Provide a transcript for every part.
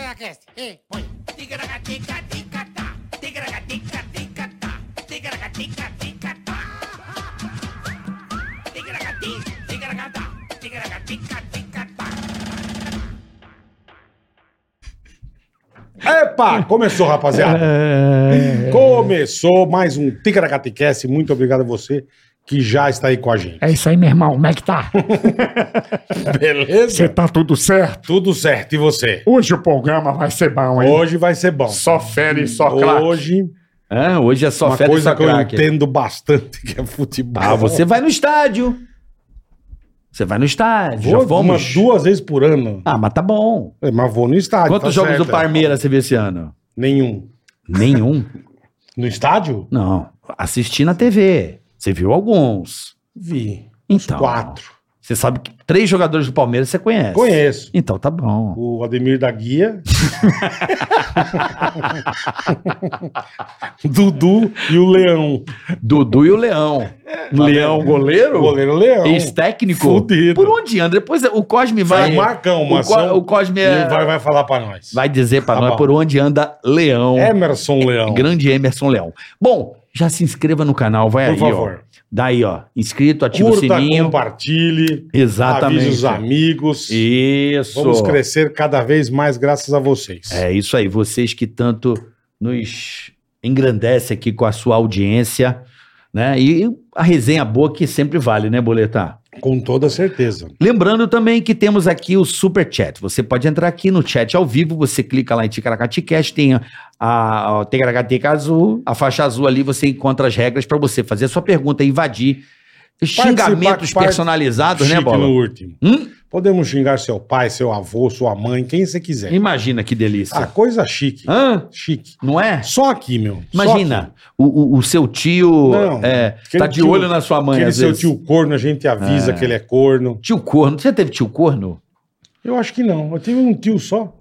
Tigracast, ei, põe. Tigragatica-tica-tá. Tigragatica-tica-tá. Tigragatica-tica-tá. Tigragati, tigragatá. Tigragatica-tica-tá. Epa! Começou, rapaziada. É, Começou mais um Ticaracaticast. Muito obrigado a você que já está aí com a gente. é isso aí, meu irmão. Como é que tá? Você Beleza? tá tudo certo? Tudo certo. E você? Hoje o programa vai ser bom, hein? Hoje vai ser bom. Só fere, só claque. Hoje, Ah, hoje é só uma festa e coisa só que eu craque. entendo bastante que é futebol. Ah, você vai no estádio. Você vai no estádio. Vou já fomos. umas duas vezes por ano. Ah, mas tá bom. É, Mas vou no estádio. Quantos tá jogos certo. do Parmeira você viu esse ano? Nenhum. Nenhum. No estádio? Não. Assisti na TV. Você viu alguns. Vi. Então. Quatro. Você sabe que três jogadores do Palmeiras você conhece. Conheço. Então tá bom. O Ademir da Guia. Dudu e o Leão. Dudu e o Leão. Tá Leão, goleiro? Goleiro Leão. Ex-técnico? Fudido. Por onde anda? Depois o Cosme vai. Vai marcão, o, mas Co- o Cosme é- vai, vai falar pra nós. vai dizer pra Tá nós bom. É por onde anda Leão. Emerson Leão. Grande Emerson Leão. Bom, já se inscreva no canal, Por vai aí, ó. favor. Daí, ó, inscrito, ativa o Curta, sininho. compartilhe. Exatamente. Avise os amigos. Isso. Vamos crescer cada vez mais graças a vocês. É isso aí, vocês que tanto nos engrandecem aqui com a sua audiência, né? E a resenha boa que sempre vale, né, Boletar? Com toda certeza. Lembrando também que temos aqui o Super Chat. Você pode entrar aqui no chat ao vivo, você clica lá em Ticaracaticast, tem a, a, a Ticaracatica azul, a faixa azul ali, você encontra as regras para você fazer a sua pergunta, invadir xingamentos part- personalizados, né, Chique Bola? no último. Hum? Podemos xingar seu pai, seu avô, sua mãe, quem você quiser. Imagina que Ah, delícia. coisa chique. Hã? Chique. Não é? Só aqui, meu. Só Imagina, o, o- o seu tio Não, é, aquele tá de tio- olho na sua aqui. mãe, Aquele às seu vezes. Tio... tio corno, a gente avisa que ele é corno. corno. Você teve tio corno? Eu acho que não. Eu tive um tio só.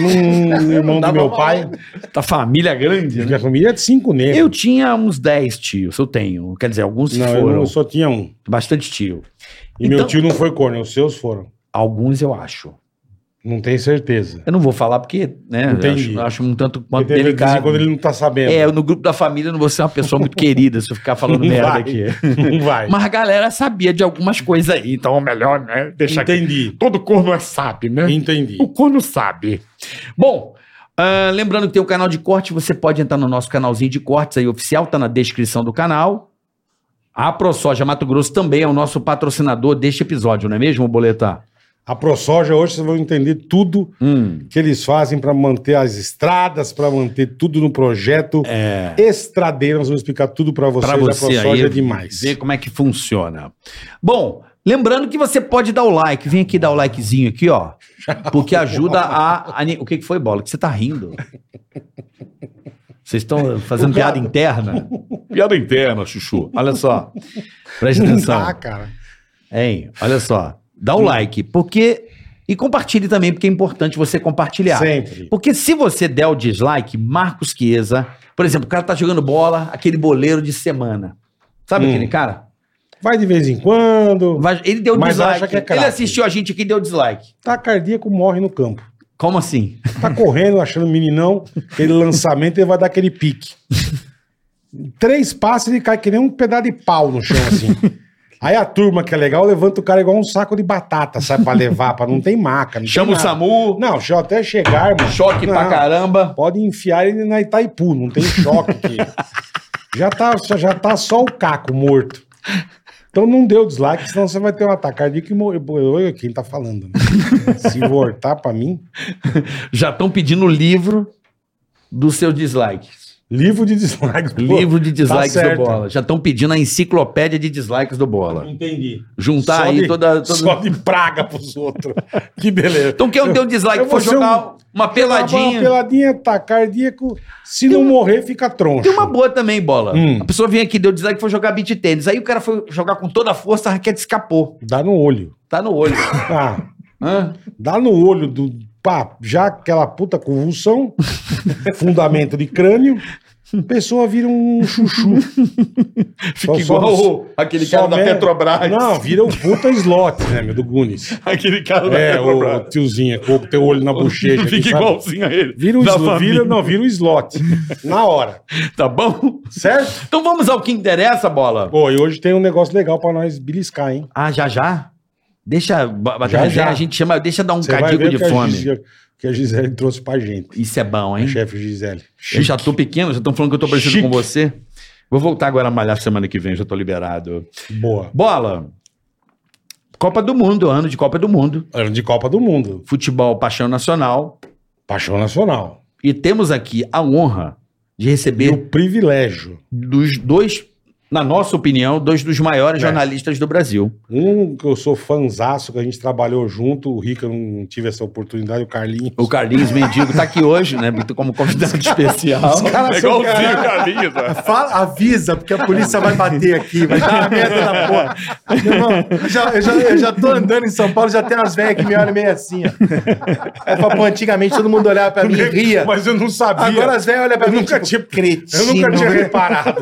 um irmão do meu pai. Da família grande, né? Minha família é de cinco negros. Eu tinha uns 10 tios, eu tenho. Quer dizer, alguns não, eu foram. não- eu só tinha um. Bastante tio. E Então- meu tio não foi corno, os seus foram. Alguns eu acho. Não tenho certeza. Eu não vou falar porque, né? eu Entendi. Acho, acho um tanto quanto Porque de vez em delicado. quando ele não tá sabendo. É, eu no grupo da família eu não vou ser uma pessoa muito querida se eu ficar falando Não merda vai. aqui. Não vai. Mas a galera sabia de algumas coisas aí, então é melhor, né? Deixar aqui. Entendi. Todo corno é sabe, né? Entendi. O corno sabe. Bom, ah, lembrando que tem o canal de corte, você pode entrar no nosso canalzinho de cortes aí oficial, tá na descrição do canal. A ProSoja Mato Grosso também é o nosso patrocinador deste episódio, não é mesmo, Boletar? A ProSoja hoje vocês vão entender tudo Hum. que eles fazem para manter as estradas, para manter tudo no projeto. É. Estradeiro, nós vamos explicar tudo para vocês. Pra a você aí ProSoja é demais. ver como é que funciona. Bom, lembrando que você pode dar o like, vem aqui dar o likezinho aqui, ó, porque ajuda a ani- o que que foi bola? Que você tá rindo? Vocês estão fazendo piada interna? Piada interna, chuchu. Olha só. Presta Não atenção. Hum. dá, cara. Hein? Olha só. Dá o like, porque e compartilhe também, porque é importante você compartilhar. Sempre. Porque se você der o dislike, Marcos Chiesa, por exemplo, o cara tá jogando bola, aquele boleiro de semana. Sabe Hum. aquele cara? Vai de vez em quando. Vai- ele deu Mas acha dislike. que é ele craque. assistiu a gente aqui e deu dislike. Tá cardíaco, morre no campo. Como assim? Tá correndo, achando o meninão, aquele lançamento, ele vai dar aquele pique. Três passos, ele cai que nem um pedaço de pau no chão, assim. Aí a turma que é legal levanta o cara igual um saco de batata, sabe? Pra levar, pra não tem maca. Não Chama o tem nada. SAMU, Não, deixa eu até chegar, irmão. choque pra Não, caramba. Pode enfiar ele na Itaipu, não tem choque aqui. já, tá, já- já tá só o caco morto. Então não deu dislike, senão você vai ter um ataque cardíaco e morrer. Olha quem tá falando. né? Se voltar pra mim. Já estão pedindo o livro dos seus dislikes. Livro de dislikes. pô. tá livro de dislikes do certo. Bola. Já estão pedindo a enciclopédia de dislikes do Bola. Entendi. Juntar Só Tá aí de- toda. toda- Só de praga pros outros. que beleza. Então quem não deu dislike eu vou foi ser jogar um- uma Uma peladinha. peladinha, tá cardíaco. Se não morrer, fica troncho. Tem uma boa também, bola. Hum. A pessoa vinha aqui, deu dislike, foi jogar beat tênis. Aí o cara foi jogar com toda a força, a raquete escapou. Dá no olho. Tá no olho. Ah, Hã? dá no olho do. Pá, já aquela puta convulsão, fundamento de crânio, pessoa vira um chuchu. Fica Só- igual só- o- aquele cara Só da me- Petrobras. Não, vira um puta slot, né, meu, do Gunis. Aquele cara da É, o, Petrobras. o tiozinho, com o teu olho na bochecha. aqui, Fica sabe? igualzinho a ele. Vira um, Da slot, família. vira, não, vira um slot. Na hora. Tá bom? Certo? Então vamos ao que interessa, bola. Pô, e hoje tem um negócio legal pra nós beliscar, hein? Ah, já já? Deixa ba- bater Já, resenha, já. a gente chama, deixa dar um Você vai cadigo ver o de que a fome. Gise- que a Gisele trouxe pra gente. Isso é bom, hein? A chefe Gisele. Eu já tô pequeno, já estão falando que eu tô parecido é Chique. com você. Vou voltar agora a malhar semana que vem, já tô liberado. Boa. Bola. Copa do Mundo, ano de Copa do Mundo. Ano de Copa do Mundo. Futebol Paixão Nacional. Paixão Nacional. E temos aqui a honra de E receber o privilégio. dos dois, na nossa opinião, dois dos maiores É. jornalistas do Brasil. Um que eu sou fanzaço, que a gente trabalhou junto, o Rica eu não tive essa oportunidade, o Carlinhos. O Carlinhos Mendigo tá aqui hoje, né? Como convidado especial. É igualzinho né? o Carlinhos. ó. Fala, avisa, porque a polícia vai bater aqui, vai dar uma merda da porra. Meu irmão, eu já, eu, já, eu já tô andando em São Paulo, já tem umas velhas que me olham meio assim, ó. É, pô, antigamente todo mundo olhava pra mim e ria. Mas eu não sabia. Agora as velhas olham pra Eu mim nunca tipo, tinha- cretino. né?" eu nunca tinha reparado.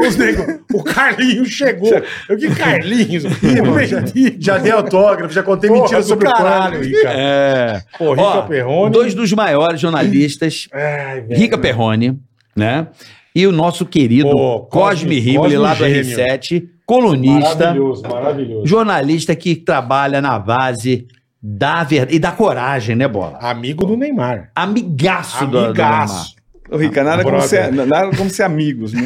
Os nego, o Carlinhos chegou. Eu que Carlinhos? Eu perdi. Já dei autógrafo, já contei Porra, mentira do sobre o caralho, quadro. Rica. É. Pô, Rica Ó, Perrone. É. dois dos maiores jornalistas, Ai, velho. Rica Perrone, né? E o nosso querido Pô, Cosme Cosme- Rimoli, Cosme lá do gênio. R7, colunista, Maravilhoso, maravilhoso. jornalista que trabalha na base da verdade e da coragem, né, Bola? Amigo do Neymar. Amigaço, do- do Neymar. Amigaço. Ô, Rica, nada como, Brother. ser, nada como ser amigos, né?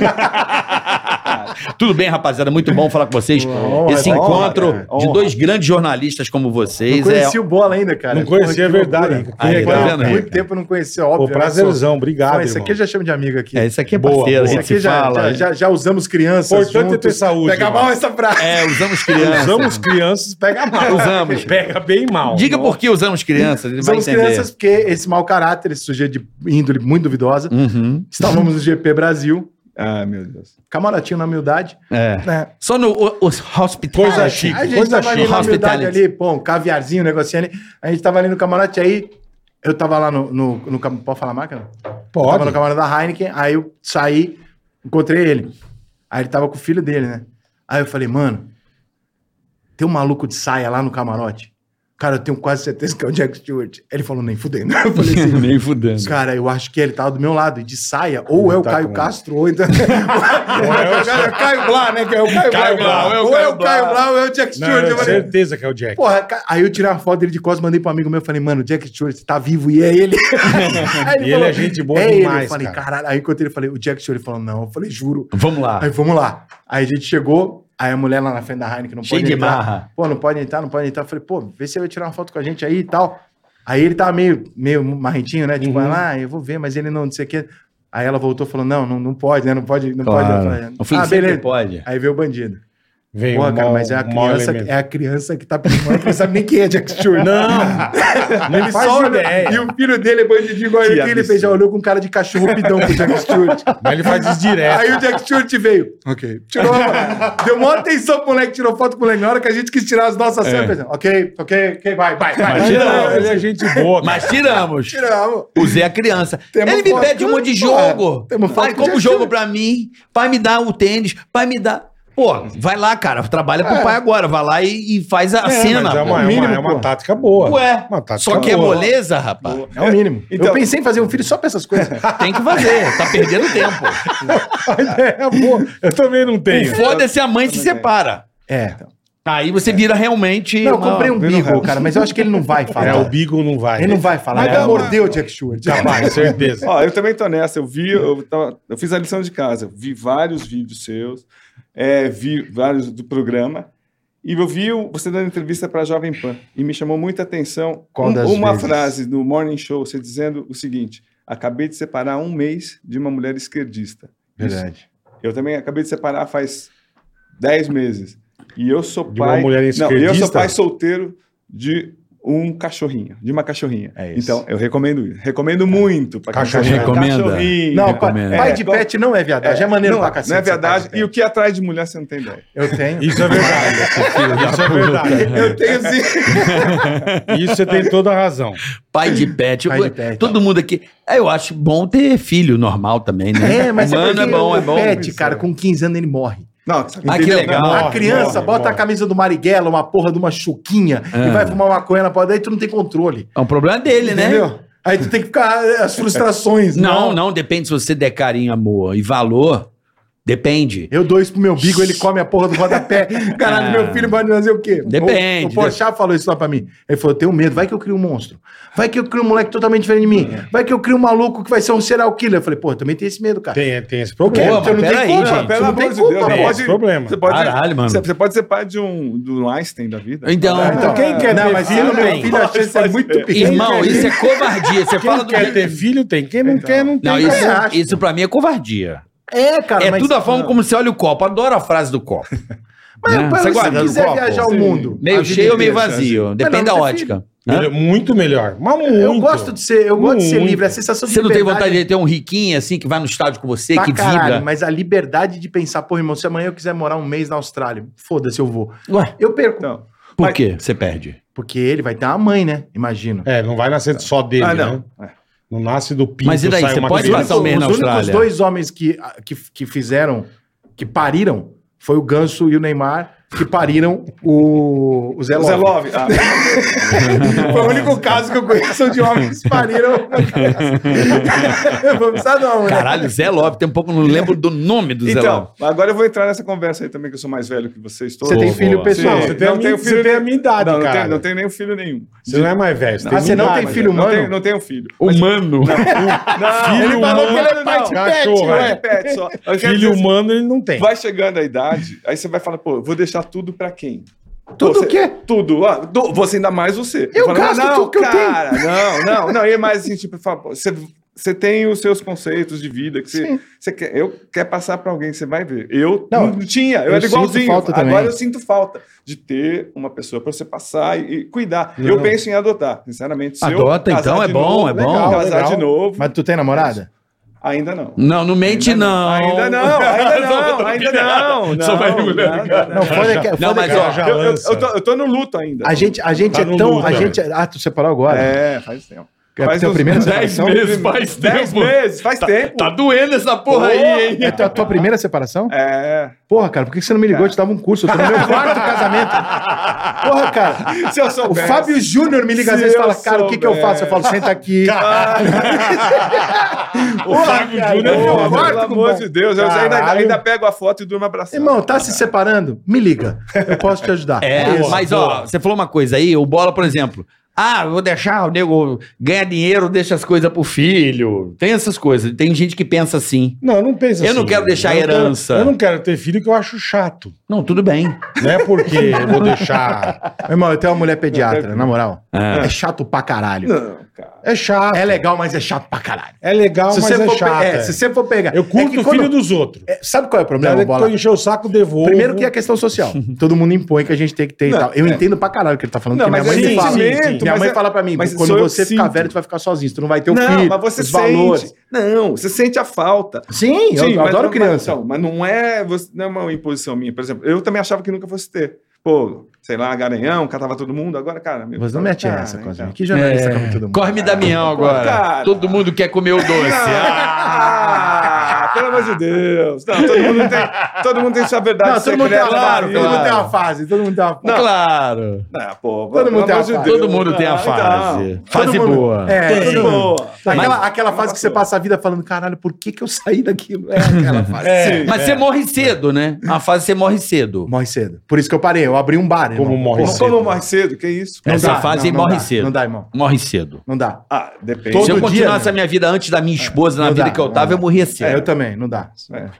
Tudo bem, rapaziada? Muito bom falar com vocês. Honra, Esse honra, encontro cara. de Honra. dois grandes jornalistas como vocês é Não conheci o Bola ainda, cara. é. Não conhecia, é Porra, que verdade. loucura. Que Aí, legal, tá Há vendo? cara. muito tempo eu não conhecia, óbvio. né? Pô, prazerzão, obrigado. Não, Então, Esse aqui irmão. eu já chamo de amigo aqui. é. é, Isso aqui é Boa, parceiro, a boa. gente Esse aqui se já, fala. já, já, já usamos crianças. Importante é ter juntos. saúde, Pega irmão. mal essa frase. É, usamos crianças. Usamos crianças, pega mal. Ah, Usamos. Pega bem mal. Diga por que usamos crianças, ele Usamos vai entender. crianças porque esse mau caráter, esse sujeito de índole muito duvidosa. Uhum. Estávamos no GP Brasil, Ah, meu Deus. camarotinho na humildade. É. Né? Só no o, os hospital. Coisa chique. A gente coisa tava ali chique. na humildade Hospitality. ali, pô, um caviarzinho, um negocinho ali. A gente tava ali no camarote, aí eu tava lá no... no, no cam- pode falar a marca? Não? Eu tava no Pode. camarote da Heineken, aí eu saí, encontrei ele. Aí ele tava com o filho dele, né? Aí eu falei, mano, tem um maluco de saia lá no camarote. Cara, eu tenho quase certeza que é o Jack Stewart. Ele falou, nem fudendo. Eu falei assim, Nem fudendo. Cara, eu acho que ele tava do meu lado, e de saia, ou Ele é o tá Caio com- Castro, ou então. ou é o Caio- Caio Blá, né? Que é o Caio, Caio Blá. Blá, é o Ou é Caio o Caio Blá. Blá, ou é o Jack Não, Stewart. eu eu falei, certeza que é o Jack. porra, ca- aí eu tirei uma foto dele de costas, mandei pra um amigo meu, falei, mano, o Jack Stewart tá vivo e é ele. Aí E ele é gente boa ele. demais, Eu falei, cara. caralho. Aí encontrei ele, falei, o Jack Stewart. Ele falou, não. Eu falei, juro. Vamos lá. Aí vamos lá. Aí a gente chegou, aí a mulher lá na frente da Heineken não Cheio pode de entrar. marra. Pô, não pode entrar, não pode entrar. Eu falei, pô, vê se ele vai tirar uma foto com a gente aí e tal. Aí ele tava meio, meio marrentinho, né? Tipo, Uhum. ela, ah, eu vou ver, mas ele não, não sei o quê. Aí ela voltou falando, não, não, não pode, né? Não pode, não pode. Eu Eu falei, ah, sempre beleza. pode. Aí veio o bandido. Vem Pô, um cara, mau- mas é a um mau criança, elemento. é a criança que tá perguntando, não sabe nem quem é Jack Stewart. Não! Não Ele faz só olha, ideia. e o filho dele é bandidinho igual Que ele, que ele fez, já olhou com um cara de cachorro pidão pro Jack Stewart. Mas ele faz isso direto. Aí o Jack Stewart veio. Ok. Tirou, deu maior atenção pro moleque, tirou foto com o moleque. Na hora que a gente quis tirar as nossas cenas, fez, ok, ok, ok, vai, vai, É. vai. Mas Imagina, não, ele é gente boa. cara. Mas tiramos. Tiramos. Usei é a criança. Temos Ele me foto. pede um monte de É, jogo. temos foto Pai, com compra o Jack jogo pra mim. Pai, me dá o tênis. Pai, me dá. Pô, vai lá, cara. Trabalha É. pro pai agora. Vai lá e, e faz a É, cena. mas é pô. uma, é uma- mínimo, é uma pô. tática boa. Ué, uma tá tática só que é boa. moleza, rapaz. É o mínimo. Então- Eu pensei em fazer um filho só pra essas coisas. Tem que fazer. Tá perdendo tempo. A ideia é boa. Eu também não tenho. O foda é se a mãe se separa. É. Aí você vira realmente. Não, eu uma- comprei um Vino Beagle, Real. cara, mas eu acho que ele não vai falar. É, "Tá." o Beagle não vai. Ele não vai falar. Mas ele vai dá- morder o Jack Stewart. Jamais, certeza. Ó, eu também tô nessa. Eu vi, eu, tava- eu fiz a lição de casa. Vi vários vídeos seus, é, vi vários do programa. E eu vi o- você dando entrevista para Jovem Pan. E me chamou muita atenção Qual um- das uma vezes? frase do Morning Show, você dizendo o seguinte: acabei de separar um mês de uma mulher esquerdista. Verdade. Eu também acabei de separar faz 10 meses. E eu sou De uma pai. mulher não, e eu esquerdista? sou pai solteiro de um cachorrinho, de uma cachorrinha. É isso. então, eu recomendo isso. Recomendo muito. pra quem Cachorrinho. tem Recomenda. Cachorrinho. Não, pa- recomendo. pai É, de bom. pet não é viadagem, é, maneiro não, pra cacete. não é ser pai verdade. de E pet. o que atrás de mulher você não tem ideia. Eu tenho. Isso é verdade. Isso é verdade. Eu tenho sim. Isso você tem toda a razão. Pai de pet. Pai de pet, Todo mundo aqui. É, Eu acho bom ter filho normal também, né? É, mas Humano é, é porque bom, o é bom. pet, cara, com 15 anos ele morre. Não, Ah, que legal. a criança bota a camisa do Marighella, uma porra de uma chuquinha, Ah. e vai fumar maconha na porta, daí tu não tem controle. É um problema dele, né? Entendeu? Aí tu tem que ficar eh, as frustrações. né? Não, não, depende se você der carinho, amor e valor. Depende. Eu dou isso pro meu bigo, ele come a porra do rodapé. Caralho, Ah. meu filho vai fazer o quê? Depende. O, o Porchat falou isso lá pra mim. Ele falou, eu tenho medo, vai que eu crio um monstro. Vai que eu crio um moleque totalmente diferente de mim. É. Vai que eu crio um maluco que vai ser um serial killer. Eu falei, pô, eu também tem esse medo, cara. Tem, tem esse Porque problema. você não tem peraí, culpa, gente. você Pelo não amor tem de culpa, Deus, tem né? pô. esse problema. Você pode, Caralho, mano. Você, você pode ser pai de um do Einstein da vida. Então, Ah, Então quem quer Não, ter mas Mas eu, filho isso meu tem. filho, a chance é muito pequena. irmão, isso é covardia. Você fala Quem do Então. quer ter filho tem. Quem não quer, não tem. Não, Eu acho. isso, isso pra mim é covardia. É, cara, é mas- tudo a forma não. como você olha o copo. Adoro a frase do copo. Mas, Né? mas Você se guarda você no quiser copo? viajar o Sim. mundo. Meio a vida cheio ou meio inteira, vazio. assim. Depende Mas da não, você ótica. Hã? Melhor- Muito melhor. Mas muito. Eu gosto de ser, eu gosto de ser Muito. livre, a sensação de Você não tem liberdade vontade de ter um riquinho assim que vai no estádio com você, pra que caralho, vibra. mas a liberdade de pensar, pô, irmão, se amanhã eu quiser morar um mês na Austrália, foda-se, eu vou. Ué, Eu perco. Então, por Mas- quê? Você perde. Porque ele vai ter uma mãe, né? Imagino. É, não vai nascer só dele, não. ah, né? não. É. Não nasce do pinto, Mas e daí, sai você uma pode criança. passar o mês na os únicos Austrália. dois homens que, que, que fizeram, que pariram, foi o Ganso e o Neymar, que pariram o, o Zé O Zé Love. Love. Ah, Foi o único caso que eu conheço de homens que pariram. Vamos precisar não, né? Caralho, Zé Love. Tem um pouco, não lembro do nome do Zé Love. então, agora eu vou entrar nessa conversa aí também, que eu sou mais velho que vocês todos. Você tem Boa, filho boa. pessoal. Não, Sim. você tem, a Não minha, tenho você filho- tem a minha idade, não, não, cara. tenho, não tenho nenhum filho nenhum. Você não é mais velho. Você Ah, você não idade. tem filho humano? Não tenho, não tenho filho. Humano. Não, Filho humano, não. cachorro, Não é é. pet só. Eu quero dizer Filho assim, humano ele não tem. Vai chegando a idade, aí você vai falar, pô, vou deixar tudo pra quem? Tudo Pô, o quê? Tudo. ó, do- você ainda mais você. Eu falo, gasto não, tudo que eu cara, Não, não, não. E mais assim, tipo, fala, pô, você, você tem os seus conceitos de vida que você, você quer, eu quer passar pra alguém, você vai ver. Eu Não, não, tinha, eu, eu era sinto igualzinho. falta Agora também. eu sinto falta de ter uma pessoa pra você passar e, e cuidar. Não. Eu penso em adotar, sinceramente. Se eu Adota, casar então, é de bom, novo, é bom. Casar Legal. de novo, Mas tu tem namorada? ainda não. Não, não mente, não. Ainda não, ainda não, ainda não. Só vai não, engolindo, não, cara. não, Não, foda é que, foda Não, é mas que- ó, já Eu, eu- lança. eu tô, eu tô no luto ainda. a gente, a gente Tá é no tão. luto, a né? gente, ah, tu separou agora? É, faz tempo. É teu uns primeiro dez separação? meses, faz Dez tempo. meses, faz tempo. Tá doendo essa porra aí, hein? É a tua primeira separação? É. Porra, cara, por que você não me ligou? Eu te dava um curso. Eu tô no meu quarto casamento. Porra, cara. Se eu O soubesse. Fábio Júnior me liga às Se vezes e eu fala, cara, o que, que eu soubesse. faço? Eu falo, senta aqui. O Fábio Júnior é Pô, meu foda. quarto, pelo amor compadre. de Deus, eu ainda, Caralho. ainda pego a foto e durmo abraçado. Irmão, tá se separando? Me liga. Eu posso te ajudar. É, Isso. mas ó, você falou uma coisa aí, o Bola, por exemplo. Ah, eu vou deixar o nego ganhar dinheiro, deixa as coisas pro filho. Tem essas coisas. Tem gente que pensa assim. Não, eu não penso Eu não quero deixar Eu não quero- herança. eu não quero ter filho que eu acho chato. Não, tudo bem. Não é porque eu vou deixar. Meu irmão, eu tenho uma mulher pediatra, na moral. É chato pra caralho. Não, cara. É chato. É legal, mas é chato pra caralho. É legal, se, mas você é for pe- chato. é, é. se você for pegar. Eu é curto que o quando- filho dos outros. é, sabe qual é o problema, Cara, que Bola? eu encher o saco, devolvo. Primeiro que é a questão social. Todo mundo impõe que a gente tem que ter e Não, tal. Eu é. entendo pra caralho o que ele tá falando. Não, porque mas é minha mãe, me fala, sentimento, minha mas mãe é- fala pra mim, mas quando sou eu você que ficar sinto. velho, tu vai ficar sozinho, tu não vai ter o não, filho, mas você os sente. valores. Não, você sente a falta. Sim, eu, eu mas adoro não- Mas, criança. então, mas não é você- não é uma imposição minha, por exemplo. Eu também achava que nunca fosse ter. Pô, sei lá, Garanhão, catava todo mundo. Agora, cara. meu, Mas não cara, mete cara, essa, então. Cosminha. Que jornalista come todo mundo. Corre-me Damião agora. Cara. Todo mundo quer comer o doce. Ah, pelo amor de Deus. Não, todo mundo tem, todo mundo tem sua verdade. Não, todo mundo tem secreta uma fase, na todo mundo vida. tem uma fase, todo mundo tem uma fase. Não. Claro. Ah, pô, Todo mundo tem a fase. Todo mundo tem a Então, fase. fase então, mundo- boa. É, Fase todo mundo. boa. Aquela, Mas- aquela fase que você passa a vida falando, caralho, por que, que eu saí daquilo? É aquela fase. É. Mas você morre cedo, né? Uma fase você morre cedo. Morre cedo. Por isso que eu parei, eu abri um bar. Como irmão. morre Como, cedo. como morre cedo, que isso? É. Essa fase morre dá, cedo. Não dá, irmão. Morre cedo. Não dá. Ah, depende. Todo Se eu dia, continuasse né? a minha vida antes da minha esposa, na Não vida dá, que eu não tava, dá. eu morria É, eu cedo. também, não dá.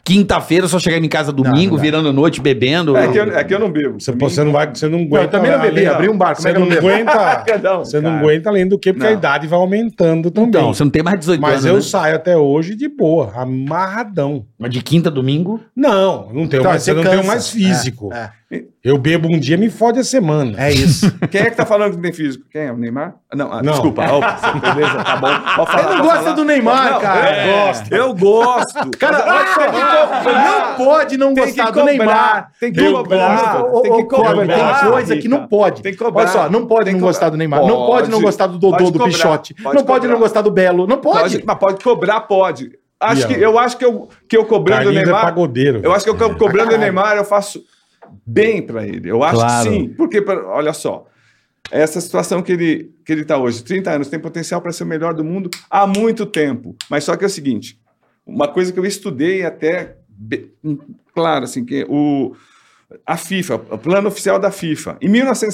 Quinta-feira, eu só chegava em casa Não, domingo, não dá. virando noite, bebendo. É que, eu, é que eu não bebo. Você, pô, você não vai, você não aguenta. eu também não Ah, bebi, além- abri um bar, como Você é que eu não não bebo? aguenta. Cada um, Você não cara. aguenta além do que, porque a Não. idade vai aumentando também. Então, você não tem mais 18 Mas anos. eu né? saio até hoje de boa, amarradão. Mas de quinta a domingo? Não, não tenho Então, mais, você eu não tenho cansa. mais físico. É, é. Eu bebo um dia, me fode a semana. É isso. Quem é que tá falando que tem físico? Quem é? O Neymar? Ah, Não, ah, Não. desculpa. Ah, beleza, tá bom. Pode falar, Ele não pode gosta falar. do Neymar, cara. Eu gosto. Eu gosto. Cara, olha só, não pode Tem não que gostar do cobrar, Neymar. Ah, tem que Eu cobrar, gosto. Ô, tem que ô, Cobra, cobrar, Tem coisa que não Rita. pode. Tem que cobrar. Olha só, não pode Tem não que gostar cobrar. do Neymar. Não Pode. pode não gostar do Dodô, Pode do cobrar, Pichote. pode Não pode cobrar. não gostar do Belo. Não Pode, pode. mas pode cobrar, pode. Acho E que, ela? eu acho que eu, que eu cobrando o Carlinhos é Neymar. pagodeiro, eu acho que eu co- cobrando o caralho. Neymar, eu faço bem pra ele. Eu acho Claro. que sim. Porque, pra- olha só, essa situação que ele, que ele tá hoje, 30 anos, tem potencial para ser o melhor do mundo há muito tempo. Mas só que é o seguinte: uma coisa que eu estudei até. be- Claro, assim, que o, a FIFA, o plano oficial da FIFA. Em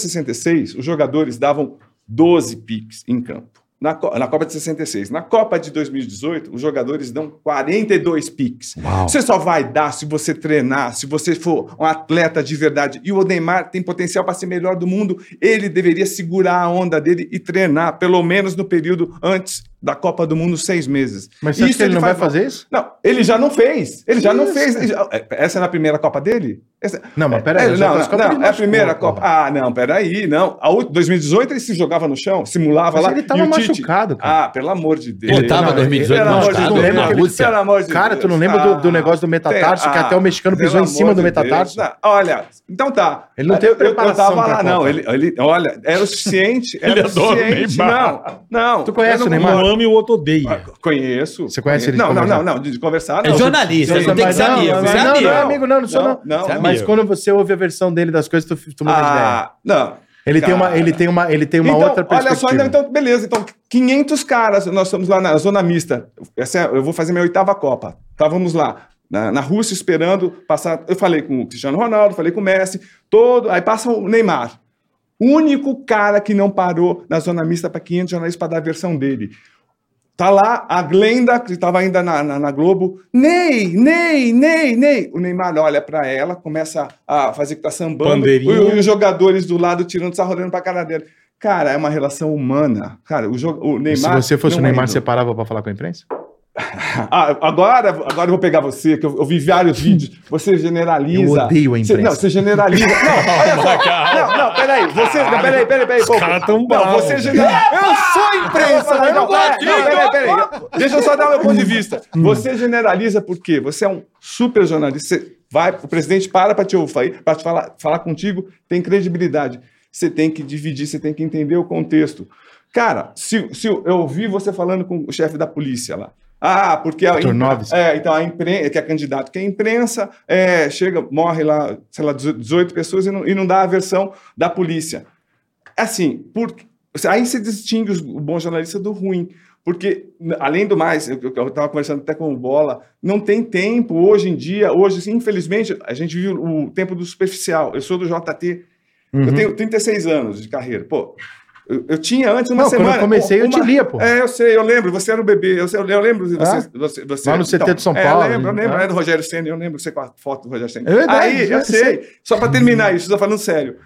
1966, os jogadores davam 12 piques em campo. Na, Co- na Copa de 66. Na Copa de 2018, os jogadores dão 42 piques. Você só vai dar se você treinar, se você for um atleta de verdade. E o Neymar tem potencial para ser melhor do mundo. Ele deveria segurar a onda dele e treinar, pelo menos no período antes da Copa do Mundo, seis meses. Mas você acha Isso que ele não vai faz- fazer isso? Não, ele já não fez. Ele já não Isso, fez. Ele já- Essa é na primeira Copa dele? Essa- Não, mas peraí, é, as não, outras não, Copas não, ele é a machucou, primeira porra. Copa. Ah, não, peraí, não. A ult- 2018 ele se jogava no chão, simulava Mas lá. ele tava e o Tite- machucado, cara. Ah, pelo amor de Deus. Ele tava em 2018 Pelo amor de machucado, Deus. na né? Pelo Rússia. amor de Cara, tu não Deus. lembra do- do Ah, negócio do metatarso, tem- que até o mexicano pisou pelo em cima amor do de Deus. metatarso? Não, Olha, então tá. Ele não teve Eu- eu- preparação Eu tava pra lá, não. Copa. Ele, ele- olha, era o suficiente. Era Ele adora o suficiente. Neymar. Não, não. Tu conhece Ah, eu não o Um Neymar? ama e o outro odeia. concordo. Conheço. Você conhece ele de Não, não, conversar? não, não. De de conversar, É não. jornalista, Você- não tem que ser Não, amigo. não, Você é não, amigo. não, amigo, não, não sou não. Não, não. Mas amigo. quando você ouve a versão dele das coisas, tu, f- tu muda de ideia. Ah, não. Ele tem uma, cara. ele tem uma, ele tem uma então, outra olha perspectiva. só, então, então, beleza. Então, 500 caras, nós estamos lá na zona mista. Essa é- eu vou fazer minha oitava Copa. Estávamos lá, na, na Rússia, esperando passar. Eu falei com o Cristiano Ronaldo, falei com o Messi, todo. Aí passa o Neymar. O único cara que não parou na zona mista para 500 jornalistas para dar a versão dele. Tá lá a Glenda, que estava ainda na, na, na Globo. Ney, Ney, Ney, Ney. O Neymar olha para ela, começa a fazer que tá sambando. Bandeirinha. E, os jogadores do lado tirando, sarro, olhando pra cara dela. Cara, é uma relação humana. Cara, o, jo- o E Neymar. se você fosse o não é Neymar, ídolo. você parava pra falar com a imprensa? Ah, agora, agora eu vou pegar você, que eu, eu vi vários vídeos. Você generaliza. Eu odeio a Você- imprensa. não, você generaliza. Não, olha só. Não, não, peraí. Você, não, peraí, peraí, peraí. Os caras tão Não, bravos. você generaliza. Eu sou imprensa, mas não, peraí, não, peraí, peraí. Deixa eu só dar meu ponto Hum. de vista. Você generaliza por quê? Você é um super jornalista. Você vai, o presidente para pra te ouvir, pra te falar, falar contigo, tem credibilidade. Você tem que dividir, você tem que entender o contexto. Cara, se, se eu eu ouvi você falando com o chefe da polícia lá. Ah, porque a, Dr. Noves. é, então a imprensa, que é candidato, que é imprensa, é, chega, morre lá, sei lá, 18 pessoas e não, e não dá a versão da polícia. Assim, por, aí se distingue os- o bom jornalista do ruim. Porque, n- além do mais, eu estava conversando até com o Bola, não tem tempo hoje em dia, hoje, assim, infelizmente, a gente vive o tempo do superficial. Eu sou do JT, Uhum. eu tenho 36 anos de carreira. Pô, eu, eu tinha antes uma Não, quando semana. eu comecei, eu é uma- te lia, pô. é, eu sei, eu lembro. Você era um bebê. Eu, sei, eu lembro de você. Ah? você, você Lá no CT de São é, Paulo, eu lembro, eu né? lembro. Era do Rogério Senna. Eu lembro você com a foto do Rogério Senna. É verdade, Aí, já eu sei. Só pra terminar isso, tô falando sério.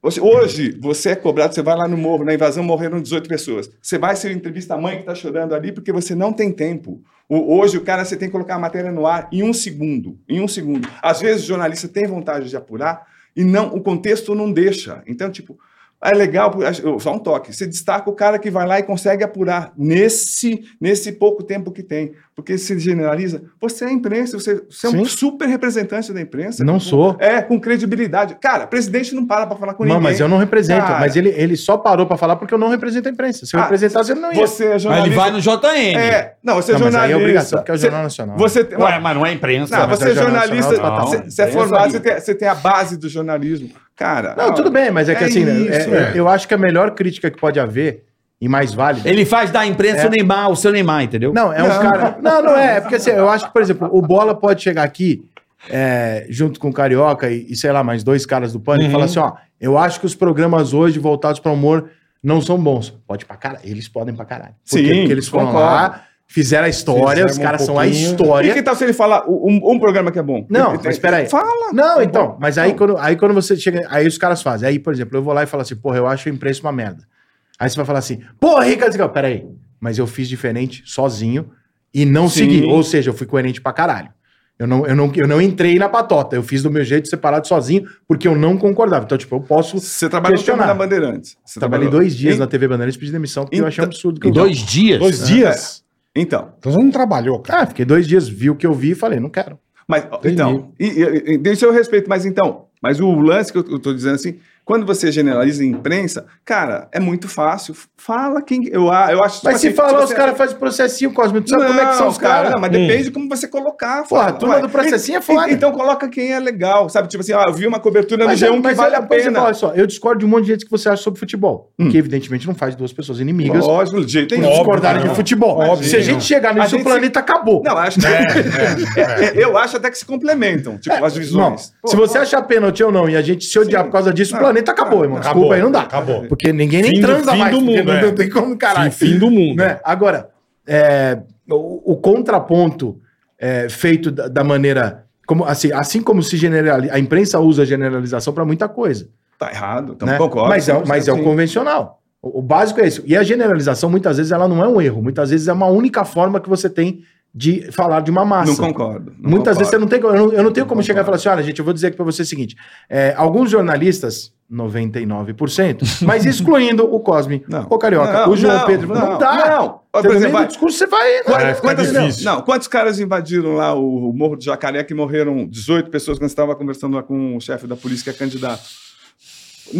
Você- hoje, você é cobrado, você vai lá no morro, na invasão morreram 18 pessoas. Você vai ser entrevista à mãe que tá chorando ali porque você não tem tempo. O- hoje, o cara, você tem que colocar a matéria no ar em um segundo. Em um segundo. Às vezes, o jornalista tem vontade de apurar e não o contexto não deixa. Então, tipo, é legal, por- acho- eu- só um toque. Você destaca o cara que vai lá e consegue apurar nesse, nesse pouco tempo que tem. Porque se generaliza, você é imprensa, você, você é um Sim. super representante da imprensa. Não sou. É, com credibilidade. Cara, presidente não para pra falar com Não, ninguém. mas eu não represento. Cara. Mas ele, ele só parou pra falar porque eu não represento a imprensa. Se eu Ah, representasse, ele não ia. Você é Mas jornalista. ele vai no JN. É, não, você é Não, mas jornalista. aí é obrigação, porque é o Você- Jornal Nacional. Você, tem- Ué, mas não é imprensa. não, mas você é é jornal jornalista, nacional, você- não. você é formado, você tem, você tem a base do jornalismo. Cara. Não, tudo bem, mas é que assim, né, isso, é. é- eu acho que a melhor crítica que pode haver, e mais válida. Ele faz da imprensa É. o Neymar, o seu Neymar, entendeu? Não, é um cara. Não, não é. É porque assim, eu acho que, por exemplo, o Bola pode chegar aqui, é, junto com o Carioca e, e sei lá, mais dois caras do Pânico, e falar assim: ó, eu acho que os programas hoje voltados para humor não são bons. Pode pra caralho. Eles podem pra caralho. Por quê? Sim, Porque eles foram concordo. lá, fizeram a história, Fizeram os caras um são a pouquinho. E história. que tal se ele falar um, um programa que é bom? Não, Ele- mas peraí. Fala. Não, Tá então, bom. mas aí quando, aí quando você chega. Aí os caras fazem. Aí, por exemplo, eu vou lá e falo assim, porra, eu acho o imprensa uma merda. Aí você vai falar assim, porra, Ricardo, Zigal, peraí. Mas eu fiz diferente sozinho e não Sim. segui. Ou seja, eu fui coerente pra caralho. Eu não, eu, não, eu não entrei na patota. Eu fiz do meu jeito, separado, sozinho, porque eu não concordava. Então, tipo, eu posso... Você trabalhou no tempo Questionar. da Bandeirantes. Você Trabalhei trabalhou- dois dias Em- na TV Bandeirantes e pedi demissão, porque eu achei um Então- absurdo. Que Em eu dois dias? Dois dias? Então, Então você não trabalhou, cara. Ah, fiquei dois dias, vi o que eu vi e falei, não quero. mas então, e, e, e, deixa eu respeito, mas então, mas o lance que eu, eu tô dizendo assim, quando você generaliza em imprensa, cara, é muito fácil. Fala quem eu, a- eu acho. tipo Mas se assim, falar, tipo os assim, caras fazem processinho, Cosme. Tu Não, sabe como é que são os caras? Não, mas depende de como você colocar. Porra, fala, a turma ué. do processinho é E- foda. e- Então coloca quem é legal, sabe? Tipo assim, ó, eu vi uma cobertura no é Mas, é- G1 que mas vale olha, a por exemplo, pena. olha só, eu discordo de um monte de gente que você acha sobre futebol. Hum. Que evidentemente não faz duas pessoas inimigas Lógico, de jeito que nenhum. discordarem de futebol. Óbvio se a que gente não. chegar A nisso, gente o planeta acabou. Não, acho que. É, é, eu acho até que se complementam, tipo, as É, Não, visões. Pô, se você achar pênalti ou não e a gente se odiar por causa disso, o planeta acabou, irmão. acabou, Desculpa aí, não dá. acabou. Porque ninguém nem Fim do- transa fim mais. do porque mundo, não, é. não tem como, caralho. Fim- fim do mundo. Né? Agora, é, o, o contraponto é, feito da, da maneira... Como, assim, assim como se generaliza... A imprensa usa generalização para muita coisa. tá errado, então né? concordo. mas, é, mas é o Sim. convencional. O, o básico é isso. E a generalização, muitas vezes, ela não é um erro. Muitas vezes é uma única forma que você tem de falar de uma massa. Não concordo. não Muitas vezes você concordo. não tem. Eu não, eu não tenho como Não chegar e falar assim: olha, gente, eu vou dizer aqui pra você o seguinte: é, alguns jornalistas, 99%, mas excluindo o Cosme, Não. o Carioca, Não, o João não, Pedro. Não, não, dá. não. Ó, por Pelo exemplo, meio do vai- discurso você vai. né? Quantas- É, fica quantas- difícil. não, quantos caras invadiram lá o, o Morro do Jacaré que morreram 18 pessoas quando você estava conversando lá com o chefe da polícia que é candidato?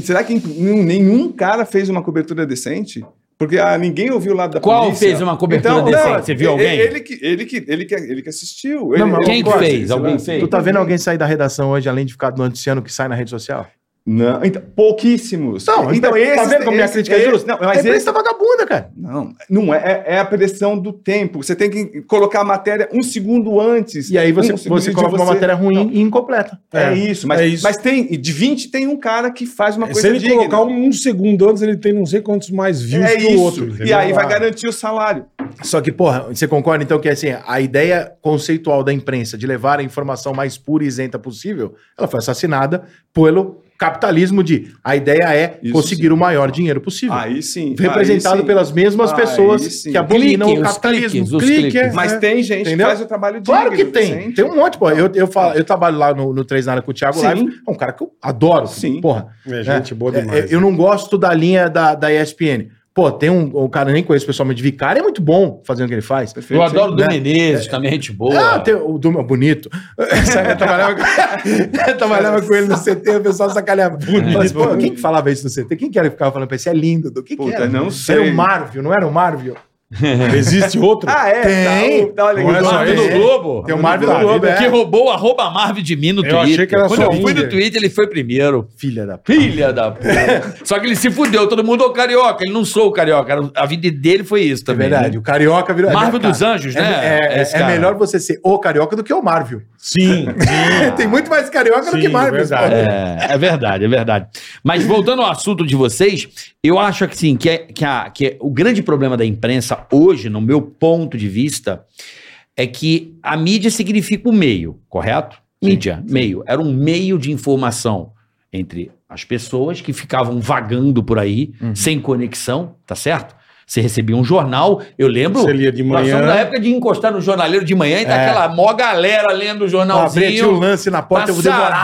Será que nenhum- nenhum cara fez uma cobertura decente? Porque ah, ninguém ouviu lá da Qual polícia. fez uma cobertura decente? Você viu Então, e- alguém? Ele que, ele que, ele que, ele que assistiu. Ele- Não, mas ele- Quem que concordo, fez? sei Alguém lá. fez? Tu tá vendo alguém sair da redação hoje, além de ficar noticiando o que sai na rede social? Não, então, pouquíssimos. Não, então tá esses- vendo como minha esses- crítica é esses- justa? Não, mas a esse, imprensa tá vagabunda, cara. não, não é, é é a pressão do tempo. Você tem que colocar a matéria um segundo antes. E aí você, Um segundo você de coloca uma você- matéria ruim Não, e incompleta. É, É, isso, mas, é isso. mas tem, e de 20 tem um cara que faz uma coisa Se ele digna. colocar um, um segundo antes, ele tem não sei quantos mais views é que isso. o outro. e entendeu? aí vai Ah. garantir o salário. Só que, porra, você concorda então que assim, a ideia conceitual da imprensa de levar a informação mais pura e isenta possível, ela foi assassinada pelo capitalismo de a ideia é Isso conseguir o maior dinheiro possível. Aí sim. representado aí sim. pelas mesmas Aí pessoas sim. que abominam Clique, o os capitalismo. cliques, os cliques. Mas né? tem gente Entendeu? que faz o trabalho digno. Claro que tem. decente. Tem um monte, pô. Eu, eu, falo, eu trabalho lá no, no Três na área com o Thiago Ah. Sim. Live. É um cara que eu adoro. Sim. Porra. É, gente boa É, demais. é, eu não gosto da linha da, da ESPN. Pô, tem um, um cara nem conheço pessoalmente, Vicário é muito bom fazendo o que ele faz. Eu adoro o do Né? Menezes, também é gente boa. Ah, tem o Duma bonito. Sabe, eu trabalhava, com, eu trabalhava com ele no CT, o pessoal sacaneava. Mas, pô, quem que falava isso no CT? Quem que era que ficava falando pra ele? Você é lindo. Do que que Puta, era? não Era sei. o Marvio, não era o Marvio? Existe outro? Ah, é? Tem. Tá, o- tá, olha, Não é o só Eduardo Eduardo Nogueira. do Globo. Tem o Marvio da da tá, vida, Que é. roubou o arroba Marv de mim no Eu Twitter. achei que era Quando só eu fui um, no né? Twitter, ele foi primeiro. Filha da p... Filha da puta. Só que ele se fudeu. Todo mundo é o carioca. Ele não sou o carioca. Era- A vida dele foi isso É também. verdade, né? o Carioca virou... Marvio cara, dos Anjos, é, né? é- é- Esse é cara. melhor você ser o Carioca do que o Marvio. Sim. Tem muito mais Carioca do Sim, que Marvio. verdade. pô. É, é verdade, é verdade. Mas voltando ao assunto de vocês, eu acho que sim, que, é, que, a- que é- o grande problema da imprensa hoje, no meu ponto de vista, é que a mídia significa o meio, correto? Mídia, meio. Era um meio de informação entre as pessoas que ficavam vagando por aí, Uhum. sem conexão, tá certo? Você recebia um jornal, eu lembro. Você lia de Nós manhã. É. somos da época de encostar no jornaleiro de manhã e tá aquela mó galera lendo o Abrir aqui jornalzinho o um lance na porta, eu vou devorar o lance.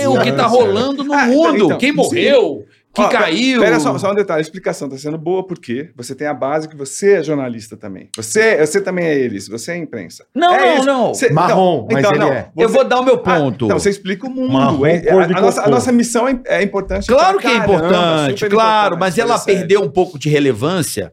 saber o que tá é. rolando no Ah, então, mundo. então, quem sim. morreu, quem Ó, caiu. Pera só, só um detalhe, a explicação está sendo boa porque você tem a base que você é jornalista também. Você, você também é eles, você é imprensa. Não, É não, isso. não. Você- Marrom, mas então, ele é. você- Eu vou dar o meu Oh, ponto. Ah, então você explica o mundo. Marrom, é- é- cor a, de a nossa, a cocô. nossa missão é, é importante. Claro pra que é caramba, importante, super claro, importante, é. mas ela sério. Hum. perdeu um pouco de relevância.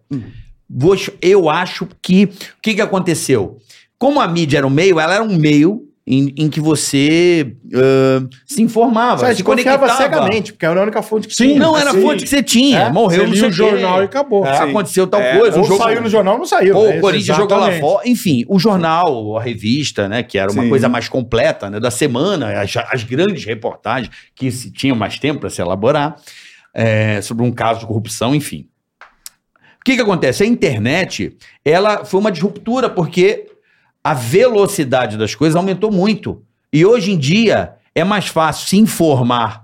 Vos- Eu acho que. O que, que aconteceu? Como a mídia era um meio, ela era um meio em, em que você ãh, se informava, Sabe, Ah, se te confiava conectava. cegamente, porque era a única fonte que Sim, tinha. Não, era a Sim. fonte que você tinha. É, Morreu Você no lia o jornal e acabou. Sim. É, Aconteceu tal É, coisa. Ou o jogo- saiu no jornal ou não saiu. Pô, É, o Corinthians jogou lá exatamente. fora. Enfim, o jornal, a revista, né? Que era uma Sim. coisa mais completa, né? Da semana, as, as grandes reportagens que se tinham mais tempo para se elaborar é, sobre um caso de corrupção, enfim. O que, que acontece? A internet, ela foi uma disruptura, porque a velocidade das coisas aumentou muito. E hoje em dia é mais fácil se informar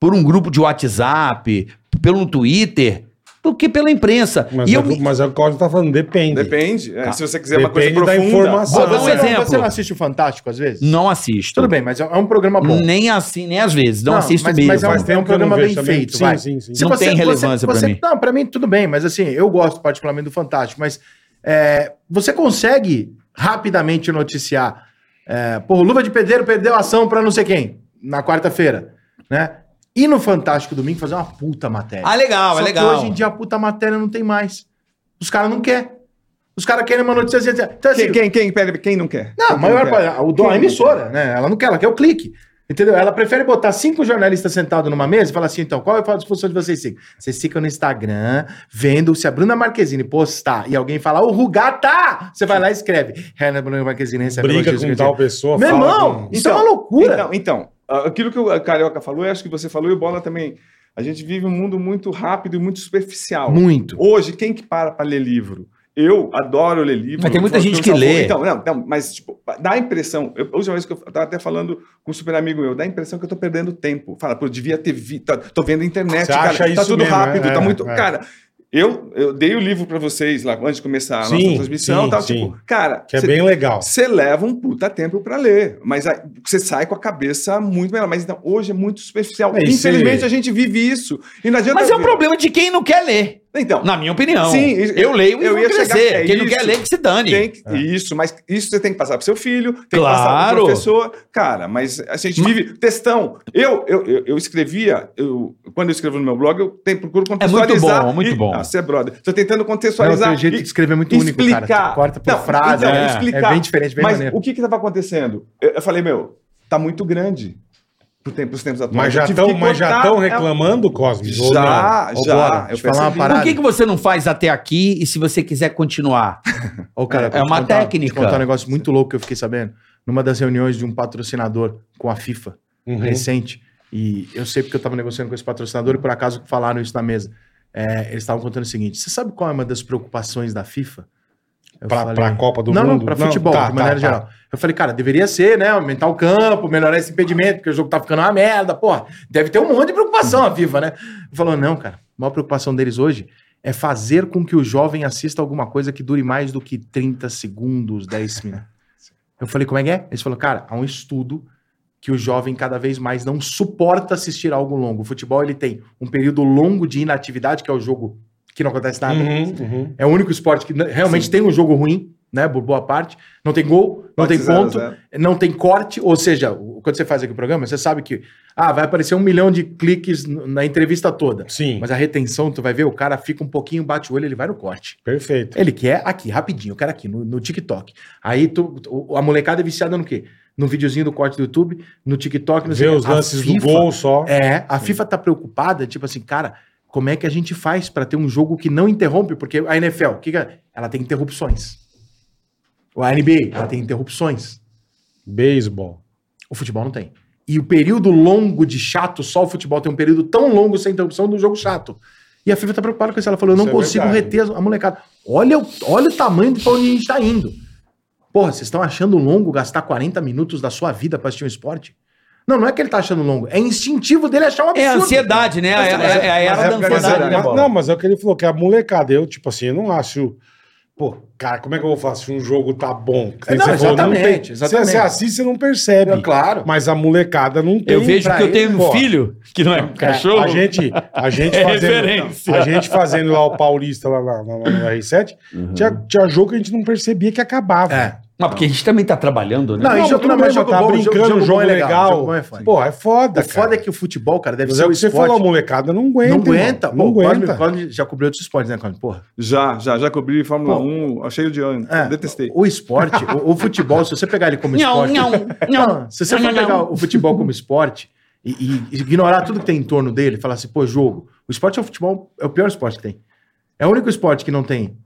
por um grupo de WhatsApp, pelo Twitter, Porque pela imprensa. Mas, e é, eu, o- mas é o que o Cláudio tá falando, depende. Depende. É, Tá. Se você quiser uma coisa Depende da profunda. informação. Vou dar um você, exemplo. Não, você não assiste o Fantástico às vezes? não assisto. Tudo bem, mas é é um programa bom. Nem assim, nem às vezes. Não, Não, assisto mas- mesmo. mas é um- Faz tempo um que eu não programa vejo bem também. feito, Sim, vai. sim, sim. Não tem relevância pra você- mim. Não, pra mim tudo bem, mas assim, eu gosto particularmente do Fantástico, mas é, você consegue rapidamente noticiar. É, pô, o Luva de Pedreiro perdeu a ação pra não sei quem, na quarta-feira, né? E no Fantástico domingo fazer uma puta matéria. Ah, legal, é Só legal. que hoje em dia a puta matéria não tem mais. Os caras não querem. Os caras querem uma notícia. Então, assim, Quem, quem, quem, pera, quem não quer? não, a Quem maior quer? parte. O dono é a Quem emissora, né? Ela não quer, ela quer o clique. Entendeu? Ela prefere botar cinco jornalistas sentados numa mesa e falar assim: então, qual é a função de vocês cinco? Vocês ficam no Instagram vendo se a Bruna Marquezine postar e alguém falar, o Rugata! Você vai lá e escreve. Renan Bruna Marquezine recebe Briga elogios, com quer dizer- tal pessoa. Meu fala irmão, com- isso é uma loucura. Então, então, ah, aquilo que o Carioca falou, eu acho que você falou e o Bola também. A gente vive um mundo muito rápido e muito superficial. Muito. Hoje, quem que para para ler livro? Eu adoro ler livro. Mas tem muita Foi- gente foi- que salvou- lê. Então, não, não, mas tipo, dá a impressão. Eu, a última vez que eu estava até falando com um super amigo meu, dá a impressão que eu tô perdendo tempo. Fala, pô, eu devia ter visto. Tá, tô vendo a internet, Você cara. acha isso tá tudo mesmo, rápido, é, tá muito. é. Cara, eu, eu dei o livro para vocês lá antes de começar a Sim, nossa transmissão. sim, tal, sim. Tipo, cara, Que é cê- bem legal. você leva um puta tempo pra ler, mas aí você sai com a cabeça muito melhor. Mas então, hoje é muito superficial. É, e Infelizmente, se- a gente vive isso. E não adianta. Mas é um problema de quem não quer ler, Então, na minha opinião. Sim, e- eu leio e eu eu vou ia chegar- crescer. é quem não quer isso. ler, que se dane. tem que- Isso, mas isso você tem que passar pro seu filho, é. Claro. tem que passar pro professor. Cara, mas a gente vive textão. Eu, eu, eu, eu escrevia, eu, quando eu escrevo no meu blog, eu te- procuro contextualizar. bom, É muito e- bom. Ah, você é brother. Estou tentando Não, contextualizar. teu jeito e- de escrever é muito único, cara. explicar. Tu Corta por Não, frase. então, é, explicar. é bem diferente, bem mas maneiro. o que estava acontecendo? Eu, eu falei, meu, tá muito grande para os tempos atuais. Mas Eu já tive que cortar. estão reclamando, Cosme? ou Já, não? Ou já. bora? eu Deixa eu falar uma percebi. parada. Por que, que você não faz até aqui e se você quiser continuar? Ô, cara, É vou te uma contar- técnica. Te contar um negócio muito louco que eu fiquei sabendo. Numa das reuniões de um patrocinador com a FIFA Uhum. recente, e eu sei porque eu tava negociando com esse patrocinador e por acaso falaram isso na mesa. É, eles estavam contando o seguinte: você sabe qual é uma das preocupações da FIFA? Eu Pra, falei, pra Copa do não, Mundo? não, pra futebol, tá, de maneira tá, geral. Eu falei, cara, deveria ser, né? Aumentar o campo, melhorar esse impedimento, porque o jogo tá ficando uma merda, porra. Deve ter um monte de preocupação a Uhum. Viva, né? Falou, não, cara, a maior preocupação deles hoje é fazer com que o jovem assista alguma coisa que dure mais do que 30 segundos, 10 minutos. Eu falei, como é que é? Eles falaram, cara, há um estudo que o jovem cada vez mais não suporta assistir algo longo. O futebol, ele tem um período longo de inatividade, que é o jogo que não acontece tá. nada. Uhum, uhum. É o único esporte que n- realmente tem um jogo ruim, né? Por boa parte. Não tem gol, não tem Zero, ponto, zero. é. não tem corte. Ou seja, o- quando você faz aqui o programa, você sabe que ah, vai aparecer um milhão de cliques n- na entrevista toda. Sim, Mas a retenção, tu vai ver, o cara fica um pouquinho, bate o olho, ele vai no corte. perfeito. Ele quer aqui, rapidinho, eu quero aqui, no, no TikTok. Aí tu, o- a molecada é viciada no quê? No videozinho do corte do YouTube, no TikTok, no Ver os lances do gol só. é, a FIFA tá preocupada, tipo assim, cara, como é que a gente faz pra ter um jogo que não interrompe? Porque a NFL, o que que é? ela tem interrupções. A NBA, ela tem interrupções. Beisebol. O futebol não tem. E o período longo de chato, só o futebol tem um período tão longo sem interrupção do jogo chato. E a FIFA tá preocupada com isso. Ela falou: eu não Isso é consigo verdade. reter a molecada. Olha, o- olha o tamanho de pra onde a gente tá indo. Porra, vocês estão achando longo gastar 40 minutos da sua vida pra assistir um esporte? Não, não é que ele tá achando longo. É instintivo dele achar um É absurdo. a ansiedade, né? É, é- é a mas é era da porque- ansiedade, né, Mas- Bola? não, mas é o que ele falou, que a molecada, eu, tipo assim, eu não acho. Pô, cara, como é que eu vou falar se um jogo tá bom? Que nem Não, você falou, não exatamente, tem- exatamente. Você, você assiste, você não percebe. É claro. Mas a molecada não tem. Eu vejo pra que eu ele, tenho um pô. filho que não é um cachorro. A gente, a gente É fazendo, referência. a gente fazendo lá o Paulista lá na, na- na R7, tinha, tinha jogo que a gente não percebia que acabava. É. Mas porque a gente também tá trabalhando, né? Não, e jogo- tudo não, bem, mas jogo tá bom, brincando, jogo- jogo, jogo bom é legal, legal. jogo bom é foda. Pô, é foda, O foda é que o futebol, cara, deve Mas ser é o o que você esporte. falou, a molecada não aguenta. não irmão. aguenta, pô. Não aguenta. Cosme- Cosme já cobriu outros esportes, né, Cosme? Porra. Já, já, já cobri Fórmula Pô. 1, cheio de ano. É, Detestei. O esporte, o, o futebol, se você pegar ele como Não, esporte. não, não. se você Não, for não, pegar não. o futebol como esporte e, e ignorar tudo que tem em torno dele, falar assim, pô, jogo. O esporte é o futebol, é o pior esporte que tem. É o único esporte que não tem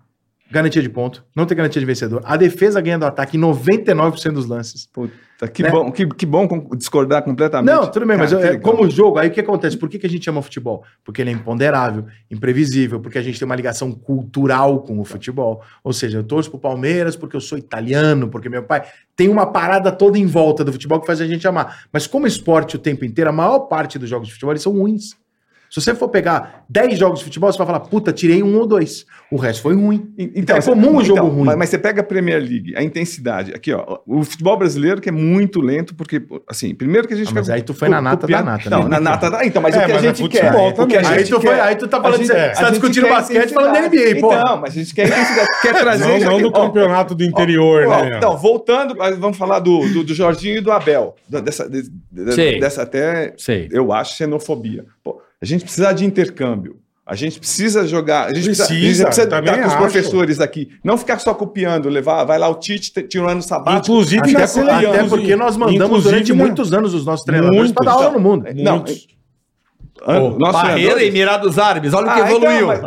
garantia de ponto, não tem garantia de vencedor. A defesa ganha do ataque em 99% dos lances. Puta, Tá, que, né? bom, que, que bom con- discordar completamente. Não, tudo bem, mas Cara, eu- é, que legal. como jogo, aí o que acontece? Por que, que a gente chama futebol? Porque ele é imponderável, imprevisível, porque a gente tem uma ligação cultural com o futebol. Ou seja, eu torço pro Palmeiras porque eu sou italiano, porque meu pai. Tem uma parada toda em volta do futebol que faz a gente amar. Mas como esporte o tempo inteiro, a maior parte dos jogos de futebol eles são ruins. Se você for pegar 10 jogos de futebol, você vai falar, puta, tirei um ou dois. O resto foi ruim. E- Então, É você- comum o jogo então, ruim. Mas, mas você pega a Premier League, a intensidade. Aqui, ó. O futebol brasileiro que é muito lento, porque, assim, primeiro que a gente. Ah, mas aí tu foi na nata da nata, né? Não, na nata da. Então, mas É, o que mas a é gente quer. futebol o que a também. Aí gente tu, quer- foi, aí tu tá a falando, gente- de- é, você a tá gente discutindo quer basquete falando da intensidade. NBA, pô. Então, mas a gente quer intensidade. Quer Não, trazer. não é já do que- ó, campeonato do interior, Ó, né? Então, voltando, mas vamos falar do, do, do Jorginho e do Abel. da- Dessa, de- de- Sei. dessa até, Sei. eu acho, xenofobia. Pô, a gente precisa de intercâmbio. A gente precisa jogar. A gente precisa, a gente Precisa, precisa também estar com os acho. professores aqui. Não ficar só copiando, levar, vai lá o Tite te- tirando o sabato. Inclusive na até por- é Até seleção. Inclusive- porque nós mandamos durante Inclusive, né? muitos anos os nossos treinadores pra dar Muitos. aula no mundo. Não, é, Muitos. Ah, nosso Barreira, treinador- Emirados Árabes, olha o é que Ah, evoluiu. então, mas-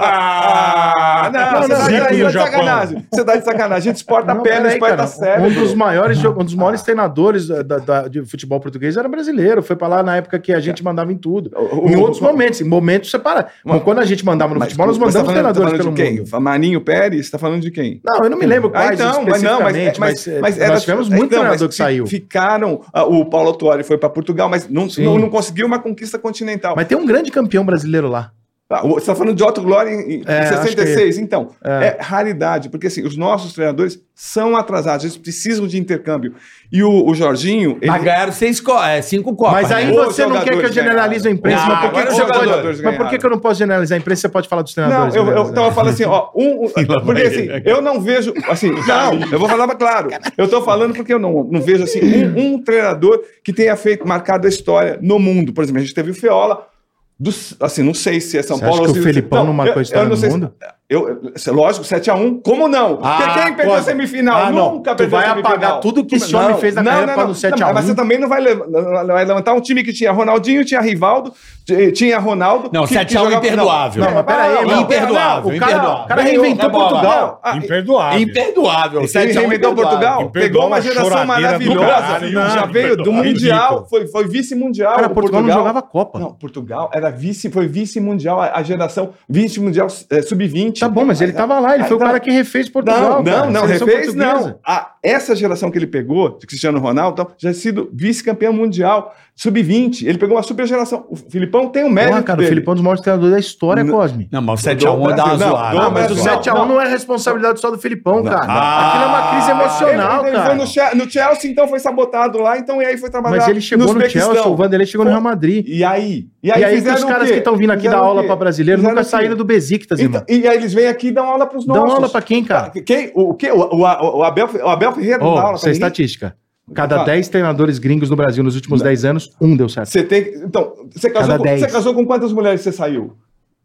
ah, não, não, você não, tá- rico aí, no tá de Japão. sacanagem. Você tá de sacanagem. A gente exporta Não, perna, peraí, exporta cara. cérebro. Um dos maiores, jo- um dos maiores treinadores eh, da- da- da- de futebol português era brasileiro. Foi pra lá na época que a gente mandava em tudo. O- em o- outros o- momentos, em momentos separados. Mas- Quando a gente mandava no Mas futebol, nós você tá mandamos falando- tá treinadores falando pelo de quem? mundo. Marinho Pérez, tá falando de quem? Não, eu não me lembro Ah, quais então, mas não, mas, mas, especificamente, mas, eh, era- nós tivemos muito então, mas treinador que fi- saiu. Ficaram, ah, o Paulo Autuori foi para Portugal, mas não, Sim. não, não conseguiu uma conquista continental. Mas tem um grande campeão brasileiro lá. Ah, o- Você está falando de Otto Glória em, em É, acho 66, então, é. raridade, porque assim, os nossos treinadores são atrasados, eles precisam de intercâmbio. E o, o Jorginho, ele... Mas ganharam seis co é, cinco copas. mas aí né? Os você não quer que eu jogadores generalize a imprensa. ganharam. mas por que, Ah, que agora você os jogadores pode, mas por que, ganharam. que eu não posso generalizar a imprensa? Você pode falar dos é Não, treinadores. eu, eu- generalizando. então eu falo assim, ó, um, um- porque assim, eu não vejo, assim, Tá não, eu vou falar mas claro, eu tô falando porque eu não, não vejo, assim, um, um treinador que tenha feito, marcado a história no mundo, por exemplo, a gente teve o Feola, do, assim, não sei se é São Você Paulo... acha ou que se- o Felipão não marcou a eu- eu história não no sei se- mundo? eu, se- lógico, 7x1, como não? Ah, Porque quem perdeu pode. semifinal? Ah, não. Nunca Tu perdeu vai semifinal. apagar tudo que esse homem fez na carreira pra no 7 a 1. Mas você tá também não vai, lev- não vai levantar um time que tinha Ronaldinho, tinha Rivaldo, t- tinha Ronaldo... Não, que- 7 a que 1 jogava- imperdoável. Ah, Não, mas peraí, não, não, imperdoável, não, o cara- imperdoável. O cara Ganhou, reinventou né, bola? É Portugal. Ah, Imperdoável. Imperdoável. Ele 7 a 1 reinventou Portugal, Imperdoável. pegou uma geração Choradeira do maravilhosa, caralho, já não, veio do imperdoável. Mundial, Ridículo. foi, foi vice-mundial. Cara, o Portugal não jogava Copa. Não, Portugal era vice, foi vice-mundial, a, a geração vice-mundial eh, sub-20. Tá bom, mas ele tava lá, ele Ah, foi o então- cara que refez Portugal. Não, cara, não, não, seleção refez portuguesa. não. A- essa geração que ele pegou, de Cristiano Ronaldo, então, já tinha sido vice-campeão mundial, sub-20. Ele pegou uma super geração. O Filipão tem um mérito. Porra, cara, o dele. Filipão é um dos maiores treinadores da história, Não. Cosme. Não, mas o 7x1 dá uma Não, é zoada. não, dá Ah, uma mas o não, Ah, zoada. 7x1 não. é responsabilidade só do Filipão, cara. Aquilo é uma crise emocional, ele, ele cara. foi no, Che- no Chelsea, então foi sabotado lá, então e aí foi trabalhar Mas ele chegou no Uzbequistão. Chelsea, o Vanderlei chegou no Real Madrid. E aí? E aí, que os fizeram o caras quê? que estão vindo aqui dar Fizeram o aula quê? pra brasileiro Fizeram nunca o quê? saíram do Besiktas, irmão. Então, e aí eles vêm aqui e dão aula pros Dá nossos. uma aula pra quem, cara? Quem? O, o quê? O, o- o Abel, o Abel Ferreira não dá Ó, aula pra essa é ninguém? a estatística. Cada Fala. 10 treinadores gringos no Brasil nos últimos 10 anos, um deu certo. Você tem. que- Então, você Cada casou, com, dez. você casou com quantas mulheres você saiu?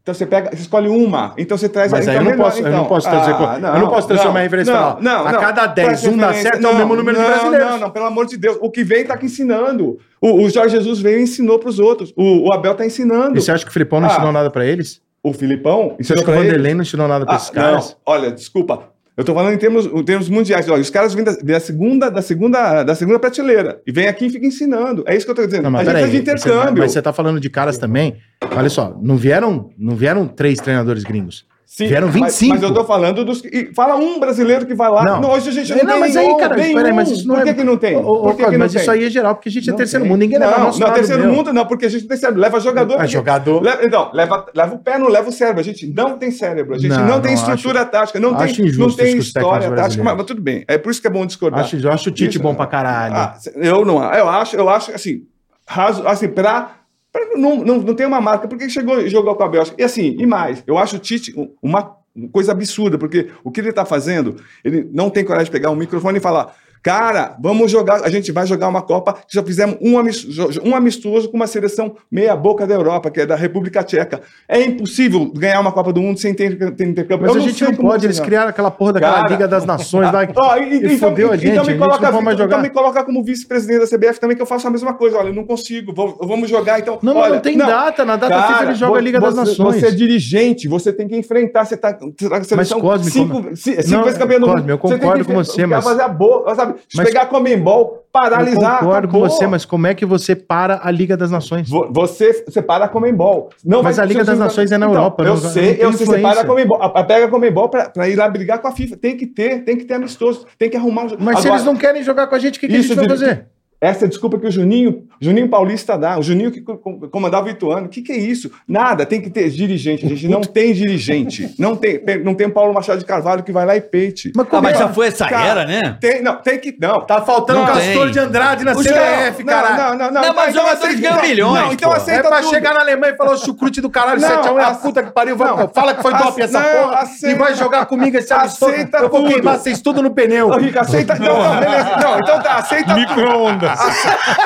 Então você pega, você escolhe uma, então você traz Mas então aí eu não melhor, posso, eu não então. posso trazer, co- eu não posso transformar em referência e falar, a cada 10, Traz um dá referência. certo, é o mesmo número de não, brasileiros. Não, não, pelo amor de Deus. O que vem tá aqui ensinando. O, o Jorge Jesus veio e ensinou pros outros. O, o Abel tá ensinando. E você acha que o Filipão não Ah. ensinou nada pra eles? O Filipão Você acha ensinou que o pra ele. Vanderlei não ensinou nada pra Ah, esses caras? Não, olha, desculpa. Eu tô falando em termos, em termos mundiais. Olha, os caras vêm da, da segunda, da, segunda, da segunda prateleira e vem aqui e fica ensinando. É isso que eu tô dizendo. Não, mas a gente peraí, faz de você- intercâmbio. mas você tá falando de caras também. Olha só, não vieram, não vieram três treinadores gringos. Sim, Vieram mas- 25. Mas, eu tô falando dos. que- e fala um brasileiro que vai lá. Não. Não, hoje a gente não, Não, tem mas aí, nenhum, cara, nenhum. peraí, mas isso não Por é- que, que não tem? Ô, ô, Por que Cosme, que não mas tem? isso aí é geral, porque a gente é Não terceiro tem. mundo, ninguém não, leva nosso Não, lado terceiro meu. mundo não, porque a gente não tem cérebro. Leva jogador. É porque- jogador. Leva, então, leva, leva o pé, não leva o cérebro. A gente não tem cérebro. A gente Não, não, tem não, estrutura tática. Não acho tem, não injusto tem isso com os técnicos história tática. brasileiros. Mas, mas tudo bem. É por isso que é bom discordar. Acho, eu acho o Tite Isso, bom não. pra caralho. Ah, eu não eu acho, eu acho assim, raso, assim, pra. pra- não, não, não tem uma marca. Por que chegou e jogou com a Bélgica? E assim, e mais, eu acho o Tite um- uma coisa absurda, porque o que ele tá fazendo, ele não tem coragem de pegar um microfone e falar. Cara, vamos jogar. A gente vai jogar uma Copa que já fizemos um, amis- jo- jo- um amistoso com uma seleção meia-boca da Europa, que é da República Tcheca. É impossível ganhar uma Copa do Mundo sem ter, ter intercâmbio. Mas Eu a gente sei não como pode, eles desenhar. criaram aquela porra daquela Cara. Liga das Nações lá. Ó, e- e e- então, fodeu a então gente, a me gente coloca, não vai mais então jogar. me coloca como vice-presidente da CBF também, que eu faço a mesma coisa. Olha, eu não consigo, vou- vamos jogar então. Não, mas Olha, não tem data, na data Cara, FIFA ele joga a vo- Liga você, das Nações. Você é dirigente, você tem que enfrentar. Você tá, você tá com a seleção Cosme, cinco, como- ci- cinco Não, vezes campeão do Cosme, mundo. eu Você tem que concordo com enfrentar- você, os caras mas- fazer a boa, sabe? Se Mas- pegar a Comembol, Eu paralisar. concordo com acabou. você, mas como é que você para a Liga das Nações? Vo- Você separa a Comembol. Não Mas vai- a Liga você- das Nações é na Europa, então, Eu não- não sei, tem eu sei, separa influência. a Comembol. a- a- Pega a Comembol pra, pra ir lá brigar com a FIFA. Tem que ter, tem que ter amistoso, tem que arrumar um Mas se Agora- eles não querem jogar com a gente, o que, que a Isso, gente vai Felipe. fazer? Essa é desculpa que o Juninho, Juninho Paulista dá, o Juninho que co- comandava o Ituano. O que, que é isso? Nada, tem que ter dirigente. A gente não tem dirigente. Não tem, tem- não tem Paulo Machado de Carvalho que vai lá e peite. Mas, Ah, é? mas já foi essa um Cara, era, né? Tem, não, tem que. Não. Tá faltando Não Castor tem. de Andrade na Os CBF, caras- cara. Não, não, não. Não, mas os jogadores ganham milhões, Não, então pô. É aceita pra tudo. chegar na Alemanha e falar o chucrute do caralho, Não, 7x1 é a ace- puta que pariu. vai- Não. fala que foi doping essa Ace- não, porra e aceita- vai jogar comigo esse amistoso. Aceita Eu vou tudo. queimar vocês tudo no pneu. Ô, Rica, aceita. Não, não, beleza. Não, então tá, aceita tudo. Micro-ondas.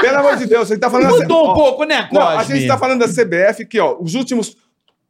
Pelo amor de Deus, você tá falando. Mudou Ó, um pouco, né, Não, a Cosme? gente tá está falando da CBF que, ó, os últimos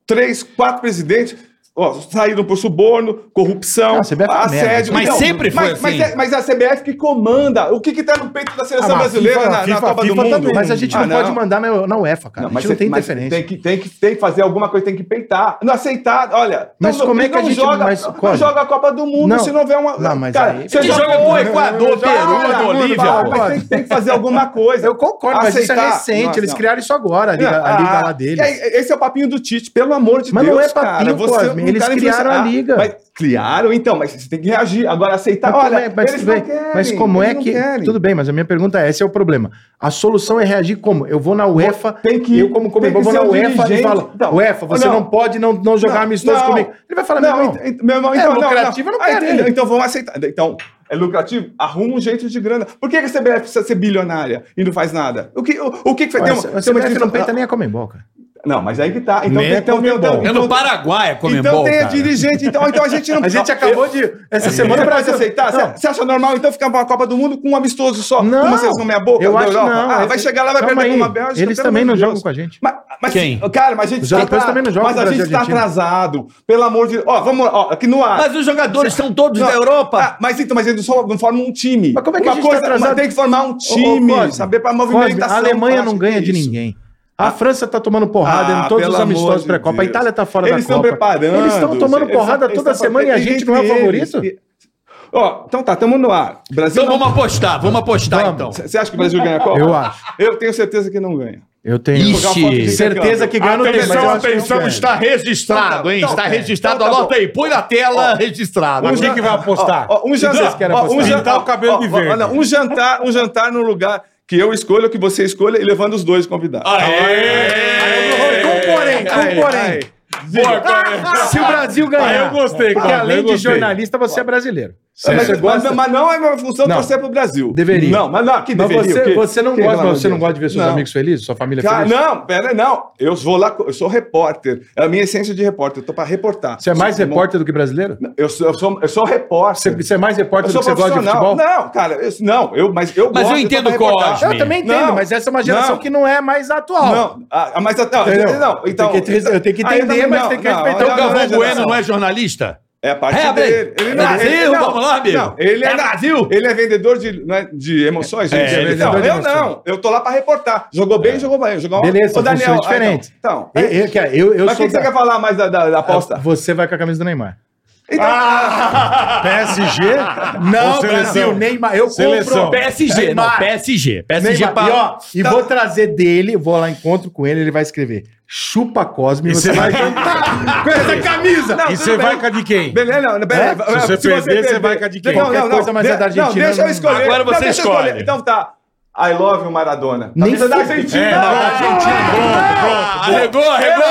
três, quatro presidentes ó, saíram por suborno, corrupção, Ah, a CBF é uma merda. assédio. Mas sempre foi mas, assim. Mas é, mas é a CBF que comanda. O que que tá no peito da seleção Ah, mas a brasileira FIFA- na, a na FIFA- Copa do FIFA Mundo? também. Mas a gente Ah, não, pode mandar na, na UEFA, cara. Não, a mas gente não tem mas interferência. Tem que, tem, que, tem que fazer alguma coisa, tem que peitar. Não aceitar, olha. Mas não- como é que não a gente- joga, mas, não Cosme? joga a Copa do Mundo Não. se não houver uma. Não, mas aí- você Que joga joga com com o Equador, Para, Peru, Bolívia, para, pô. mas tem, tem que fazer alguma coisa. Eu concordo, mas isso é Aceitar. recente. Nossa, eles não. criaram isso agora, a liga, a Ah, liga lá deles. é, Esse é o papinho do Tite, pelo amor de Mas não Deus. é papinho, cara. Você Cosme, não eles quer criaram influenciar. a liga. Mas criaram, então, mas você tem que reagir. Agora aceitar. Mas como Tá, Olha, é- mas eles tudo bem, não querem, mas como eles é não que. querem. Tudo bem, mas a minha pergunta é: esse é o problema. A solução é reagir como? Eu vou na UEFA, tem que- eu, como tem Comebol, que vou ser na um UEFA e dirigente. falo: Não, UEFA, você não, não. pode não, não jogar Não, amistoso não. comigo. Ele vai falar: Não, não, ent- ent- meu irmão, então, é não, lucrativo, eu não Ah, quero ent- ele. Então vamos aceitar. Então, é lucrativo? Arruma um jeito de grana. Por que que a CBF precisa ser bilionária e não faz nada? O que, o, o que, que vai ter uma. você tem uma não direção- peita nem a Comebol, cara. Não, mas aí que tá. Então Nem tem a então, então, Comembol. É então, no Paraguai, a então Comembol, tem a cara. dirigente. Então, então a gente não A gente acabou de. Essa semana Você pra pode aceitar? Você- Você acha normal então ficar uma Copa do Mundo com um amistoso só? Não. Com uma seleção meia boca? Eu da acho que Europa? não. Ah, vai chegar lá, vai Calma perder com aí. uma Bélgica. Eles pelo também amor de Deus. não jogam com a gente. Mas, mas- assim, Quem? Cara, mas a gente Os europeus também não jogam Mas com o a Brasil gente está argentino. atrasado. Pelo amor de Deus. Ó, vamos lá. Ó, aqui no ar. Mas os jogadores são todos Não. da Europa. Ah, mas então, mas eles só não formam um time. Mas como é que Uma a gente tá coisa- atrasado? mas Tem que formar um time, Ô, ô, Cosme, saber para Cosme, movimentação. a Alemanha cara, não que ganha é de isso? ninguém. A França tá tomando porrada Ah, em todos pelo os amor amistosos de pré-Copa. A Deus. Itália tá fora Eles da estão Copa. preparando. Eles estão tomando eles porrada estão- toda eles estão- semana e a eles- gente não é o eles- favorito? Ó, então tá, estamos no ar. Brasil Então não vamos apostar, vamos apostar então. Você acha que o Brasil ganha a Copa? Eu acho. Eu tenho certeza que não ganha. Eu tenho Jogar fora de certeza que ganha no tempo. mas eu Atenção, acho que não atenção, ganha. é. está registrado, hein? Então, Está é. registrado, Então, tá anota bom. aí, põe na tela, registrado. Mas quem que vai apostar? Ó, um Vocês jantar, querem ó, um apostar? jantar, Pintar tá o cabelo ó, de ó, verde. não, um jantar, um jantar no lugar que eu escolho, que você escolha e levando os dois Ah, convidados. Com porém, com porém. Se o Brasil ganhar. Ah, eu gostei, Porque Cosme, eu além de gostei. jornalista, você é brasileiro. Se mas, você mas- gosta. mas não é minha função Não. torcer pro Brasil. Deveria. Não, mas não, que Mas deveria. você, o quê? você não Que, pelo gosta, amor mas de você não Deus. gosta de ver seus Não. amigos felizes, sua família Cara, feliz? não, pera, não. Eu vou lá, eu sou repórter. É a minha essência de repórter. Eu tô pra reportar. Você é mais Tá bom? repórter do que brasileiro? Eu sou, eu sou, eu sou repórter. Você, você é mais repórter eu do sou que você gosta de futebol? Não, cara, eu- não, eu, mas eu Mas eu gosto, entendo tô pra o reportar. Cosme. Eu também entendo, Não, mas essa é uma geração não. que não é mais atual. Não, ah, ah, mas ah, não, Entendeu? não, então. Tem que- eu tenho que Ah, eu entender, também mas não, tem que não, respeitar não, o né? não, Galvão não, Bueno não. não é jornalista? É a parte É, dele. Brasil, Brasil, vamos lá, amigo. Não, ele é, É Brasil. Brasil. Ele é vendedor de, não é, de emoções, gente. ele é Não, vendedor de eu emoções. É. não. Eu tô lá pra reportar. Jogou bem, jogou bem. Jogou Beleza, Ô, Daniel, funções diferentes. ah, Então, Eu, então, eu, cara, eu, eu mas o que, sou que você da- quer falar mais da, da, da aposta? Você vai com a camisa do Neymar. Então, PSG? Não, Ou seleção? Brasil, Neymar. Eu Seleção. compro. PSG, não, Neymar. PSG. PSG Neymar. E, para ó, e Tá. vou trazer dele, vou lá, encontro com ele, ele vai escrever chupa Cosme, Isso você é- vai jantar com essa camisa. não, E tudo você bem. vai com a de quem? Beleza, não, pera, É? Se você perder, você vai com a de quem? Não, não, Qualquer não, coisa, mas de- é da Argentina, Não, deixa eu não- escolher. Agora Não, você deixa eu escolhe. escolher. Então tá. I love you, Maradona. Nem Camisa da fudeu. Argentina. É, não, Ah, Arregou, Ah, arregou.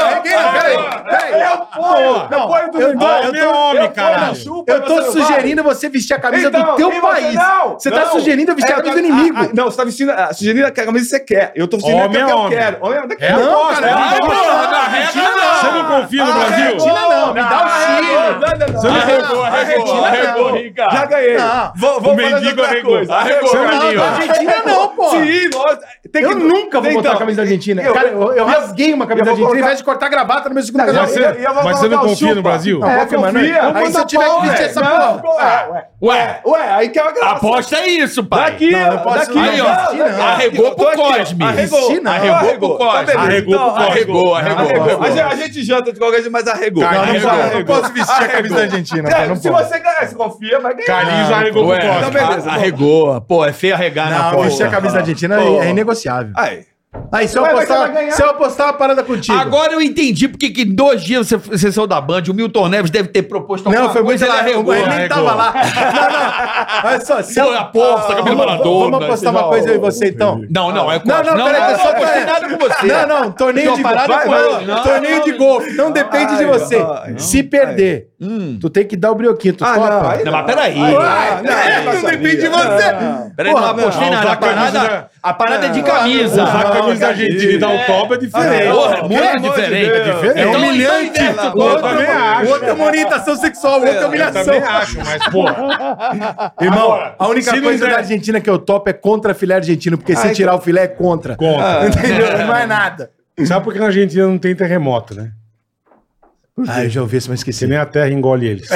É o pô. Não, pô, do eu tô- Neymar. eu tô- eu tô- cara. Eu tô sugerindo você vestir a camisa do teu Então, e você país. Não, você tá não. sugerindo vestir É, a camisa do eu- inimigo. ah, ah, não, você tá vestindo, ah, sugerindo a camisa que você quer. Eu tô vestindo Homem a é que eu homem. quero. Homem é homem. É, Não, aposta, cara, é não, aposta. Porra, na regra não. Você não confia no Brasil? Argentina não, um me dá o Chile. Arregou, arregou, arregou, Ricardo. Já ganhei. Não. Vou, vou O falar de mendigo outra arregou. coisa. tá Arregou, Você não- Não, da Argentina não, pô. Sim, nossa. Tem Eu que- nunca vou botar Então, a camisa da Argentina. eu- Cara, eu, eu rasguei uma camisa eu vou da Argentina colocar- ao invés de cortar a gravata no meu segundo Não, Mas casamento. eu- você, eu vou mas você não colocar o confia no chupa. Brasil? Não, É, confia. mano, aí- Não, aí se eu tiver que vestir essa né? não, porra. ué, ué. Ué, Ué, aí que é uma graça. aposta é isso, pai. Daqui, Não, não posso- daqui. Aí, ó, Não, daqui. arregou pro Tô aqui, ó. Cosme. Arregou. Não, Arregou arregou pro Cosme. Tá beleza. Arregou Então, pro Cosme. Arregou, Arregou. arregou. A, gente, a gente janta de qualquer jeito, mas arregou. Não, não Arregou. posso, não Arregou. posso vestir a camisa da Argentina, cara, É, não se posso. você ganhar, você confia, vai ganhar. Carlinhos arregou com o Ué, Então, Cosme. beleza. arregou. Pô, é feio arregar na Não, vestir a aposta. camisa da Argentina Porra. é inegociável. Aí. Aí, se eu, Ué, mas ela apostar, ganhar. se eu apostar uma parada contigo. Agora eu entendi porque que em dois dias você, você saiu da Band. O Milton Neves deve ter proposto Não, foi muito coisa, ele, ele ele arregou. nem arregou. tava lá. Não, não. Olha só, se Pô, aposta, cabelo vamos- Maradona, Vamos apostar sei uma lá, coisa eu e você, então. Não, não, é Não, não, não, peraí, eu peraí, só gostei peraí. nada com você. Não, não, torneio Tô de parado golfe. com vai, ele. vai, Não, torneio de golfe, não depende de Ai, você. ai, não, Se perder, tu tem que dar o brioquinho, tu topa? aí Não, mas peraí. Ah, não, eu não depende de você. Peraí, não apostei não, nada. A usar camisa parada, da- a parada é de camisa. Usar a camisa da Argentina e dar o top é Ah, diferente. Porra, é Pelo muito amor de diferente. Deus. diferente. É Então, humilhante. eu também acho. Outra é uma orientação sexual, outra é Eu humilhação. também acho, mas, porra. Irmão, Agora, a única se não coisa der- da Argentina que eu topo é contra filé argentino, porque se tirar o filé é contra. Conta. Entendeu? Não é nada. Sabe por que na Argentina não tem terremoto, né? Ah, eu já ouvi isso, mas Que esqueci. nem a terra engole eles.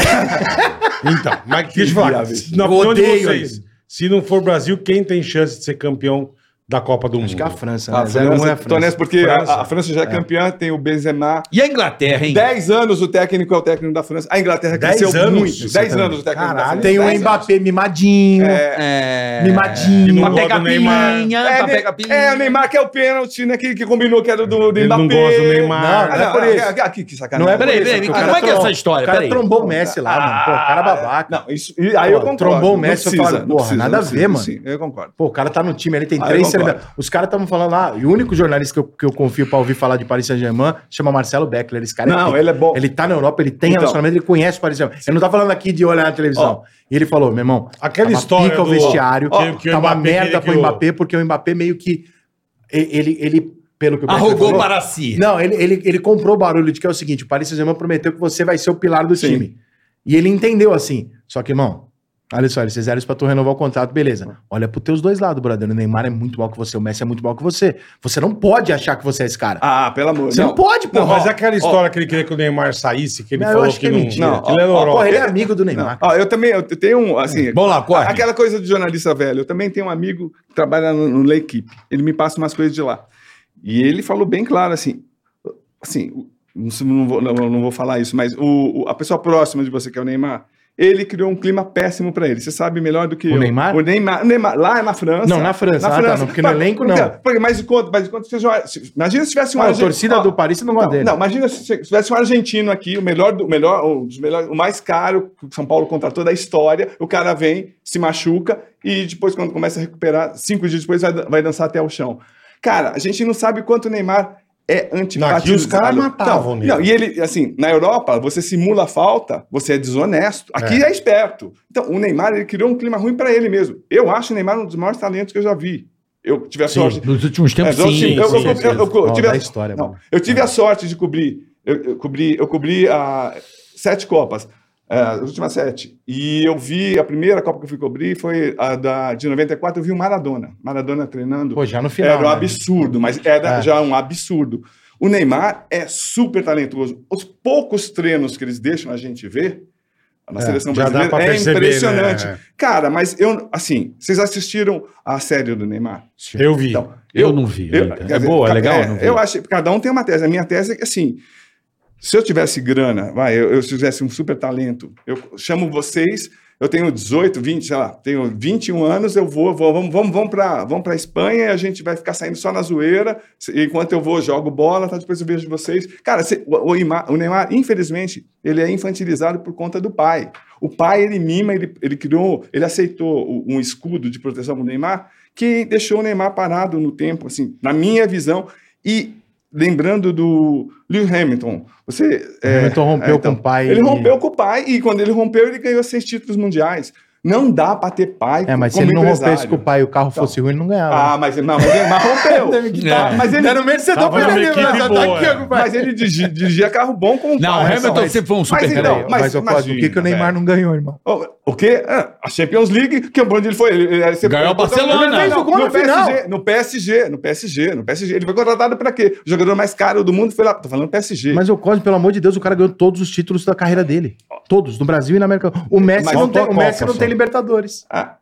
então, mas deixa eu falar. Na Eu opinião de odeio vocês, isso. se não for Brasil, quem tem chance de ser campeão da Copa do Acho Mundo? que é a França, né? A Zero um é a França, tô nessa França. porque a- França. a França já é campeã, tem o Benzema. E a Inglaterra, hein? 10 anos o técnico é o técnico da França. A Inglaterra Dez cresceu anos? muito. 10 anos o técnico da Caralho. França. é Tem o Dez Mbappé mimadinho, É. E mimadinho. não Pra pegar gosta do Neymar. pinha, É, pra Ne- pegar pinha. é, o Neymar que é o pênalti, né? Que, que combinou que era do, do Ele Mbappé. não gosta do Neymar. Ah, Não é não, por isso. aqui- aqui, que sacanagem. Não é Peraí, por isso, peraí, que o como cara é que é essa trombou- história? O cara Peraí. trombou o Messi lá, mano. Pô, o cara é babaca. Ah, Não, isso, e aí eu Pô, concordo. trombou o não Messi, eu precisa, falo, não porra, precisa, nada não a precisa, ver, mano. Sim, eu concordo. Pô, o cara tá no time, ele tem Ah, eu três concordo. cerebrais. Os caras estavam falando lá, e o único jornalista que eu, que eu confio pra ouvir falar de Paris Saint-Germain chama Marcelo Beckler. Esse cara Não, pica. ele é bom. Ele tá na Europa, ele tem Então. relacionamento, ele conhece o Paris Saint-Germain. Eu não tô falando aqui de olhar na televisão. Ele falou, meu irmão, Aquela tava história pica o do- vestiário, ó, que- que o tá uma Mbappé queria merda que pro o- Mbappé, porque o Mbappé meio que... Ele, ele pelo que o Beckler Arrogou falou- para si. Não, ele, ele, ele comprou o barulho de que é o seguinte, o Paris Saint-Germain prometeu que você vai ser o pilar do Sim. time. E ele entendeu assim. Só que, irmão, olha só, eles fizeram isso pra tu renovar o contrato, beleza. Olha pros teus dois lados, brother. O Neymar é muito mal que você, o Messi é muito mal que você. Você não pode achar que você é esse cara. Ah, pelo amor você não, pode, Não, porra. mas é é aquela história que ele queria que o Neymar saísse, que ele Não, eu falou acho que, que é não. mentira. Não, Não, aquilo é ó, ó, lorota. Porra, ele é amigo do Neymar. Não. Ó, eu também, eu tenho um, assim, Bom lá, corre. Aquela coisa de jornalista velho. Eu também tenho um amigo que trabalha no, no L'Equipe. Ele me passa umas coisas de lá. E ele falou bem claro assim, assim, o- não, sei- não vou, não, não vou falar isso, mas o, o- a pessoa próxima de você, que é o Neymar, ele criou um clima péssimo pra ele. Você sabe melhor do que O eu. Neymar? O Neymar, o Neymar, lá na França. Não, na França. Ah, tá, não, porque no Mas- elenco, não. então, porque- Mas de conta, mas de conta, se- se- imagina se tivesse uma Ah, a torcida ó, do Paris você não gosta não, dele. Então, não, imagina se se tivesse um argentino aqui, o melhor, do, o melhor, o, dos melhores- o mais caro que o São Paulo contratou da história. O cara vem, se machuca e depois, quando começa a recuperar, cinco dias depois vai, dan- vai dançar até o chão. Cara, a gente não sabe quanto o Neymar é antipatizado. os caras matavam não, nele. não, e ele, assim, na Europa, você simula a falta, você é desonesto. Aqui é, esperto. Então, o Neymar, ele criou um clima ruim pra ele mesmo. Eu acho o Neymar um dos maiores talentos que eu já vi. Eu tive a sorte. Nos últimos É, tempos, eu- um sim. eu- eu- sim, eu- sim. eu- eu- eu Não, tive da a- história, não, mano. eu tive a sorte de cobrir. Eu, eu cobri, eu cobri a, sete Copas, é, as últimas sete. E eu vi, a primeira Copa que eu fui cobrir foi a da, de 94, eu vi o Maradona. Maradona treinando. Pô, já no final. era um né? absurdo, mas era É. já um absurdo. O Neymar é super talentoso. Os poucos treinos que eles deixam a gente ver na É, seleção já dá brasileira pra é perceber, impressionante. né? Cara, mas eu, assim, vocês assistiram a série do Neymar? Eu vi. Então, Eu não vi. eu- ainda. quer é dizer, boa, é ca- legal? não vi. eu acho cada um tem uma tese. A minha tese é que, assim, se eu tivesse grana, vai, eu, eu se tivesse um super talento, eu chamo vocês, eu tenho 18, 20, sei lá, tenho 21 anos, eu vou, vou vamos, vamos, vamos para vamos pra Espanha, a gente vai ficar saindo só na zoeira, se- enquanto eu vou, jogo bola, tá, depois eu vejo vocês. Cara, se- o, o Ima- o Neymar, infelizmente, ele é infantilizado por conta do pai. O pai, ele mima, ele, ele criou, ele aceitou o- um escudo de proteção pro Neymar, que deixou o Neymar parado no tempo, assim, na minha visão. E lembrando do Lewis Hamilton, você. O Hamilton rompeu então, com o pai. Ele rompeu com o pai e quando ele rompeu, ele ganhou seis títulos mundiais. Não dá pra ter pai. É, mas se como ele não empresário. rompesse com o pai e o carro fosse ruim, ele não ganhava. Ah, mas, não, mas ele mas rompeu. É. Mas ele, no meio do setor, Tava numa peraí, equipe mas boa, né? tá aqui, é. ó, mas ele dirigia, dirigia carro bom com o Não, pai. Hamilton sempre foi um super mas, herói. então, mas, É. mas, eu mas, quase, por que, que o Neymar não ganhou, irmão? O o quê? Ah, a Champions League, que é onde ele foi. Ele, ele era Ganhou o Barcelona. Ele fez o gol No no, final. PSG, no PSG, no PSG, no PSG. Ele foi contratado pra quê? O jogador mais caro do mundo foi lá. Tô falando PSG. Mas o Cosme, pelo amor de Deus, o cara ganhou todos os títulos da carreira dele. Todos, no Brasil e na América. O Messi, Mas não, faltou tem, a o Messi Copa, não tem só. Libertadores. Ah.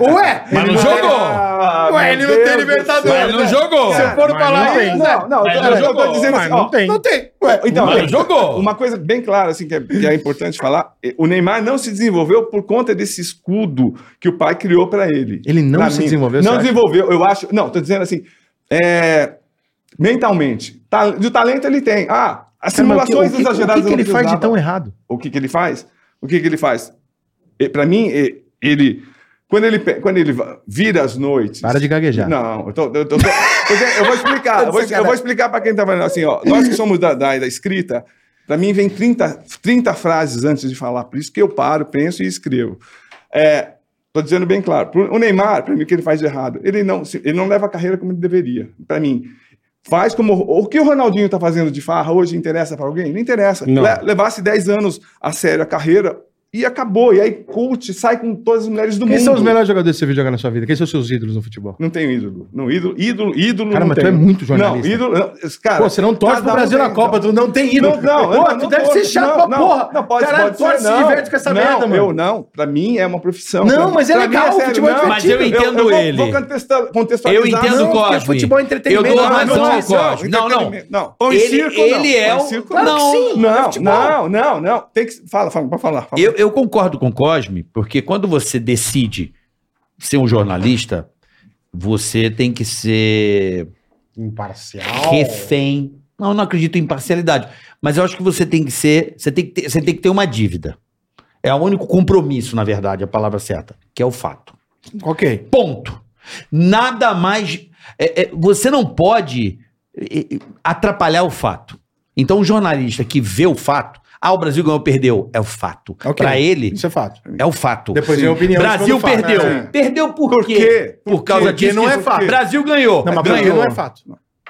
Ué! Mas não jogou. Ah, Ué, ele meu não tem Deus do Libertadores. Mas não jogou. Se for Mas falar não aí, tem. não, não, Mas Eu não tô- eu jogou. tô dizendo Mas assim, não ó, tem. não tem. Ué, Então, Mas é, jogou. Uma coisa bem clara, assim, que é, que é importante falar: eh, o Neymar não se desenvolveu por conta desse escudo que o pai criou para ele. Ele não Pra se mim. desenvolveu, você Não acha? desenvolveu, eu acho. Não, tô dizendo assim. é, mentalmente. Ta- De talento ele tem. Ah, as Cara, mas o que- simulações o que, exageradas. O que, que eu não ele faz de precisava. tão errado? O que, que ele faz? O que, que ele faz? Para mim, e- ele. Quando ele, pe- quando ele va- vira as noites. Para de gaguejar. Não, eu, tô, eu, tô- eu tô- eu vou Tá explicar. eu, vou, eu vou explicar para quem tá vendo assim, ó. Nós que somos da, da, da escrita, para mim vem 30, 30 frases antes de falar. Por isso que eu paro, penso e escrevo. É, tô dizendo bem claro. Pro- O Neymar, para mim, o que ele faz de errado? Ele não, se- ele não leva a carreira como ele deveria, para mim. Faz como. O que o Ronaldinho tá fazendo de farra hoje interessa para alguém? Não interessa. Não. Le- levasse 10 anos a sério a carreira e acabou. E aí, coach, sai com todas as mulheres do Quem mundo. são os melhores jogadores que você viu jogar na sua vida? Quem são os seus ídolos no futebol? Não tenho ídolo. Não, ídolo, ídolo, ídolo. Cara, não mas tu tem. é muito jornalista. Não, ídolo. não, Cara, Pô, você não torce cada pro um Brasil tem, na Copa, então. tu não tem Não, ídolo. não, Pô, eu tu não deve torço. ser chato Não, pra não, porra. Não, pode, Caralho, pode torce, ser, se não. diverte com essa não, merda, mano. Eu não, pra mim é uma profissão. Não, Pra- mas é pra mim legal, sério, futebol é não. Mas eu entendo vou- ele. Vou contexta- contextualizar. Eu entendo Não, o porque Cosme. futebol é entretenimento, Eu dou não, não, razão ao não, Cosme. Não, não. entretenimento. Não, pão e Ele- circo, ele é não. Pão o- e circo, Claro que não. sim, é Não, futebol. não, não, não. Tem que... Fala, fala, pode falar. fala. Eu, eu concordo com o Cosme, porque quando você decide ser um jornalista, você tem que ser Imparcial. refém. Não, eu não acredito em parcialidade, mas eu acho que você tem que ser, você tem que ter, você tem que ter uma dívida. É o único compromisso, na verdade, a palavra certa, que é o fato. Ok. Ponto. Nada mais. é, é, você não pode é, é, atrapalhar o fato. Então, o jornalista que vê o fato, ah, o Brasil ganhou, perdeu, é o fato. Ok. Pra ele, Isso é fato. é o fato. Depois vem a opinião. de Brasil quando fala. perdeu. É. Perdeu por, Por quê? quê? Por causa Porque disso. não é que- fato. Brasil ganhou. Não, mas ganhou. Brasil não é fato.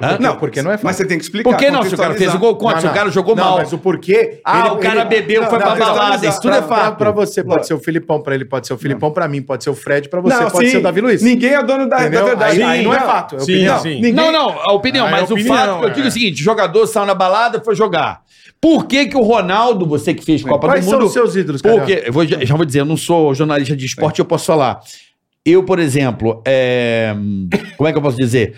Hã? Não, porque não é fácil. Mas você tem que explicar. Por que não? Se o cara fez o gol contra, se o cara jogou Não, mal. mas o porquê... Ah, o cara bebeu, foi pra balada, isso tudo é pra- fato. Pra você pode Lógico. ser o Filipão, pra ele pode ser o Filipão, pra mim pode ser o Fred, pra você Não, pode sim. ser o Davi Luiz. Ninguém é dono da, da Entendeu? verdade. Aí, aí não é Não. fato, é Sim, opinião. sim. Ninguém- Não, não, a opinião, Ah, é mas opinião, o fato que eu é. digo é o seguinte: jogador saiu na balada foi jogar. Por que, que o Ronaldo, você que fez Copa Quais do são Mundo. os seus ídolos, cara? Porque, eu vou, já já vou dizer, eu não sou jornalista de É. esporte, eu posso falar. Eu, por exemplo, é, como é que eu posso dizer?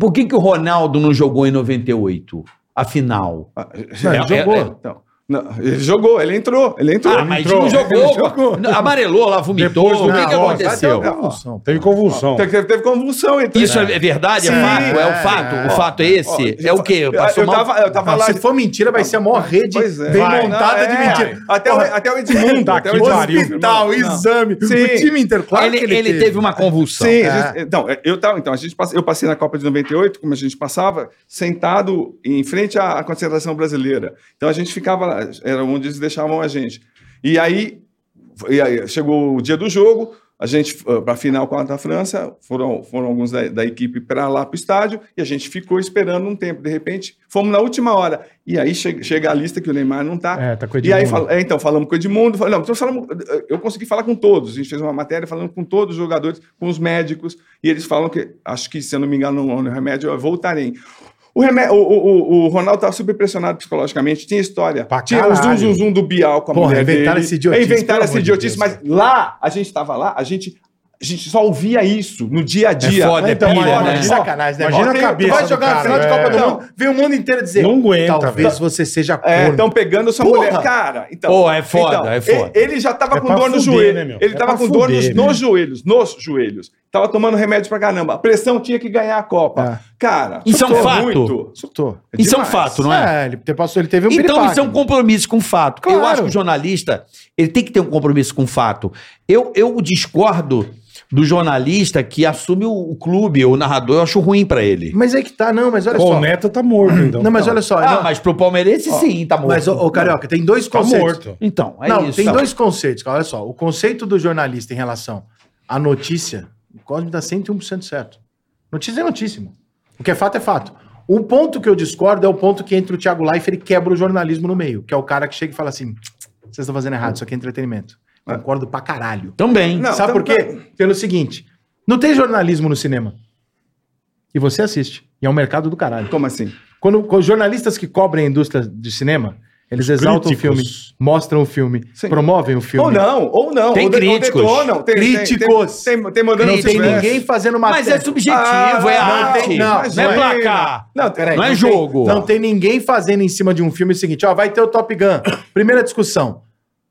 Por que, que o Ronaldo não jogou em 98? Afinal. Não, ele É, jogou. é, é. Não. Ah, Não, ele jogou, ele entrou, ele entrou. Ah, Ele mas entrou. não jogou. Ele jogou. não, Amarelou lá, vomitou. Depois do o que, que negócio, aconteceu? vai ter uma- Teve convulsão. Teve, teve convulsão. Ele Isso é é verdade? Sim. é fato? É É, o fato? é. o fato é esse? é o quê? Eu, Passou eu mal? tava, eu tava Ah, lá. se for mentira, vai ser a maior rede Pois é. bem Vai. montada Não, de é. mentira. Até, o, até o Edmundo. Tá até aqui, o pariu, Hospital, exame, o time inteiro. Claro ele, que ele, ele teve. uma convulsão. Sim, Tá. a gente- então, eu tava, então, a gente passa- eu passei na Copa de 98, como a gente passava, sentado em frente à, à concentração brasileira. Então a gente ficava lá, era onde eles deixavam a gente. E aí, e aí chegou o dia do jogo, a gente, para a final contra a França, foram, foram alguns da, da equipe para lá para o estádio, e a gente ficou esperando um tempo. De repente, fomos na última hora. E aí che- chega a lista que o Neymar não está. É, tá com o E aí, Edmundo. fala- é, então, falamos com o Edmundo. fal- Não, então falamos, eu consegui falar com todos. A gente fez uma matéria falando com todos os jogadores, com os médicos, e eles falam que, acho que, se eu não me engano, no, no remédio, é Voltaren. O, remé- o, o, o- o Ronaldo estava super pressionado psicologicamente, tinha história. Pra tinha o zum, caralho. zum, zum do Bial com a Porra, mulher inventaram é dele. essa idiotice, Inventaram pelo essa amor de idiotice, mas Deus. lá, a gente estava lá, a gente, a gente só ouvia isso no dia a dia. foda, Mas é então, pilha, olha, né? que sacanagem, né? Imagina irmão? a Tu cabeça Vai do né? jogar a cara, final de é. Copa do Não. Mundo, vem o mundo inteiro dizer. Não aguenta, Talvez velho. você seja É, corno. estão pegando sua Porra! mulher. Cara, então. Pô, é foda, então, é foda. Ele, ele já tava É com pra dor no fuder, joelho. né, meu? ele É tava pra com dor fuder, nos, meu. nos joelhos, nos joelhos. Tava tomando remédio pra caramba. A pressão tinha que ganhar a Copa. Cara, Isso é um surtou fato? Surtou. Isso é um demais. fato, não é? É, ele te- passou, ele teve um Então, piripaque. isso é um compromisso com o fato. Eu Claro. acho que o jornalista ele tem que ter um compromisso com o fato. Eu, eu discordo do jornalista que assume o, o clube, o narrador, eu acho ruim pra ele. Mas aí que tá, não, mas olha Pô, só. o Neto tá morto, então. Não, mas Tá. olha só. ah, não, mas pro palmeirense, sim, tá morto. Mas, ô, ô, Carioca, tem dois Tá conceitos. morto. Então, é não, isso. tem Tá. dois conceitos. cara. Olha só, o conceito do jornalista em relação à notícia, o Cosme tá 101% certo. Notícia é notícia, mano. O que é fato é fato. O ponto que eu discordo é o ponto que entre o Thiago Leifert e quebra o jornalismo no meio, que é o cara que chega e fala assim, vocês estão fazendo errado, isso aqui é entretenimento. Concordo pra caralho. Também. Não, Sabe então por quê? Pelo seguinte, não tem jornalismo no cinema. E você assiste. E é um mercado do caralho. Como assim? Quando, quando jornalistas que cobrem a indústria de cinema, eles exaltam o filme, Críticos. mostram o filme, Sim. promovem o filme. Ou não, ou não. Tem ou de- ou críticos. detonam, tem- tem- Críticos. Tem, tem, tem modelo Não tem sucesso. ninguém fazendo matéria. Mas é subjetivo, é Ah, arte. não, Não, imagina. é placar. Não, peraí. não é tem- jogo. não tem ninguém fazendo em cima de um filme o seguinte, ó, vai ter o Top Gun. Primeira discussão.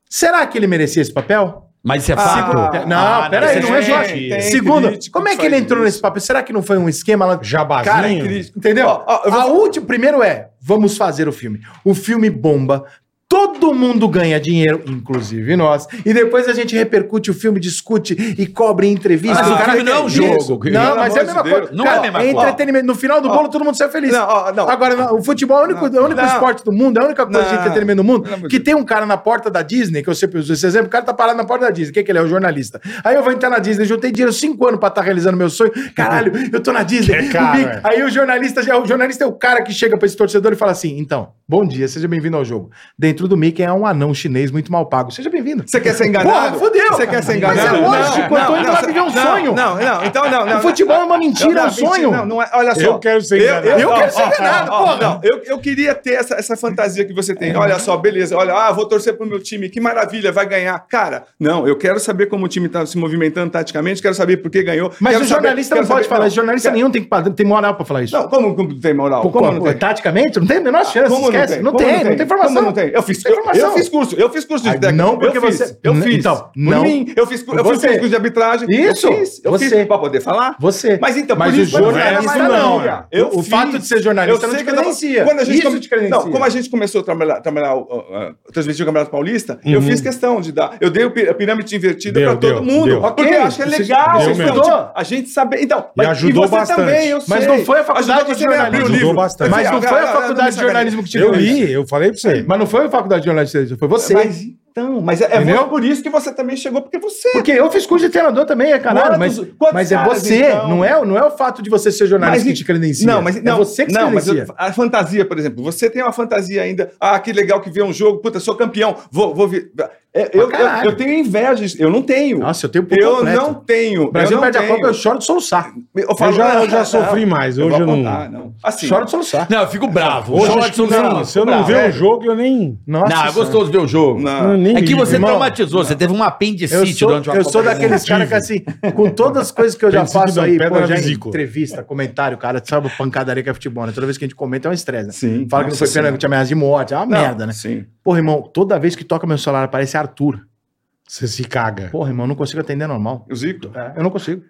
Será que ele merecia esse papel? Mas isso é Ah, fato? tem- Não, Ah, peraí, não, não é isso só. é gente, tem Segundo, crítico como é que que ele faz entrou isso. nesse papo? Será que não foi um esquema lá? Jabazinho. Cara, é crítico, entendeu? a última, primeiro é, vamos fazer o filme. O filme bomba. Todo mundo ganha dinheiro, inclusive nós. E depois a gente repercute o filme, discute e cobre entrevista. Mas O o cara- filme não é um jogo. Isso. Pelo Não, mas é a amor de mesma Deus. coisa. Não é a mesma é coisa. entretenimento. No final do bolo, todo mundo sai feliz. Não, ó, não. Agora, não, o futebol é o único, Não. é o único Não. esporte do mundo, é a única coisa de Não. entretenimento do mundo, Pelo amor de que tem um cara na porta da Disney, que eu sempre uso esse exemplo, o cara tá parado na porta da Disney, o que que ele é? O jornalista. Aí eu vou entrar na Disney, juntei dinheiro cinco anos pra estar realizando meu sonho, caralho, eu tô na Disney. É caro, o Big- é. Aí o jornalista, já- o jornalista é o cara que chega pra esse torcedor e fala assim, então, bom dia, seja bem-vindo ao jogo. Dentro do Mickey é um anão chinês muito mal pago, seja bem-vindo. Você quer ser enganado? Porra, fodeu. Você quer ser Mas é enganado? lógico, eu tô indo lá você- viver um não, sonho. Não, não, então não. não o futebol é uma não, mentira, não, é um mentira, sonho. Não, não é, olha só. Eu quero ser eu, enganado. eu Eu quero quero ser ser enganado, porra. Não, eu, eu queria ter essa, essa fantasia que você tem. Olha só, beleza. Olha, ah, vou torcer pro meu time. Que maravilha, vai ganhar. Cara, não, eu quero saber como o time tá se movimentando taticamente, quero saber por que ganhou. Mas quero o jornalista saber- quero não pode saber- falar, não, isso, jornalista quero- nenhum tem, padrão- tem moral pra falar isso. Não, como como tem moral? Pô, como não pô, tem? Ah, Taticamente? Não tem a menor chance. Como Ah, esquece. Não, Como tem, não tem, informação. Como não tem? Eu fiz, Tem eu, informação. eu fiz curso, eu fiz curso de Ah, técnica. não, eu porque fiz, você- Eu N- fiz. então, Por não. mim, eu fiz, eu fiz Você. curso de arbitragem. Isso, Eu fiz, eu você. fiz pra poder falar. Você. Mas então, Mas por o isso, quando eu era jornalista mais não. novo, Eu- o fiz. fato de ser jornalista Eu não sei te que eu tava- credencia. Quando a gente Isso come- te credencia. Não, como a gente começou a trabalhar, trabalhar o- o- o- transmitir o Campeonato Paulista, Uhum. eu fiz questão de dar. Eu dei o pi- a pirâmide invertida Deu, pra deu, todo mundo. deu. Porque eu acho que é Você- legal. deu então, mesmo. tipo, A gente saber. Então, E ajudou você bastante. também, eu Mas sei. não foi a faculdade Ajudou de você a abrir o jornalismo. livro. Ajudou bastante. Mas não Ah, foi a cara, faculdade de não me jornalismo que te Eu deu isso. li, eu falei pra você. Mas não foi a faculdade de jornalismo, que te deu, foi você. Mas então, mas é, é Entendeu? vo- por isso que você também chegou, porque você. é Porque eu fiz curso de treinador também, é caralho. Quantos- Mas, quantos mas é caras, você, então? não, é, não é o fato de você ser jornalista que te credencia. Não, mas não, é você que se não, mas credencia. eu- a fantasia, por exemplo, você tem uma fantasia ainda. Ah, que legal que vê um jogo, puta, sou campeão, vou, vou vir. É, eu, eu, caralho. eu tenho inveja, disso, eu não tenho. Nossa, eu tenho por eu completo. não tenho. O Brasil eu não perde a tenho. Copa, eu choro de soluçar. eu, Eu já, eu já sofri mais. Hoje eu não. Ah, não. Assim, Choro de soluçar. Não, eu fico bravo. Hoje Choro eu de acho que não. solução. Se eu não Bravo. ver o jogo, eu nem. Nossa, Não, é senhora. gostoso ver o jogo. não. nem É que ligo. você né? Irmão, traumatizou, você teve um apendicite Eu sou, durante uma eu sou Copa do daqueles Mundo. caras que, assim, com todas as coisas que eu já Princípio faço da aí, pedra pô, na já em vesícula. entrevista, comentário, cara, sabe, pancadaria que é futebol, né? Toda vez que a gente comenta é um estresse, né? Sim. Fala que não foi pena, que tinha ameaça de morte, é uma Não, merda, né? Sim. Porra, irmão, toda vez que toca meu celular aparece Arthur. Você se caga. Porra, irmão, eu não consigo atender normal. O Zico. Eu não consigo.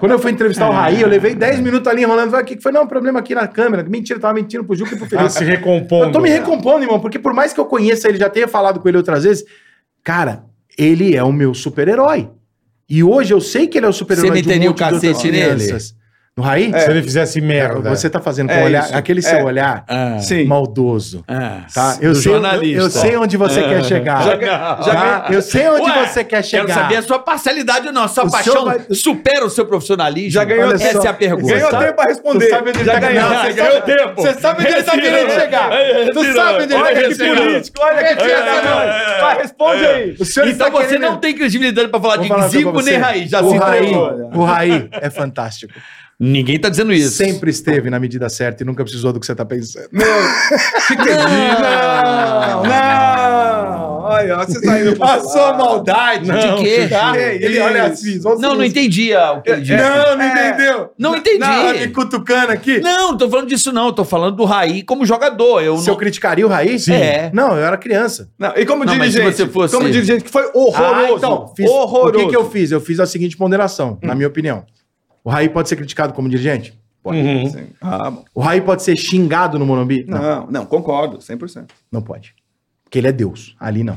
Quando eu fui entrevistar o Raí, eu levei 10 minutos ali enrolando. Falei, o que que foi? Não, problema aqui na câmera. Mentira, eu tava mentindo pro Juca e pro Tá Felipe. se recompondo. Eu tô me recompondo, irmão, porque por mais que eu conheça ele, já tenha falado com ele outras vezes, cara, ele é o meu super-herói. E hoje eu sei que ele é o super-herói Você de meteria o de outras cacete nele? crianças. No Raí? É, Se ele fizesse merda. É. Você tá fazendo com É o olhar, isso. aquele seu É. olhar Ah, Sim. maldoso. ah, Tá? Eu, do sei, eu, jornalista. É. eu sei onde você quer chegar. Já, já tá? Eu sei onde Ué, você quer chegar. Quero saber a sua parcialidade ou não. A sua O paixão senhor vai- supera o seu profissionalismo? Já ganhou- Essa Olha só, é a pergunta. ganhou tá? tempo pra responder. Tu sabe onde ele já tá ganhou. ganhando, você você ganhou ganhou tempo. Você sabe onde ele tá querendo né? chegar. É Tu sabe onde ele tá Olha querendo que chegar. político, olha que filha É. da mãe. Vai, responde aí. tá O senhor Então está você tá querendo- não tem credibilidade pra falar Vou falar uma de coisa Zico pra nem você. Raí. Já o se Raí, entregou. o Raí é fantástico. Ninguém tá dizendo isso. Sempre esteve na medida certa e nunca precisou do que você tá pensando. Ah, Não, é não. Olha, você tá indo pra lá. maldade. De quê? Tá? Que Ele isso? olha assim. só Não, não assim. entendi ah, o que ele disse. Não, não É. entendeu. Não entendi. Tá me cutucando aqui. Não, não tô falando disso não. Tô falando do Raí como jogador. Eu Se eu não... criticaria o Raí? Sim. É. Não, eu era criança. Não, e como Não, mas dirigente? se você fosse- Como dirigente que foi horroroso. Ah, então, fiz- horroroso. O que, que eu fiz? Eu fiz a seguinte ponderação, Hum. na minha opinião. O Raí pode ser criticado como dirigente? Pode. Uhum. Sim. Ah, bom. O Raí pode ser xingado no Morumbi? não, não, concordo, 100%. Não pode. Porque ele é Deus. Ali não.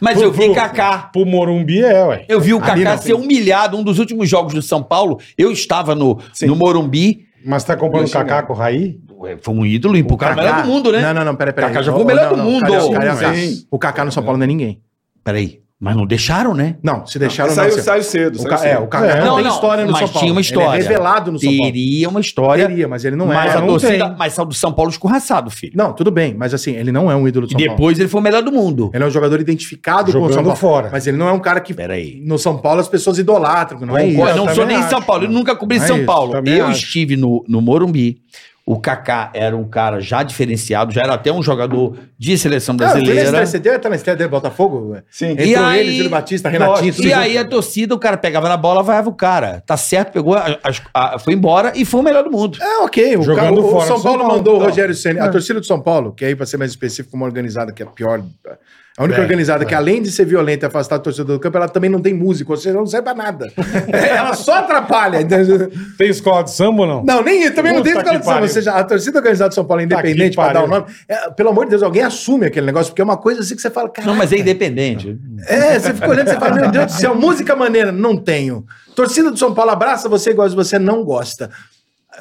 Mas eu vi Kaká. Pro Morumbi é, ué. Eu vi o Ali Kaká não, ser humilhado. Um dos últimos jogos do São Paulo, eu estava no, Sim. no Morumbi. Mas tá comprando cacá com o Raí? Ué, Foi um ídolo, hein? O cara Kaká- melhor do mundo, né? Não, não, não, peraí, peraí. Kaká já Ô, foi o melhor não, do não, mundo. Carioca, Sim, Carioca. sim. O Kaká no São Paulo não é ninguém. Peraí, mas não deixaram, né? Não, se deixaram saiu, não. seu. saiu cedo. o saiu Ca... cedo. É, o Kaká Não, não, tem não, história no mas São Paulo. tinha uma Ele história. é revelado no São Paulo. Teria uma história. Teria, mas ele não mas é. a não torcida, tem. mas a do São Paulo escorraçado, filho. Não, tudo bem, mas assim, ele não é um ídolo do E São Paulo. depois ele foi o melhor do mundo. Ele é um jogador identificado com o Jogando São Paulo. fora. Mas ele não é um cara que Peraí. no São Paulo as pessoas idolatram. Não é isso. Ó, não também sou nem acho, São Paulo, eu mano. nunca cobri É São isso, Paulo. também Eu acho. estive no, no Morumbi, o Kaká era um cara já diferenciado, já era até um jogador de seleção Não, ele é brasileira. estrangeiro, Você deu até na estreia dele, Botafogo? ué? Sim. Entrou E aí- ele, Júlio Batista, Renatinho. E aí a torcida, o cara pegava na bola, vaiava o cara. Tá certo, pegou, a- a- a- foi embora e foi o melhor do mundo. É, ok. O, Jogando cara- o- o fora do São São Paulo Paulo, mandou o então. Rogério Senna. A torcida do São Paulo, que aí, pra ser mais específico, uma organizada que é pior. É A única organizada que, além de ser violenta e afastar o torcedor do campo, ela também não tem músico, ou seja, ela não serve pra nada. É, ela só atrapalha. entendeu? Tem escola de samba ou não? Não, nem eu também não tem Puta escola que de samba. Ou pariu. seja, a torcida organizada de São Paulo é Tá que independente pra dar o pariu. nome. É, pelo amor de Deus, alguém assume aquele negócio, porque é uma coisa assim que você fala, cara. Não, mas é independente. É, você fica olhando e fala, meu Deus do céu, música maneira. Não tenho. Torcida do São Paulo abraça você igual se você não gosta.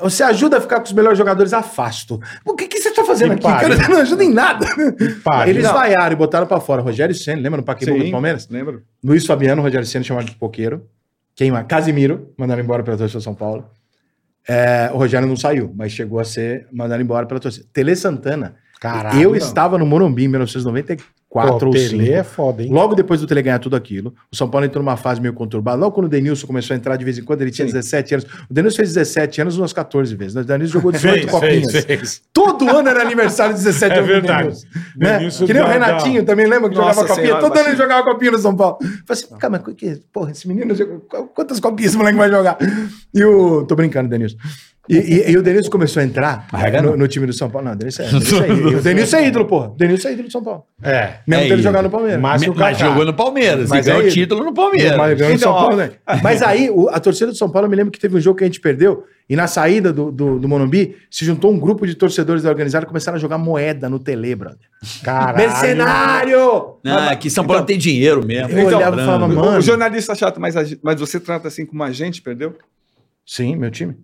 Você ajuda a ficar com os melhores jogadores, afasto. O que, que você está fazendo Que aqui, cara? pariu. Você não ajuda em nada. pariu. Eles Não. vaiaram e botaram pra fora. Rogério Senna, lembra no Paquembu do Palmeiras? Lembra? Luiz Fabiano, Rogério Senna, chamado de Poqueiro. Quem mais? Casimiro, mandaram embora pela torcida do São Paulo. É, o Rogério não saiu, mas chegou a ser mandado embora pela torcida. Tele Santana. Caralho, eu não. estava no Morumbi em 1994 Pô, ou Pelé 5. é foda, hein? Logo depois do Tele ganhar tudo aquilo, o São Paulo entrou numa fase meio conturbada. Logo quando o Denilson começou a entrar de vez em quando, ele tinha 17 anos. O Denilson fez 17 anos umas 14 vezes. né? O Denilson jogou 18 copinhas. fez. Todo ano era aniversário de 17 É anos. do verdade. Denilson, né? Denilson Que nem o dá- Renatinho também, lembra que Nossa jogava copinha? Senhora, Todo ano ele baixinho. jogava copinha no São Paulo. Eu Falei assim, cara, mas que, porra, esse menino, joga- qu- quantas copinhas esse moleque vai jogar? E o... Tô brincando, Denilson. E, e- e o Denilson começou a entrar no, no time do São Paulo. Não, o Denilson é, o Denilson é ídolo. O Denilson é ídolo, porra. O Denilson é ídolo do São Paulo. É. Mesmo É dele ídolo. jogar no Palmeiras. Mas, o Kaká. Mas jogou no Palmeiras. Mas e ganhou é o títulas no Palmeiras. Mas ganhou de São Então, Paulo, né? Mas aí, o- a torcida do São Paulo, eu me lembro que teve um jogo que a gente perdeu, e na saída do, do, do Monumbi, se juntou um grupo de torcedores da organizada e começaram a jogar moeda no Tele, brother. Caralho. Mercenário! é é Ah, que São Paulo tem dinheiro mesmo. então, Eu olhava e Tá Branco. falava, então, O, mano. o jornalista é chato, mas, a gente- mas você trata assim como a gente, perdeu? Sim, meu time.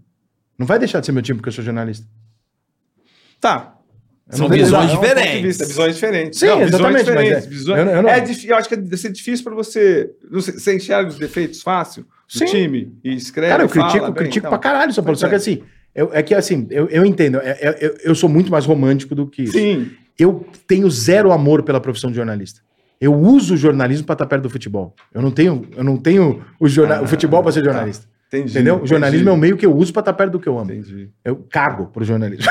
Não vai deixar de ser meu time porque eu sou jornalista. Tá. Eu São não vejo- visões É um ponto de diferentes. vista, visões diferentes. Sim, visões exatamente, diferentes, mas é- visões- eu não- eu não- É dif- eu acho que deve ser difícil para você. não sei, Você enxerga os defeitos fácil do Sim. time e escreve. Cara, eu É, fala critico, bem, critico então. pra caralho São Paulo. Pois Só que é. assim, eu- é que assim, eu, eu entendo. é- é- Eu, eu sou muito mais romântico do que isso. Sim. eu tenho zero amor pela profissão de jornalista. Eu uso o jornalismo para estar perto do futebol. Eu não tenho, eu não tenho o, jorna- o futebol para ser jornalista. Ah, Entendi. Entendeu? O entendi, jornalismo é um meio que eu uso para estar perto do que eu amo. Entendi. Eu cago pro jornalismo.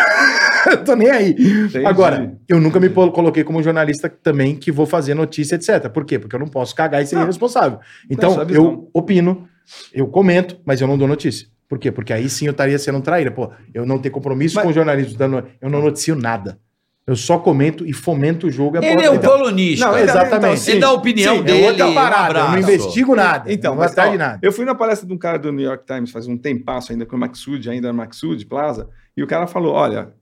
eu tô nem aí. Entendi. Agora, eu nunca me pol- coloquei como um jornalista também que vou fazer notícia, etc. Por quê? Porque eu não posso cagar e ser Não. irresponsável. Não, Então, sua visão. eu opino, eu comento, mas eu não dou notícia. Por quê? Porque aí sim eu estaria sendo um traíra. Pô, eu não ter compromisso Mas- com o jornalismo, dando- eu não noticio nada. Eu só comento e fomento o jogo. e a Ele bola- é um Então, colunista. Não, ele, então, exatamente. sim. dá a opinião Sim, dele. um é outra parada. eu abraço. não investigo nada. Então, não vou mas, atrás ó, de nada. eu fui na palestra de um cara do New York Times faz um tempasso ainda, com o Maxud, ainda era Maxud Plaza, e o cara falou: olha,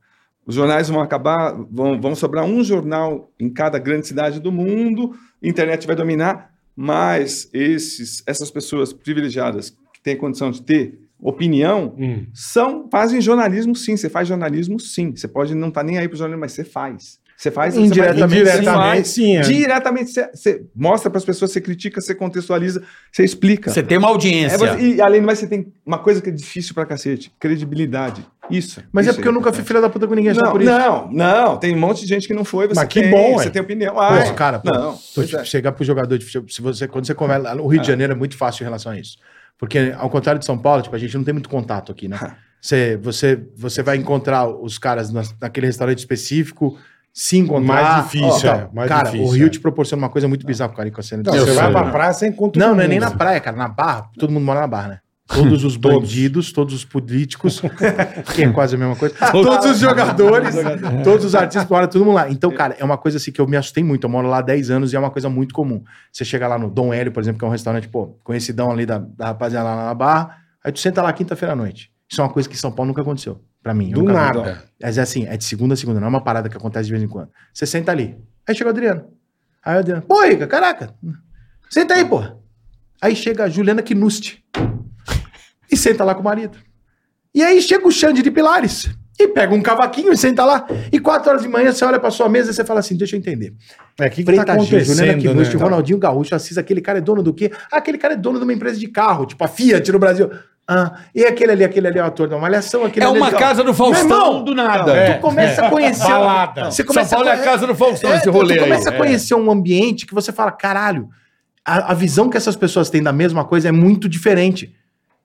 os jornais vão acabar, vão, vão sobrar um jornal em cada grande cidade do mundo, a internet vai dominar, mas esses, essas pessoas privilegiadas que têm condição de ter opinião Hum. são fazem jornalismo sim, você faz jornalismo sim. Você pode não estar nem aí para o jornalismo, mas você faz. Você faz você vai- Indiretamente, você Indiretamente, faz. sim. é. Diretamente, você, você mostra para as pessoas, você critica, você contextualiza, você explica. Você tem uma É, audiência. você- e além do mais, você tem uma coisa que é difícil pra cacete: credibilidade. Isso. Mas é Isso porque aí. eu nunca fui filha da puta com ninguém, só Não, por isso. não, não. Tem um monte de gente que não foi. Você Mas que tem, bom, Você ué. tem opinião. Pô, Ah, é. cara, pô, não. Tô, tipo, chegar pro jogador de futebol, se você, quando você começa lá, o Rio de Janeiro é muito fácil em relação a isso. Porque, ao contrário de São Paulo, tipo, a gente não tem muito contato aqui, né? Você, você, você vai encontrar os caras na- naquele restaurante específico, se encontrar. Mais difícil, Ó, é, mais cara, difícil, o Rio é. te proporciona uma coisa muito bizarra, cara, com a cena de Não, São você vai Paulo. pra praia, você encontra Não, todo não é nem na mundo. praia, cara. Na Barra, todo mundo mora na Barra, né? Todos os bandidos, todos os políticos, que é quase a mesma coisa. Todos os jogadores, todos os artistas moram todo mundo lá. Então, cara, é uma coisa assim que eu me assustei muito. Eu moro lá há 10 anos e é uma coisa muito comum. Você chega lá no Dom Hélio, por exemplo, que é um restaurante, pô, conhecidão ali da, da rapaziada lá na Barra. Aí tu senta lá quinta-feira à noite. Isso é uma coisa que em São Paulo nunca aconteceu. Pra mim. eu Do nunca vi. nada. Mas é assim, é de segunda a segunda, não é uma parada que acontece de vez em quando. Você senta ali. Aí chega o Adriano. Aí o Adriano, pô, Rica, caraca. Senta aí, porra. Aí chega a Juliana Knust. E senta lá com o marido. E aí chega o Xande de Pilares. E pega um cavaquinho e senta lá. E quatro horas de manhã você olha pra sua mesa e você fala assim: deixa eu entender. É, o que, que tá Preta Gil, Juliana acontecendo, Knust, né? Ronaldinho Gaúcho, Assis, aquele cara é dono do quê? Ah, aquele cara é dono de uma empresa de carro, tipo a Fiat no Brasil. Ah, e aquele ali, aquele ali é o ator da Malhação, aquele É ali uma de- casa do Meu Faustão irmão, do nada. É. tu começa a conhecer. um- Balada. Você São começa Paulo é conhe- a casa do Faustão, é, esse rolê tu aí. começa a É. conhecer um ambiente que você fala, caralho, a, a visão que essas pessoas têm da mesma coisa é muito diferente.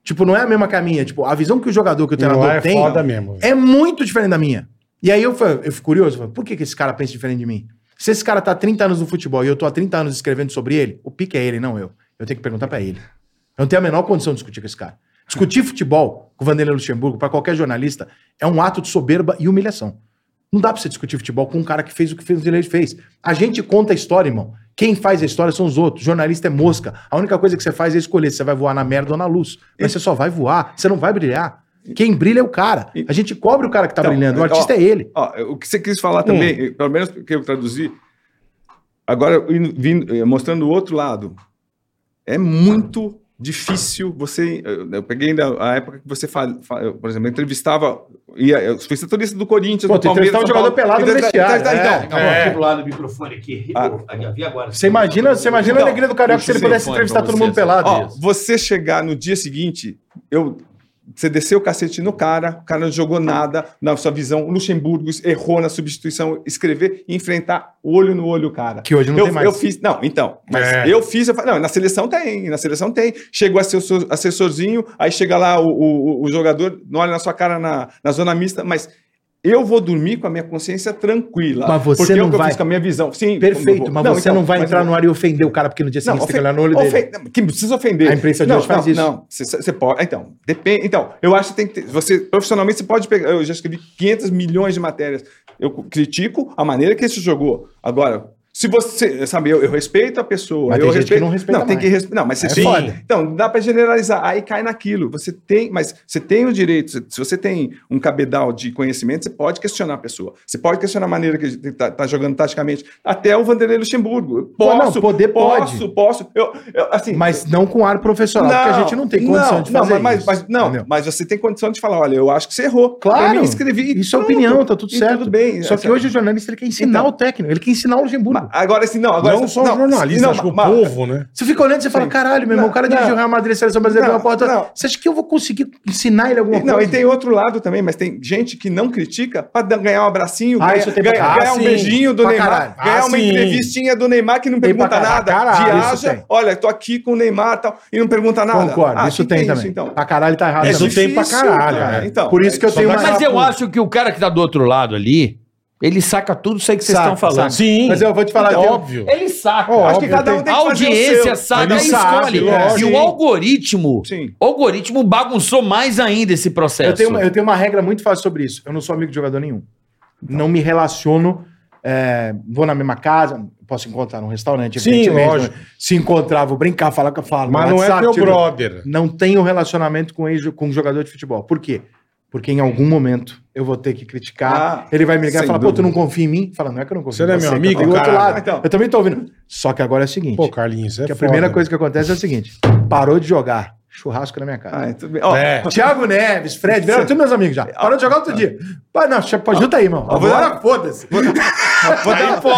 Tipo, não é a mesma caminha. Tipo, a visão que o jogador, que o Não, treinador é tem, foda mesmo. velho. é muito diferente da minha. E aí eu, fa- eu fico curioso, eu falo, por que, que esse cara pensa diferente de mim? Se esse cara tá há 30 anos no futebol e eu tô há 30 anos escrevendo sobre ele, o pique é ele, não eu. Eu tenho que perguntar pra ele. Eu não tenho a menor condição de discutir com esse cara. Discutir futebol com o Vanderlei Luxemburgo, pra qualquer jornalista, é um ato de soberba e humilhação. Não dá pra você discutir futebol com um cara que fez o que fez, ele fez. A gente conta a história, irmão. Quem faz a história são os outros. Jornalista é mosca. A única coisa que você faz é escolher se você vai voar na merda ou na luz. Mas você só vai voar, você não vai brilhar. Quem brilha é o cara. A gente cobre o cara que tá Então, brilhando. O ó, artista é ele. Ó, o que você quis falar Hum. também, eh, pelo menos que eu traduzi, agora indo- vindo, eh, mostrando o outro lado. É muito difícil você. eh, Eu eu peguei ainda a época que você, fa- fa- eu, por exemplo, eu entrevistava. Ia, eu fui setorista do Corinthians, Pô, do tu entrevistava São Paulo. um jogador pelado no Entrevista- vestiário, entrevista- é. então, Calma, aqui do lado do microfone aqui. Ah. Aqui, vi agora. Você imagina, você imagina a Então, alegria do carioca se ele puxa o pudesse telefone entrevistar pra todo você, mundo pelado. Ó, você chegar no dia seguinte, eu, você desceu o cacete no cara, o cara não jogou nada na sua visão, o Luxemburgo errou na substituição, escrever e enfrentar olho no olho o cara. Que hoje não eu, tem mais. Eu fiz, não, então, mas É. eu fiz, eu falei, não, na seleção tem, na seleção tem. Chega o assessor- assessorzinho, aí chega lá o, o- o jogador, não olha na sua cara na, na zona mista, mas... Eu vou dormir com a minha consciência tranquila. Mas você porque é não o que vai- eu fiz com a minha visão. Sim, como eu Perfeito, vou. mas você então, não vai mas entrar eu- no ar e ofender o cara porque no dia seguinte não, você tem ofe... que olhar no olho dele. ofe- não, Que precisa ofender. A imprensa de não, hoje faz não, isso. Não, você- você pode. Então, depende. Então, eu acho que tem que ter. Você, profissionalmente, você pode pegar. Eu já escrevi 500 milhões de matérias. Eu critico a maneira que esse jogou. Agora. Se você, sabe, eu, eu respeito a pessoa. Mas eu tem gente respeito, que não respeita Não, tem mais. que respe- Não, mas você É tem. foda. Então, dá pra generalizar. Aí cai naquilo. Você tem, mas você tem o direito. Se se você tem um cabedal de conhecimento, você pode questionar a pessoa. Você pode questionar a maneira que ele tá, tá jogando taticamente. Até o Vanderlei Luxemburgo. Eu Pô, Posso, não, poder pode. posso, posso. Eu, eu, assim, Mas não com ar profissional, porque a gente não tem condição de fazer não, mas, isso. Mas, não, entendeu? mas você tem condição de falar, olha, eu acho que você errou. Claro, Eu me inscrevi. e Isso é pronto. opinião, tá tudo E certo. Tudo bem. Só que Essa- hoje o jornalista ele quer ensinar Então. o técnico, ele quer ensinar o Luxemburgo. Ma- Agora sim, não. Agora, não só os jornalistas, acho que o ma- povo, né? Você fica olhando e você fala, Sim. caralho, meu irmão, Não, o cara dirigiu o não. Real Madrid, a seleção brasileira, Não, uma porta. não. Você acha que eu vou conseguir ensinar ele alguma E, não, e coisa? tem outro lado também, mas tem gente que não critica pra dar- ganhar um abracinho, Ah, ganha- isso tem pra ganha- caralho. ganhar Ah, um sim. beijinho do Pra Neymar, caralho. Ah, ganhar uma sim. entrevistinha do Neymar que não Tem pra pergunta caralho. nada, Caralho, isso viaja, tem. olha, tô aqui com o Neymar e tal, e não pergunta nada. Concordo, Ah, isso que tem que é também. então? Pra caralho tá errado É Isso também. tem pra difícil, caralho, cara. é. Então, Por isso que eu só tenho dá- uma- Mas Mas eu pô. acho que o cara que tá do outro lado ali, ele saca tudo isso aí que vocês Saca, estão falando. Sim. Mas eu vou te falar, é tem- óbvio. Ele saca. Ó, então, Acho que cada um tem a que fazer o audiência seu. sabe Ele e sabe, escolhe. lógico. E o algoritmo, Sim. o algoritmo bagunçou mais ainda esse processo. Eu é tenho, uma, eu tenho uma regra muito fácil sobre isso. Eu não sou amigo de jogador nenhum. Não me relaciono. é, vou na mesma casa, posso encontrar num restaurante. Sim, evidentemente, lógico. né? Se encontrar, vou brincar, falar o que eu falo. Mas não é WhatsApp, teu tiro- brother. Não tenho relacionamento com, ex, com jogador de futebol. Por quê? Porque em algum momento eu vou ter que criticar. Ah, ele vai me ligar e sem falar, pô, tu dúvida. não confia em mim? Fala, não é que eu não confio Você não é em meu que eu amigo, tenho outro caralho? lado. Então. Eu também tô ouvindo. Só que agora é o seguinte. Pô, Carlinhos, isso é que a foda. primeira coisa que acontece é o seguinte. Parou de jogar. Churrasco na minha casa. Ah, tudo bem. Ó, É. Tiago Neves, Fred, viraram todos meus amigos já. Parou de jogar outro dia. Pá, não, che- pô, ajuda aí, irmão. vou dar- Agora foda-se. vou dar-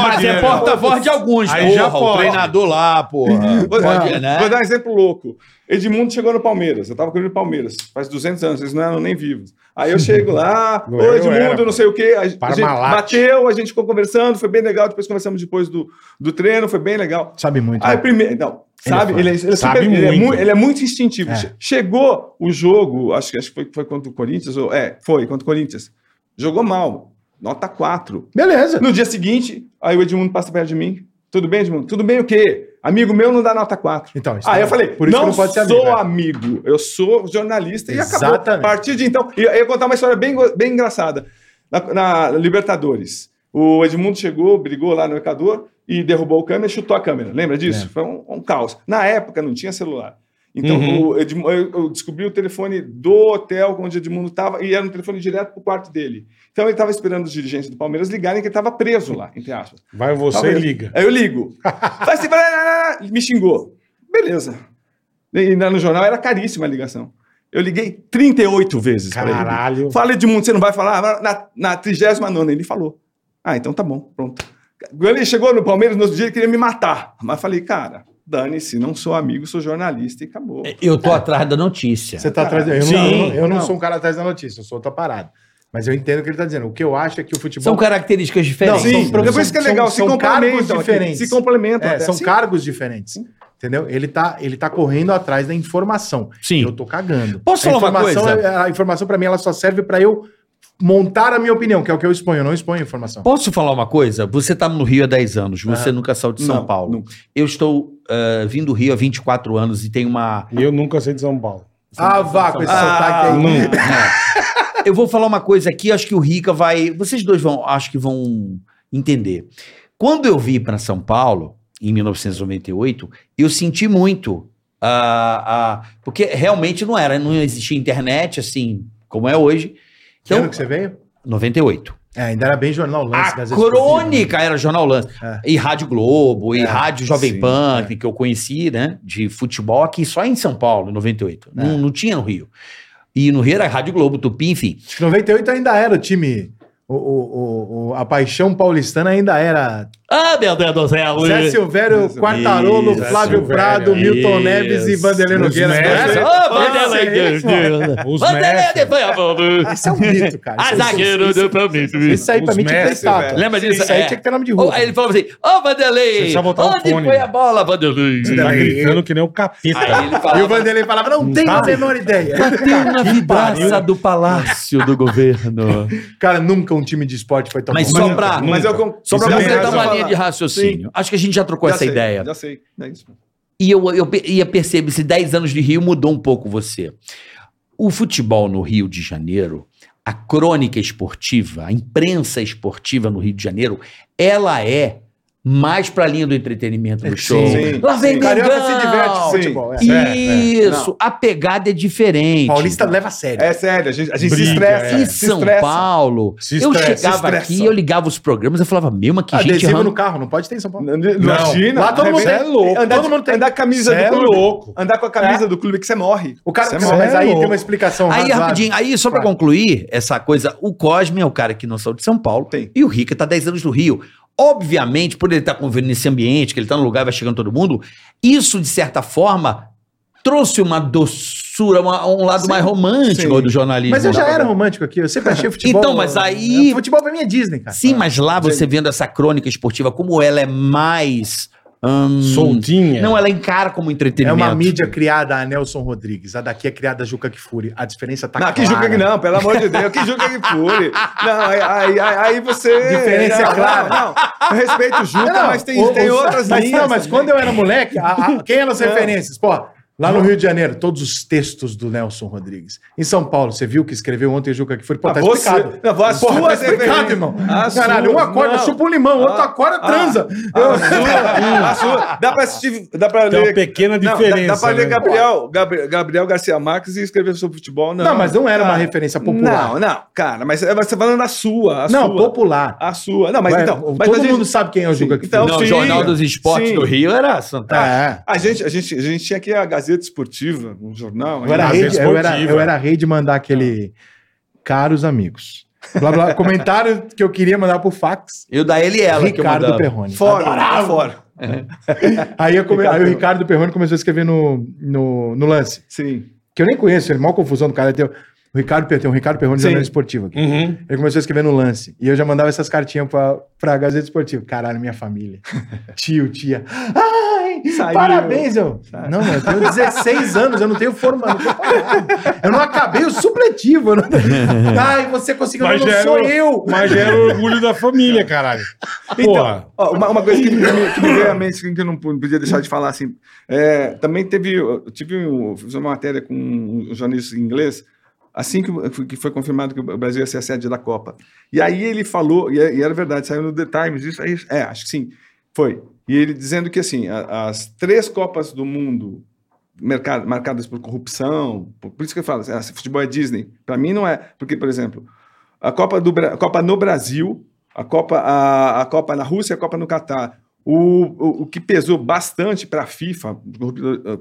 Mas é porta-voz de alguns, Aí já porra, o pode. treinador lá, porra. Vou, Pode, vou- né? vou dar um exemplo louco. Edmundo chegou no Palmeiras. Eu tava cobrindo o Palmeiras faz 200 anos, eles não eram nem vivos. Aí eu chego lá, Não ô era, Edmundo, não era, não sei o quê. A, gente- a gente Parmalat. bateu, a gente ficou conversando, foi bem legal. Depois conversamos depois do, do treino, foi bem legal. Sabe muito. Aí primeiro. Não, sabe? fala. Ele, é- ele é Sabe super- ele é muito. mu- ele é muito instintivo. É. Che- Chegou o jogo, acho, que- acho que foi, foi contra o Corinthians, ou, é, foi contra o Corinthians. Jogou mal. Nota 4. Beleza. No dia seguinte, aí o Edmundo passa perto de mim. Tudo bem, Edmundo? Tudo bem o quê? Amigo meu não dá nota 4. Então, isso aí tá- Ah, eu falei, por isso não, que não pode ser amigo, sou é. amigo, eu sou jornalista e acabou. A Exatamente. partir de então, e eu ia contar uma história bem, go- bem engraçada. Na, na Libertadores, o Edmundo chegou, brigou lá no Equador e derrubou a câmera e chutou a câmera. Lembra É. disso? Foi um, um caos. Na época não tinha celular. Então Uhum. o Edmu- eu, eu descobri o telefone do hotel onde o Edmundo estava e era um telefone direto para o quarto dele. Então ele estava esperando os dirigentes do Palmeiras ligarem que ele estava preso lá, entre aspas. Vai você e Talvez. liga. Aí eu ligo. Faz assim, blá, blá, blá, me xingou. Beleza. E na- no jornal era caríssima a ligação. Eu liguei 38 vezes pra ele. Caralho. Fala, Edmundo, você não vai falar? Na, na 39 ele falou. Ah, então tá bom, pronto. Quando ele chegou no Palmeiras no outro dia, ele queria me matar. Mas falei, cara, dane-se, não sou amigo, sou jornalista e acabou. Eu tô atrás da notícia. Você tá atrás. Eu, não, Sim. eu não- eu não Não. sou um cara atrás da notícia, eu sou outra parada. Mas eu entendo o que ele tá dizendo. O que eu acho é que o futebol. São características diferentes. Não, Sim, são- é por isso que é legal, são- se são cargos complementam. aqui, diferentes. Se complementam. É, até. são Sim. cargos diferentes. Entendeu? Ele tá, ele tá correndo atrás da informação. Sim. Eu tô cagando. Posso a falar uma informação, coisa? é- A informação pra mim ela só serve pra eu montar a minha opinião, que é o que eu exponho. Eu não exponho a informação. Posso falar uma coisa? Você tá no Rio há 10 anos, Ah, você nunca saiu de São Não, Paulo. nunca. Eu estou ah, vindo do Rio há 24 anos e tem uma. E eu nunca sei de São Paulo. Ah. tá Ah, vá com esse sotaque aí. Nunca. É. eu vou falar uma coisa aqui, acho que o Rica vai. Vocês dois vão, acho que vão entender. Quando eu vim para São Paulo, em 1998, eu senti muito. ah, ah, porque realmente não era, não existia internet assim como é hoje. Que Então, ano que você veio? 98. É, ainda era bem jornal lance. A Gazeta Esportiva, crônica era Jornal Lance. É. E Rádio Globo, e É, Rádio Jovem sim, Pan, que eu conheci, né? De futebol aqui só em São Paulo, em 98. Não, não tinha no Rio. E no Rio era Rádio Globo, Tupi, enfim. Acho que 98 ainda era o time. O, o- o- o- a paixão paulistana ainda era. Ah, meu Deus do céu. Zé Silvério, Isso. Quartarolo, Isso. Flávio Silvério. Prado, Milton Isso. Neves e Vanderlei Os Nogueira. é mestres. Essa- Ah, essa aí- Vanderlei, Deus, Deus. Os é Vanderlei, mestres. Deus. Esse é um mito, cara. Ah, Isso aí- zagueiro do Palmeiras. Isso aí pra Os mim tinha que ter mestres, estátua. velho. Lembra disso? Isso aí É. tinha que ter nome de Oh, rua. aí ele falava assim: Ô Vanderlei! Você precisa botar um onde fone, foi a velho. bola, Vanderlei? Você tá gritando que nem o capeta. Aí ele E o falava. Vanderlei falava: não tenho a menor ideia. Bateu na vidraça do palácio do governo. Cara, nunca um time de esporte foi tão Mas bom. só pra, Mas eu con- só pra Isso tá é completar uma verdade, eu linha falar. de raciocínio. Acho que a gente já trocou Já essa sei, ideia. Já sei. É isso. E eu, eu pe- ia perceber, se 10 anos de Rio mudou um pouco você. O futebol no Rio de Janeiro, a crônica esportiva, a imprensa esportiva no Rio de Janeiro, ela é mais pra linha do entretenimento do show. sim, Lá vem sim. Carioca se diverte com Mengão. futebol. é. Isso, a pegada é diferente. Paulista leva a sério. É sério, a gente, a gente Briga, se estressa. é. em se São estressa. Paulo, Se eu estressa, se chegava estressa. aqui, eu ligava os programas, eu falava, meu, mas que gente Adesivo ran- no carro, não pode ter em São Paulo. Na- Na Não. China, Lá todo mundo você tem- É. é louco. andar Andar, de- todo mundo tem. andar a camisa Você é do clube. louco. Andar com a camisa do clube que você morre. O cara, Você mas morre. é aí louco. tem uma explicação Aí, razoável. rapidinho, aí só pra Claro. concluir essa coisa, o Cosme é o cara que não saiu de São Paulo Sim. e o Rica tá 10 anos no Rio. Obviamente, por ele estar convivendo nesse ambiente, que ele tá no lugar e vai chegando todo mundo, isso, de certa forma, trouxe uma doçura, uma- um lado mais romântico Sim. do jornalismo. Mas eu já era um romântico aqui, eu sempre achei futebol. Então, mas aí- Futebol pra mim é Disney, cara. Sim, mas lá você vendo essa crônica esportiva, como ela é mais... hum, Soltinha. Não, ela encara como É entretenimento. uma mídia criada a Nelson Rodrigues. A daqui é criada a Juca Kfouri. A diferença tá Não, clara. que Juca que não, pelo amor de Deus, que Juca que fure. Não, aí, aí, aí- aí você. Diferença é não, clara. Não, não, eu respeito o Juca, Não, mas tem, o- tem o- outras mas linhas. Não, mas também. quando eu era moleque, a- a- quem eram as Não. referências? Pô, lá no Rio de Janeiro, todos os textos do Nelson Rodrigues. Em São Paulo, você viu o que escreveu ontem o Juca Kfouri? Pô, Ah, tá você- explicado. Não, as Porra, suas tá explicado, referências. irmão. As Caralho, suas, um acorda, não. chupa um limão, outro Ah, acorda, ah, transa. A sua, a sua- dá pra assistir. Dá é pra Tem ler. uma pequena não, dá- diferença. dá, pra né? ler Gabriel, Gabriel, Gabriel Garcia Marques e escrever sobre futebol, não. Não, mas não era uma Ah, referência popular. Não, não, cara, mas é- você falando a sua. A Não, sua. popular. A sua. Não, mas Ué, então. todo mas a gente- mundo sabe quem é o Juca Sim, Kfouri. então- Não, o Sim. Jornal dos Esportes Sim. do Rio era Santa. É. A gente, a, gente, a gente tinha aqui a Gazeta Esportiva, um jornal. Eu era, Mas rei de, eu, esportiva. era, eu era rei de mandar aquele. Caros amigos. Blá, blá, comentário que eu queria mandar pro fax. Eu da ele e ela. que eu Ricardo mandava. Perrone. Fora, é fora. Aí, eu come- aí o Ricardo. Ricardo Perrone começou a escrever no, no, no lance. Sim. Que eu nem conheço, ele mal confusão do cara. Tem o o Ricardo, Per- tem o Ricardo Perrone Sim. jornal esportivo aqui. Uhum. Ele começou a escrever no lance. E eu já mandava essas cartinhas pra, pra Gazeta Esportiva. Caralho, minha família. Tio, tia. Ai, Saiu. parabéns, eu. Não, mano, eu tenho 16 anos, eu não tenho forma. não tenho formado. eu não acabei o supletivo. eu não- Ai, você conseguiu, Mas mas não já é sou era- eu. Então- Mas já era o orgulho da família, caralho. Porra. Ó, uma, uma coisa que me, que me- que me veio à mente assim, que eu não podia deixar de falar assim. é, também teve. Eu tive um- fiz uma matéria com um jornalista inglês. Assim que, o- que foi confirmado que o Brasil ia ser a sede da Copa. E aí ele falou, e, é- e era verdade, saiu no The Times, isso aí, é, acho que sim, foi. E ele dizendo que, assim, a- as três Copas do Mundo mercado, marcadas por corrupção. Por, por isso que eu falo, assim, ah, futebol é Disney. Para mim não é, porque por exemplo, a Copa do Bra- a Copa no Brasil, a Copa a, a Copa na Rússia, a Copa no Catar. O, o, o que pesou bastante para a FIFA,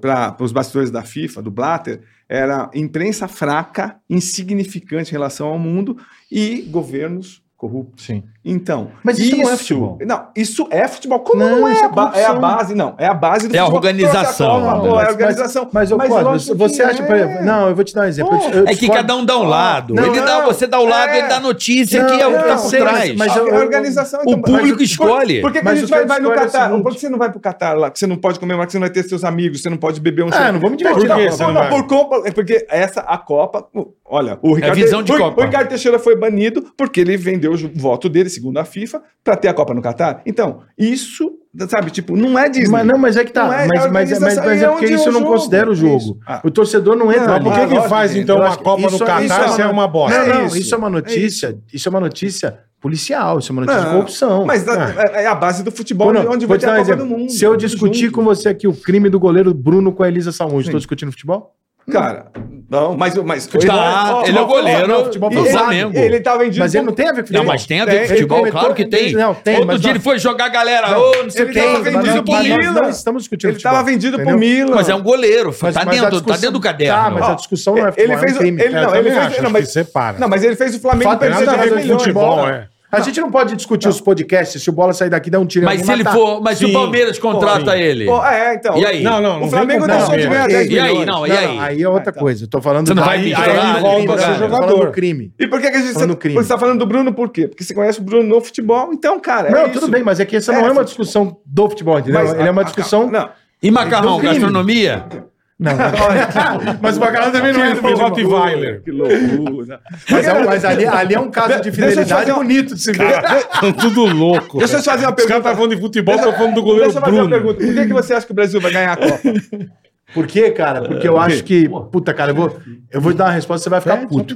para os bastidores da FIFA, do Blatter, era imprensa fraca, insignificante em relação ao mundo e governos corruptos. Sim. Então, Mas isso não é futebol. Não, isso é futebol. Como Não, não, é? isso é a ba- É a corrupção. base, não. É a base do É a futebol. organização, Trouxe a Copa, Abel. pô, É a Mas- organização. Mas, ô, Mas Cosmos, lógico você que acha... é. por exemplo- Não, eu vou te dar um exemplo. Eu- eu É que discordo- cada um dá um lado. Não, Ele dá- não. você dá o lado, É. ele dá a notícia, que é o que Não, tá eu por sei, mas- trás. mas a eu- eu- organização, então, O público mas escolhe. Por, por que, que Mas a o gente que eu vai, vai no discordo é o Catar? seguinte- por que você não vai pro Catar lá? Que você não pode comemorar, que você não vai ter seus amigos, você não pode beber um Ah, não vou me divertir. Por quê? não. Você não vai? por culpa, é porque essa, a Copa, o- olha, o Ricardo, É visão de o- Copa. o Ricardo Teixeira foi banido porque ele vendeu o voto dele, segundo a FIFA, para ter a Copa no Catar. Então, isso sabe, tipo, não é Disney. Mas não, mas é que tá. Não é, mas, a mas- mas, mas, organização mas é é porque onde é isso o eu não jogo. considero o jogo. Isso. Ah. O torcedor não entra. Mas por que, ali. que lógico, faz, gente. então, Eu uma acho que Copa no isso- Catar isso é uma- se é uma bosta? Não, não, isso. isso, é uma notícia. isso. é uma notícia policial, isso é uma notícia Não, de corrupção. Mas da- é é a base do futebol Bruno, onde- onde ah. vou vai te ter dar a um Copa exemplo. do Mundo. Se eu discutir junto. com você aqui o crime do goleiro Bruno com a Elisa Saúde, estou discutindo futebol? Cara, não, mas. mas Tá, ele é o goleiro futebol do pesado. Flamengo. Ele, ele tá vendido. Mas ele como- não tem a ver com Não, futebol. mas tem a ver com Ele- futebol, ele- claro que ele- tem. Não, tem. Outro mas dia ele nós- foi jogar a galera, Não. ô, não sei o Ele que. tava mas nós- vendido pro mas nós Milan. não estamos discutindo Ele tava futebol, vendido pro entendeu? Milan. Mas é um goleiro, tá, Mas- mas a dentro, tá discussão- dentro do caderno. Tá, mas Ó, a discussão não é ele futebol, é fez um o- crime. ele- É, não, também ele fez- acho. acho não, que mas- separa. Não, mas ele fez o Flamengo Fato, perder nada a ver 10 com milhões. futebol, Não, é. A gente não pode discutir os podcasts, se o Bola sair daqui, dá um tiro em Mas se alguém, ele matar. for. Mas se o Sim. Palmeiras contrata ele. Pô, é, então. E aí? Não, não, não O vem Flamengo com deixou de Palmeiras. ganhar E- 10 e aí, milhões. não, e Não, aí? não, aí é outra Ah, tá. coisa. Eu tô falando Você não vai aí, pedir pra aí ele volta a jogar, ser né? jogador. Falando do crime. E por que, que a gente Falando tá, crime. você tá falando do Bruno por quê? Porque você conhece o Bruno no futebol. Então, cara, Não, é tudo isso. bem, mas é que essa É, não é uma futebol. discussão do futebol, entendeu? Mas Ele é uma a- a- discussão. Não. E macarrão, Ele é um crime. gastronomia? Não, mas o Bacanal também não é Aquele Rottweiler. Que loucura. Mas, é um- mas ali, ali é um caso de Deixa eu te fidelidade fazer uma- bonito de se ver. Estão tudo louco. Deixa eu velho. te fazer Os caras uma pergunta. estão falando de futebol, estão falando do goleiro Deixa eu fazer uma Bruno. pergunta. Por que, que você acha que o Brasil vai ganhar a Copa? Por quê, cara? Porque eu acho que. Puta, cara, eu vou, eu vou te dar uma resposta você vai ficar puto.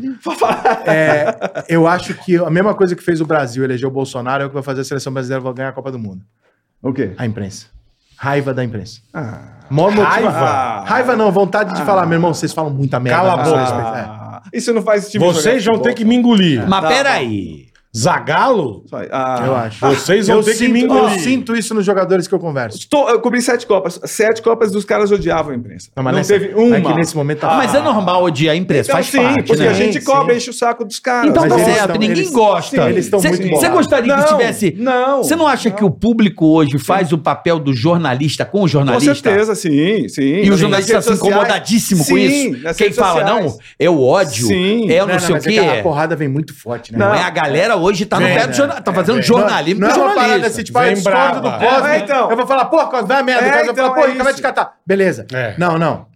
É, eu acho que a mesma coisa que fez o Brasil eleger o Bolsonaro é o que vai fazer a seleção brasileira ganhar a Copa do Mundo. O quê? Ah. A imprensa. Raiva da imprensa. Maior motiva- Raiva? Raiva não, vontade de falar, meu irmão, vocês falam muita merda. Cala a com todo boca. respeito. É. Isso não faz time Vocês vão ter que me engolir. Mas peraí. Zagalo? Ah, Eu acho. Vocês vão Eu ter que sinto, me eu engolir. sinto isso nos jogadores que eu converso. Estou, eu cobri sete copas. Sete copas dos caras odiavam a imprensa. Não, mas nessa- teve uma. mas que nesse momento tá Ah, mas é normal odiar a imprensa, Então, faz sim, parte, porque né? a gente Sim, cobra, sim. enche o saco dos caras. Então Mas tá Mas é assim, eles certo, tão- ninguém eles- gosta. sim, eles tão muito Você bolados. gostaria que Não, tivesse. não. Você não é acha que o público hoje faz o papel do jornalista com o Com jornalista? certeza, sim, sim. E o Nas jornalista redes está sociais. incomodadíssimo com Sim, isso. nas Quem redes fala, sociais. não, é o ódio, Sim. é o não, sei o mas é quê. que a porrada vem muito forte, né? Não, Não, é a galera hoje tá no Vem, pé do né? jornal, tá fazendo Não, jornalismo não, é pro uma parada jornalismo. assim, tipo, ah, eu Vem discordo do brava. Cosme. É, então. Eu vou falar, pô, Cosme, vai a merda. É, Cosme vai então, falar, pô, é Rica, vai isso. te catar. Beleza. É. Não, não.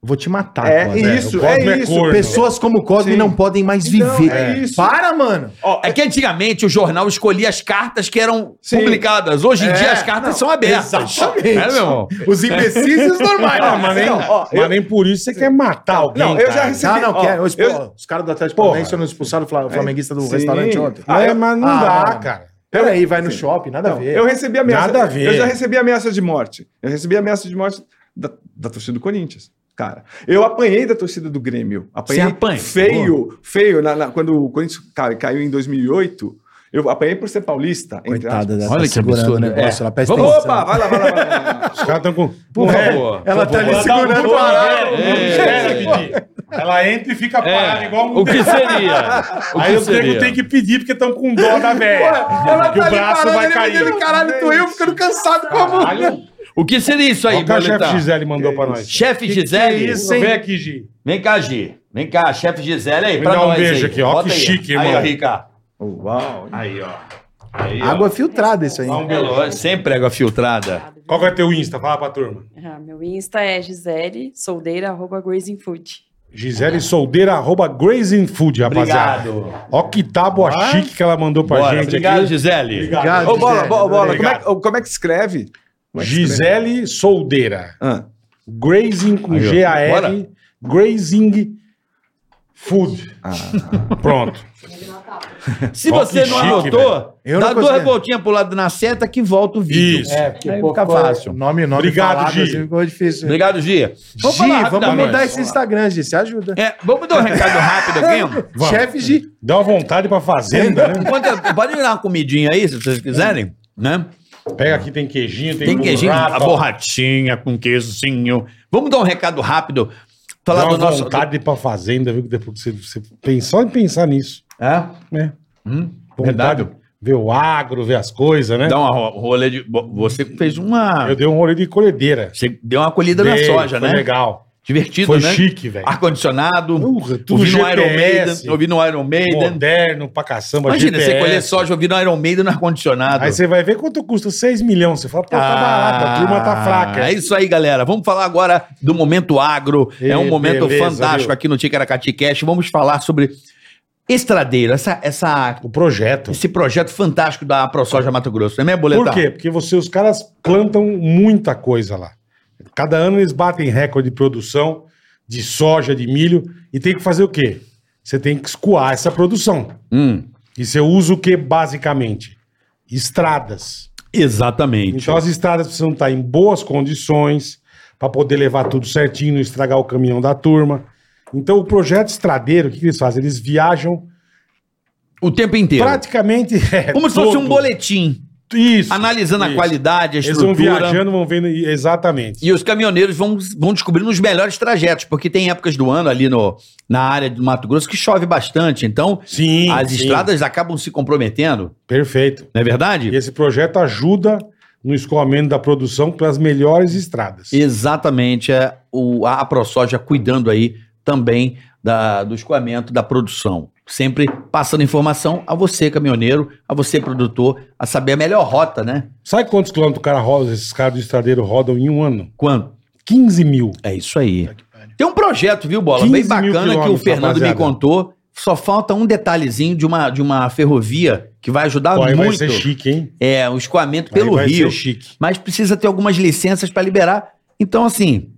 Eu vou te matar, É Ah, Cosme. isso, o Cosmo é é isso. corno. Pessoas como o Cosme Sim. não podem mais Então, viver. é isso. Para, mano. Ó, É que antigamente o jornal escolhia as cartas que eram Sim. publicadas. Hoje em É, dia as cartas são abertas. exatamente. É, meu irmão? Os imbecis e os normais. Ah, mas, nem, Não, ó, mas eu- nem por isso você quer matar alguém. Não, eu já cara. recebi- Ah, Não, não, Ó, quero. Os, eu- pô, os caras do Atlético Porra. Paranaense não expulsaram o fla- o flamenguista do Sim. restaurante ontem. Ah, Mas, eu- mas não Ah, dá, não. cara. Peraí, vai no shopping, nada a ver. Eu recebi ameaça. Nada a ver. Eu já recebi ameaça de morte. Eu recebi ameaça de morte da, da torcida do Corinthians. Cara, eu apanhei da torcida do Grêmio. Apanhei Você apanha? feio, feio. na- na- quando o Corinthians cai- caiu em 2008, eu apanhei por ser paulista. entre aspas. Coitada da Olha que absurdo, o negócio, é. ela tá presta Vamos- Opa, vai lá, vai lá, vai lá, vai lá. Os caras estão com. Por É, favor. Ela tá um ali segurando o né? arado. Espera, Didi. É, Ela entra e fica parada igual um O que seria? O Aí que os negros seria? têm que pedir porque estão com dó da velha. Ela Que tá o ali braço parada, vai ele cair. vendendo, Caralho, tô eu ficando cansado com a mão. Caralho. O que seria isso aí, Olha o que a Boletar? chefe Gisele mandou pra nós. Chefe Gisele? isso, hein? Vem aqui, Gi. Vem cá, Gi. Vem cá, chefe Gisele aí, Me pra dá um nós beijo aí. aqui, ó, Bota que aí. chique, aí, irmão. Ó, Rica. Oh, Uau. Aí, ó. Aí, ó. Água filtrada isso Ah, aí. É lógico, Sempre água filtrada. Qual que é teu Insta? Fala pra turma. Ah, meu Insta é Gisele Soldeira, arroba Grazingfood. Gisele Soldeira, arroba Grazing Food, rapaziada. Obrigado. Ó que tábua chique que ela mandou pra Bora, gente obrigado, aqui. Gisele. Ô, bola, bola, bola. Como é, Ah, Obrigado. que- como é que escreve? Como é que escreve? Gisele Soldeira. Ah, Grazing com Aí, ó. G-A-R. Grazing Food. Ah. Pronto. Se Ó, você que não chique, anotou, velho. Eu dá não duas consigo. voltinhas pro lado na seta que volta o vídeo. É. Isso. porque Aí fica fácil. Nome, nome Obrigado, falado, Gi. assim, ficou difícil. Obrigado, Gi. Vamos Gi, falar vamos rapidamente. mudar esse Instagram, Gi, se ajuda. É, vamos dar um recado rápido aqui. Vamos. Chefe Gi. Dá uma vontade pra É. fazenda, né? Enquanto, pode dar uma comidinha aí, se vocês quiserem, né? Pega aqui, tem queijinho, tem, Tem queijinho, burrata, a borratinha com queijozinho. Vamos dar um recado rápido. Dá Falar uma do nosso... vontade pra fazenda, viu? que Depois que você, você pensar em pensar nisso. É? É. tá. Hum, Vontade. verdade. Ver o agro, ver as coisas, né? Dá uma ro- rolê de... bo- Você fez uma... Eu dei um rolê de colhedeira. Você deu uma colhida na Dei, soja, foi né? legal. Divertido, Foi né? chique, velho. Ar-condicionado. Urra, tudo Ouvi no Iron GPS. Maiden. Ouvi no Iron Maiden. Moderno pra caçamba, Imagina, você GPS. colher soja ouvindo Iron Maiden no ar-condicionado. Aí você vai ver quanto custa 6 milhões. Você fala, pô, tá Ah, barato, a turma tá fraca. É isso aí, galera. Vamos falar agora do momento agro. é um Ê, momento beleza, fantástico viu? aqui no Ticaracati Cash. Vamos falar sobre Estradeiro, essa, essa, O projeto. esse projeto fantástico da ProSoja Mato Grosso, não é mesmo, Por Boletar? quê? Porque você, os caras plantam muita coisa lá. Cada ano eles batem recorde de produção de soja, de milho, e tem que fazer o quê? Você tem que escoar essa produção. Hum, E você usa o que basicamente? Estradas. exatamente. Então as estradas precisam estar em boas condições para poder levar tudo certinho, não estragar o caminhão da turma. Então o projeto estradeiro, o que que eles fazem? Eles viajam o tempo inteiro. praticamente. é, Como se fosse assim, todo- um boletim, Isso. analisando a isso. qualidade, a Eles vão estrutura. viajando, vão vendo. e- Exatamente. E os caminhoneiros vão, vão descobrindo os melhores trajetos, porque tem épocas do ano ali no, na área do Mato Grosso que chove bastante. Então, Sim. as sim. estradas acabam se comprometendo, Perfeito. não E é verdade? esse projeto ajuda no escoamento da produção para as melhores estradas. Exatamente. É o, a ProSoja cuidando aí também da, do escoamento da produção. Sempre passando informação a você, caminhoneiro, a você, produtor, a saber a melhor rota, né? Sabe quantos quilômetros o cara roda, esses caras do estradeiro rodam em um ano? Quanto? 15 mil. É isso aí. Tem um projeto, viu, Bola? 15 Bem mil bacana que o quilômetros, Fernando me rapaziada. contou. Só falta um detalhezinho de uma, de uma ferrovia que vai ajudar Pô, aí vai Ah, muito ser chique, hein? é, o escoamento Aí pelo vai Rio. ser chique. Mas precisa ter algumas licenças para liberar. Então, assim,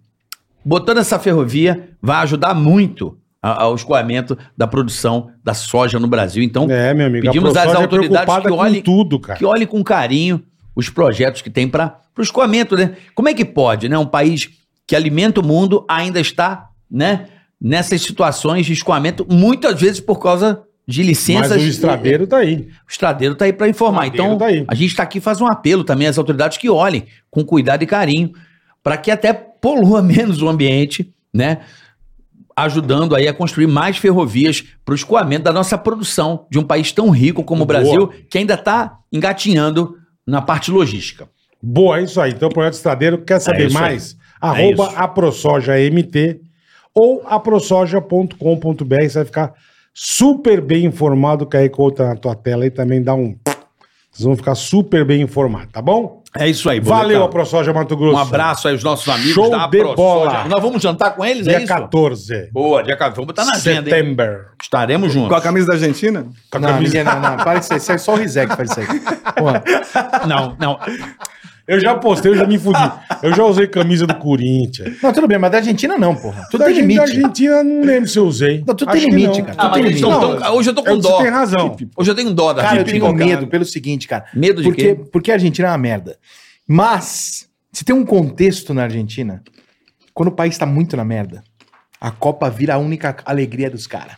botando essa ferrovia vai ajudar muito a- ao escoamento da produção da soja no Brasil. Então, É, meu amigo. Pedimos às ProSoja autoridades preocupada que olhem- com tudo, cara. É. que olhe com carinho os projetos que tem para o escoamento, né? Como é que pode, né? Um país que alimenta o mundo ainda está, né? Nessas situações de escoamento, muitas vezes por causa de licenças. Mas o estradeiro tá aí. O estradeiro tá aí para informar. Estradeiro Então, tá aí. a gente está aqui faz um apelo também às autoridades que olhem com cuidado e carinho para que até polua menos o ambiente, né? Ajudando aí a construir mais ferrovias para o escoamento da nossa produção de um país tão rico como o Boa. Brasil, que ainda está engatinhando na parte logística. Boa, é isso aí. Então, o projeto estradeiro, É quer saber isso aí. mais? Arroba aprosojamt ou aprosoja.com.br. Você vai ficar super bem informado. Que aí conta tá na tua tela e também dá um. Vocês vão ficar super bem informados, tá bom? É isso aí, Boletar. Valeu, AproSoja Mato Grosso. Um abraço aí aos nossos amigos Show da de bola. AproSoja. Nós vamos jantar com eles, é Dia isso? 14. Boa, dia 14. Vamos botar na agenda, hein? Setembro. Estaremos juntos. Com a camisa da Argentina? Com a Não, camisa- ninguém, não, não. Para de ser sério, só o Rizek que faz isso aí. Porra, Não, não. Eu já postei, eu já me fudi. Eu já usei camisa do Corinthians. Não, tudo bem, mas da Argentina não, porra. Tudo Da tem gente- limite. Da Argentina, não lembro se eu usei. Não, tudo tem Acho que limite, não. cara. Ah, mas eles tão tão- hoje eu tô com Eu- dó. Você tem razão. Hoje eu tenho dó da Cara, eu Argentina. tenho medo pelo seguinte, cara. Medo de porque, quê? porque a Argentina é uma merda. Mas, se tem um contexto na Argentina, quando o país tá muito na merda, a Copa vira a única alegria dos caras.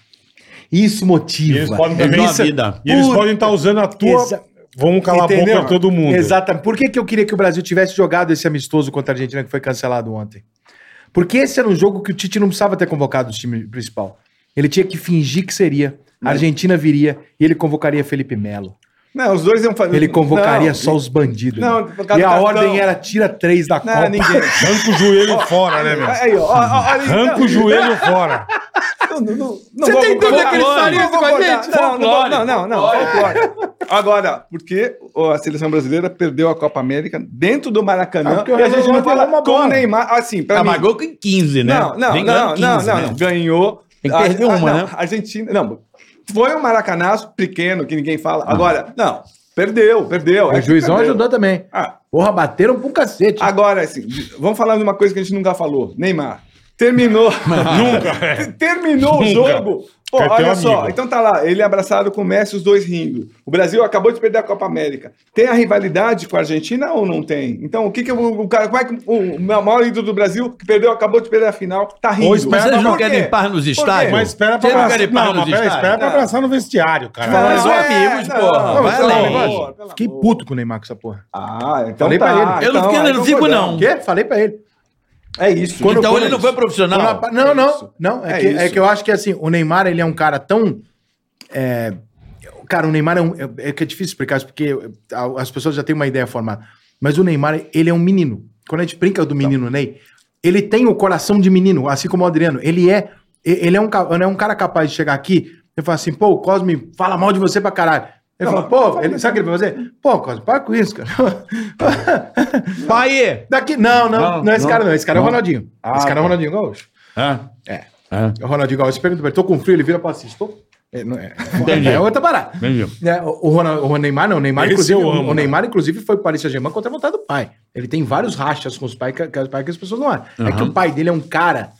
Isso E motiva. eles podem Eles também dão a ser- vida. E eles Puta. podem estar usando a tua. Exa- Vamos calar a Entendeu? boca pra todo mundo. Exatamente. Por que, que eu queria que o Brasil tivesse jogado esse amistoso contra a Argentina que foi cancelado ontem? Porque esse era um jogo que o Tite não precisava ter convocado o time principal. Ele tinha que fingir que seria. A Argentina viria e ele convocaria Felipe Melo. Não, os dois iam fazer. Ele convocaria Não, só os bandidos. Não, né? por causa E do a cartão. ordem era tira três da Não, Copa. ninguém. Arranca o joelho fora, né, meu? Aí, ó, ó, ó, olha aí, Arranca o joelho fora. Não, não, não, não vou concordar. Não vou concordar. Não, não, vou- não, não, não, folclore. Agora, porque ó, a seleção brasileira perdeu a Copa América dentro do Ah, Maracanã porque o Brasil não tem uma com bola. o Neymar, assim, pra mim... Amagou com 15, Tá né? Não, não, Vem não, ganhando não, 15, não, né? ganhou. ah, Tem que perder uma, não, né? Argentina, não, foi um maracanazo pequeno que ninguém fala. Agora, não, perdeu, perdeu. É O que juizão perdeu. ajudou também. Ah, Porra, bateram pra um cacete. Agora, assim, vamos falar de uma coisa que a gente nunca falou. Neymar. Terminou. Nunca. Terminou Nunca. o jogo. Pô, Quer ter um olha só. amigo. Então tá lá, ele abraçado com o Messi, os dois rindo. O Brasil acabou de perder a Copa América. Tem a rivalidade com a Argentina ou não tem? Então, o que que o, o cara, como é que o, o maior ídolo do Brasil que perdeu, acabou de perder a final, tá rindo. Ou espera Mas eles pra- não Por quê? querem paz nos quê? estádios? Mas espera pra Vocês não abraçar. querem paz Não, mas nos pera, espera estádios? pra abraçar no vestiário, cara. Não, Mas são é, amigos, não, porra. não, Vai pelo além. amor, pelo Fiquei amor. puto com o Neymar com essa porra. Ah, então Falei tá, pra ele. Eu não então, fiquei aí nervoso, não. O quê? Falei pra ele. É isso. Quando- Então quando ele não isso? foi profissional. Quando a- Não, não, isso. não. É, É que, é isso. que eu acho que assim, o Neymar, ele é um cara tão. é, cara, o Neymar é um. É, é que é difícil explicar isso, porque a- as pessoas já têm uma ideia formada. Mas o Neymar, ele é um menino. Quando a gente brinca do menino Ney, ele tem o coração de menino, assim como o Adriano. Ele é. e- Ele é um, ca- ele é um cara capaz de chegar aqui e falar assim, pô, o Cosme fala mal de você pra caralho. Ele Não, fala, pô, ele, sabe o que ele vai fazer? Pô, Cosme, para com isso, cara. Pai! Daqui, não, não, não, Não, é esse não. cara não, esse cara é o Ronaldinho. Ah, esse cara é tá. o Ronaldinho Gaúcho. Hã? É. Hã? um O Ronaldinho Gaúcho pergunta pra ele, tô com frio, ele vira pra assistir. Tô, É, não é. é outra parada. É, o, o Ronald- o Neymar não, o Neymar, Esse inclusive, eu amo, o né? Neymar, inclusive, foi para o Paris Saint-Germain contra a vontade do pai. Ele tem vários rachas com os pais que, que, os pais que as pessoas não acham. É que o pai dele é um cara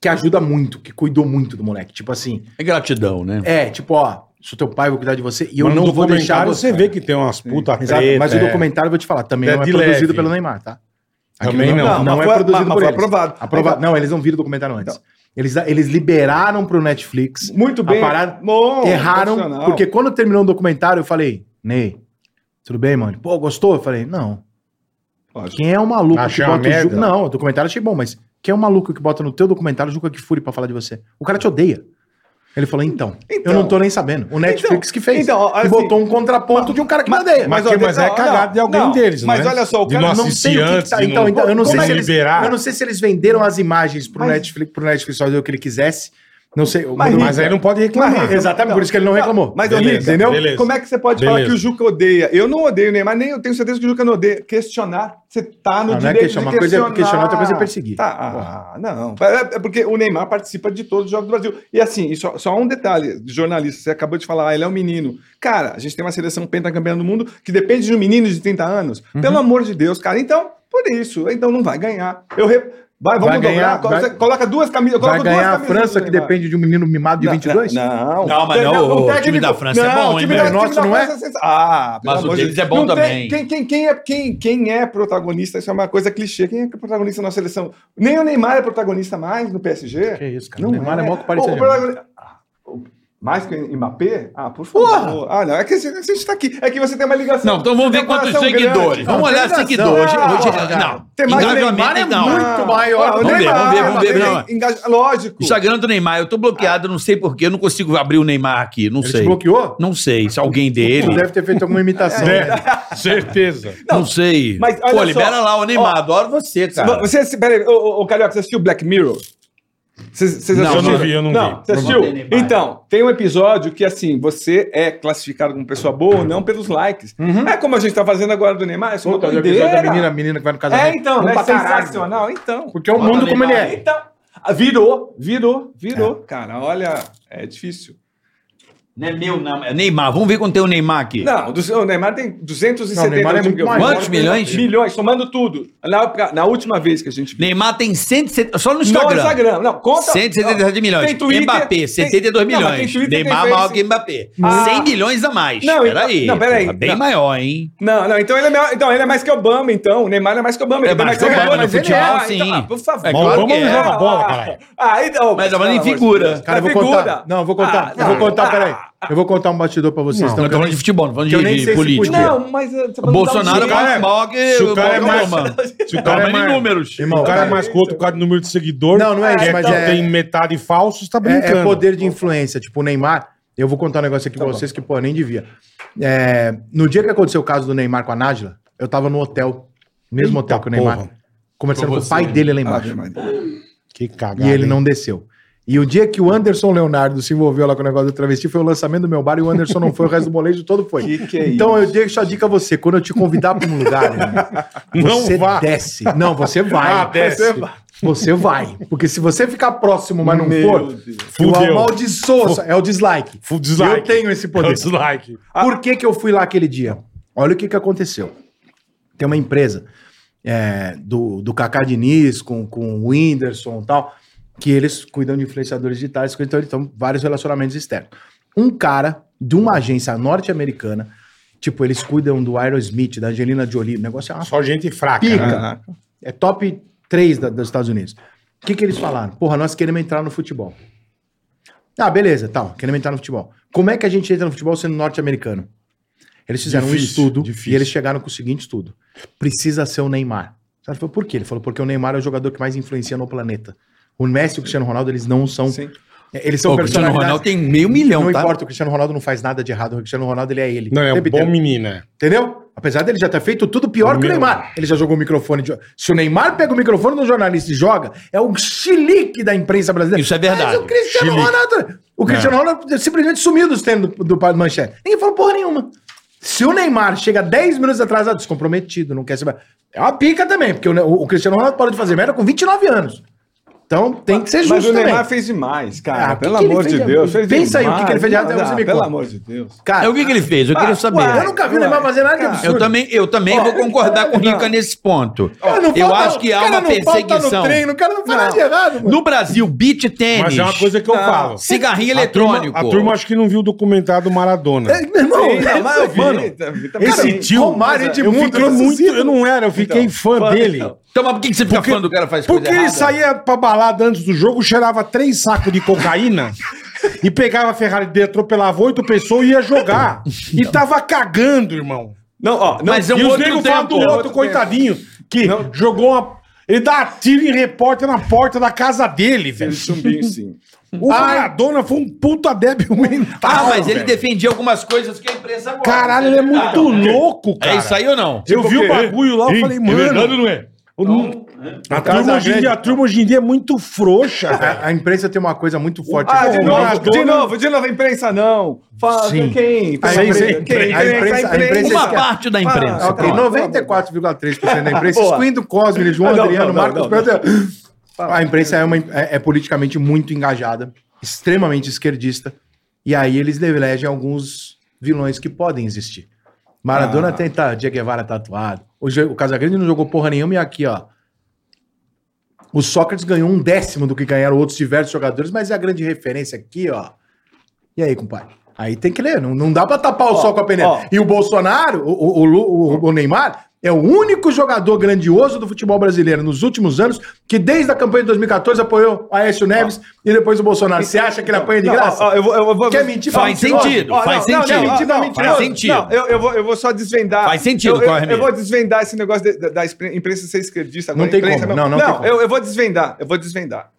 que ajuda muito, que cuidou muito do moleque. Tipo assim, É gratidão, né? é, tipo, ó, sou teu pai, vou cuidar de você e eu Mas no não vou deixar documentário você. Você vê que tem umas puta Exato, treta, mas o é. documentário, eu vou te falar, também É não é de produzido leve. pelo Neymar, tá? Também não, não. não, Mas é foi- produzido mas foi por eles. aprovado. Aprova- Não, eles não viram o documentário antes. Eles, eles liberaram pro Netflix. Muito bem. A parada- Bom, erraram, é um profissional. porque quando terminou o documentário, eu falei, Ney, tudo bem, mano? Pô, gostou? Eu falei, não. Lógico. Quem é o maluco Achei que uma bota o Ju- merda. Não, o documentário achei bom, mas quem é o maluco que bota no teu documentário o Juca Kifuri pra falar de você? O cara te odeia. Ele falou, então, Então. eu não tô nem sabendo. O Netflix que fez. então, que assim, botou um contraponto de um cara que me odeia. Mas, ó, que- mas não, é cagada não, de alguém não, deles, não mas é? olha só, o De cara nós não sei o que que antes tá. de Então, não- então, eu não de sei não se eles, liberar. eu não sei se eles venderam as imagens pro Mas- Netflix, pro Netflix fazer o que ele quisesse. Não sei. eu- Mas- Mas aí não pode reclamar. Exatamente, por isso que ele não reclamou. Mas Beleza, eu entendeu? beleza. Como é que você pode falar Beleza. que o Juca odeia? Eu não odeio o Neymar, nem eu tenho certeza que o Juca não odeia. Questionar, você tá no Não, não é direito questionar, de uma coisa é questionar. questionar, outra coisa é perseguir. Tá, ah, não. É é porque o Neymar participa de todos os jogos do Brasil. E assim, e só, só um detalhe, de jornalista, você acabou de falar, ah, ele é um menino. Cara, a gente tem uma seleção pentacampeã do mundo que depende de um menino de 30 anos. Uhum. Pelo amor de Deus, cara. Então, por isso, então não vai ganhar. Eu re- Vai, vamos Vai ganhar, dobrar. Coloca- vai- Coloca duas camisas. Vai coloca duas ganhar a camisetas França, do que Neymar. depende de um menino mimado de Não, 22? Não, Não, mas não, o time da França é bom, o hein, time velho? da- o time Nosso da não é? França sens- Ah, pelo Mas o amor de deles Deus. é bom Não também. tem- Quem, quem, quem, é, quem, quem é protagonista, isso é uma coisa clichê. Quem é protagonista na seleção? Nem o Neymar é protagonista mais no PSG. Que isso, cara. Não o Neymar é, maior que o Paris Ô, o Saint-Germain. protagonista- Ah, o- Mais que o Mbappé? Ah, por favor. Ah, não, é que a gente a gente tá aqui. É que você tem uma ligação. Não, então vamos ver Tem um quantos coração seguidores. grande. Vamos olhar os seguidores. Não, Hoje- cara. hoje- Não, Tem mais engajamento Neymar é não. muito maior Ah, que o o Vamos ver, Neymar, vamos ver, vamos ver, ele não. engaja- Lógico. Instagram do Neymar, eu tô bloqueado, não sei porquê, eu não consigo abrir o Neymar aqui, não Ele te sei. bloqueou? Não sei, se alguém dele. Ele deve ter feito alguma imitação. É, certeza. Não, sei. mas olha Pô, só. libera lá o Neymar, adoro você, cara. Você, assi- peraí, ô, ô, ô, Carioca, você assistiu Black Mirror? Vocês vocês Não, assistiram? eu não vi, eu não vi. Você assistiu? Não matei nem Então, tem um episódio que, assim, você é classificado como pessoa boa ou não pelos likes. É como a gente tá fazendo agora do Neymar, isso é uma Puta, o episódio da menina, a doideira. menina que vai no É, casamento. então, Bom é pra caralho. sensacional, então. Porque é o mundo como ele é. Então, ah, virou, virou, virou. Cara, olha, é difícil. Não é meu, não. É Neymar. Vamos ver quanto tem o Neymar aqui. Não, du- o Neymar tem 270 Não, o Neymar é muito milhões. maior. Quantos milhões? Milhões, somando tudo. Na, na última vez que a gente viu. Neymar tem 170. Só no No Instagram. Instagram. Não, conta. 177 milhões. Tem Twitter, Mbappé, tem- 72 Não, mas tem milhões. Twitter, tem Neymar maior Facebook. que Mbappé. Ah. 100 milhões a mais. Não, então- peraí. não, peraí. porra, Bem Não. maior, hein? Não, não, então ele, é maior- então ele é mais que Obama, então. O Neymar é mais que Obama. Ele É tem mais mais que Obama mas no ele futebol, ah, então, sim. ah, por favor. É Mas claro vamos que é. joga bola, caralho. Ah, então, Mas Obama em pelo amor de figura. Deus. Cara, eu Na vou contar. Não, eu vou contar. É Ah, eu vou não. contar, Ah, peraí. Eu vou contar um bastidor pra vocês. Não, então, Não, que estamos eu- falando de futebol, não falando que eu nem de, sei de se política. podia. Não, mas... eh, você pode Bolsonaro dar é um cara mais é- maior que se o cara é Obama. mais- Se o cara é Calma em mais, números. se o cara é Irmão, mais curto por causa do número de seguidor, Não, não é isso, que mas que é- tem metade falso, você tá é, brincando. é poder de influência. Tipo, o Neymar. Eu vou contar um negócio Tá aqui pra vocês que, pô, nem devia. É, no dia que aconteceu o caso do Neymar com a Nájila, eu tava no hotel. Mesmo hotel que o Neymar. porra. Conversando Com com o você. pai dele lá Ah, embaixo. Ave Maria. Que cagada. E ele hein? não desceu. E o dia que o Anderson Leonardo se envolveu lá com o negócio do travesti foi o lançamento do meu bar e o Anderson não foi, o resto do molejo todo foi. Que que é então eu deixo a dica a você, quando eu te convidar para um lugar, irmão, Não você vá. desce. Não, você vai. Ah, desce. Você vai. Você vai. Porque se você ficar próximo, mas não Meu for, Deus. tu Fudeu. amaldiçoa. É o dislike. Full dislike. Eu tenho esse É o poder. dislike. Por que, que eu fui lá aquele dia? Olha o que, que aconteceu. Tem uma empresa é, do, do Cacá Diniz com, com o Whindersson e tal, que eles cuidam de influenciadores digitais, então eles têm vários relacionamentos externos. Um cara de uma agência norte-americana, tipo, eles cuidam do Aerosmith, da Angelina Jolie, o negócio é uma Só gente fraca. Pica. né? Caraca. é top 3 da- dos Estados Unidos. O que, que eles falaram? Porra, nós queremos entrar no futebol. Ah, beleza, tal, queremos entrar no futebol. Como é que a gente entra no futebol sendo norte-americano? Eles fizeram um Difícil, estudo difícil. e eles chegaram com o seguinte estudo: precisa ser o Neymar. O cara falou, por quê? Ele falou, porque o Neymar é o jogador que mais influencia no planeta. O Messi e o Cristiano Ronaldo, eles não são. É, Sim. Eles são Pô, o Cristiano personalidades- Ronaldo tem meio milhão, Não tá? importa, o Cristiano Ronaldo não faz nada de errado. O Cristiano Ronaldo, ele é ele. Não, é um Tempo bom inteiro. menino, é. Entendeu? Apesar dele já ter feito tudo pior que o Meu. Neymar. Ele já jogou o microfone. de- Se o Neymar pega o microfone do jornalista e joga, é um chilique da imprensa brasileira. Isso é verdade. Mas o Cristiano Chilique. Ronaldo. O Cristiano Ronaldo é simplesmente sumiu dos tênis do, do manchete. Ninguém falou porra nenhuma. Se o Neymar chega 10 minutos atrás, ah, É descomprometido, não quer saber. É uma pica também, porque o, o Cristiano Ronaldo parou de fazer merda com 29 anos. Então, Então tem que ser justo Mas o também. Neymar fez demais, cara. Ah, o que pelo que ele amor fez de de- Deus. fez Pensa aí o demais. que que ele fez de errado, Não você dá, me Pelo conta. amor de Deus. Cara, É o que, que ele fez? Eu Ah, queria saber. eu nunca vi o Neymar fazer nada de absurdo. Eu também, eu também vou concordar com o Rica nesse ponto. Cara, não eu falta- acho que há o cara uma não falta perseguição. No treino, o cara não faz nada de errado, mano. No Brasil, beat tênis. Mas é uma coisa que eu falo. Cigarrinho A turma- eletrônico. A turma, acho que não viu o documentário do Maradona. É, meu irmão, Sim, mas eu vi, mano, tá- tá- Esse cara, tio. Romário, é eu Edmundo, fiquei esses muito. Eu não era, eu fiquei Então, fã dele. Então, mas por que que você fica Porque- falando do cara faz Porque coisa ele errada? saía pra balada antes do jogo, cheirava três sacos de cocaína e pegava a Ferrari dele, atropelava oito pessoas e ia jogar. E tava cagando, irmão. Não, ó, não, Mas é um e os outro negros tempo. falam do outro, Outro coitadinho, que Não. jogou uma. Ele dá tiro em repórter na porta da casa dele, Ele velho. subiu sim. O Maradona foi um puta débil mental. Ah, mas ele velho. defendia algumas coisas que a imprensa gosta. tá Caralho, ele é muito louco, cara. É isso aí ou não? Eu vi o quê? bagulho lá, eu falei, mano. não é? o- a, Casa turma hoje em Grande. dia, a turma hoje em dia é muito frouxa, velho. A, a imprensa tem uma coisa muito forte. Ah, de Bom, novo, Maradona- de novo, de novo, a imprensa não. Fala, Sim. quem? A imprensa- quem? a imprensa- a imprensa- Uma Vocês- parte da imprensa. Ah, Ok, Pronto. 94,3% da imprensa, Boa. excluindo Cosme, João Não, Adriano, não, não, Marcos não, Pereira. A imprensa é, uma, é, é politicamente muito engajada, extremamente esquerdista, e aí eles elegem alguns vilões que podem existir. Maradona Ah. tem tá, Che Guevara tatuado. O, Jo- o Casagrande não jogou porra nenhuma e aqui, ó. O Sócrates ganhou um décimo do que ganharam outros diversos jogadores, mas é a grande referência aqui, ó. E aí, compadre? Aí tem que ler, não, não dá pra tapar o Ó, sol com a peneira. ó. E o Bolsonaro, o, o- o Lu- o- o Neymar, é o único jogador grandioso do futebol brasileiro nos últimos anos que, desde a campanha de 2014, apoiou o Aécio Neves e depois o Bolsonaro. Você acha que ele apanha de Não, graça? Então, ó, ó, eu vou- eu vou- Quer mentir? Faz pra mentiroso? sentido, Ó, faz não, não, sentido. não, Mentira, não, mentira. Faz sentido. Não, eu, eu vou, eu vou só desvendar. Faz sentido, eu, eu, Corre eu vou desvendar esse negócio de- da, da expre- imprensa ser esquerdista. Não tem imprensa como, não, não tem como. eu, eu vou desvendar, eu vou desvendar.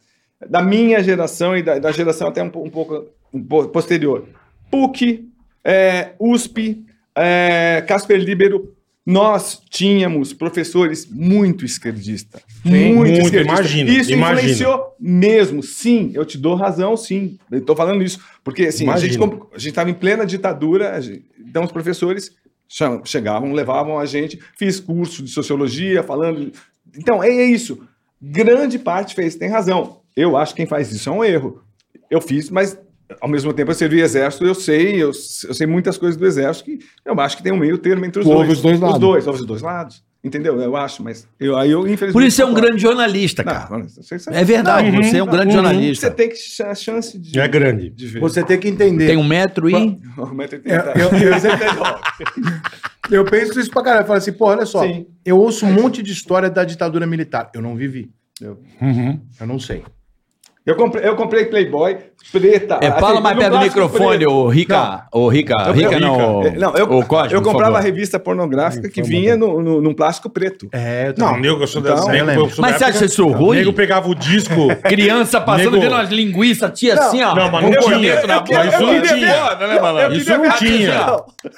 Da minha geração e da, da geração até um, po- um pouco um po- posterior. PUC, é, USP, é, Casper Libero, nós tínhamos professores muito esquerdistas. Sim, muito, muito, esquerdista. imagina, Isso imagina. influenciou mesmo, sim. Eu te dou razão, sim. Eu tô falando isso. Porque, assim, a Imagina. gente, comp- a gente tava em plena ditadura, a gente- então os professores cham- chegavam, levavam a gente, fiz curso de sociologia, falando. Então, é, é isso. Grande parte fez, tem razão. Eu acho que quem faz isso é um erro. Eu fiz, mas ao mesmo tempo eu servi exército, eu sei, eu, eu sei muitas coisas do exército que eu acho que tem um meio termo entre os Houve dois. os dois lados. Os dois, houve os dois lados. Entendeu? Eu acho, mas eu, aí eu infelizmente. Por isso é um concordo. grande jornalista, cara. Não, mas você sabe. É verdade, Não, você é um uhum, grande uhum. Você jornalista. tem que ch- a chance de, É grande. de ver. Você tem que entender. Tem um metro Uhum. e... Um metro e É, Eu, oitenta. eu- eu sempre- eu penso isso pra caralho. Eu falo assim, porra, olha só. Sim. Eu ouço um monte de história da ditadura militar. Eu não vivi. Uhum. Eu não sei. Eu comprei, eu comprei Playboy preta. É, assim, fala mais no perto do plástico microfone, preto. ô Rica. Ô Rica, Eu- Rica eu- não. É, Não, eu, ô Cosme, eu por comprava favor. revista pornográfica que Foi vinha no, no- num plástico preto. É, eu Não, nego, eu sou Então, dessa eu época, lembro. eu sou Mas da você época- acha isso O nego ruim? pegava o disco. Criança passando Nego- vendo umas linguiças, tia assim, ó. Não, mas não com tinha. corneto na Eu- boca. eu- isso não tinha.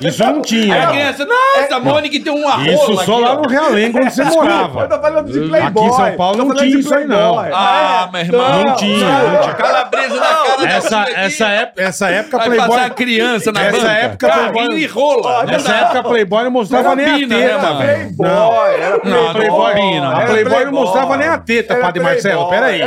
Isso não tinha. Isso não Aí a é tinha. criança, É, nossa, a Mônica tem um arroz. Isso só lá no Realengo onde você Eu morava. tô falando de Playboy. Aqui em São Paulo tô não falando tinha de isso aí, não. Playboy. Ah, meu irmão. É, Não tinha, não, não tinha. Calabresa na cara da Essa, Chiquinha. essa, época, essa época, Vai passar a Playboy. criança na Essa banca. época, Carrinho Playboy- e rola. Não Nessa dá. época, Playboy não mostrava Era nem a pina, né, teta, mano? velho. Playboy, Não. era Não, não Playboy, combina, a era Playboy não Playboy. mostrava nem a teta, Padre Marcelo. Peraí.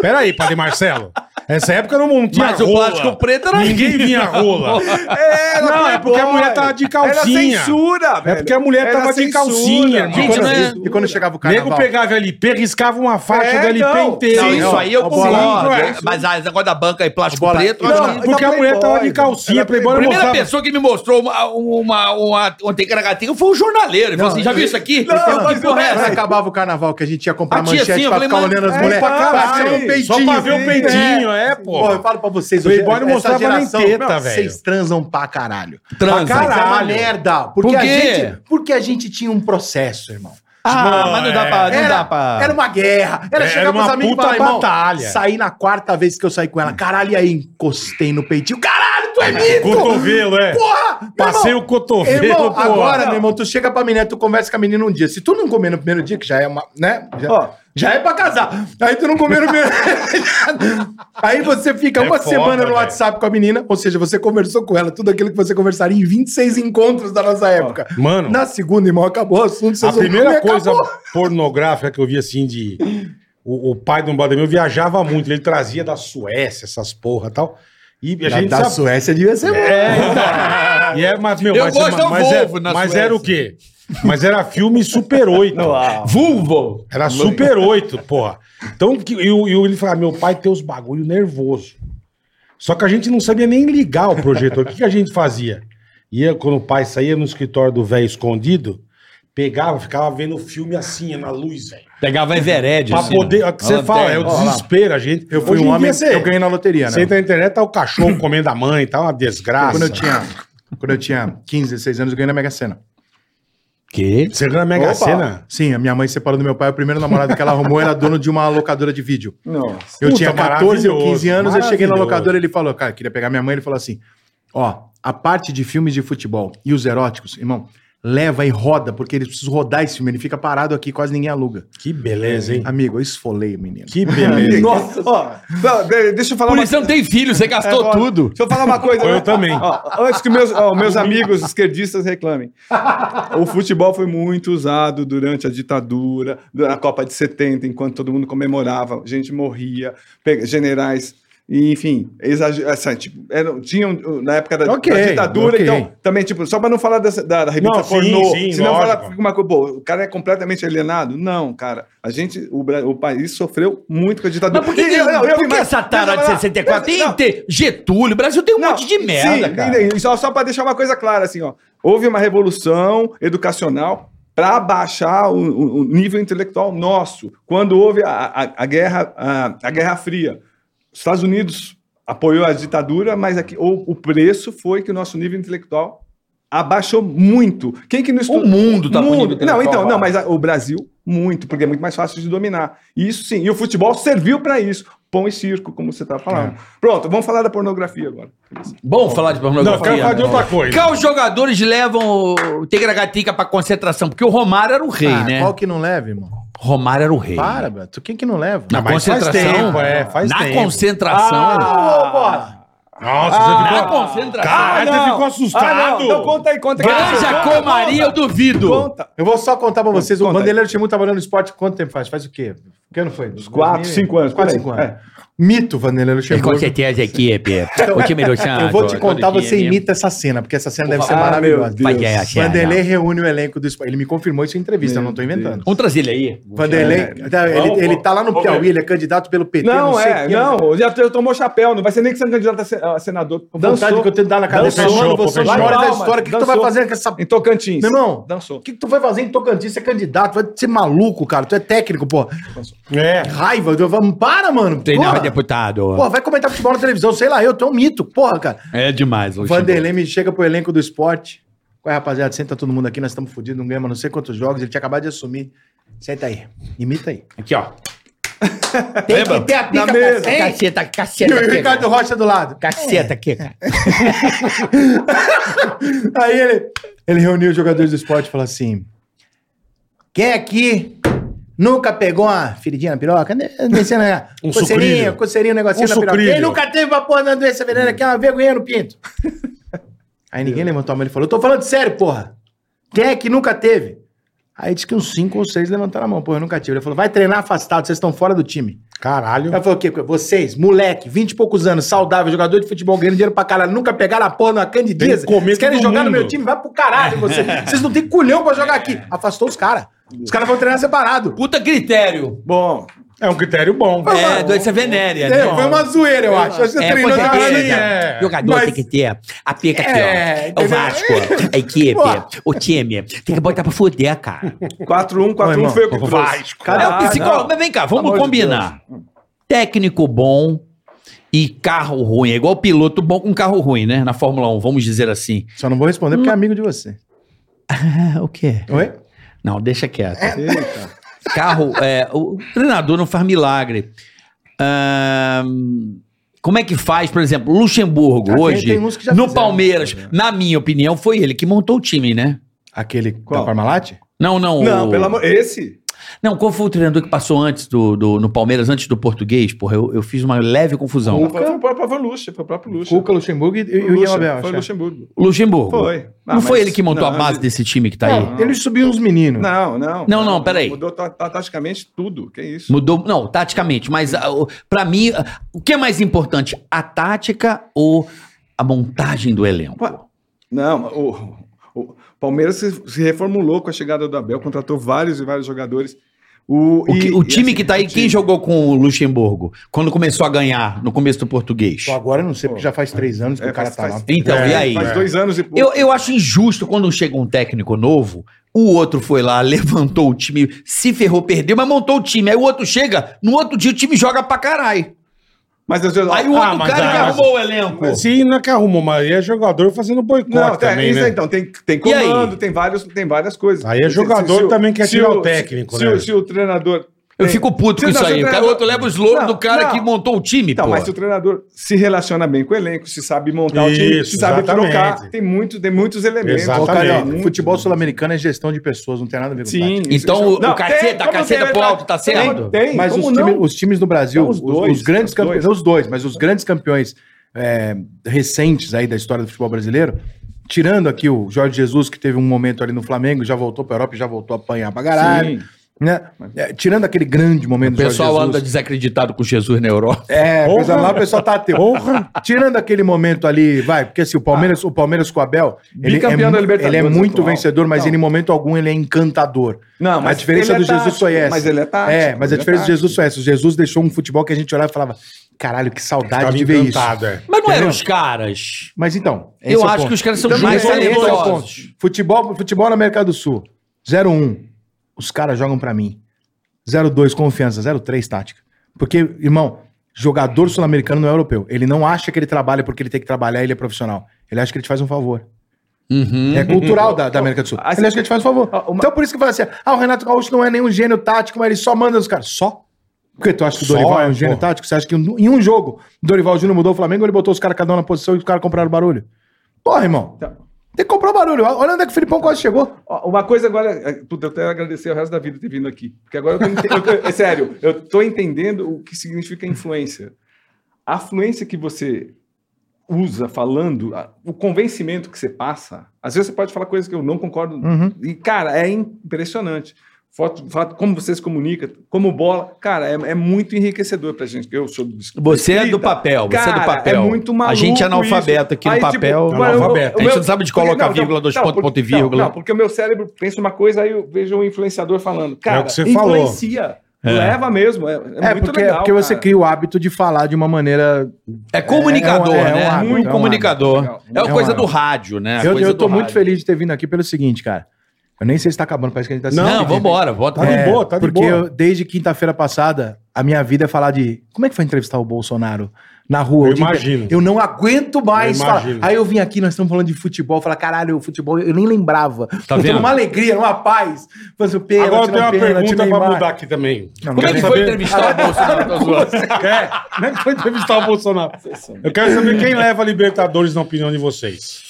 Peraí, Padre Marcelo. Essa época não montia Mas o rola. plástico preto era Ninguém vinha rola. Era Não, é porque a Playboy. mulher tava de calcinha. É Era censura, velho. porque a mulher Era né? tava de censura. calcinha, irmão. E Gente, quando, não é- e quando chegava o Nego carnaval? pegava LP, riscava uma faixa É, do LP não. inteira. Não, Sim, isso aí eu Sim, concordo. é. Mas esse negócio da banca aí, plástico Bola- preto, eu Não, é acho que- Porque a Era mulher tava de Playboy, calcinha, era Playboy A não primeira mostrava. pessoa que me mostrou uma, uma, uma, uma tegragatinga foi um jornaleiro. Ele falou assim, já viu isso aqui? Eu Não, falei, mas que porra é quando essa? acabava o carnaval, que a gente ia Ah, comprar A tia, manchete assim, eu pra falei, ficar mas- olhando as é, mulheres. pra caralho. Pra ver o peitinho. Só pra ver o peitinho, é, pô. um Pô, eu falo pra vocês, Playboy hoje- é não essa mostrava nem geração- teta, Não, velho. Vocês transam pra caralho. Transa. Pra caralho. é uma Caralho. merda. Porque, Por a quê? gente, porque a gente tinha um processo, irmão. Ah, mas não dá pra... Não Era, dá pra... era uma guerra. Era Ah. É, Era chegar pros uma amigos e puta falar, irmão, batalha. saí na quarta vez que eu saí com ela. Caralho, e aí encostei no peitinho. Caralho, tu é mito! Cotovelo, é. Porra! meu Passei irmão. o cotovelo, Irmão, porra. agora, meu irmão, tu chega pra menina, tu conversa com a menina um dia. Se tu não comer no primeiro dia, que já é uma, né? Já, Ó. já é pra casar. Aí tu não comer no primeiro Aí você fica É uma foda, semana no velho. WhatsApp com a menina, ou seja, você conversou com ela, tudo aquilo que você conversaria em 26 encontros da nossa época. Mano. Na segunda, irmão, acabou o assunto. vocês A vão primeira comer, coisa acabou. pornográfica que eu vi assim de. o, o pai do Vladimir viajava muito, ele trazia da Suécia essas porra e tal. E a Da, gente da sabe- Suécia devia ser bom. É, então. E é, mas, meu, Eu mas, gosto da mas, Volvo é- na mas Suécia. era o quê? Mas era filme Super 8. Vulvo! Era Super 8, porra. Então, que- e o- e o- ele falava, "Ah, meu pai tem os bagulho nervoso. Só que a gente não sabia nem ligar o projetor. O que, que a gente fazia? Ia, quando o pai saía no escritório do velho escondido, pegava, ficava vendo o filme assim, na luz, velho. Pegava Evered. Pra né? assim, poder. ó. é o que você Lanterna. fala, é o desespero, a gente. Eu fui Hoje um em homem, dia Você, eu ganhei na loteria, você né? entra na internet, tá o cachorro comendo a mãe, tá uma desgraça. Quando eu tinha, quando eu tinha 15, 16 anos, eu ganhei na Mega Sena. Que? Você ganha a Mega Opa. Sena? Sim, a minha mãe separou do meu pai, o primeiro namorado que ela arrumou era dono de uma locadora de vídeo. Nossa. Eu Puta, tinha 14 ou maravilhoso, 15 anos, eu cheguei na maravilhoso. locadora ele falou, cara, eu queria pegar minha mãe, ele falou assim, ó, a parte de filmes de futebol e os eróticos, irmão, leva e roda, porque eles precisam rodar esse filme, ele fica parado aqui, quase ninguém aluga. Que beleza, hein? Amigo, eu esfolei o menino. Que beleza. Nossa. deixa eu falar Por isso você não tem filho, você gastou É, Agora, tudo. Deixa eu falar uma coisa. Eu né? também. Ó, antes que meus, ó, meus amigos esquerdistas reclamem. O futebol foi muito usado durante a ditadura, na Copa de 70, enquanto todo mundo comemorava, gente morria, pe- generais. e, Enfim, exage- assim, tipo, eram- tinham uh, na época da, Ok, da ditadura, ok. então, também, tipo, só para não falar dessa, da, da revista Não, sim, pornô, sim, senão lógico. fala, fica uma coisa, pô, o cara é completamente alienado? Não, cara, a gente, o, Bra- o país sofreu muito com a ditadura. Mas por que, E eu- eu- eu- por que mas- essa tara mas- de 64? Tem não, tem Getúlio, o Brasil tem um monte de merda, sim, cara. e- e Só, só para deixar uma coisa clara, assim, ó. Houve uma revolução educacional para baixar o, o- o nível intelectual nosso. Quando houve a, a, a guerra, a, a Guerra Fria, os Estados Unidos apoiou a ditadura, mas aqui o, o preço foi que o nosso nível intelectual abaixou muito. Quem que não estudou? O mundo tá com nível mundo. Não, intelectual então, não, baixo. mas a- o Brasil, muito, porque é muito mais fácil de dominar. Isso sim. E o futebol serviu para isso. Pão e circo, como você tá falando. Pronto, vamos falar da pornografia agora. Bom falar de Não, eu pornografia. quero falar de outra coisa. Qual os jogadores levam o Tegragatica pra concentração? Porque o Romário era o rei, Ah, né? Qual que não leva, irmão? Romário era o rei. Para, Beto, quem que não leva? Na Ah, mas faz concentração. tempo, é, faz na tempo. concentração. Ah, Nossa, você na ficou. concentração. Caralho, você ficou Ah, assustado. não, então conta aí, conta aí. Granja Conta, Comaria, eu duvido. Conta. Eu vou só contar pra vocês, Conta o aí. Bandeirão tinha muito trabalhando no esporte, quanto tempo faz? Faz o quê? Que ano foi? Uns quatro, cinco anos, por 4, aí. É. 5 anos. Mito, Vanderlei Luxemburgo. certeza aqui, Pepe. O time do Santos, Eu vou te contar, todo você time. é imita essa cena, porque essa cena deve ser Ah, maravilhosa. meu Deus. Vai, é, é, é, Vanderlei reúne o elenco do esporte. Ele me confirmou isso em entrevista, Meu eu não tô inventando. Vamos trazer ele aí. Vanderlei, ele, ele tá lá no Piauí, ele é candidato pelo PT, Não, sei é, quem. né? não, já já tomou chapéu, não vai ser nem que você é um candidato a se- a senador. Vontade que eu tenho de dar na cabeça. Dançou, Mano, você fechou. chora da Palmas, história. O que, que tu dançou. vai fazer com essa... Em Tocantins. Meu irmão, o Dançou. que, que tu vai fazer em Tocantins? Você é candidato, vai ser maluco, cara. Tu é técnico, pô. É. Raiva, eu- vamos- para, mano. Treinava Porra. deputado. Pô, vai comentar futebol na televisão, sei lá, eu tô um mito, porra, cara. É demais, O Luxemburgo. Vanderlei me chega pro elenco do esporte. Qual é, rapaziada? Senta todo mundo aqui, nós estamos fodidos, não ganhamos não sei quantos jogos, ele tinha acabado de assumir. Senta aí, imita aí. Aqui, ó. Tem que ter a pica Na pra mesa. frente. Caceta, E Tá caceta. o aqui, Ricardo Rocha do lado. Caceta aqui, cara. Aí ele, ele reuniu os jogadores do esporte e falou assim: Quem aqui nunca pegou uma feridinha na piroca? Né, Descendo aí, Um coceirinha, sucrilho. coceirinha, um negocinho Um na piroca. sucrilho. Quem nunca teve uma porra da doença veneno aqui, é uma vergonha no pinto. Aí ninguém levantou a mão, ele falou: Tô falando sério, porra. Quem é que nunca teve? Aí disse que uns cinco ou seis levantaram a mão, porra, eu nunca tive. Ele falou: Vai treinar afastado, vocês estão fora do time. Caralho. Ela falou o quê? Vocês, moleque, 20 e poucos anos, saudável, jogador de futebol, ganhando dinheiro pra caralho, nunca pegaram a porra numa Tem candideza. que comer Vocês querem todo jogar no mundo. meu time? Vai pro caralho vocês. Vocês não tem culhão pra jogar aqui. Afastou os caras. Os caras vão treinar separado. Puta critério. Bom, É um critério bom. É, doença venérea, né? É, foi uma zoeira, eu acho. Acho que você É, treinou pois é, já beleza. ali, é. Jogador Mas- tem que ter a pica aqui, É, ó. O entendeu? Vasco, a equipe, Pô. o time. Tem que botar pra foder, cara. 4-1, 4-1 irmão, foi o que trouxe. É o Ah, psicólogo. não. Mas vem cá, Pelo vamos amor de combinar. Técnico bom e carro ruim. É igual piloto bom com carro ruim, né? Na Fórmula 1, vamos dizer assim. Só não vou responder porque é amigo de você. Ah, o quê? Oi? Não, deixa quieto. Carro, é, o treinador não faz milagre. Ahn, como é que faz, por exemplo, Luxemburgo Ah, tem- hoje, tem uns que já no fizeram, Palmeiras, né? na minha opinião, foi ele que montou o time, né? Aquele Qual? da Parmalat? Não, não. Não, o- pelo amor. Esse? Não, qual foi o treinador que passou antes do, do- no Palmeiras, antes do português? Porra, eu, eu fiz uma leve confusão. Foi, foi o próprio Lucha, foi o próprio Lucha. Cuca, Luxemburgo e, e Foi o o Ian Lucha, Foi Abel. o acho. é. Luxemburgo. Luxemburgo. Foi. Ah, Não foi ele que montou a base desse time que tá aí? Ele subiu uns meninos. Não, não. Não, não, peraí. Mudou ta- ta- taticamente tudo, que isso. Mudou, não, taticamente, mas ah, o- pra mim, ah, o que é mais importante, a tática ou a montagem do elenco? Não, o, o Palmeiras se, se reformulou com a chegada do Abel, contratou vários e vários jogadores. O, O, que- e- o e time assim, que tá aí, o quem time- jogou com o Luxemburgo? Quando começou a ganhar, no começo do português? Só agora eu não sei, porque já faz três anos que É, o cara faz- tá faz- lá. Então, É, e aí? Faz dois anos e pouco. Eu, eu acho injusto quando chega um técnico novo, o outro foi lá, levantou o time, se ferrou, perdeu, mas montou o time. Aí o outro chega, no outro dia o time joga pra caralho. Mas às vezes- Aí o Ah, outro mas cara dá, que mas- arrumou o elenco. Sim, não é que arrumou, mas é jogador fazendo boicote Não, tem- também, isso né? então, tem, tem E aí? comando, tem, vários, tem várias coisas. Aí é Se- jogador se- se também quer se tirar o técnico, se, né? o- se o treinador... Eu tem- fico puto com Você isso não, aí. você O cara- não- outro leva os louros não, do cara não. que montou o time, Então, pô. mas se o treinador se relaciona bem com o elenco, se sabe montar o time, Isso, se sabe exatamente. trocar, tem, muito, tem muitos elementos. Ó, Exatamente. cara, ó, Muito. futebol sul-americano é gestão de pessoas, não tem nada a ver com Sim. tática. isso- Então, isso- o- o caceta- a como caceta tem, pro tá- alto tá certo? Tem, tem, Mas os, como time- não? os times do Brasil, Então, os os, dois, os grandes os campeões, dois. os dois, mas os grandes campeões é, recentes aí da história do futebol brasileiro, tirando aqui o Jorge Jesus, que teve um momento ali no Flamengo, já voltou pra Europa e já voltou a apanhar pra caralho, Sim. né? É, tirando aquele grande momento O pessoal Jorge anda Jesus. desacreditado com Jesus na Europa. É, Porra! coisa lá, o pessoal tá ateu. Porra! Tirando aquele momento ali, vai, porque assim, o Palmeiras, o Palmeiras com o Abel, ele é, Bicampeão da mu- ele é Libertadores muito atual. vencedor, mas Não. ele em momento algum ele é encantador. Não, a diferença ele do é tático, Jesus só é essa. Mas ele é tático. é, mas a ele diferença do tático. Jesus só é essa. O Jesus deixou um futebol que a gente olhava e falava, caralho, que saudade Tava de ver isso. Tá encantado, é. Mas não eram Entendeu? os caras. Mas então, esse é eu o acho ponto. que os caras são Também mais é, esse é o talentosos. futebol, futebol na América do Sul, 0-1, os caras jogam pra mim. 0-2, confiança, 0-3, tática. Porque, irmão, jogador sul-americano não é europeu. Ele não acha que ele trabalha porque ele tem que trabalhar, ele é profissional. Ele acha que ele te faz um favor. Uhum. É Uhum. cultural da, da América do Sul. Assim Ele acha que ele te faz um favor. Então por isso que fala assim: ah, o Renato Gaúcho não é nenhum gênio tático, mas ele só manda os caras. Só? Porque tu acha que o Só, Dorival é um é, gênio porra. tático? Você acha que em um jogo o Dorival Júnior mudou o Flamengo, ele botou os caras cada um na posição e os caras compraram barulho? Porra, irmão. Tá. Tem que comprar o barulho. Olha onde é que o Filipão quase chegou. Ó, Uma coisa agora, é, puta, eu até agradecer o resto da vida ter vindo aqui. Porque agora eu tô, ente- eu tô- é sério, eu tô entendendo o que significa influência. A fluência que você usa falando, a- o convencimento que você passa, às vezes você pode falar coisas que eu não concordo. Uhum. E, cara, é impressionante. Foto, fato, como você se comunica, como bola, cara, é, é muito enriquecedor pra gente. Eu sou do Você é do Escrita. papel, você é do Cara, papel. é muito maluco A gente é analfabeto isso. aqui no Aí, tipo, papel. vai, eu- Analfabeto. eu- a gente não sabe de porque- colocar não, vírgula, não, dois não, pontos, porque- ponto e não, vírgula. Não, porque o meu cérebro pensa uma coisa, aí eu vejo um influenciador falando. Cara, o que você influencia. Leva mesmo. É, É, é muito porque, legal, porque você cara. cria o hábito de falar de uma maneira. É comunicador, É, é um- é um né? hábito, muito é um comunicador. hábito. É uma É um coisa do hábito. rádio, né? eu, Coisa eu do tô muito rádio. feliz de ter vindo aqui pelo seguinte, cara. Eu nem sei se tá acabando, parece que a gente tá se Não, despedindo. vambora, volta. Tá de boa, tá de É, porque boa. eu, desde quinta-feira passada, a minha vida é falar de. Como é que foi entrevistar o Bolsonaro na rua? Eu O dia inteiro? imagino. Eu não aguento mais Eu falar. imagino. Aí eu vim aqui, nós estamos falando de futebol. Falar, caralho, o futebol, eu nem lembrava. Tá eu tô vendo? numa alegria, numa paz. Mas o pênalti, Agora tem não uma pênalti, pergunta pra Neymar. mudar aqui também. Não, Como é que quero foi saber. entrevistar o Tá Bolsonaro? Tô zoando. É, como é que foi entrevistar o Bolsonaro? Eu quero saber quem leva a Libertadores na opinião de vocês.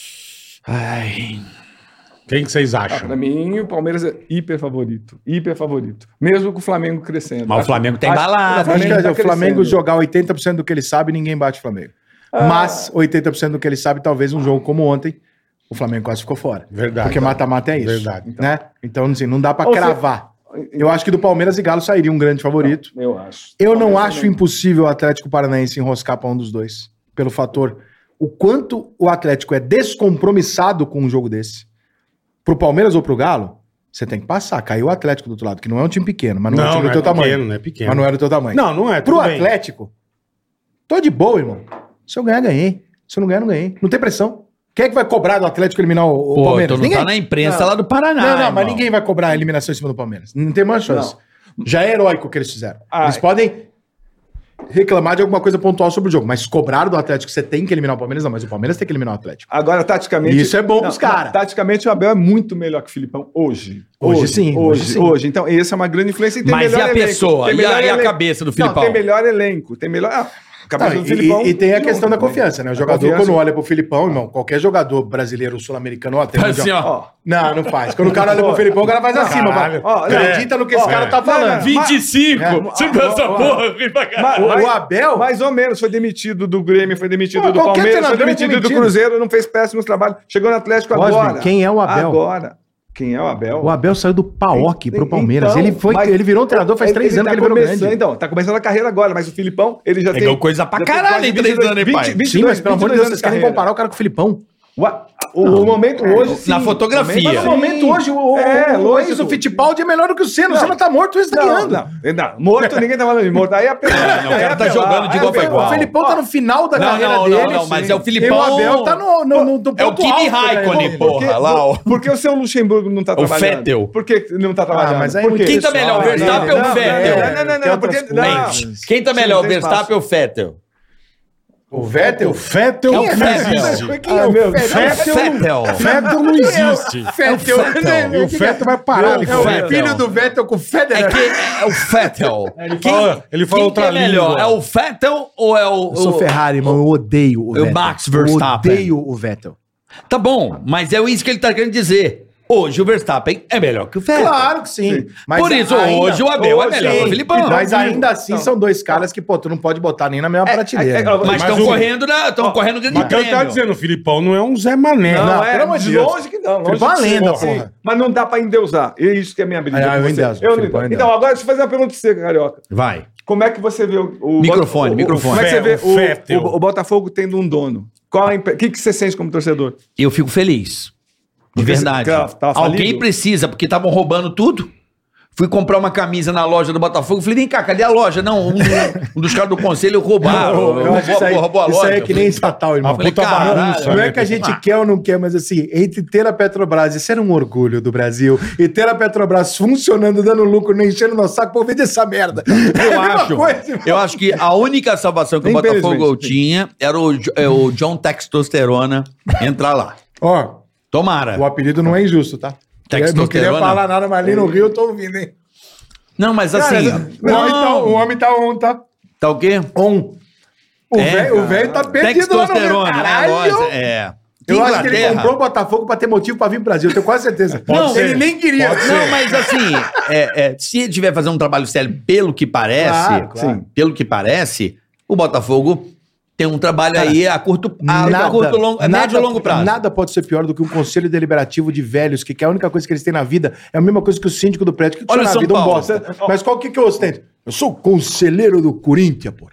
Quem que vocês Ah, pra acham? mim, o Palmeiras é hiper favorito. Hiper favorito. Mesmo com o Flamengo crescendo. Mas o Acho- Flamengo tem acho- balada, Acho que é tá o Flamengo crescendo. jogar 80% do que ele sabe, ninguém bate o Flamengo. Mas 80% do que ele sabe, talvez um jogo como ontem, o Flamengo quase ficou fora. Verdade. Porque mata-mata é isso. Verdade. Né? Então, assim, não dá pra Ou se- cravar. Eu acho que do Palmeiras e Galo sairia um grande favorito. Eu acho. Eu não Tá. Palmeiras acho também. impossível o Atlético Paranaense enroscar pra um dos dois. Pelo fator. O quanto o Atlético é descompromissado com um jogo desse. Pro Palmeiras ou pro Galo, você tem que passar. Caiu o Atlético do outro lado, que não é um time pequeno, mas não, é um time do teu tamanho. não é pequeno. Mas não é do teu tamanho. Não, não é. Pro tudo bem. Atlético, tô de boa, irmão. Se eu ganhar, ganhei. Se eu não ganhar, não ganhei. Não tem pressão. Quem é que vai cobrar do Atlético eliminar o, o Pô, Palmeiras? então não ninguém. tá na imprensa lá do Paraná. Não, não, mas irmão. ninguém vai cobrar a eliminação em cima do Palmeiras. Não tem mais chance. Já é heróico o que eles fizeram. Ah, eles é. podem reclamar de alguma coisa pontual sobre o jogo, mas cobrar do Atlético que você tem que eliminar o Palmeiras, não, mas o Palmeiras tem que eliminar o Atlético. Agora, taticamente. Isso é bom Não, pros caras. Taticamente, o Abel é muito melhor que o Filipão hoje. Hoje sim, Hoje, hoje sim. hoje. Então, essa é uma grande influência. E tem Mas e melhor a elenco, pessoa? tem E a, melhor e a elenco. cabeça do Não, Filipão? tem melhor elenco. Tem melhor. Ah, Cabeça Não, do e- Filipão. e, e tem a de questão novo, da né? confiança, né? O jogador, confiança. quando olha pro Filipão, irmão, qualquer jogador brasileiro, ou sul-americano, um ou até Tá mundial- assim, ó. Ó, Não, não faz. Quando o cara olha pro Filipão, o cara faz acima. Caralho. fala, Acredita é. no que esse cara tá falando. 25! É. Você não essa porra, vem pra cá. ma- O, o ma- Abel, mais ou menos foi demitido do Grêmio, foi demitido Pô, do qualquer Palmeiras, foi treinador é demitido, do demitido. Cruzeiro, não fez péssimos trabalhos. Chegou no Atlético Cosme, agora. quem é o Abel? Agora. Quem é o Abel? o Abel saiu do PAOC pro Palmeiras. Então, ele, foi, mas- ele virou um treinador faz três anos tá que ele virou começando, grande. Então, tá começando a carreira agora, mas o Filipão, ele já Pegou É tem... coisa pra já tem caralho quase em três 22, anos, hein, né, pai? 22, Sim, mas pelo amor de 22 anos Deus, vocês de querem carreira. comparar É, o cara com o Filipão. Ua- O, o momento hoje... sim. Na fotografia. Mas Mas no no Sim. momento hoje, o, É, o, o lógico. Enzo Fittipaldi é melhor do que o Senna. O Senna tá morto, o Enzo tá Não, ganhando. não, não, morto ninguém tá falando de morto. Aí é apelão. Não, o cara é tá apelão, jogando de é igual pra apelão. igual. O Felipão tá no final da Não, carreira não, não, dele. não, mas sim. é o Filipão- E o Abel tá no, no, no, no É o ponto Kimi alto, né? Raikkonen, Por quê? porra, lá, ó. Por que o seu Luxemburgo não tá trabalhando? Vettel. Por que não tá trabalhando? Ah, mas aí Por quê? Quem tá melhor, é o né? Verstappen ou o Não, Vettel? Não, não, não, não, Tem não, porque... outras Não. coisas. Quem tá Sim, melhor, o tem espaço. Verstappen ou o Fettel? O Vettel? O Fettel É o não Fettel. existe. Quem é o meu Fettel? Deus. Fettel. É Fettel não existe. Fettel. E o Fettel vai parar de É correr. Fettel. o filho do Vettel com o É Federer. que é o Fettel. Ele falou- ele falou quem que outra é melhor? língua. É o Fettel ou é o. Eu sou o- Ferrari, irmão. Eu odeio o Eu Vettel. Max Verstappen. Eu odeio o Vettel. Tá bom, mas é isso que ele tá querendo dizer. Hoje o Verstappen é melhor que o Fettel. Claro que sim. Mas Por isso, ainda- hoje o Abel é Hoje, melhor que o sim. Filipão. Então. Mas ainda assim, são dois caras que, pô, tu não pode botar nem na É, mesma É, prateleira. Mas estão Mas o- correndo, na, tão correndo grande Mas o que eu tava prêmio. dizendo, o Filipão não é um Zé Mané. Não, Não, é, pelo amor de Deus. longe que não. Longe Filipão é que- lenda, Sim, porra. Mas não dá pra endeusar. E isso que é a minha briga. Ah, com eu você. endeuso, Eu não Filipão endeuso. endeusa. Então, agora deixa eu fazer uma pergunta pra você, Carioca. Vai. Como é que você vê o... o Microfone, o- o- microfone. um Como é que você Fé- o vê o, Fettel. o, o Botafogo tendo um dono? Qual é a imp- O que, que você sente como torcedor? Eu fico feliz. De Porque verdade. você tava- tava falido? Alguém precisa, porque estavam roubando tudo. Fui comprar uma camisa na loja do Botafogo. Falei, vem cá, cadê a loja? Não, um, um dos caras do conselho roubaram. Ah, Eu acho roubou, isso aí, roubou a isso loja. aí é que nem estatal, irmão. Uma Falei, puta caralho, bagunça. Não né, é que a gente Ah. quer ou não quer, mas assim, entre ter a Petrobras e ser um orgulho do Brasil, e ter a Petrobras funcionando, dando lucro, não enchendo nosso saco, pô, vende essa merda. É Eu a mesma acho, coisa, irmão. eu acho que a única salvação que o Infelizmente. Botafogo tinha era o, Jo- é, o John Textosterona entrar lá. Ó, o Tomara. apelido não é injusto, tá? Eu não queria Textosterona. falar nada, mas ali no Rio eu tô ouvindo, hein? Não, mas assim. O homem tá, não. o homem tá on, tá? Tá o quê? On. um. O É, velho o velho tá perdido lá no Rio. Textosterona, né? Caralho! Lógico, É. Eu acho que ele Inglaterra. é comprou o Botafogo pra ter motivo pra vir pro Brasil, eu tenho quase certeza. Pode ele ser. nem queria. Não, mas assim, é, é, se ele tiver fazendo um trabalho sério, pelo que parece, Claro, claro. sim, pelo que parece, o Botafogo tem um trabalho aí a curto, a Nada, curto longo, a nada- médio e longo prazo. Nada pode ser pior do que um conselho deliberativo de velhos, que, que a única coisa que eles têm na vida é a mesma coisa que o síndico do prédio. O que, que Olha você na São vida? Um Paulo. bosta. Mas qual que, que eu ostento? Eu sou o conselheiro do Corinthians, pô.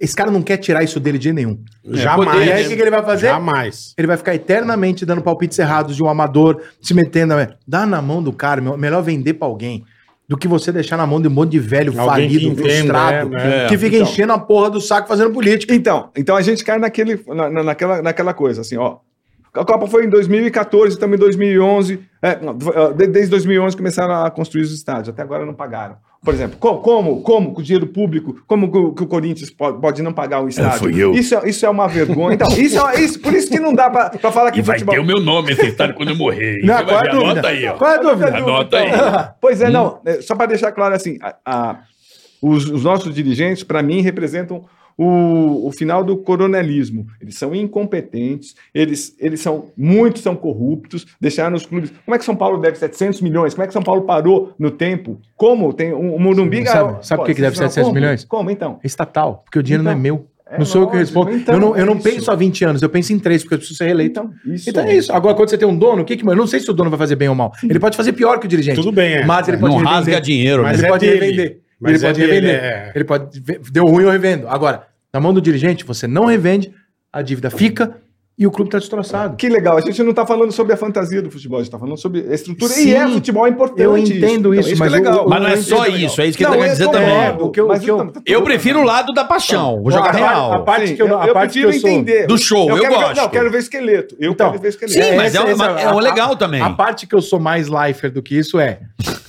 Esse cara não quer tirar isso dele de jeito nenhum. Jamais. E aí, o é que, que ele é vai fazer? Jamais. Ele vai ficar eternamente dando palpites errados de um amador, se metendo. né? Dá na mão do cara, meu- melhor vender pra alguém do que você deixar na mão de um monte de velho Alguém que falido, entenda, frustrado, é, né? que fica Então. enchendo a porra do saco fazendo política. É Então, então a gente cai naquele, na, na- naquela, naquela coisa, assim, ó. A Copa foi em 2014, estamos em 2011. É, não, eh, de- desde 2011 começaram a construir os estádios, até agora não pagaram. Por exemplo, co- como, como, com dinheiro público, como que o, que o Corinthians pode, pode não pagar o estádio? fui eu. Isso, é- isso é uma vergonha. Então, isso, é- isso, por isso que não dá pra, pra falar que E vai ter o meu nome aceitário quando eu morrer. hein? Você vai ver, anota aí, ó. Qual é a dúvida? Hum. Anota aí. Pois é, não. é, Só para deixar claro assim, a- a- os, os nossos dirigentes, para mim, representam o, o final do coronelismo. Eles são incompetentes, eles, eles são muitos são corruptos, deixaram os clubes. Como é que São Paulo deve 700 milhões? Como é que São Paulo parou no tempo? Como tem um, um Morumbi? Sabe- ah, sabe pô, por que que deve você fala, 700 como? milhões? Como então? É estatal, porque o dinheiro Então, não é meu. É não sou eu que lógico, respondo. então, eu não, eu não isso. penso há 20 anos, eu penso em três, porque eu preciso ser reeleito. Então, isso. Então é isso. Agora, quando você tem um dono, o que que. Eu não sei se o dono vai fazer bem ou mal. Ele pode fazer pior que o dirigente. Tudo bem, é. Mas ele pode Não revender. rasga dinheiro, Mas né? ele pode Mas é dele. revender. Mas ele é pode dele, revender. é. Ele pode. ve- Deu ruim, eu revendo. Agora, na mão do dirigente, você não revende, a dívida fica e o clube tá destroçado. Que legal, a gente não está falando sobre a fantasia do futebol, a gente está falando sobre a estrutura. e Sim, é futebol é importante. eu entendo isso, que mas é o- legal. o- Mas não é Eu só entendo, isso, é isso que ele Não, tá eu querendo dizer tô- é, também. o que eu- mas o que eu- tam- Eu prefiro o lado da paixão, vou jogar a parte- a real. parte Sim, que eu, eu, a eu parte que prefiro eu sou- entender. Do show, eu quero, ver- gosto. Não, eu quero ver esqueleto. Eu Então, quero ver esqueleto. Sim, mas é, essa- uma- essa- é um a- legal também. A A, parte que eu sou mais lifer do que isso é.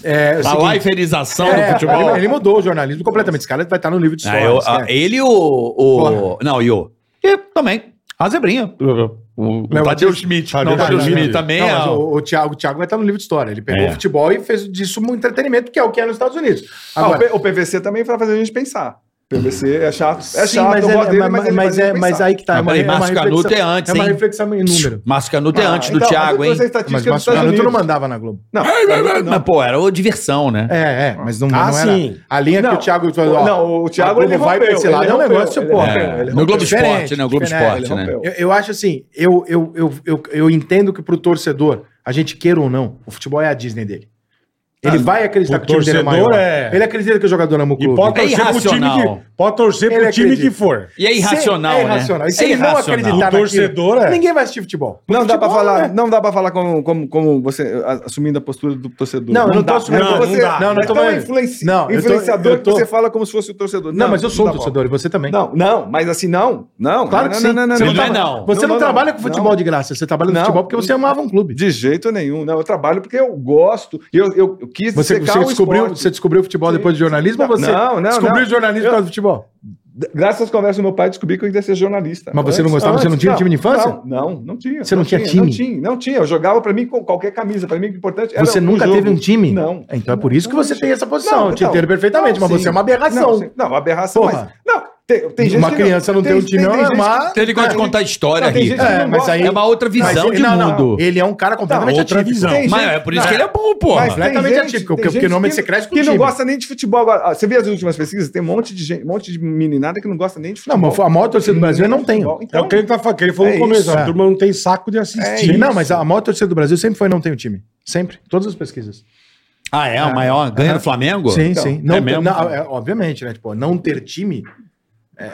é o Tá seguinte, liferização é, do futebol. Ele, ele mudou o jornalismo completamente. Esse cara vai estar no livro de Ah, história. eu- esquece. ah, ele e o. o não, e o. E também. A zebrinha. O, o Léo Tadeu Batista. Schmidt. Tadeu Não, o Tadeu Schmidt. Schmidt também Não, é. mas o- o, o Thiago, o Thiago vai estar no livro de história. Ele pegou É. o futebol e fez disso um entretenimento, que é o que é nos Estados Unidos. Ah, o Agora, P- o PVC também vai fazer a gente pensar. PVC é chato. É Sim, chato mas, o é, rol dele, mas, ele mas faz é, ele mas pensar. aí que tá. Ah, é uma- peraí, é uma Márcio reflexão- Canuto é antes, É uma hein? reflexão em número. Márcio Canuto é Ah, antes do então, Thiago, mas hein? eu tô usando a Mas estatística dos Márcio Estados Canuto não Unidos. mandava na Globo. Não, Canuto não. Mas, pô, era o diversão, né? É, é, mas não, Ah, não era. sim. A linha que o Thiago falou, ó, Não, o Thiago a ele Globo vai pra rompeu, esse lado, ele é um rompeu, negócio, ele pô. rompeu, É, ele no Globo rompeu. Esporte, né? O Globo diferente, Esporte, né? rompeu. Eu, eu acho assim, eu, eu, eu, eu, eu entendo que pro torcedor, a gente queira ou não, o futebol é a Disney dele. Tá. Ele vai acreditar pro que o time dele é torcedor maior. é- Ele acredita que o jogador ama o E clube. pode É torcer pro time irracional. que, pode torcer pro Ele time que acredita. for. E é irracional, Se- é né? irracional. E se É ele não irracional. acreditar O naquilo, torcedor é. ninguém vai assistir futebol. Não dá pra Futebol, falar, né? não dá para falar como, como, como você a- assumindo a postura do torcedor. Não, eu não dá. tô assumindo. É Não, você, não dá. Não, não é tô tão falando. influenci- Não, eu tô- influenciador eu tô- que você fala como se fosse o torcedor. Não, mas eu não sou um dá bom. torcedor e você também. Não, não, mas assim não, não. Claro não, que não, sim. não, não, Você não, não, não, traba- não. Você não, Não, não, trabalha com não. futebol de graça, você trabalha no Não. futebol porque você amava um clube. De jeito nenhum, não. Eu trabalho porque eu gosto. e Eu, eu, eu quis Você, secar você o descobriu, esporte. você descobriu o futebol Sim. depois de jornalismo ou você Não, não, descobriu não. o jornalismo por Eu- causa do futebol? Graças às conversas do meu pai, descobri que eu queria ser jornalista. Mas você não gostava? Você não tinha time de infância? Não, não, não tinha. Você não tinha Não time? tinha, não tinha. Eu jogava pra mim com qualquer camisa. Pra mim, o importante era você o nunca jogo. teve um time? Não. Então é por isso que Não, você não tem tinha. essa posição. eu te então, entendo perfeitamente, não, mas você é uma Não, aberração. sim. Não, aberração. Porra. Mas, não, tem, tem gente uma que criança não tem, um time, tem não é gente que- uma... Ele gosta de contar história, Não, tem Rico. gente que É, não mas gosta. aí- É uma outra visão Mas- de não, não. mundo. Ele é um cara completamente outra atípico. visão. Tem Mas gente- é por isso não. que ele é um bom, porra. Mas tem completamente gente- atípico, tem porque- porque gente normalmente que- você cresce com Que o não time. gosta nem de futebol agora. Ah, Você vê as últimas pesquisas? Tem um monte de gente, um monte de meninada que não gosta nem de Não, futebol. mas a maior torcida do Brasil eu não tem. Futebol. É Então, o que ele, tá, fa- que ele falou É no começo. isso, a é. turma não tem saco de É assistir. isso. não, mas a maior torcida do Brasil sempre foi não tem um time. Sempre. Todas as pesquisas. Ah, é? O maior ganha do Flamengo? Sim, então, sim. Não, é mesmo? não, é, obviamente, né? Tipo, não ter time, é,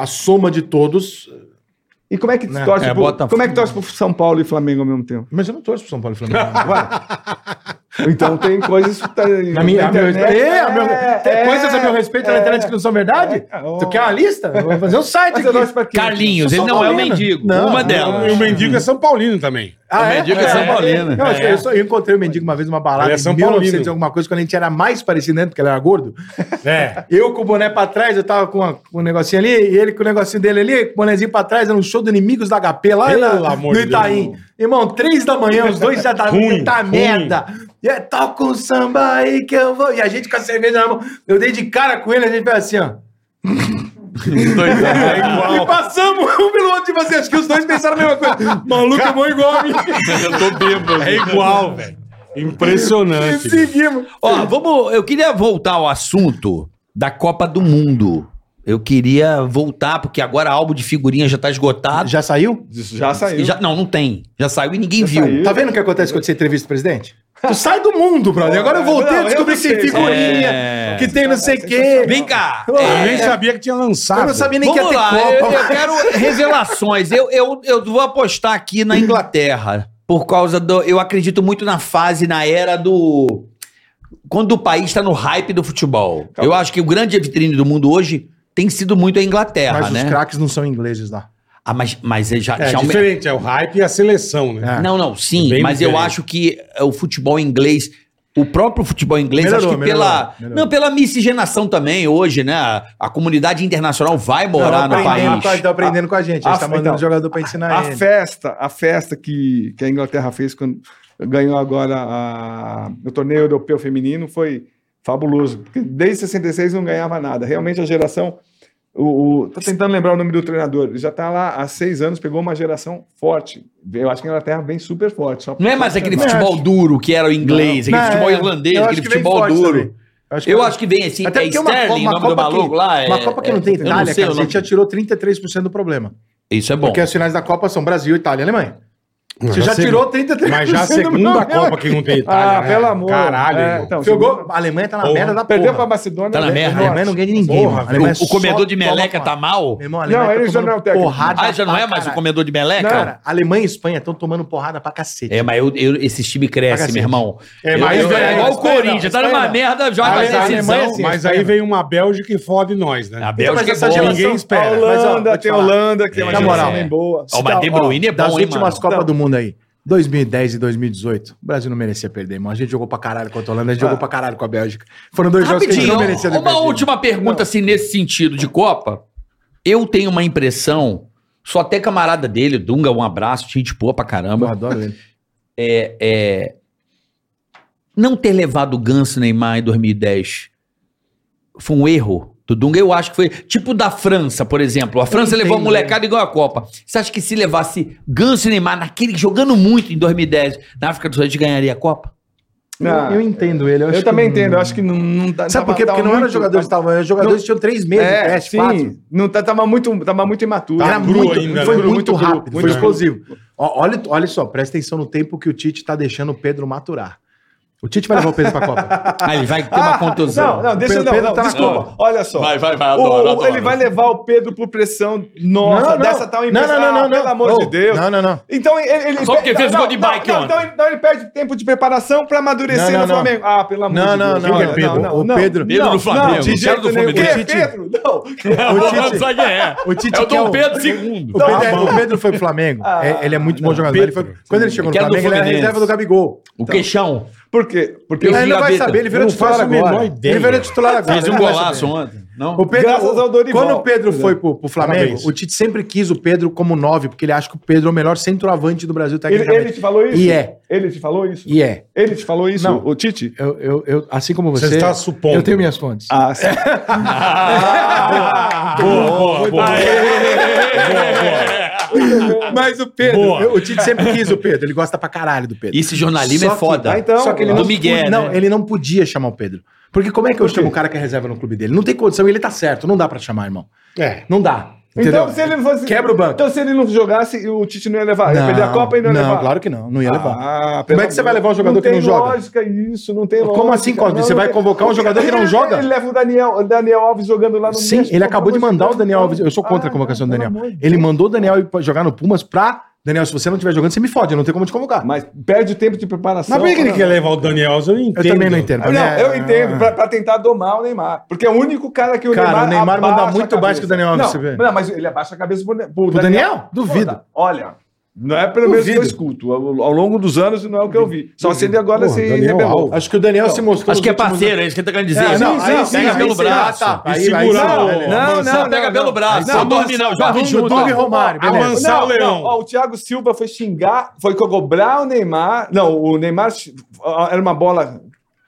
a soma de todos... E como é que Né? torce É, pro, Botafogo. como é que torce pro São Paulo e Flamengo ao mesmo tempo? Mas eu não torço pro São Paulo e Flamengo. Então tem coisas que tá aí Na minha, a meu internet. respeito. É, a meu, tem é, coisas a meu respeito na é. internet que não são verdade? É, tu quer uma lista? Eu Vou fazer um site Mas aqui. eu torço pra quem? Carlinhos, Eu ele sou não é o paulino. mendigo. Não, uma não, delas. E o mendigo é São Paulino também. Ah, o mendigo é São Paulino. É. Não, acho que eu, só- eu encontrei o mendigo uma vez numa balada Ele é em São Paulino. 1900 e alguma coisa, quando a gente era mais parecido, né? Porque ele era gordo. É. Eu com o boné pra trás, eu tava com, a- com um negocinho ali, e ele com o negocinho dele ali, com o bonézinho pra trás, era um show do Inimigos da HP lá Pelo na- amor no de Itaim. Deus. Irmão, três da manhã, os dois já tá Ruim, tá ruim. merda. E é, toca um samba aí que eu vou. E a gente com a cerveja na mão. Eu dei de cara com ele, a gente fez assim, ó. E passamos um pelo outro, tipo assim, acho que os dois pensaram a mesma coisa. Maluco, é bom igual a mim. Eu tô bêbado. É igual, velho. E Impressionante. seguimos. Ó, vamos. Eu queria voltar ao assunto da Copa do Mundo. Eu queria voltar, porque agora álbum de figurinha já tá esgotado. Já saiu? Isso já E saiu. já- não, não tem. Já saiu e ninguém viu. saiu. Tá vendo o que acontece quando você entrevista o presidente? Tu sai do mundo, brother. Agora eu voltei a Não, descobrir eu que tem sei. figurinha, É. que tem não sei o quê. Vem cá. Eu nem É, sabia que tinha lançado. Eu não sabia nem que ia vamos ter lá. Eu, eu Copa. quero revelações. Eu, eu, eu vou apostar aqui na Inglaterra. Por causa do. Eu acredito muito na fase, na era do. Quando o país está no hype do futebol. Calma. Eu acho que o grande vitrine do mundo hoje tem sido muito a Inglaterra, Mas né? os craques não são ingleses lá. Ah, mas, mas ele já, É já aume- diferente, é o hype e a seleção, né? É. Não, não, sim, É bem mas eu diferente. acho que é, o futebol inglês, o próprio futebol inglês, Melhorou, acho que melhorou, pela. melhorou. Não, pela miscigenação também hoje, né? A, a comunidade internacional vai morar no país. com a, tá aprendendo com a gente. A Ah, gente tá mandando então, o jogador pra ensinar a ele. festa, a festa que, que a Inglaterra fez quando ganhou agora a- o torneio europeu feminino foi fabuloso. Porque desde 66 não ganhava nada. Realmente a geração. O, o- tô tentando lembrar o nome do treinador. Ele já está lá há seis anos, pegou uma geração forte. Eu acho que a Inglaterra vem super forte. só- Não é mais aquele futebol duro que era o inglês, aquele Não, futebol é. irlandês, Eu acho aquele que vem futebol forte duro. também. Eu acho que vem assim, Até é porque uma Sterling, Copa- uma nome do Copa maluco que- lá. é- Uma Copa que não tem eu Itália, sei cara, o a gente já nome. tirou 33% do problema. Isso é bom. Porque as finais da Copa são Brasil, Itália e Alemanha. Mas Você já já sei- tirou 33%. Mas já a segunda Copa que não tem Itália. Ah, né? pelo amor. Caralho. É, irmão. então, Jogou. A Alemanha tá na Porra. merda da porra. Perdeu para Macedônia. Tá na é merda. A Alemanha não ganha de ninguém. Porra, mano. A Alemanha o, o é só comedor de toma meleca porrada. tá mal? Meu irmão, a Alemanha Não, tá eles já tomando não é o técnico. Porrada Ah, já não pra é mais o caralho. comedor de meleca? Cara, Alemanha e Espanha estão tomando porrada pra cacete. É, mas eu, eu- esses times crescem, Cacete. meu irmão. É, mas Eu- eu- ganha- é igual o Espanha não, Corinthians, tá Espanha numa não. merda, joga Mas a a decisão. Alemanha, sim. Então, Mas aí vem uma Bélgica e fode nós, né? Ah, A Bélgica mas essa é boa. geração- Ninguém espera. A Mas, ó, Holanda, vou te tem a falar. Holanda, que é uma Na geração moral. bem boa. Ó, mas De Bruyne é bom, Então, Das hein, últimas mano? Copas do Mundo aí. 2010 e 2018. O Brasil não merecia perder, irmão. A gente jogou pra caralho com a Holanda, a Ah. gente jogou pra caralho com a Bélgica. Foram dois jogos que a gente Rapidinho, não merecia ter uma perdido. última pergunta, assim, nesse sentido de Copa. Eu tenho uma impressão, sou até camarada dele, Dunga, um abraço, gente boa pra Eu caramba. É, adoro ele. Não ter levado o Ganso Neymar em 2010 foi um erro. Do Dunga, eu acho que foi tipo da França, por exemplo. A França levou a molecada igual a Copa. Você acha que se levasse Ganso e Neymar naquele jogando muito em 2010 na África do Sul, a gente ganharia a Copa? Não, eu entendo ele. eu acho que também não- entendo, eu acho que não, não dá- Sabe dava- por quê? Porque dava não eram muito- jogadores que estavam. Os jogadores tinham três meses, é, teste, sim, quatro. não tá- tava muito, tava muito imaturo. Era Cru muito, ainda, foi né? muito, Muito cru, rápido, muito foi cru. explosivo. Ó, Olha, olha só, presta atenção no tempo que o Tite tá deixando o Pedro maturar. O Tite vai levar o Pedro pra Copa. Ah, ele vai ter uma contusão. Não, não, deixa eu Pedro- não, Pedro não, tá na desculpa. Olha só. Vai, vai, vai, O- adoro, o- adoro. ele vai levar o Pedro por pressão. Nossa, dessa tal não, impressão. não, não, não, não. Pelo amor Ô, de Deus. Não, não, não. Então ele, ele Só porque fez gol de bike não, ontem. então, ele, então ele perde tempo de preparação pra amadurecer Não, não, no não. Flamengo. Ah, pelo amor Não, de não, Deus. não, Quem que é não, não, o Pedro. Pedro do Flamengo, Não, quem de era do jeito nenhum. Fluminense? Quem é Pedro? Não. É, O o Tite- Tite, sabe quem é. O Tite é o quer Dom o- Pedro II. O Pedro, é- o Pedro foi pro Flamengo. É- ele é muito bom jogador. Ele foi- quando ele chegou no Que era do Flamengo, ele era Fluminense. reserva do Gabigol. O queixão. Por quê? Porque Eu Ele vi não vai Gaveta. saber, ele virou Eu não titular faço a menor agora. ideia. Ele virou titular agora. Fez ele um não vai golaço saber. ontem. Não? O Pedro, Graças ao Dorival. Quando o Pedro foi pro, pro Flamengo, Parabéns. o Tite sempre quis o Pedro como nove, porque ele acha que o Pedro é o melhor centroavante do Brasil ele, tecnicamente. ele te falou isso? E é. Ele te falou isso? E é. Ele te falou isso, Não. o Tite? Eu, eu, eu- assim como você, Você está supondo. eu tenho minhas fontes. Ah, sim. Boa, boa, boa. Mas o Pedro, eu- o Tite sempre quis o Pedro, ele gosta pra caralho do Pedro. Esse jornalismo Só é foda. Ah, então. Só que ele Do não, Miguel, podia- não, né? ele não podia chamar o Pedro. Porque como é que eu chamo o cara que é reserva no clube dele? Não tem condição, ele tá certo, não dá pra chamar, irmão. É. Não dá. Então, entendeu? se ele não fosse. Quebra o banco. Então, se ele não jogasse, o Tite não ia levar. Ele ia Não, perder a Copa e não ia Não, levar. claro que não, não ia levar. Ah, Como pelo é que você amor. vai levar um jogador que não joga? Tem lógica isso, não tem Como lógica. assim, Cosme? Você vai tem- convocar um jogador que não Ele- é- joga? Ele leva o Daniel, o Daniel Alves jogando lá no Sim, México, ele acabou de pelo mandar amor o Daniel Alves. Eu sou contra Ah, a convocação do pelo Daniel. amor de Ele mandou o Daniel ir pra- jogar no Pumas pra. Daniel, se você não estiver jogando, você me fode, eu não tenho como te convocar. Mas perde o tempo de preparação. Mas por que ele cara. quer levar o Daniel Alves? Eu não eu entendo. também não entendo. Ah, Não, Né? eu entendo, pra, pra tentar domar o Neymar. Porque é o único cara que o Cara, Neymar. o Neymar manda abaixa muito a mais cabeça. que o Daniel Alves, não, você vê. Não, mas ele abaixa a cabeça pro, Ne- pro Pro Daniel? Duvido. Pô, Olha, não é pelo menos que eu Duvido. escuto. Ao, ao longo dos anos não é o que eu vi. Só se ele agora Porra, se Daniel rebelou. Alves. Acho que o Daniel se mostrou. Acho que é nos últimos- parceiro, é isso que ele tá querendo dizer. É, não, Sim, aí sim, pega sim, pelo sim. braço. Ah, tá. Aí- E aí segura segura, o- né? Não, Só pega pelo braço. Só dorme não, joga junto. Dunga e Romário, Não, beleza. Amansar o não, Leão. não. Ó, o Thiago Silva foi xingar, foi cobrar o Neymar. Não, o Neymar ó, era uma bola.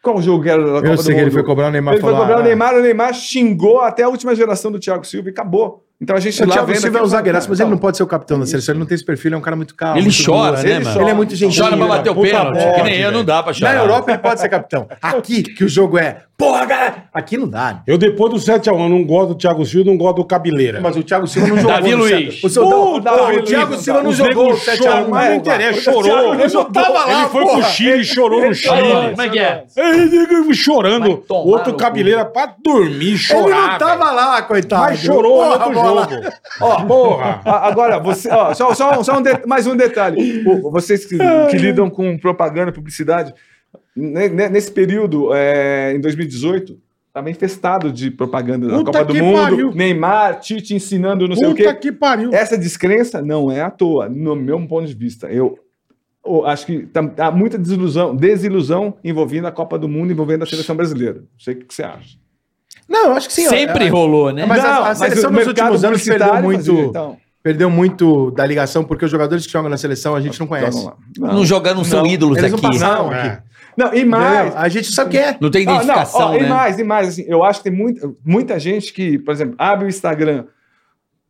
Qual jogo que era? da Copa Eu do sei que ele Mundo? foi cobrar o Neymar. Ele foi falar, cobrar o ah, Neymar, o Neymar xingou até a última geração do Thiago Silva e acabou. Então a gente O lá Thiago vendo Silva é aqui, um zagueiraço, mas ele então, não pode ser o capitão da seleção. Ele não tem esse perfil, ele é um cara muito calmo. Ele muito chora, boa, né, ele mano? Ele é muito gentil. Chora pra bater o puta pênalti. bode, Que nem eu, velho. não dá pra Na chorar. Europa ele pode ser capitão. Aqui, que o jogo é. Porra, galera! Aqui não dá. né? Eu depois do 7x1 não gosto do Thiago Silva, não gosto do Cabeleira. Mas o Thiago Silva não jogou. Davi no Luiz. set- O, seu, Puta, o- o Davi Thiago Luiz, Silva não os jogou o nego 7 a choram, 1 Mas não interessa, chorou. Ele não tava lá, Ele foi pro Chile, chorou no Chile. Como é que é? Ele Vai chorando. tomar Outro no cabeleira pra dormir, chorar. Ele não tava lá, coitado. Mas chorou no Porra, outro bola. jogo. Ó, Porra. a- Agora, você, ó, só, só um- só um de- mais um detalhe. O- Vocês que, que lidam com propaganda, publicidade, ne- ne- nesse período, é, em 2018, estava infestado tá de propaganda da Puta Copa do que Mundo, pariu. Neymar, Tite ensinando não sei o Puta quê. que pariu. Essa descrença não é à toa, no meu ponto de vista. Eu, eu acho que tá- há muita desilusão, desilusão envolvendo a Copa do Mundo, envolvendo a seleção brasileira. Não sei o que que você acha. Não, eu acho que sim. ó. Sempre É, rolou, né? Mas a- a seleção o nos mercado últimos anos perdeu publicitário muito- fazia, então. Perdeu muito da ligação, porque os jogadores que jogam na seleção a gente não Vamos conhece. lá. Não. Não jogaram, são ídolos Eles não aqui. passaram É. aqui. Não, e mais. Entendeu? A gente sabe quem é. Não tem Ah, não, identificação, ó, E né? mais, e mais. Assim, eu acho que tem muita, muita gente que, por exemplo, abre o Instagram.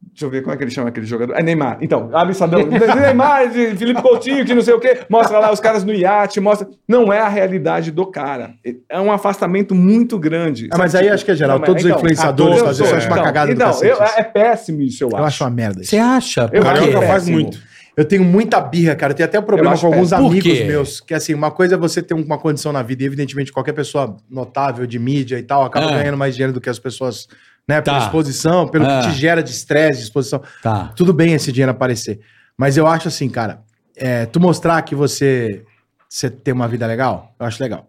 Deixa eu ver como é que ele chama aquele jogador. É Neymar. Então, abre o Instagram. Neymar, de Felipe Coutinho, que não sei o quê. Mostra lá os caras no iate, mostra. Não é a realidade do cara. É um afastamento muito grande. Ah, mas aí acho que é geral. Não, mas- Todos os então, influenciadores eu fazem isso. sou, Eu acho uma então, cagada do então, cacete. eu- isso. é, é péssimo isso, eu acho. Eu acho uma é merda. isso. Você acha? Eu Por acho é quê? Carioca péssimo. faz muito. Eu tenho muita birra, cara. Eu tenho até um problema acho com alguns péssimo. Por amigos quê? meus. Que assim, uma coisa é você ter uma condição na vida, e evidentemente qualquer pessoa notável de mídia e tal acaba Ah. ganhando mais dinheiro do que as pessoas, né? Pela Tá. exposição, pelo Ah. que te gera de estresse, de exposição. Tá. Tudo bem esse dinheiro aparecer. Mas eu acho assim, cara, é, tu mostrar que você, você tem uma vida legal, eu acho legal.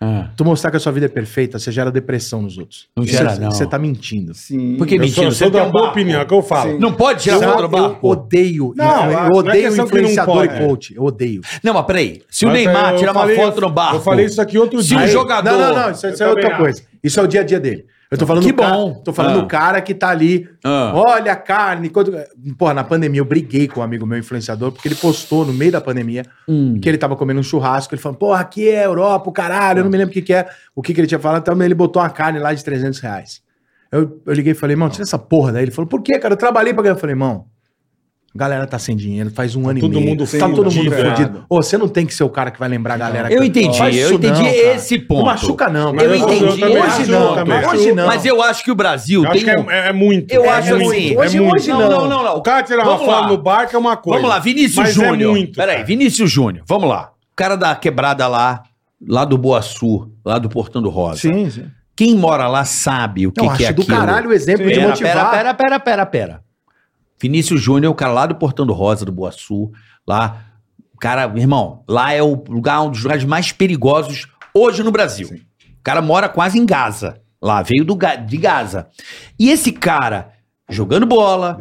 Ah. Tu mostrar que a sua vida é perfeita, você gera depressão nos outros. Não Você- gera, não. Você tá mentindo. Sim. Por que Eu sou, mentira? eu Você sou tem da um boa barco. opinião, é o que eu falo. Sim. Não pode tirar Eu- contra o eu barco? odeio, Não, não eu, é odeio questão que não influenciador pode. e coach. Eu odeio. Não, mas peraí. Se o Mas, Neymar eu tirar uma falei- foto no barco... Eu falei isso aqui outro Se dia. o jogador... Não, não, não. Isso, isso é Eu outra também coisa. Isso é o dia a dia dele. Eu tô falando Que do cara- bom. tô falando Ah. do cara que tá ali. Ah. Olha a carne. Quando... Porra, na pandemia eu briguei com um amigo meu influenciador, porque ele postou no meio da pandemia Hum. que ele tava comendo um churrasco. Ele falou, porra, aqui é Europa, o caralho. Eu não me lembro o que, que é, o que, que ele tinha falado. Então ele botou uma carne lá de 300 reais. Eu, eu liguei e falei, irmão, tira essa porra daí. Ele falou, por quê, cara? Eu trabalhei pra ganhar. Eu falei, irmão, a galera tá sem dinheiro, faz um ano e todo meio. mundo Tá todo mundo fudido, é. fudido. Ô, você não tem que ser o cara que vai lembrar a galera. Eu que- tá entendi, Faz eu isso entendi não, cara. esse Não ponto. machuca não. Eu cara. entendi. Hoje Hoje não, não, também. também. hoje não. Mas eu acho que o Brasil Eu tem acho que um- é, é muito. Eu é acho muito, assim, é hoje- muito. hoje não, não, não, não. O cara tirar uma Vamos foto lá. no barco é uma coisa. Vamos lá, Vinícius Mas é Júnior. muito, Peraí, cara. Vinícius Júnior, vamos lá. O cara da quebrada lá, lá do Boaçu, lá do Portão do Rosa. Sim, sim. Quem mora lá sabe o que, Não, que é acho do aquilo. caralho o exemplo de Pera, motivar. pera, pera, pera, pera, pera. Vinícius Júnior, o cara lá do Portão do Rosa, do Boaçu, lá. O cara, meu irmão, lá é o lugar, um dos lugares mais perigosos hoje no Brasil. O cara mora quase em Gaza. Lá, veio do, Ga- de Gaza. E esse cara, jogando bola,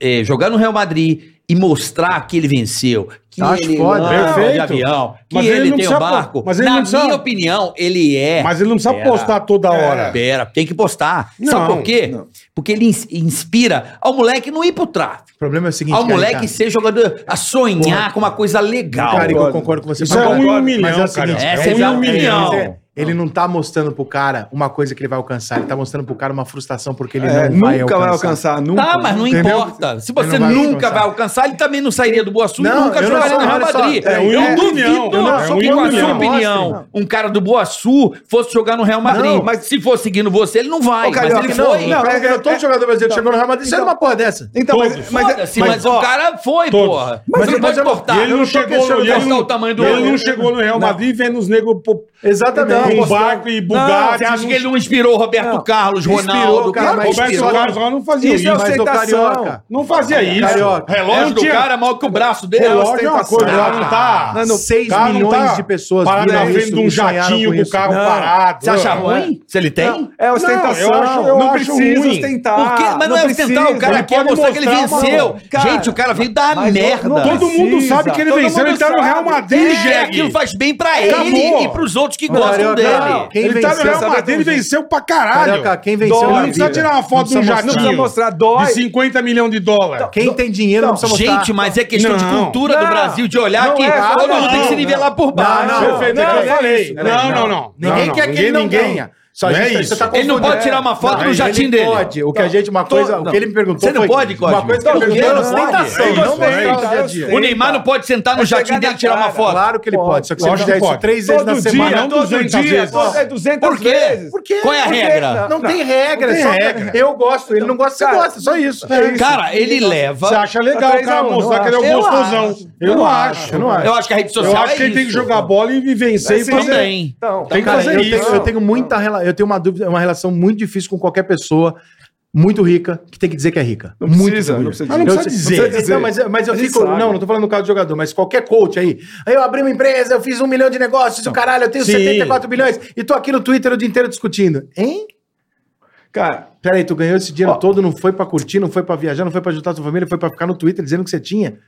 eh, jogar no Real Madrid e mostrar que ele venceu, que Acho ele foda. anda de Perfeito. avião, que Mas ele ele, não tem precisa um pô- barco. mas ele Na não minha precisa- opinião, ele é... Mas ele não precisa Pera. postar toda hora. Pera, tem que postar. É. Não, Sabe por quê? não. Porque ele ins- inspira ao moleque não ir pro tráfico. O problema é o seguinte, Ao cara, moleque cara, ser jogador, a sonhar com uma coisa legal. Cara, eu Concordo. concordo com você. Isso mas é um concordo, em um mas milhão, o seguinte, cara. Essa é um da em um opinião. milhão. Ele não tá mostrando pro cara uma coisa que ele vai alcançar. Ele tá mostrando pro cara uma frustração porque ele É, não vai nunca vai alcançar. alcançar, nunca. Tá, mas não Entendeu? importa. Se Ele você não vai nunca alcançar. vai alcançar, ele também não sairia do Boa Sul e Não, nunca eu não jogaria sou- no Real olha só, Madrid. é um eu em um duvido milhão, eu não sou que um com a milhão. sua opinião, um cara do Boa Sul fosse jogar no Real Madrid. Não. mas se for seguindo você, ele não vai. Ô, Carioca, mas ele não, foi. não, Cara, É, todo é, jogador brasileiro que então, chegou no Real Madrid, sai então- numa porra dessa. Então, Todos. mas, mas, Foda-se, mas- é, mas, o cara foi, Todos. porra. Mas Mas você ele- Tá, não pode cortar. E ele não chegou no, questionando e ele cortar não- o tamanho do e ele homem. não chegou no Real Madrid vendo os negros pô, Exatamente. com barco e Não, Bugatti. você acha que ele não inspirou Roberto Carlos, Inspirou, Ronaldo? cara, mas Roberto inspirou. Carlos lá não fazia Isso isso. é mas- ostentação. Não fazia isso. Carioca. relógio Eu do tinha- cara é maior que o braço dele. Relógio é uma ostentação. coisa, lá não tá... Mano, 6 cara não milhões tá de pessoas parado viram na frente isso, de um sonharam jatinho com com o isso. carro Não. parado. Você acha Não, ruim? Se ele tem? é ostentação. Não, eu acho- eu não acho precisa ruim. ostentar. Porque, mas não, é ostentar, o Ah, precisa. cara ele quer pode mostrar que ele mostrar uma- venceu. Cara, Gente, o cara veio da mas não- merda. não- Todo mundo Precisa. sabe que ele Todo venceu, mundo ele tá no sabe. Real Ele Madrid, quer, É, aquilo Jegue. faz bem pra Acabou. ele e pros outros que gostam Carioca, dele. Quem Ele tá no venceu, Real sabe Madrid, quem venceu? venceu pra caralho. Carioca, quem venceu Ele na não precisa vida? tirar uma foto de um precisa jatinho. Não precisa mostrar, dói. De 50 milhões de dólares. Quem tem dinheiro não precisa mostrar. Gente, mas é questão de Não. cultura do Não. Brasil, de olhar Não que é, todo não, mundo tem que se não. nivelar por baixo. não, Perfeito, é o que não, eu é falei. isso, Não, não é não, não, Ninguém Não, quer que ele não ninguém- ganha. Só Não a gente- é isso. Você tá Ele não confundindo. pode tirar uma foto Não, no ele jatinho dele. pode. O que a gente, uma coisa, o não. que ele me perguntou Você não foi pode, Cosme? uma coisa que Não, ele não perguntou, não pode. ostentação, Eu não gostei, mostrar o cara, dia a eu dia. sei. O Neymar não pode sentar no jatinho chegar dele e na tirar uma cara. foto. Claro que ele pode, só que se ele Lógico fizer que isso pode. três vezes na Todo semana, dia, não todo 200 dia, vezes. todo- é 200 Por quê? vezes. Por quê? Qual é a Por quê? regra? Não, tem regra, tem só regra. eu gosto, ele não gosta, você Cara, gosta, só isso. É isso. Cara, ele Você leva. acha legal o Três a cara um, mostrar não que ele é um acho. Eu gostosão. Eu não acho. eu não é? acho. Eu acho que a rede social Eu acho que é ele tem que isso. jogar bola e vencer e Assim, fazer. Também. Então, Tem que Cara, fazer eu isso. Tenho, eu tenho muita rela- eu tenho uma dúvida, uma relação muito difícil com qualquer pessoa muito rica que tem que dizer que é rica. Não muito precisa, orgulho. não precisa Ah, dizer. precisa Não precisa dizer. Não, mas, mas eu Ele fico, sabe. não, não tô falando no caso do jogador, mas qualquer coach aí. Aí eu abri uma empresa, eu fiz um milhão de negócios, o caralho, eu tenho Sim. 74 bilhões e tô aqui no Twitter o dia inteiro discutindo. Hein? cara, Peraí, tu ganhou esse dinheiro todo, não foi pra curtir, não foi pra viajar, não foi pra ajudar tua família, foi pra ficar no Twitter dizendo que você tinha.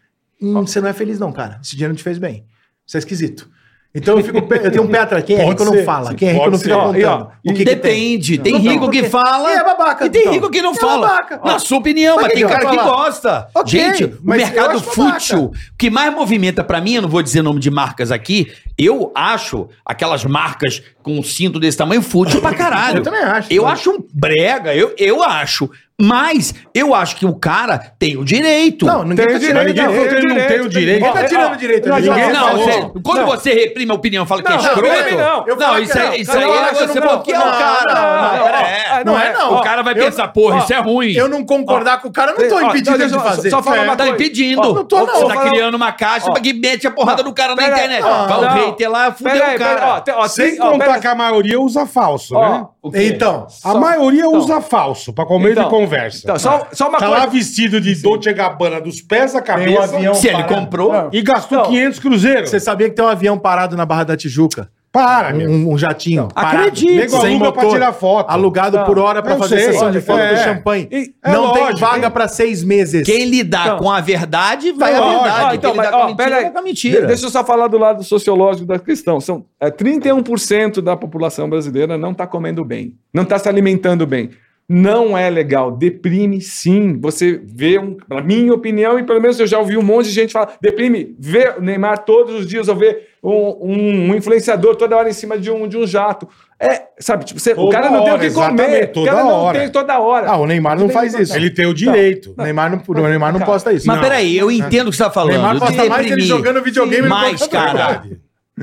Hum, Você não é feliz, não, cara. Esse dinheiro não te fez bem. Você é esquisito. Então eu, fico, pe- eu tenho um pé atrás. Quem é Pode rico não ser. fala. Sim, Quem é rico pode não ser. fica Ó, e ó, contando. O que, que tem? Depende. Tem Não, rico por que quê? fala. E é babaca, E tem então. rico que não E é fala. babaca. Ó. Na sua opinião, Mas mas que tem que cara vai que falar? gosta. Ok, Gente, o mas eu mercado acho babaca. fútil, o que mais movimenta pra mim, eu não vou dizer nome de marcas aqui, eu acho aquelas marcas com um cinto desse tamanho fútil pra caralho. Eu também acho. né? Eu acho um brega, eu, eu acho. Mas eu acho que o cara tem o direito. Não, ninguém Tem tá direito, tirando Ninguém falou que ele não tem o direito. Ninguém tá tirando direito. Não, ninguém ninguém Não, falou. você- quando Não. você reprime a opinião e fala que é Não, não, escroto. reprime não. Eu falo isso que aí, não. isso aí Não, é isso você não, pô, que é o não, não, cara. não, Não, não, é. não, O é, cara vai eu- pensar, porra, isso é ruim. Eu não concordar com o cara, eu não tô Ó, impedindo não, ele de só- fazer. só fala É. uma Tá coisa. impedindo. Ó, não tô, não. Você Vou tá falar- criando uma caixa pra que mete a porrada no cara na Pera- internet. ó, Vai o não. hater lá, fudeu peraí, o cara. peraí, ó, tem- ó, Sem tem- ó, contar pera- que a maioria usa falso, né? ó, Então, A só- maioria então. usa falso pra comer de Então, conversa. Então, só, só uma tá lá coisa. vestido de Dolce Gabbana dos pés à tem um cabeça avião Se ele parado. comprou, Não. e gastou Não. 500 cruzeiros. Você sabia que tem um avião parado na Barra da Tijuca? Para, Ah, meu. Um, um jatinho. parado. acredito. Nego Sem aluga pra motor. tirar foto. Alugado Não, por hora pra eu fazer sei, sessão olha, de foto é. do champanhe. E- é não tem lógico, vaga tem- pra seis meses. quem lidar Não. com a verdade, vai Ó, à verdade. ó, Quem então, lidar mas, com a ó, mentira, peraí. vai com a mentira. De- Deixa eu só falar do lado sociológico da questão. São, é, 31% da população brasileira não está comendo bem, não está se alimentando bem. Não é legal, deprime sim. Você vê, um, na minha opinião, e pelo menos eu já ouvi um monte de gente falar, deprime, vê o Neymar todos os dias, eu vejo um, um- um influenciador toda hora em cima de um, de um jato. É, sabe, tipo, você- o Toda cara não tem o hora, que comer. exatamente, O cara toda não hora. tem toda hora. Ah, o Neymar não faz isso. Ele tem o direito. O Neymar não, o Neymar não Cara, posta isso. Mas Não. peraí, eu entendo o que você tá falando. Neymar de gosta mais dele deprimir. jogando videogame no Mas, É computador. cara,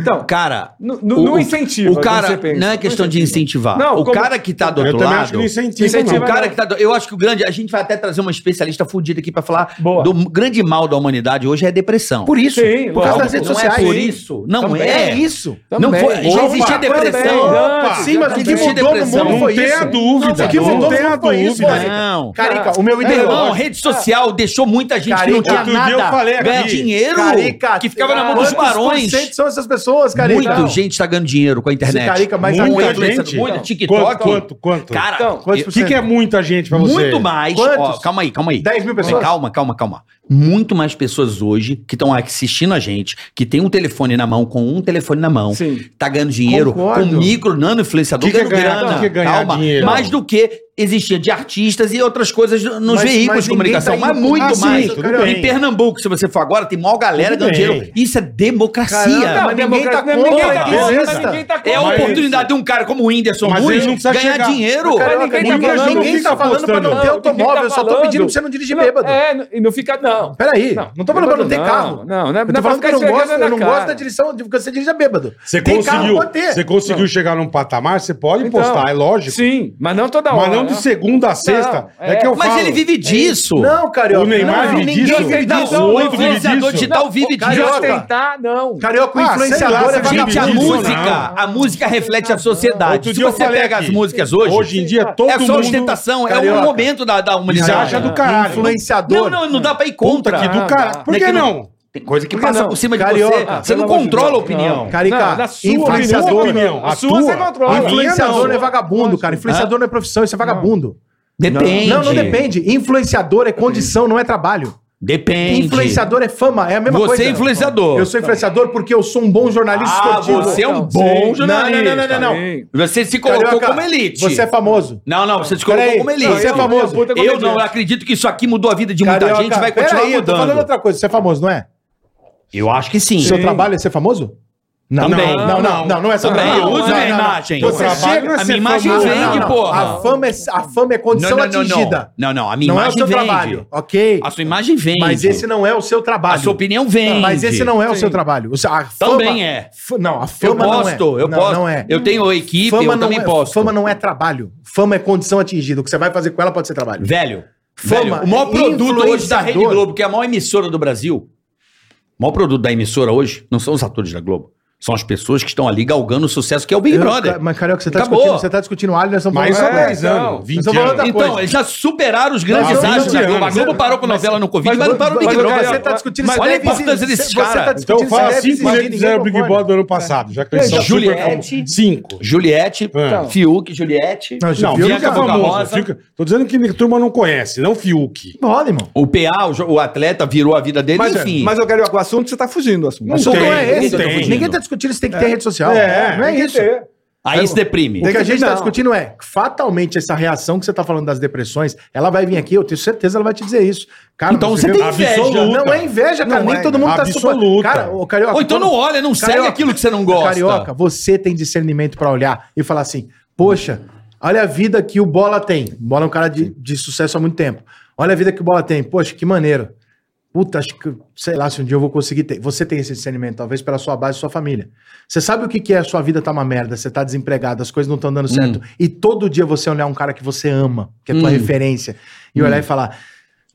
Então, cara, no, no, o- não o- incentiva. o como você cara pensa. não é questão de incentivar. Não, o como- cara que tá do Eu outro também acho que lado. não incentiva. Incentiva. O cara que tá do- eu acho que o grande, a gente vai até trazer uma especialista fudida aqui pra falar Boa. do grande mal da humanidade hoje é a depressão. Por isso. Sim, por causa lógico. das redes não sociais. é por isso, não Também é. isso. Não Também. foi, já existia depressão. também. Sim, mas o que Existe mudou no depressão. mundo Não foi tem a isso. dúvida. O que Não mudou tem a não foi isso, dúvida. Mônica. Não. Carica, o meu Meu irmão, ideal. rede social deixou muita gente que não tinha Carica, outro dia nada eu falei aqui. ganhar dinheiro, Carica, que ficava na mão dos quantos barões. por cento são essas pessoas, Carica? Muita Não. gente tá ganhando dinheiro com a internet. Carica, tá mas muita muita gente. gente. Muita Quanto, TikTok. quanto, quanto? Cara, Então, quantos eu- o que, que é muita gente pra você? muito mais. Quantos? ó, calma aí, calma aí. 10 mil pessoas? Calma, calma, calma. Muito mais pessoas hoje que estão assistindo a gente, que tem um telefone na mão, com um telefone na mão, Sim. tá ganhando dinheiro, Concordo. com micro, nano influenciador, Que que é ganhando ganhar- grana. que que é ganhar calma. dinheiro? Mais do que existia de artistas e outras coisas nos veículos Mas- mas de ninguém comunicação, tá mas indo- muito Ah, sim, mais. tudo bem. em Pernambuco, se você for agora, tem maior galera Tudo ganhando bem. dinheiro. Isso é democracia. Caramba, mas ninguém democracia- tá contra ninguém tá isso. contra, Beleza. ninguém tá É a contra. oportunidade de um cara como o Whindersson Mas ele Nunes não precisa ganhar chegar. é dinheiro. Mas Carica, ninguém ninguém, tá ninguém, falando, ninguém tá tá falando pra não postando. ter Não, ninguém automóvel, tá eu só tô falando. pedindo pra você não dirigir Não, bêbado. É, e não fica. Não. Peraí, Não, não, tô falando pra não ter não, não, carro. não, não é eu pra tô falando que eu ficar não gosto, esfregando eu não na gosto cara. da direção de você dirige bêbado. Você Tem conseguiu, carro, pode ter. você conseguiu chegar num patamar, você pode Então, postar, é lógico. Sim, mas não toda hora. Mas não de né? segunda a sexta. Não, é, é. que eu Mas falo. É ele vive disso. um Não, Carioca. O Neymar não. vive ninguém disso. fez isso. O Não, outro vive influenciador disso. é digital vive De disso. Carioca. ostentar, não. Carioca, o Ah, sei lá, influenciador você é vive Gente, a Isso, vagabundo. disso, música, a música reflete a sociedade. Outro Se dia eu você falei pega aqui. as músicas hoje, Hoje em dia, todo é só mundo... ostentação, é Carioca. um momento da, da Você humanidade. acha do caralho. Não, Influenciador. não, não dá pra ir Puta contra. que do caralho. Por Não é que que não- não? Tem coisa que Por que passa não? por cima de Carioca, você. ah, você não pelo amor de controla a Deus. opinião. Não, Carica, na sua influenciador. opinião, a A sua tua. você controla. A minha Influenciador não. não é vagabundo, cara. Influenciador não é profissão, isso é vagabundo. Depende. Não, não depende. Influenciador é condição, não é trabalho. Depende. Influenciador é fama, é a mesma Você coisa. é influenciador. Eu sou influenciador porque eu sou um bom jornalista Ah, esportivo. você é um Não, bom sim. jornalista. Não, não, não, é- não, não. Sim. Você se colocou Carioca, como elite. Você é famoso. Não, não, você se colocou Peraí, como elite. você é famoso. Puta Eu não comediante. acredito que isso aqui mudou a vida de muita Carioca, gente, vai continuar peraí, eu tô falando mudando. outra coisa. Você é famoso, não é? Eu acho que sim. Seu trabalho é ser famoso? Não, Também. não, não, não, não, não é seu Também, trabalho. eu uso Não, minha não, não. imagem. Você Eu trabalho chega- não é A ser minha imagem famoso. Não, vende, não, não. A porra. fama é, a fama é condição não, atingida. Não, não, a minha Não é o imagem seu vende. trabalho, ok? A sua imagem vende. Mas esse não é o seu A trabalho. sua opinião vende. Mas esse não é o seu trabalho. O seu- a fama- Também é. F- Não, a Eu fama não é. posto, eu Não, posto. Não é. Eu tenho equipe, Fama eu não, também é, posto. fama não é trabalho. Fama é condição atingida. O que você vai fazer com ela pode ser trabalho. Velho, é. Fama, é velho, o maior produto hoje da Rede influenciador. Globo, que é a maior emissora do Brasil, o maior produto da emissora hoje não são os atores da Globo. São as pessoas que estão ali galgando o sucesso, que é o Big Eu- Brother. Mas, Carioca, você tá, Acabou. discutindo, você tá discutindo alho, nós estamos Mais ou É, É, 10 anos, não. 20 Só falando anos. da- Então, coisa. eles já superaram os grandes Não, atos da não, Globo. A mas- Globo parou com novela no Covid, mas, não parou o Big mas- Brother. mas- Você tá discutindo Mas olha a celebs e- importância desses você caras. tá Então discutindo fala celebs e cinco ninguém gente que fizeram o Big concorda. Brother do ano passado, já que eles são Juliette. super famosos. Cinco. Juliette, Ah. Fiuk, Juliette. Não, Não, Fiuk Fiuk é é famoso. famosa. Fiuk- Tô dizendo que a turma não conhece, não Fiuk. Olha, irmão. O PA, o, jo- o atleta, virou a vida dele, Mas, é, enfim. mas eu quero ir com o assunto, você tá fugindo do assunto. O assunto tem, não é não esse. tem. Ninguém tá discutindo se tem que ter rede social. É, não é Tem que isso. ter. aí se deprime. O que a gente está Não. discutindo é, fatalmente, essa reação que você está falando das depressões, ela vai vir aqui, eu tenho certeza ela vai te dizer isso. Cara, Então você vê- tem inveja. Absoluta. Não é inveja, cara. Não nem é, todo mundo está absoluta. Cara, o Carioca... Ou então não olha, não segue Carioca. aquilo que você não gosta. é Carioca, você tem discernimento para olhar e falar assim: poxa, olha a vida que o Bola tem. O Bola é um cara de, de sucesso há muito tempo. Olha a vida que o Bola tem. Poxa, que maneiro. Puta, acho que, sei lá, se um dia eu vou conseguir ter. Você tem esse discernimento, talvez pela sua base, sua família. Você sabe o que, que é a sua vida tá uma merda, você tá desempregado, as coisas não estão dando certo. E todo dia você olhar um cara que você ama, que é tua referência, e olhar e falar: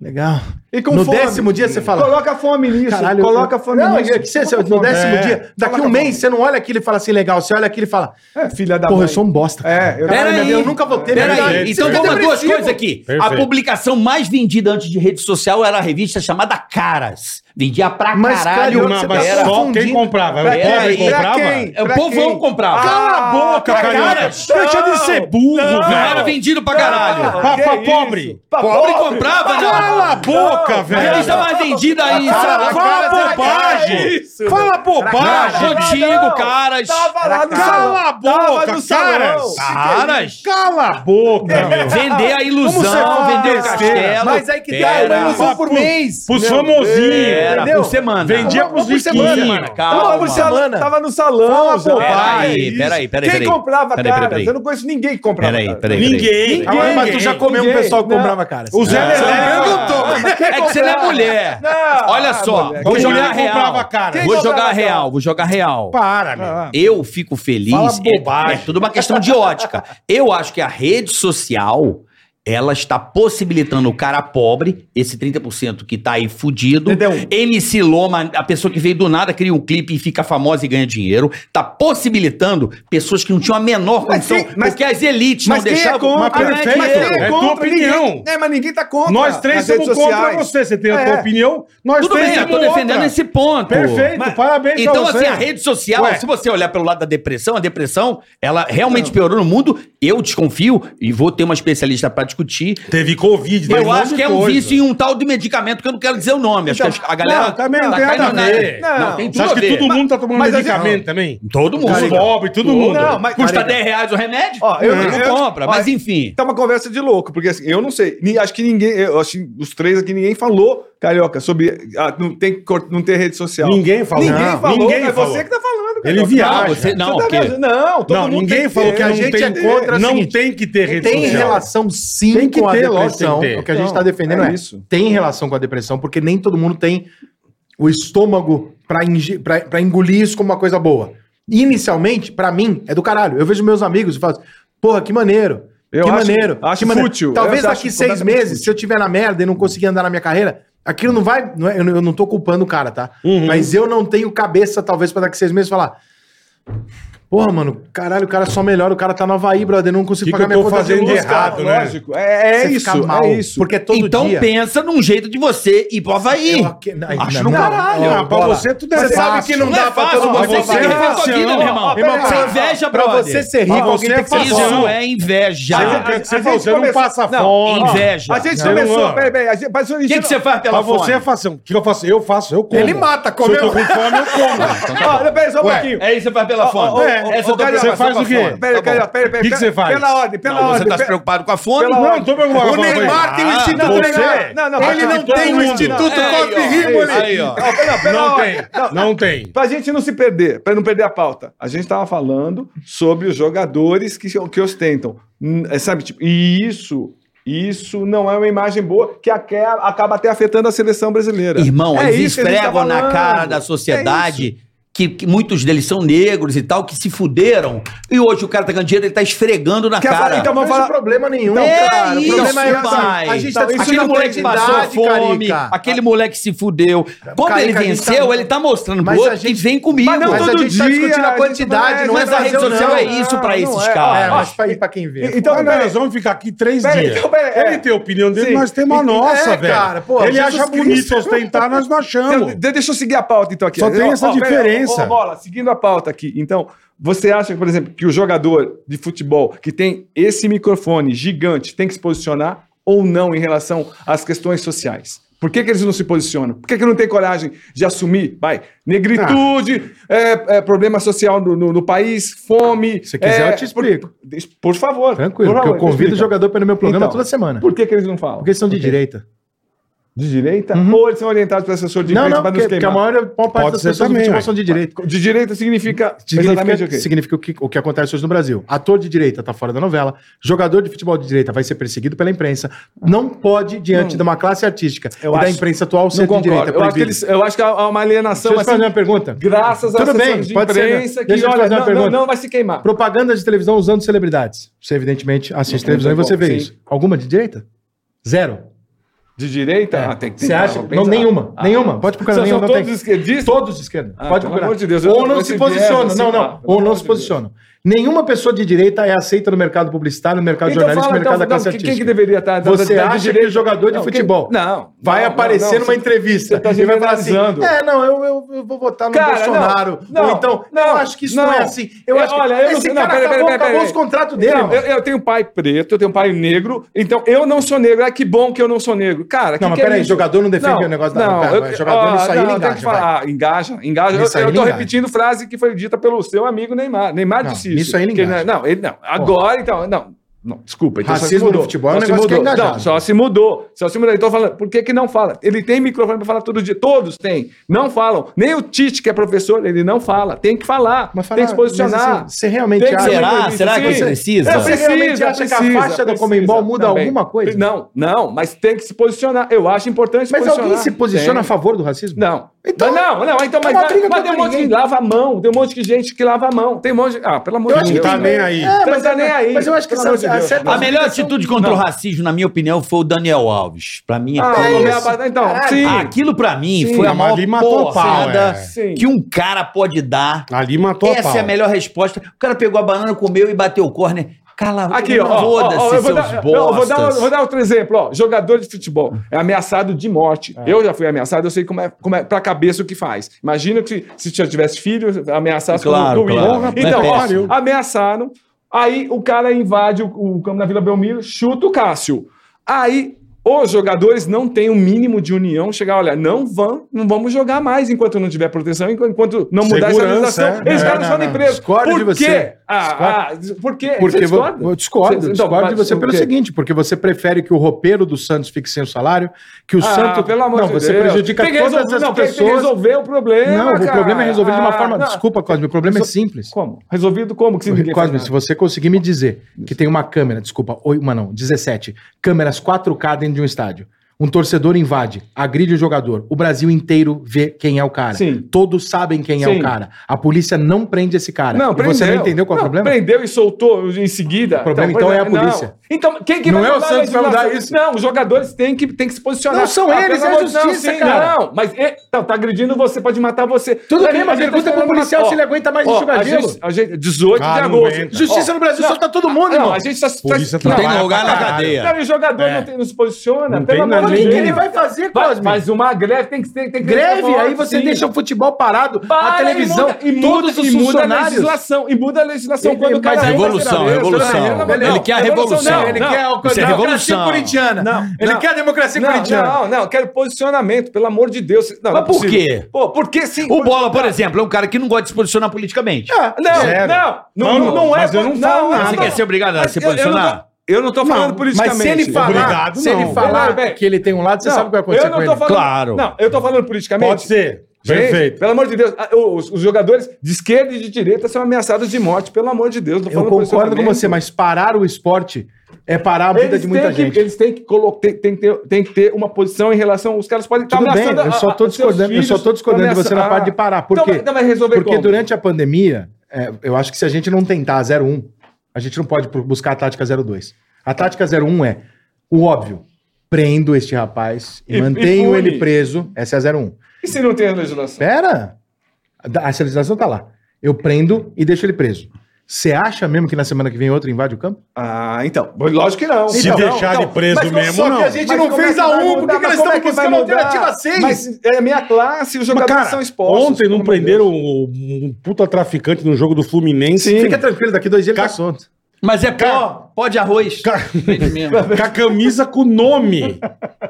legal. E com No fome. décimo dia você fala: Coloca fome nisso. Caralho, coloca eu- fome não, nisso. é que você, você- Coloca no fome. décimo É. dia, daqui Coloca um fome. mês, você não olha aquilo e fala assim, legal. Você olha aquilo e fala, É, filha da porra, mãe. eu sou um bosta. É, eu- Caralho, Peraí. eu nunca voltei na Peraí, verdade. então Você vamos fica a duas depressivo. coisas aqui. A Perfeito. publicação mais vendida antes de rede social era a revista chamada Caras. Vendia pra Mas, caralho. Carioca, Não, você mas tá só confundindo. quem comprava. Pra O pobre quem? Pra comprava? quem? o pra povão quem? comprava. Cala a boca, pra Carioca. cara. Deixa de ser burro, Não, era velho. vendido pra caralho. Pra pra pobre. Pobre comprava, não. Cala a boca, A velho. revista mais vendida aí, Fala, sabe? fala cara, bobagem. Fala bobagem. Contigo, caras. lá no Cala a boca, caras. Caras. é Cala a boca, meu. Vender a Como você ilusão, faz, vender o besteira? castelo. Mas aí que tá, Pera. uma ilusão por Papo- mês. Pros Meu famosinhos. Deus. Era entendeu? por semana. Vendia Uma pros por riquinhos. semana. Calma. Uma por semana. Tava no salão. Fala Zé. Peraí, Peraí, peraí, peraí. Quem Peraí, comprava, Peraí, cara? peraí. Eu não conheço ninguém que comprava. peraí, cara. peraí. Ninguém. Ninguém. mas tu já comeu um pessoal que comprava, cara. O Zé Lelé. É que você não é mulher. Olha só, vou Quem jogar mulher comprava, real. cara? Vou jogar real, vou jogar real. Para, meu. Eu fico feliz. Fala é- bobagem. É, tudo uma questão de ótica. Eu acho que a rede social ela está possibilitando o cara pobre, esse 30% que tá aí fudido. MC Loma, a pessoa que veio do nada, cria um clipe e fica famosa e ganha dinheiro. Tá possibilitando pessoas que não tinham a menor condição, quem- mas- porque as elites mas não quem é deixavam. contra? Mas perfeito. mas quem É tua opinião. Ninguém, é, mas ninguém tá contra. Nós três nas redes somos contra sociais. você. Você tem a tua É. opinião. Nós Tudo três bem, eu temos tô defendendo outra. esse ponto. Perfeito, parabéns pra Então, você. assim, a rede social, Ué. se você olhar pelo lado da depressão, a depressão, ela realmente piorou no mundo. Eu desconfio, e vou ter uma especialista pra discutir. Teve Covid. teve eu monte acho de que é um coisa. vício em um tal de medicamento que eu não quero dizer o nome. acho que a- a galera. não, também não tá tem nada caindo a na- ver. Não, Não, tem Você tudo a acha que ver. todo mundo tá tomando Mas- mas medicamento não. também? Todo mundo. Os pobres, todo Não, mundo. mas- Custa cara, 10 reais o remédio? Ó, eu- não eu- compra, ó, mas enfim. Tá uma conversa de louco, porque assim, eu não sei. Ni- Acho que ninguém, eu acho que os três aqui, ninguém falou, carioca, sobre ah, não, tem, que cor- não ter rede social. Ninguém falou. Ninguém Não, falou, ninguém é falou. você que tá falando. Ele Não, viaja. você- não, Você tá porque- viajando. não, todo não, mundo ninguém tem falou que, ter. a Tem gente tem, ter. contra, não Tem, tem que ter rede tem social. relação sim Tem que com ter, a lógico, depressão. tem que ter. O que a gente Não, tá defendendo é é, isso. Tem relação com a depressão, porque nem todo mundo tem o estômago pra inge- pra- pra engolir isso como uma coisa boa. Inicialmente, pra mim, é do caralho. Eu vejo meus amigos e falo, assim, porra, que maneiro. Eu que acho- maneiro. acho que maneiro. fútil. Talvez Eu acho daqui seis completamente meses, se eu tiver na merda e não conseguir andar na minha carreira, aquilo não vai. não é- eu, não- eu não tô culpando o cara, tá? Uhum. Mas eu não tenho cabeça, talvez, pra daqui seis meses falar. Porra, mano, caralho, o cara só melhora, o cara tá no Havaí, brother, eu não consigo Que que pagar eu minha tô conta fazendo de luz, de errado, cara. né? Lógico, é, é Você isso, fica mal, é isso. Porque é todo então dia. pensa num jeito de você ir pro Havaí. Eu aqui- não, é Acho não, do não, caralho. não, Ah, pra bola. você tudo é Você fácil. sabe que não Não é dá pra fácil, todo mundo. você tem que viver a sua vida, meu irmão. Irmão, Isso é inveja, Pra brother. você ser rico, Pra alguém você tem que ser fazer bom. Isso é inveja. Você- a- você a falou, gente você não começou- passa Não, fome. Inveja. A gente Não, não, não. começou, peraí, peraí. a gente- mas O que, que você faz Pra pela você é fome? fácil. O que eu faço? Eu faço, eu como. Ele mata, Se eu tô comeu. com fome, eu como. Ó, peraí, só um Ué, pouquinho. É isso que você faz pela fome. é, Essa tá eu tô Carioca, Você faz o quê? Tá Peraí, peraí, peraí. O que que você faz? Pela ordem, pela Tá Não, você ordem. tá se pe- preocupado com a fome? pela Não, ordem. não tô preocupando O Neymar tem o Ah, Instituto você- Neymar. Não, não, um Ele não bate tem todo o mundo. Instituto Não, Aí, ó. Rivoli. Aí, ó. Não, pela- pela Não ordem. tem. Não tem. Pra gente não se perder, pra não perder a pauta. A gente estava falando sobre os jogadores que, que ostentam. Hum, é, Sabe, tipo, e isso, isso não é uma imagem boa que aque- acaba até afetando a seleção brasileira. Irmão, É eles isso que a gente tá esfregam na falando. cara É da sociedade que, que muitos deles são negros e tal, que se fuderam. E hoje o cara tá ganhando dinheiro, ele tá esfregando na Quer cara. falar? Então Não vamos vejo falar. Então, problema nenhum, é isso, pai. A gente tá Então, discutindo aquele moleque passou identidade, fome, Carica. aquele moleque se fudeu. Quando Carica, ele a gente venceu, tá- ele tá mostrando pro Mas a outro gente- que vem comigo. Mas não Mas todo a- a gente tá dia, discutindo a a gente quantidade, tá- não mas é a rede Brasil, social não. é isso pra Não, esses é. caras. É, mas pra, e pra quem vê. Então, Então, mas peraí. nós vamos ficar aqui três Peraí, dias. então, peraí, é. Ele tem a opinião dele, Sim. nós temos a E- nossa, é, velho. cara, pô, ele Jesus acha bonito Cristo. ostentar, nós não achamos. Então, De- de- deixa eu seguir a pauta, então, aqui. Só tem essa pera- diferença. Ô, bola, seguindo a pauta aqui. Então, você acha, por exemplo, que o jogador de futebol que tem esse microfone gigante tem que se posicionar ou não em relação às questões sociais? Por que, que eles não se posicionam? Por que, que não tem coragem de assumir? Vai, negritude, Ah. é, é, problema social no, no- no país, fome. Se quiser, é, eu te explico. Por, por favor. Tranquilo, por porque favor, eu convido o explica. jogador pelo meu programa Então, toda semana. Por que, que eles não falam? Porque eles são de direita. De direita? Uhum. Ou eles são orientados para assessor de Não, imprensa não, para nos porque, é porque a queimar? maior, a maior parte Pode das ser pessoas do também, futebol ué. são de direita. De direita significa exatamente Significa, o quê? significa o, que, o que acontece hoje no Brasil. Ator de direita tá fora da novela, jogador de futebol de direita vai ser perseguido pela imprensa. Não pode, diante de uma classe artística Eu e da acho- imprensa atual, Não ser de concordo. direita. é eu, acho que proibido. eles, eu acho que há uma alienação Deixa eu te fazer assim, uma pergunta. graças Tudo às bem, assessores de pode ser, né? imprensa que Deixa eu te olha, fazer uma não, não, pergunta. não vai se queimar. Propaganda de televisão usando celebridades. Você, evidentemente, assiste Não televisão e tem você como, vê sim. isso. Alguma de direita? Zero. De direita? É. Ah, tem que Você tentar, acha? vou Não, pensar. nenhuma. Ah. Nenhuma. Pode procurar São, são nenhuma. não tem. Então todos esquerdistas? Todos de esquerda. Ah, pelo Pode procurar. amor de Deus, eu ou não não tô se nesse viés, posicionam. assim, não, não. cara. Pelo ou amor não de se Deus. posicionam. Nenhuma pessoa de direita é aceita no mercado publicitário, no mercado Então jornalístico, fala, no mercado então, da não, classe quem, quem que artística. deveria tá estar... Você acha que o jogador de futebol Não. vai não, aparecer não, não, numa você- entrevista você tá e vai falar assim, generalizando. é, não, eu, eu, eu vou votar no Cara, Bolsonaro. não, Ou não, então, não, eu acho que isso não, não. é assim. Eu Eu- acho que olha, eu não esse sei- não, cara pera, acabou, pera, pera, acabou pera. os contratos dele, Não, mano. eu, eu tenho pai preto, eu tenho pai negro, então eu não sou negro. Ah, que bom que eu não sou negro. Cara, que Não, mas que é peraí, isso? jogador não defende o negócio da... não, pera, eu- mas jogador ah, nisso aí não, ele tem que engaja, vai. falar, engaja, engaja. Eu, Nisso aí eu ele tô engaja. repetindo frase que foi dita pelo seu amigo Neymar. Neymar Não, disse isso. nisso aí ele Que engaja. não, ele não. Agora, então, não. Não, desculpa. Então só se Racismo no mudou. futebol é um Só se negócio que é mudou. engajado. Não, só se mudou. Só se mudou. Então falando, por que que não fala? Ele tem microfone pra falar todo dia. Todos têm. Não falam. Nem o Tite, que é professor, ele não fala. Tem que falar. Mas falar- tem que se posicionar. mas assim, você realmente Tem que acha... ser Será? entrevista, Será que sim. você precisa? É, Você realmente acha que a faixa da Comembol muda também. alguma coisa? Não, não, mas tem que se posicionar. Eu acho importante Mas posicionar. alguém se posiciona a Tem. favor do racismo? Não. Então- Então, não, não, então, É mas, uma briga mas contra tem um monte ninguém. de lava a mão, tem um monte de gente que lava a mão, tem um monte de... Ah, pelo amor Eu de acho Deus. que tá nem aí. É, Não mas tá eu- nem aí. mas eu acho que Pelo essa- é amor de a Deus. certa- A melhor atitude contra o racismo, na minha opinião, foi o Daniel Alves. Pra mim, Ah, aquilo- é assim. comer a batata- então, sim. aquilo pra mim Sim, foi a mas maior ali matou o pau, porrada é. Sim. que um cara pode dar. Ali matou a Essa pau. é a melhor resposta. O cara pegou a banana, comeu e bateu o córner. Cala Aqui, ó, ó, ó, foda-se, ó, eu seus vou dar, bostas. não, eu vou, dar, vou dar outro exemplo, ó, jogador de futebol é ameaçado de morte. É. Eu já fui ameaçado, eu sei como é, como é pra cabeça o que faz. Imagina que se eu tivesse filho, ameaçasse Claro, como claro. Porra, É Então, péssimo. ó, ameaçaram, aí o cara invade o, o campo na Vila Belmiro, chuta o Cássio. Aí os jogadores não têm o mínimo de união, chegar, olha, não vão, não vamos jogar mais enquanto não tiver proteção, enquanto- enquanto não mudar essa Segurança, legislação. é. Eles Não, caras não, foram não. presos. Discordo de você. quê? Ah, ah, por quê? Porque Você vo- discorda? eu discordo, Você- eu então, discordo de mas você o pelo quê? seguinte, porque você prefere que o roupeiro do Santos fique sem o salário, que o Ah, Santos... pelo amor não, de você Deus. prejudica Tem que todas resolver- as não, tem que pessoas. resolver o problema. não, o cara. problema é resolvido de uma Ah, forma... não. Desculpa, Cosme, o problema é simples. Como? Resolvido como? Que ninguém Cosme, faz se nada? você conseguir me dizer que tem uma câmera, desculpa, oi, uma não, 17, câmeras 4K dentro de um estádio. Um torcedor invade, agride o jogador. O Brasil inteiro vê quem é o cara. Sim. Todos sabem quem é o Sim. cara. A polícia não prende esse cara. Não, E você não entendeu qual é o Não, problema? Prendeu e soltou em seguida. O problema, então, pois é a polícia. Não. Então, quem que Não vai é o mudar a Santos que vai mudar legislação? isso. Não, os jogadores têm que, têm que se posicionar. Ah, Não, são eles, pelo é a amor de Deus, justiça, cara. Não, mas é, então, tá agredindo você, pode matar você. Tudo bem, A mas gente tá pergunta pro esperando policial matar- se ele é aguenta mais ó, a enxugadinho. gente- a gente- 18 de Cara, não agosto. aguenta. Justiça no Brasil não. solta todo mundo, Não, irmão. a gente tá... Polícia tá- trabalha Tem lugar na pra caralho. cadeia. Cara, o jogador É. não, tem, não se posiciona. Não pelo tem amor de Mas o nada. que, que Deus. ele vai fazer, Vai, Cosme? mas uma greve tem que ser. Tem que Greve, ter- aí você Sim. deixa o futebol parado, a Para e televisão, muda- e muda, todos os e muda a funcionários. legislação. E muda a legislação Ele- quando ele- mas cai. revolução, revolução. Ele quer a revolução. é Não, Ele não, quer a Isso é democracia revolução. corintiana. Não, ele não. quer a democracia corintiana. não, não, não, quero posicionamento, pelo amor de Deus. Não, não Mas é por possível. quê? Pô, porque sim. O Bola, por exemplo, é um cara que não gosta de se posicionar politicamente. Ah, Não, Zero. não, não, Mano, não, é. mas eu não falo nada. Você quer ser obrigado a Mas se eu- eu não tô- posicionar? Eu não tô falando Mas politicamente. se ele falar, Obrigado, se não. ele falar Bem, bem. que ele tem um lado, você Não, sabe o que vai acontecer eu não com tô ele. falando, Claro. Não, eu tô falando politicamente. Pode ser. Gente, Perfeito. Pelo amor de Deus, ah, os, os jogadores de esquerda e de direita são ameaçados de morte, pelo amor de Deus. não tô Eu falando concordo com posicionamento. você, mas parar o esporte é parar a vida Eles de muita têm que- gente. eles têm que, colo- tem- tem que ter, tem que ter uma posição em relação. Os caras podem estar Tudo bem, ameaçando. eu só tô a- a- seus discordando, eu só tô filhos, discordando de ameaça- você na ah, parte de parar. Por então quê? vai- Então vai resolver Porque como? durante a pandemia, é, eu acho que se a gente não tentar a 01, a gente não pode pro- buscar a tática 02. A tática 01 é o óbvio. Prendo este rapaz e, E- e mantenho pune. ele preso. Essa é a 01. E se não tem a É. legislação? Pera! A sinalização tá lá. Eu prendo e deixo ele preso. Você acha mesmo que na semana que vem outro invade o campo? Ah, então. Lógico que não. Se Então, deixar então, ele preso mas como- mesmo, só não. que a gente Mas não como é fez que a vai 1, por mudar? que que Mas eles como é estão que vai buscando a mudar? alternativa 6? Mas é a minha classe, os Mas, jogadores cara, são expostos. é ontem não pelo amor é. de prenderam um, um puta traficante no jogo do Fluminense. Fica tranquilo, daqui dois dias Ca- tá solto. Mas é pó, pó de arroz. Ele mesmo. Com a camisa com o nome.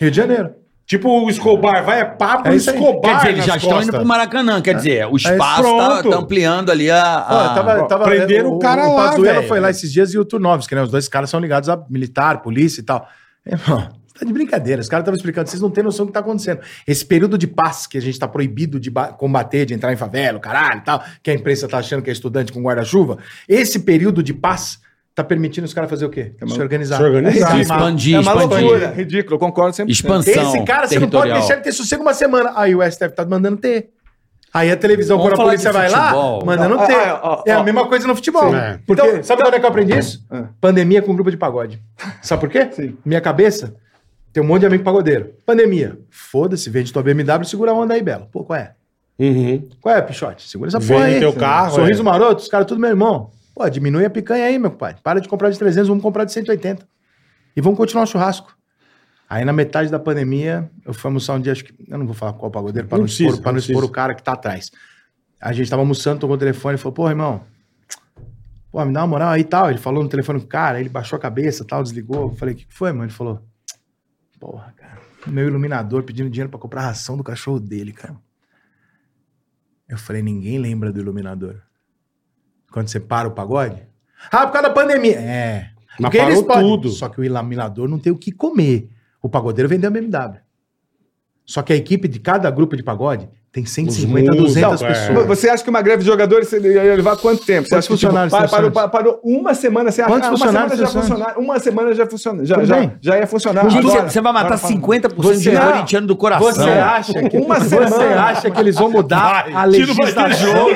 Rio de Janeiro. Tipo o Escobar, vai, é papo É isso aí. Escobar. né? Quer dizer, eles nas já estão costas. indo pro Maracanã. É. Quer dizer, o espaço tá, pronto. tá ampliando ali a. a- Ó, tava, tava, Ah, prenderam o cara lá, Pazuello velho. foi lá esses dias e o Turnovski, né? Os dois caras são ligados a militar, polícia e tal. Irmão, tá de brincadeira. Os caras estavam explicando, vocês não têm noção do que tá acontecendo. Esse período de paz que a gente tá proibido de ba- combater, de entrar em favela, o caralho e tal, que a imprensa tá achando que é estudante com guarda-chuva, esse período de paz tá permitindo os caras fazer o quê? Se organizar. Tá Se organizar. Armar. Expandir, É uma loucura, expandir. ridículo, eu concordo sempre. Expansão. Esse cara, você não pode territorial. deixar ele ter sossego uma semana. Aí o STF tá mandando ter. Aí a televisão, Vamos quando a falar polícia de vai lá, futebol. mandando Ah, ter. ah, ah, é a ah. mesma coisa no futebol. Sim. É. Porque, Então- sabe quando é que eu aprendi isso? Ah. Pandemia com grupo de pagode. Sabe por quê? Sim. Minha cabeça tem um monte de amigo pagodeiro. Pandemia. Foda-se, vende tua BMW, segura a onda aí, Belo. Pô, qual é? Uhum. Qual é, Pichote? Segura essa Vende porra aí. teu carro, Sorriso é. maroto, os caras tudo meu irmão. Pô, diminui a picanha aí, meu pai. Para de comprar de 300, vamos comprar de 180. E vamos continuar o churrasco. Aí na metade da pandemia, eu fui almoçar um dia, acho que... Eu não vou falar qual pagodeiro, pra Não não, precisa, expor, pra não não expor precisa. o cara que tá atrás. A gente tava almoçando, tocou o telefone e falou, pô, irmão... Pô, me dá uma moral aí e tal. Ele falou no telefone com o cara, ele baixou a cabeça e tal, desligou. Eu falei, o que que foi, mano? Ele falou, porra, cara. Meu iluminador pedindo dinheiro pra comprar a ração do cachorro dele, cara. Eu falei, ninguém lembra do iluminador. Quando você para o pagode? Ah, por causa da pandemia. É. Mas porque parou eles podem. tudo. Só que o iluminador não tem o que comer. O pagodeiro vendeu a BMW. Só que a equipe de cada grupo de pagode tem 150, Os músicos, 200 é. Vo- pessoas. Você acha que uma greve de jogadores ia levar quanto tempo? Você Quantos acha que tipo, funcionários pa- são parou, Santos? pa- parou uma semana, você acha Quantos ah, uma semana funcionários já são Santos? funcionar, uma semana já funciona, já, Tudo já, bem. já ia funcionar. Gente, Agora- você vai matar agora falando. 50% de Você- não. corintiano do coração. Você acha que Uma você semana. acha que eles vão mudar a Tira o Brasil do legislação?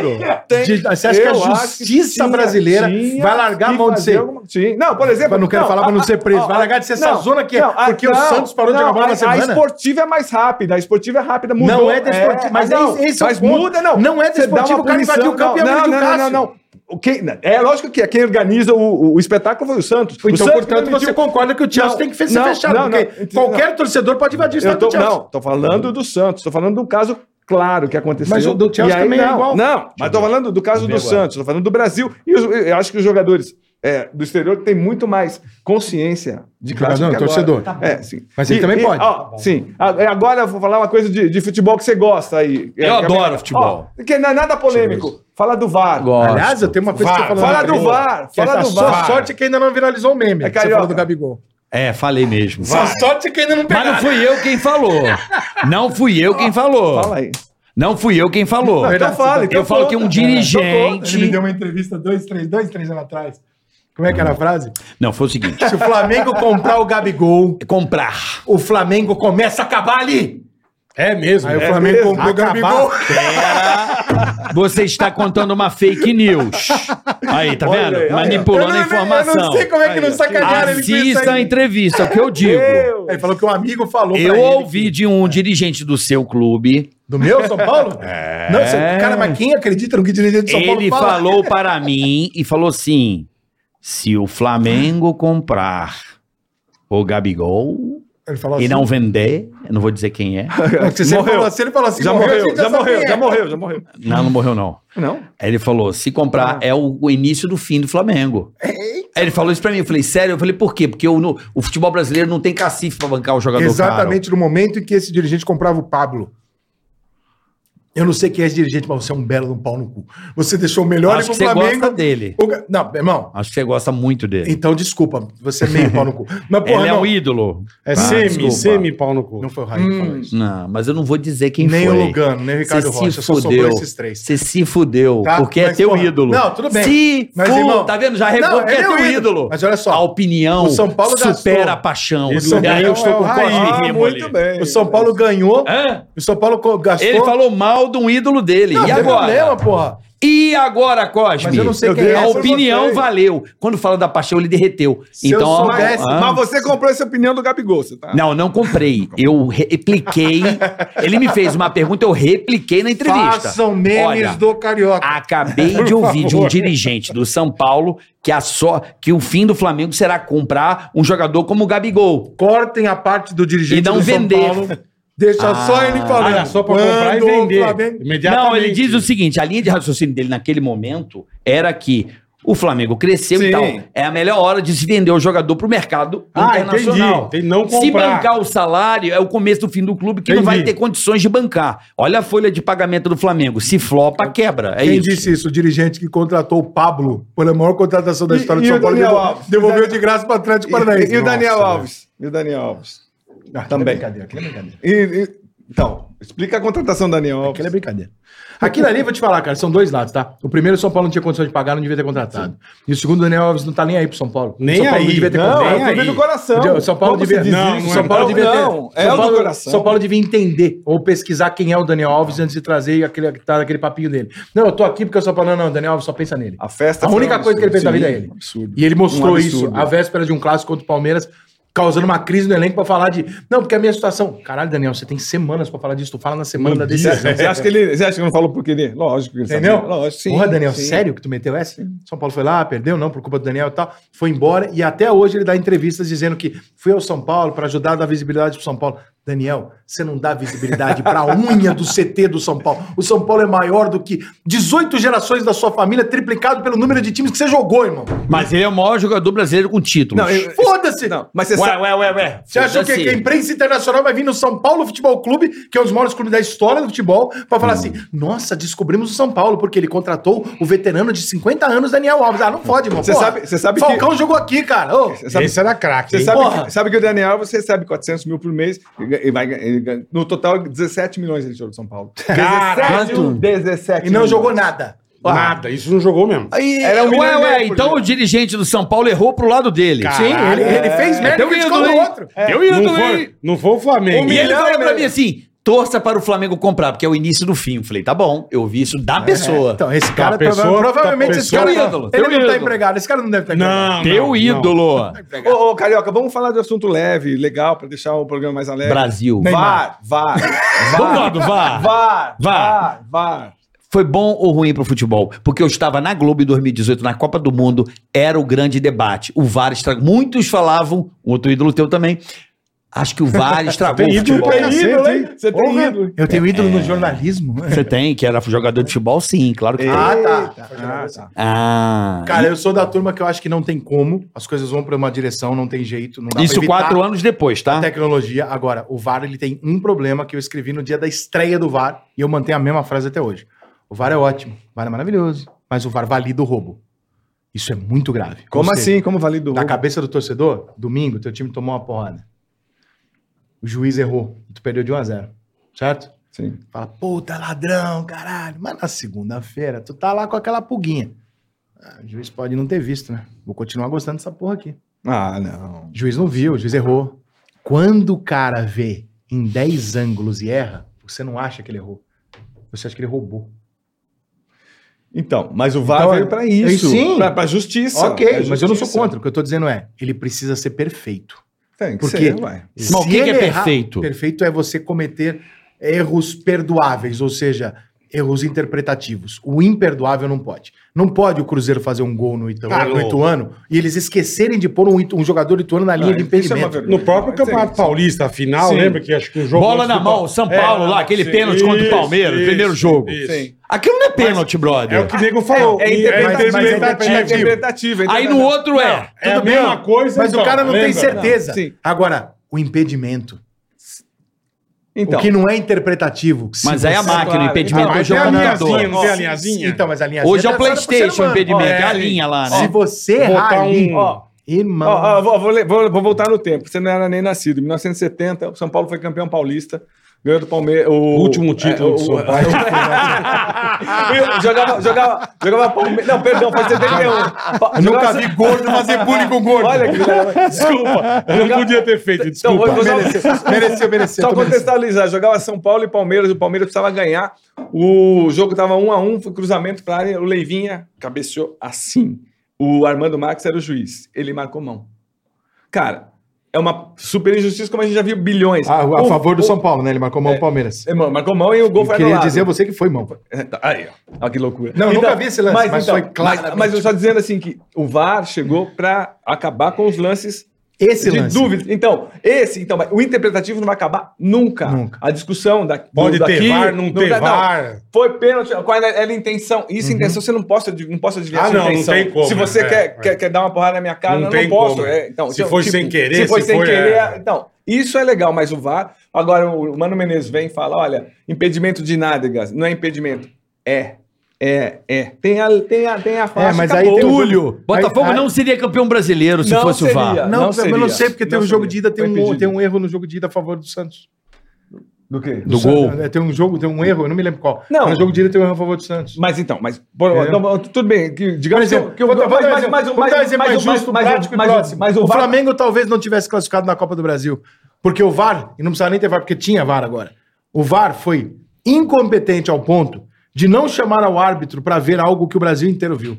De- Você acha que Eu a acho que justiça tinha- brasileira tinha vai largar a que mão de fazer ser alguma- Tinha. Não, por exemplo. Eu não quero falar pra não ser preso. Vai largar de ser essa zona aqui, porque o Santos parou de jogar bola na A semana. esportiva é mais rápida. A esportiva é rápida. Mudou. Não é desportivo, mas não, esse- esse é o mas ponto. muda, não. Não é Você dá desportivo, uma o cara invadiu punição, o campo e é não, agrediu não, o não, não, Cássio. não. O Quem, é lógico que quem organiza o, o- o espetáculo foi o Santos. o Então, Santos portanto, permitiu- você concorda que o Chelsea Não, tem que fe- ser não, fechado, não, porque não. qualquer torcedor pode invadir o Eu estado tô, do Chelsea. não, tô falando do Santos, tô falando de um caso claro que aconteceu. Mas o do Chelsea E aí, também é não, igual. Não, mas tô falando do caso do Santos, tô falando do Brasil. E os- eu acho que os jogadores é, do exterior têm muito mais consciência de classe. Jogador, do que agora. torcedor. Tá bom. É, sim. Mas ele também pode. ó, Tá sim. A- Agora eu vou falar uma coisa de, de futebol que você gosta aí. Eu adoro futebol. Ó, que não é nada polêmico. Fala do VAR. Gosto. Aliás, eu tenho uma coisa Vá, que eu Fala do VAR. Fala a do sua VAR. sorte é que ainda não viralizou o meme. É que você falou carioca. do Gabigol. É, falei mesmo. Sua sorte é que ainda não Mas não fui eu quem falou. Não fui eu quem falou. Fala aí. Não fui eu quem falou. Então fala. então eu falo conta. que um Ele me dirigente. deu uma entrevista dois, três, dois, três anos atrás. Como é que era a frase? Não, foi o seguinte: Se o Flamengo comprar o Gabigol, comprar. o Flamengo começa a acabar ali. É mesmo. Aí né? o Flamengo mesmo. comprou o Gabigol. Você está contando uma fake news. Aí, tá Olha vendo? aí, olha aí. Eu Manipulando não, a informação. eu não sei como é que não sacanearam ele com isso Assista a aí. entrevista, é o que eu digo. Meu. Ele falou que um amigo falou Eu pra ele ouvi de um dirigente do seu clube. que- Do meu, São Paulo? Não, você- É. cara, mas quem acredita no que dirigente de São Paulo É. Ele fala? falou para mim e falou assim: se o Flamengo comprar o Gabigol Ele falou e não vender, eu não vou dizer quem é. Porque se ele Morreu. falou assim, ele falou assim, Já a morreu, gente já sabe morreu, quem é. já morreu, já morreu. Não, não morreu, não. Não? Aí ele falou: se Ah. comprar é o, o início do fim do Flamengo. Aí ele falou isso pra mim. Eu falei, sério? Eu falei, por quê? Porque o, no- o futebol brasileiro não tem cacife pra bancar o jogador caro. Exatamente no momento em que esse dirigente comprava o Pablo. Eu não sei quem é esse dirigente, mas você é um belo de um pau no cu. Você deixou o melhor Acho pro que você gosta dele. O Ga- Não, irmão, Acho que você gosta muito dele. então desculpa, você é meio pau no cu. Mas, porra, ele é não, um ídolo. assim, É Ah, semi, desculpa. semi pau no cu. não foi o Raí que falou isso. Não, mas eu não vou dizer quem Hum, nem foi. o Lugano, nem o Ricardo Você se Rocha, só sobrou fudeu. esses três. Você se fudeu, Tá, porque é mas, teu porra, ídolo. não, tudo bem. Se Mas, fu- irmão, tá vendo? Já regou não, porque é ele é teu o ídolo. ídolo. Mas olha só, A opinião o São Paulo gastou. supera a paixão. O São E aí eu Paulo estou é o com o raiz. Cosme Ah, Rimo ali. Muito bem. O São Paulo ganhou, Hã? o São Paulo co- gastou. Ele falou mal de um ídolo dele. Não, e tem agora? problema, porra. E agora, Cosme? Mas eu não sei quem é, A eu não opinião sei. valeu. Quando fala da paixão, ele derreteu. Se eu então, ó, soubesse- hã? Mas você comprou essa opinião do Gabigol, você tá? Não, não comprei. Eu repliquei. Ele me fez uma pergunta, eu repliquei na entrevista. Façam memes Olha, Ah. do Carioca. Acabei de ouvir de um dirigente do São Paulo que, a só, que o fim do Flamengo será comprar um jogador como o Gabigol. Cortem a parte do dirigente E não do São vender. Paulo. Deixa só ele falando. Olha só pra comprar e Quando o vender. Flamengo- Imediatamente. Não, ele diz o seguinte: a linha de raciocínio dele naquele momento era que o Flamengo cresceu e Sim. tal. É a melhor hora de se vender o jogador para o mercado Ah, internacional. entendi. Tem não Se comprar. bancar o salário, é o começo do fim do clube que não Entendi. vai ter condições de bancar. Olha a folha de pagamento do Flamengo. Se flopa, quebra. É Quem isso. disse isso? O dirigente que contratou o Pablo pela maior contratação da E- história e de São o Paulo. Daniel devol- Alves? Devolveu de graça para o Atlético Paranaense. E, e o Daniel Nossa, Alves? E o Daniel Alves? velho. Ah, aquilo é Também. brincadeira, aquilo é brincadeira. E- e- então, explica a contratação do Daniel Alves. Aquilo é brincadeira. Aquilo ali, vou te falar, cara, são dois lados, tá? O primeiro, o São Paulo não tinha condição de pagar, não devia ter contratado. E o segundo, o Daniel Alves não tá nem aí pro São Paulo. Nem o São Paulo aí, não devia ter não, contratado. tá é o clube do coração. Entendeu? O São Paulo Como devia, se diz não, isso? o São Paulo Não, devia ter- não, é São o do Paulo- coração. São Paulo devia entender ou pesquisar quem é o Daniel Alves antes de trazer aquele, tá, aquele papinho dele. Não, eu tô aqui porque o São Paulo não, não, o Daniel Alves só pensa nele. A festa A foi única um coisa que ele fez na absurdo. vida é Sim, ele. Absurdo. E ele mostrou Um absurdo. isso à véspera de um clássico contra o Palmeiras. causando uma crise no elenco pra falar de. Não, porque é a minha situação. Caralho, Daniel, você tem semanas pra falar disso. Tu fala na semana da decisão. Você acha que ele, você acha que não falou porque ele? Lógico que ele sabe. Entendeu? Lógico, sim. Porra, Daniel, sim. sério que tu meteu essa? São Paulo foi lá, perdeu, não, por culpa do Daniel e tal. Foi embora e até hoje ele dá entrevistas dizendo que fui ao São Paulo pra ajudar a dar visibilidade pro São Paulo. Daniel, você não dá visibilidade pra unha do CT do São Paulo. O São Paulo é maior do que 18 gerações da sua família, triplicado pelo número de times que você jogou, irmão. Mas ele é o maior jogador brasileiro com títulos. assim. Não, eu- Foda-se! não, mas você sabe. Ué, ué, ué. Você acha o quê? Foda-se. que a imprensa internacional vai vir no São Paulo Futebol Clube, que é um dos maiores clubes da história do futebol, pra Hum. falar assim: nossa, descobrimos o São Paulo, porque ele contratou o veterano de 50 anos, Daniel Alves. Ah, não pode, irmão. Você Porra, sabe- você sabe que- Falcão jogou aqui, cara. Ô, Você sabe, Esse era craque. você hein? sabe, Porra. que, sabe que o Daniel, você sabe 400 mil por mês. e ga- e vai ga- ele ga- no total, 17 milhões ele jogou no São Paulo. 17, 17 e não milhões. jogou nada. Nada, isso não jogou mesmo. Aí, Era um milhão ué, e meio ué, por então jogo. o dirigente do São Paulo errou pro lado dele. Caralho. ele, ele fez merda Teu e criticou ídolo, o hein? outro. Teu não, ídolo, hein? foi, não foi o Flamengo. E ele milhão falou e pra meio. mim assim: torça para o Flamengo comprar, porque é o início do fim. Eu falei, tá bom, eu ouvi isso da pessoa. Então, esse Tá, cara, prova- pessoa- provavelmente, tá, esse cara. pessoa- ídolo, ele teu não ídolo. tá empregado, esse cara não deve estar empregado. Não, Teu Ah, não, não. ídolo. Ô, ô, Carioca, vamos falar de assunto leve, legal, pra deixar o programa mais É. alegre. Brasil. VAR, VAR. Vamos lá do VAR. VAR, VAR. VAR, VAR. Foi bom ou ruim pro futebol? Porque eu estava na Globo em 2018, na Copa do Mundo, era o grande debate. O VAR estragou. Muitos falavam, um outro ídolo teu também. Acho que o VAR estragou Tem o ídolo futebol. pra cacete, hein? Você tem Porra, ídolo. Eu tenho ídolo É. no jornalismo. Você tem, que era jogador de futebol? Sim, claro que tem. Ah, tá. Ah, tá. Ah. Cara, eu sou da turma que eu acho que não tem como. As coisas vão pra uma direção, não tem jeito. Não dá Isso pra evitar quatro anos depois, a Ah. tá? tecnologia. Agora, o VAR ele tem um problema que eu escrevi no dia da estreia do VAR e eu mantenho a mesma frase até hoje. O VAR é ótimo, o VAR é maravilhoso, mas o VAR valida o roubo. Isso é muito grave. Como Ou seja, assim? Como validou? Na cabeça do torcedor, domingo, teu time tomou uma porrada. O juiz errou, tu perdeu de 1 a 0 certo? Sim. Fala, puta, ladrão, caralho. Mas na segunda-feira, tu tá lá com aquela pulguinha. Ah, o juiz pode não ter visto, né? Vou continuar gostando dessa porra aqui. Ah, não. O juiz não viu, o juiz errou. Quando o cara vê em 10 ângulos e erra, você não acha que ele errou. Você acha que ele roubou. Então, mas o VAR Então, veio pra eu- isso. sim. Pra, pra justiça. ok, É mas eu não sou justiça. contra. O que eu tô dizendo é, ele precisa ser perfeito. Tem que Por ser, quê? ué. Mas o Se que que ele é errar- perfeito? Perfeito é você cometer erros perdoáveis, ou seja, erros interpretativos. O imperdoável não pode. Não pode o Cruzeiro fazer um gol no, Ita- Ah, no louco. Ituano e eles esquecerem de pôr um, Itu- um jogador ituano na linha de Ah, isso é uma impedimento. vergonha. No próprio Não, Campeonato isso é- Paulista, a final, Sim. lembra que acho que o jogo. Bola antes na do- mão, São Paulo É, lá, aquele sim. pênalti contra o Isso, Palmeiras, isso, primeiro jogo. isso. Sim. Aquilo não é pênalti, brother. É o que o Nego falou. É interpretativo. interpretativo. É interpretativo. interpretativo. é Aí no interpretativo. outro é. É a mesma coisa, Mas o então, cara não tem lembra? certeza. Sim. Agora, o impedimento. Então, o que não é interpretativo. se Mas aí a você- máquina, o impedimento, Mas hoje é tem a o computador. linhazinha, não tem a linhazinha? Então, mas a linha Hoje é o atrasada pro ser Playstation, o humano. impedimento. É a Ó, linha lá, Ó, Se né? você Botar errar ali, um- ó, irmão... Ó, ó, vou, vou le- vou- vou voltar no tempo. Você não era nem nascido. Em 1970, o São Paulo foi campeão paulista. Ganhou do Palmeiras. O O último título é, do São Paulo. Eu jogava, jogava, jogava Palmeiras. Não, perdão, foi 71. Pa- Eu nunca jogava- vi gordo fazer bullying com gordo. Olha que Desculpa, eu não podia ter feito, Então, desculpa. vou- vou- mereceu, mereceu. Só tô merecendo. contextualizar, jogava São Paulo e Palmeiras, o Palmeiras precisava ganhar. O jogo tava um a um, foi cruzamento para área, o Leivinha cabeceou assim. O Armando Max era o juiz, ele marcou mão. Cara, é uma super injustiça como a gente já viu bilhões. Ah, a O- favor do o- São Paulo, né? Ele marcou mão É. pro Palmeiras. É, mano, marcou mão e o gol Eu foi queria anulado. dizer a você que foi mão. É, tá, Aí, ó. Olha que loucura. Então, Não, eu nunca vi esse lance, mas foi claramente. Mas, mas eu só dizendo assim que o VAR chegou para acabar com os lances Esse de lance. dúvidas. Então, esse, então, mas o interpretativo não vai acabar nunca. Nunca. A discussão da, do- Pode ter daqui, VAR, não ter dá- VAR. Foi pênalti, qual era era a intenção? Isso, é Uhum. intenção, você não pode, adiv- não posso adivinhar Ah, a sua não, não intenção. tem como, Se você é, quer, é. Quer, quer dar uma porrada na minha cara, Não eu não, tem posso. como. é, então, Se foi sem querer, se foi se sem foi, querer. é. Então, isso é legal, mas o VAR. Agora, o Mano Menezes vem e fala: olha, impedimento de nádegas, não é impedimento. É. É, é. Tem a, tem a, tem a faixa. É, mas aí acabou. tem o jogo- Túlio, Botafogo Aí- não seria campeão brasileiro se Não fosse o seria. VAR. Não, Não eu seria. não sei, porque tem Não um jogo de seria. ida, tem Foi um, impedido. tem um erro no jogo de ida a favor do Santos. Do quê? Do Santos, gol. é, Tem um jogo, tem um erro, eu não me lembro qual. Não. Mas No jogo de ida tem um erro a favor do Santos. Mas então, mas. bom, É. então, tudo bem, que, digamos Por exemplo, que, que o- vou dar- vou dar um mas- exemplo. mas- Vou dar um mas- exemplo mais um, mas- justo, mas- prático e mas- próximo. mas o o VAR- Flamengo talvez não tivesse classificado na Copa do Brasil, porque o VAR, e não precisava nem ter VAR, porque tinha VAR agora. O VAR foi incompetente ao ponto de não chamar ao árbitro para ver algo que o Brasil inteiro viu.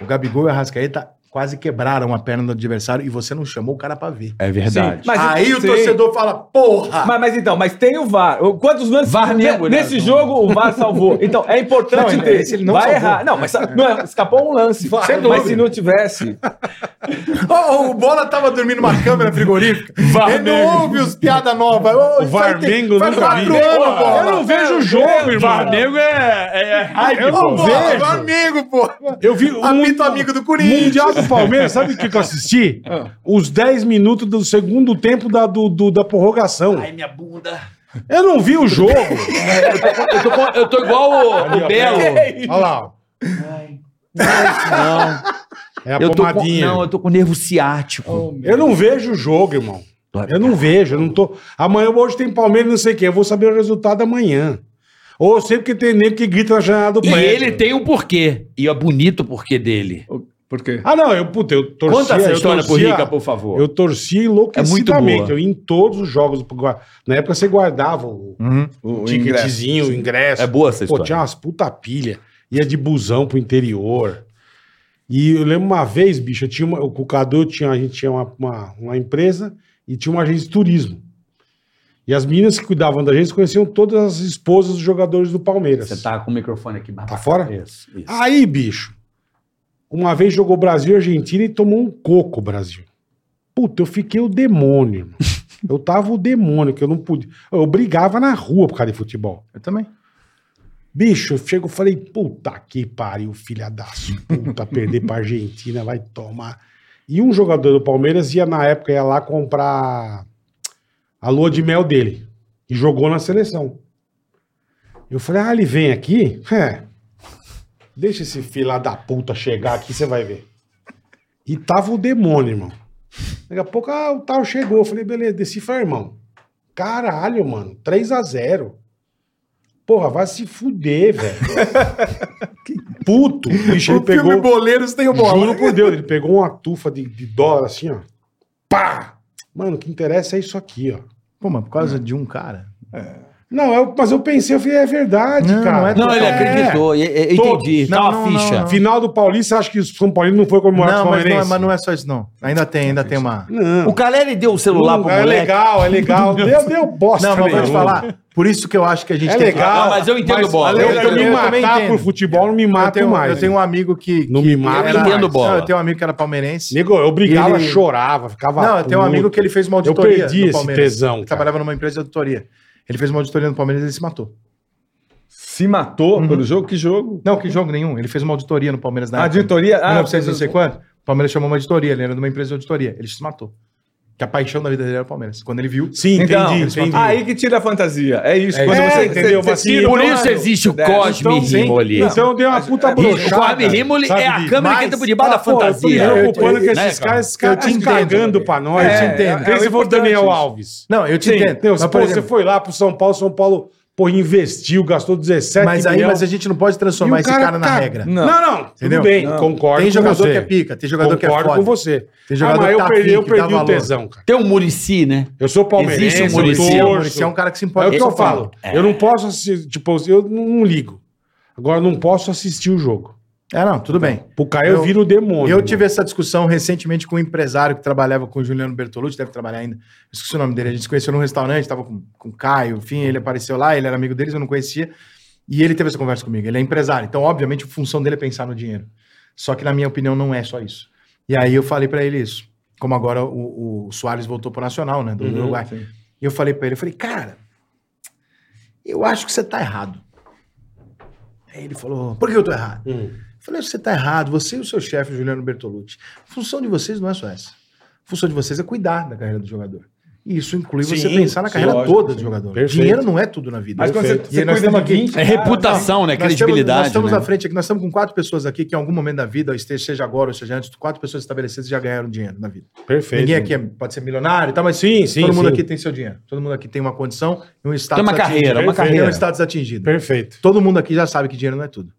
O Gabigol e a Rascaeta quase quebraram a perna do adversário e você não chamou o cara pra ver. É verdade. Mas então, Aí o sim. torcedor fala, porra! Mas, mas então, mas tem o VAR. O- Quantos lances VAR ne- mesmo, né? nesse jogo o VAR salvou? Então, é importante Não, ter. esse ele não Vai salvou. errar. Não, mas sa- não é- escapou um lance. Sem mas dúvida. se não tivesse. Ô, o Bola tava dormindo numa câmera frigorífica. Ele não ouve os piada nova. Ô, O isso aí Varmengo faz nunca quatro vi. anos, Bola. Eu não vejo É, o jogo, irmão. Flamengo é, é, é hype, Eu não pô. Porra, vejo. Varmengo, porra. Eu vi o Apito amigo do Corinthians. Mundial do Palmeiras, sabe o que que eu assisti? Os 10 minutos do segundo tempo da, do, do- da prorrogação. Ai, minha bunda. Eu não vi o jogo. Eu tô, com- eu tô igual o, o Belo. Olha lá. ó. Não, É a eu tô com, pomadinha. não, eu tô com nervo ciático. Eu não vejo o jogo, irmão. Eu não vejo, eu não tô. Amanhã hoje tem Palmeiras, não sei o quê. Eu vou saber o resultado amanhã. Ou eu sei porque tem nego que grita na janela do E prédio. ele tem um porquê. E é bonito o porquê dele. Por quê? Ah, não, eu, puta, eu torcia. Conta essa eu história pro torcia- Rica, por favor. Eu torcia É muito enlouquecidamente. boa. eu ia em todos os jogos. Na época você guardava o Uhum. O, o ingresso. ticketzinho, o ingresso. É boa essa Pô, história. tinha umas puta pilha. Ia de busão pro interior. E eu lembro uma vez, bicho, eu tinha uma, o Cadu, tinha, a gente tinha uma, uma, uma empresa e tinha uma agência de turismo. E as meninas que cuidavam da gente conheciam todas as esposas dos jogadores do Palmeiras. Você tá com o microfone aqui. Barbara. Tá fora? Isso, isso. Aí, bicho, uma vez jogou Brasil e Argentina e tomou um coco, Brasil. Puta, eu fiquei o demônio, irmão. Eu tava o demônio, que eu não podia. Eu brigava na rua por causa de futebol. Eu também. Bicho, eu chego e falei, puta que pariu, filha da puta, perder pra Argentina, vai tomar. E um jogador do Palmeiras ia, na época, ia lá comprar a lua de mel dele. E jogou na seleção. Eu falei, ah, ele vem aqui? É. Deixa esse filha da puta chegar aqui, você vai ver. E tava o demônio, irmão. Daqui a pouco, ah, o tal chegou. Eu falei, beleza, decifra, irmão. Caralho, mano, 3 a 0 Porra, vai se fuder, velho. Que Puto. Bicho, ele O pegou... filme é Boleiros tem o Bola. Juro por Deus, ele pegou uma tufa de, de dólar assim, ó. Pá! Mano, o que interessa é isso aqui, ó. Pô, mas por causa de um cara. Não, eu- mas eu pensei, eu falei, é verdade, Não, cara. não é Não, ele É. acreditou. e- e- Entendi. Todos. Tá Não, uma não, ficha. não, não. Final do Paulista, acho que o São Paulino não foi comemorar Não, com o mas não, é- um Palmeirense. mas não é só isso, não. Ainda tem, ainda tem uma. Não. O Caleri deu o celular Hum, pro é moleque. legal, é legal. Deu, deu bosta. Não, mas vou te nenhuma. falar. Por isso que eu acho que a gente É tem que- legal. Ah, mas eu entendo Mas, bola. Ale- Eu, eu me Eu também matar entendo. por futebol, não me Eu mato tenho, mais. eu tenho um amigo que. Não que me mata era- entendo bola. Não, eu tenho um amigo que era palmeirense. Nego, eu brigava, Ele- chorava, ficava. Não, eu tenho um puto. amigo que ele fez Eu uma auditoria. perdi no esse Palmeiras. tesão. Ele cara. trabalhava numa empresa de auditoria. Ele fez uma auditoria no Palmeiras e ele se matou. Se Uhum. matou pelo jogo? Que jogo? Não, que jogo nenhum. Ele fez uma auditoria no Palmeiras na A época. auditoria. Ah, 1900 não sei quanto. O Palmeiras chamou uma auditoria. Ele era de uma empresa de auditoria. Ele se matou. Que a paixão da vida dele era o Palmeiras. Quando ele viu. Sim, entendi, Então, entendi. Ah, Aí que tira a fantasia. É isso. É quando isso. você É, entendeu? Você, você Vacilo. tira Por uma- isso existe o Dez. Cosme Então, sim. Rimoli. Então deu uma puta O brochada. Cosme Rimoli é a câmera que entra por debaixo da Eu tô me fantasia. preocupando com esses cara? caras, esses Eu caras te estão entendo. cagando pra nós. É, Eu te é, entendo. é o Pensa for importante. Daniel Alves. Não, eu te entendo. Deus, Mas, pô, por você exemplo, foi lá pro São Paulo, São Paulo, porra, investiu, gastou 17 mas aí milhões. mas a gente não pode transformar E o esse cara cara na tá- regra. Não. Não, não, Entendeu? tudo bem, Não. concordo Tem jogador com você. que é pica, tem jogador que é concordo foda. com você. Tem jogador ah, mas que eu tá perdi, afim, eu que perdi dá o valor. tesão, cara. Tem um Murici, né? Eu sou palmeirense, Existe um eu Muricy, Sim, Torço. o Muricy é um cara que se É o importa. que eu falo. Eu não posso assistir, tipo, eu não, não ligo. Agora, eu não posso assistir o jogo. É, não, tudo bem. Pro cara eu, Eu- viro o demônio. Eu mano. tive essa discussão recentemente com um empresário que trabalhava com o Juliano Bertolucci, deve trabalhar ainda. Esqueci o nome dele. A gente se conheceu num restaurante, estava com, com o Caio, enfim, ele apareceu lá, ele era amigo deles, eu não conhecia. E ele teve essa conversa comigo. Ele é empresário, então, obviamente, a função dele é pensar no dinheiro. Só que, na minha opinião, não é só isso. E aí eu falei para ele isso. Como agora o, o Soares voltou pro Nacional, né? Do Uruguai. E eu falei para ele, eu falei, cara, eu acho que você tá errado. Aí ele falou, por que eu tô errado? Hum. Eu Falei, você está errado, você e o seu chefe, Juliano Bertolucci. A função de vocês não é só essa. A função de vocês é cuidar da carreira do jogador. E isso inclui você Sim, pensar na sim, carreira lógico, toda do sim. jogador. Perfeito. Dinheiro não é tudo na vida. Mas quando você, Perfeito. E você nós cuida de estamos 20. aqui. É reputação, né? Ah, Nós estamos- Credibilidade. Nós estamos né? à frente aqui, nós estamos com quatro pessoas aqui que em algum momento da vida, este- seja agora ou seja antes, quatro pessoas estabelecidas já ganharam dinheiro na vida. Perfeito. Ninguém aqui é- pode ser milionário e tal, mas Sim, sim, todo mundo sim. aqui tem seu dinheiro. Todo mundo aqui tem uma condição e um status Tem uma carreira, atingido. uma Tem um carreira. status atingido. Perfeito. Todo mundo aqui já sabe que dinheiro não é tudo.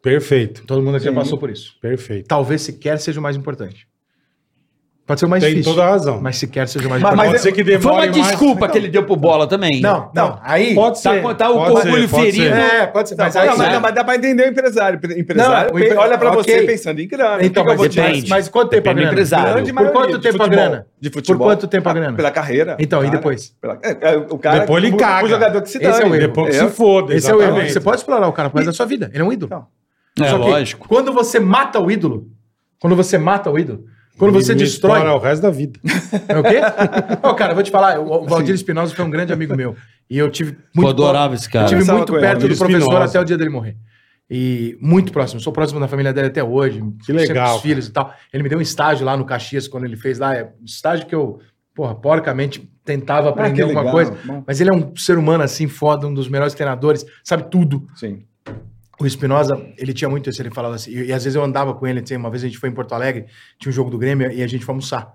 Perfeito. Todo mundo aqui já passou por isso. Perfeito. talvez sequer seja o mais importante. Pode ser o mais Tem Tá difícil. toda a razão. Mas é- sequer seja o mais Mas- difícil. pode ser que demore Foi uma mais, desculpa então. que ele deu pro bola também. né? Não, não. Aí. Pode Tá ser. com- tá o pode ser, orgulho pode ser. ferido. É, pode ser. Mas, Não, aí, mas, dá- mas dá pra entender o empresário. Pre- Empresário Não, o empre- olha pra ok. você pensando em grana. Então, O que mas, que eu vou te- depende. mas, mas quanto tempo a Depende do grana? empresário. Grande Por maioria quanto de tempo a futebol. grana? De futebol. Por quanto tempo a Ah, grana? Pela carreira. Então, e Cara, depois? pela- é, é, o cara, Depois ele o- caga. O jogador que se dane. Esse é o erro. Depois que É. se foda. Esse é o erro. exatamente. Você pode explorar o cara por causa da sua vida. Ele é um ídolo. É Só que lógico. Quando você mata o ídolo, quando você mata o ídolo, quando você Me destrói. explora o resto da vida. É o quê? Ô, cara, eu vou te falar, o o Valdir Espinosa foi um grande amigo meu. E eu tive Pô, muito. Tipo, adorava esse Eu cara. tive Conversava muito com ele, perto do Luiz professor Espinosa. até o dia dele morrer. E muito próximo. Sou próximo da família dele até hoje. Que legal, sempre com cara. Os filhos e tal. Ele me deu um estágio lá no Caxias quando ele fez lá. É um estágio que eu, porra, porcamente tentava Ah, que aprender alguma legal. coisa. Bom, Mas ele é um ser humano assim, foda, um dos melhores treinadores, sabe tudo. Sim. O Espinosa, ele tinha muito isso, ele falava assim. E, e às vezes eu andava com ele, assim, uma vez a gente foi em Porto Alegre, tinha um jogo do Grêmio e a gente foi almoçar.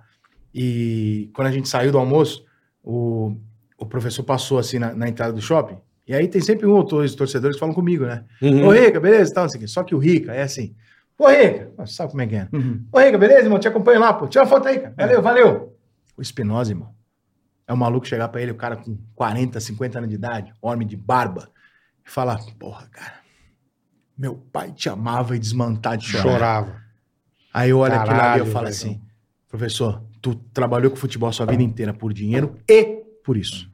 E quando a gente saiu do almoço, o, o professor passou assim na, na entrada do shopping. E aí tem sempre um ou dois torcedores que falam comigo, né? Ô, Rica, beleza? Tal, não sei o quê. Só que o Rica é assim. Ô, Rica, Nossa, sabe como é que é? né? Ô, Rica, beleza, irmão? Te acompanho lá, pô. Tira uma foto aí, cara. Valeu, valeu. O Espinosa, irmão. É um maluco chegar pra ele, o cara com 40, 50 anos de idade, homem de barba, e falar: Porra, cara, meu pai te amava e desmantar de chorar. Chorava. Aí eu olho aquilo ali e eu Caralho, falo velho. Ah. assim: Professor, tu trabalhou com futebol a sua vida inteira por dinheiro e por isso.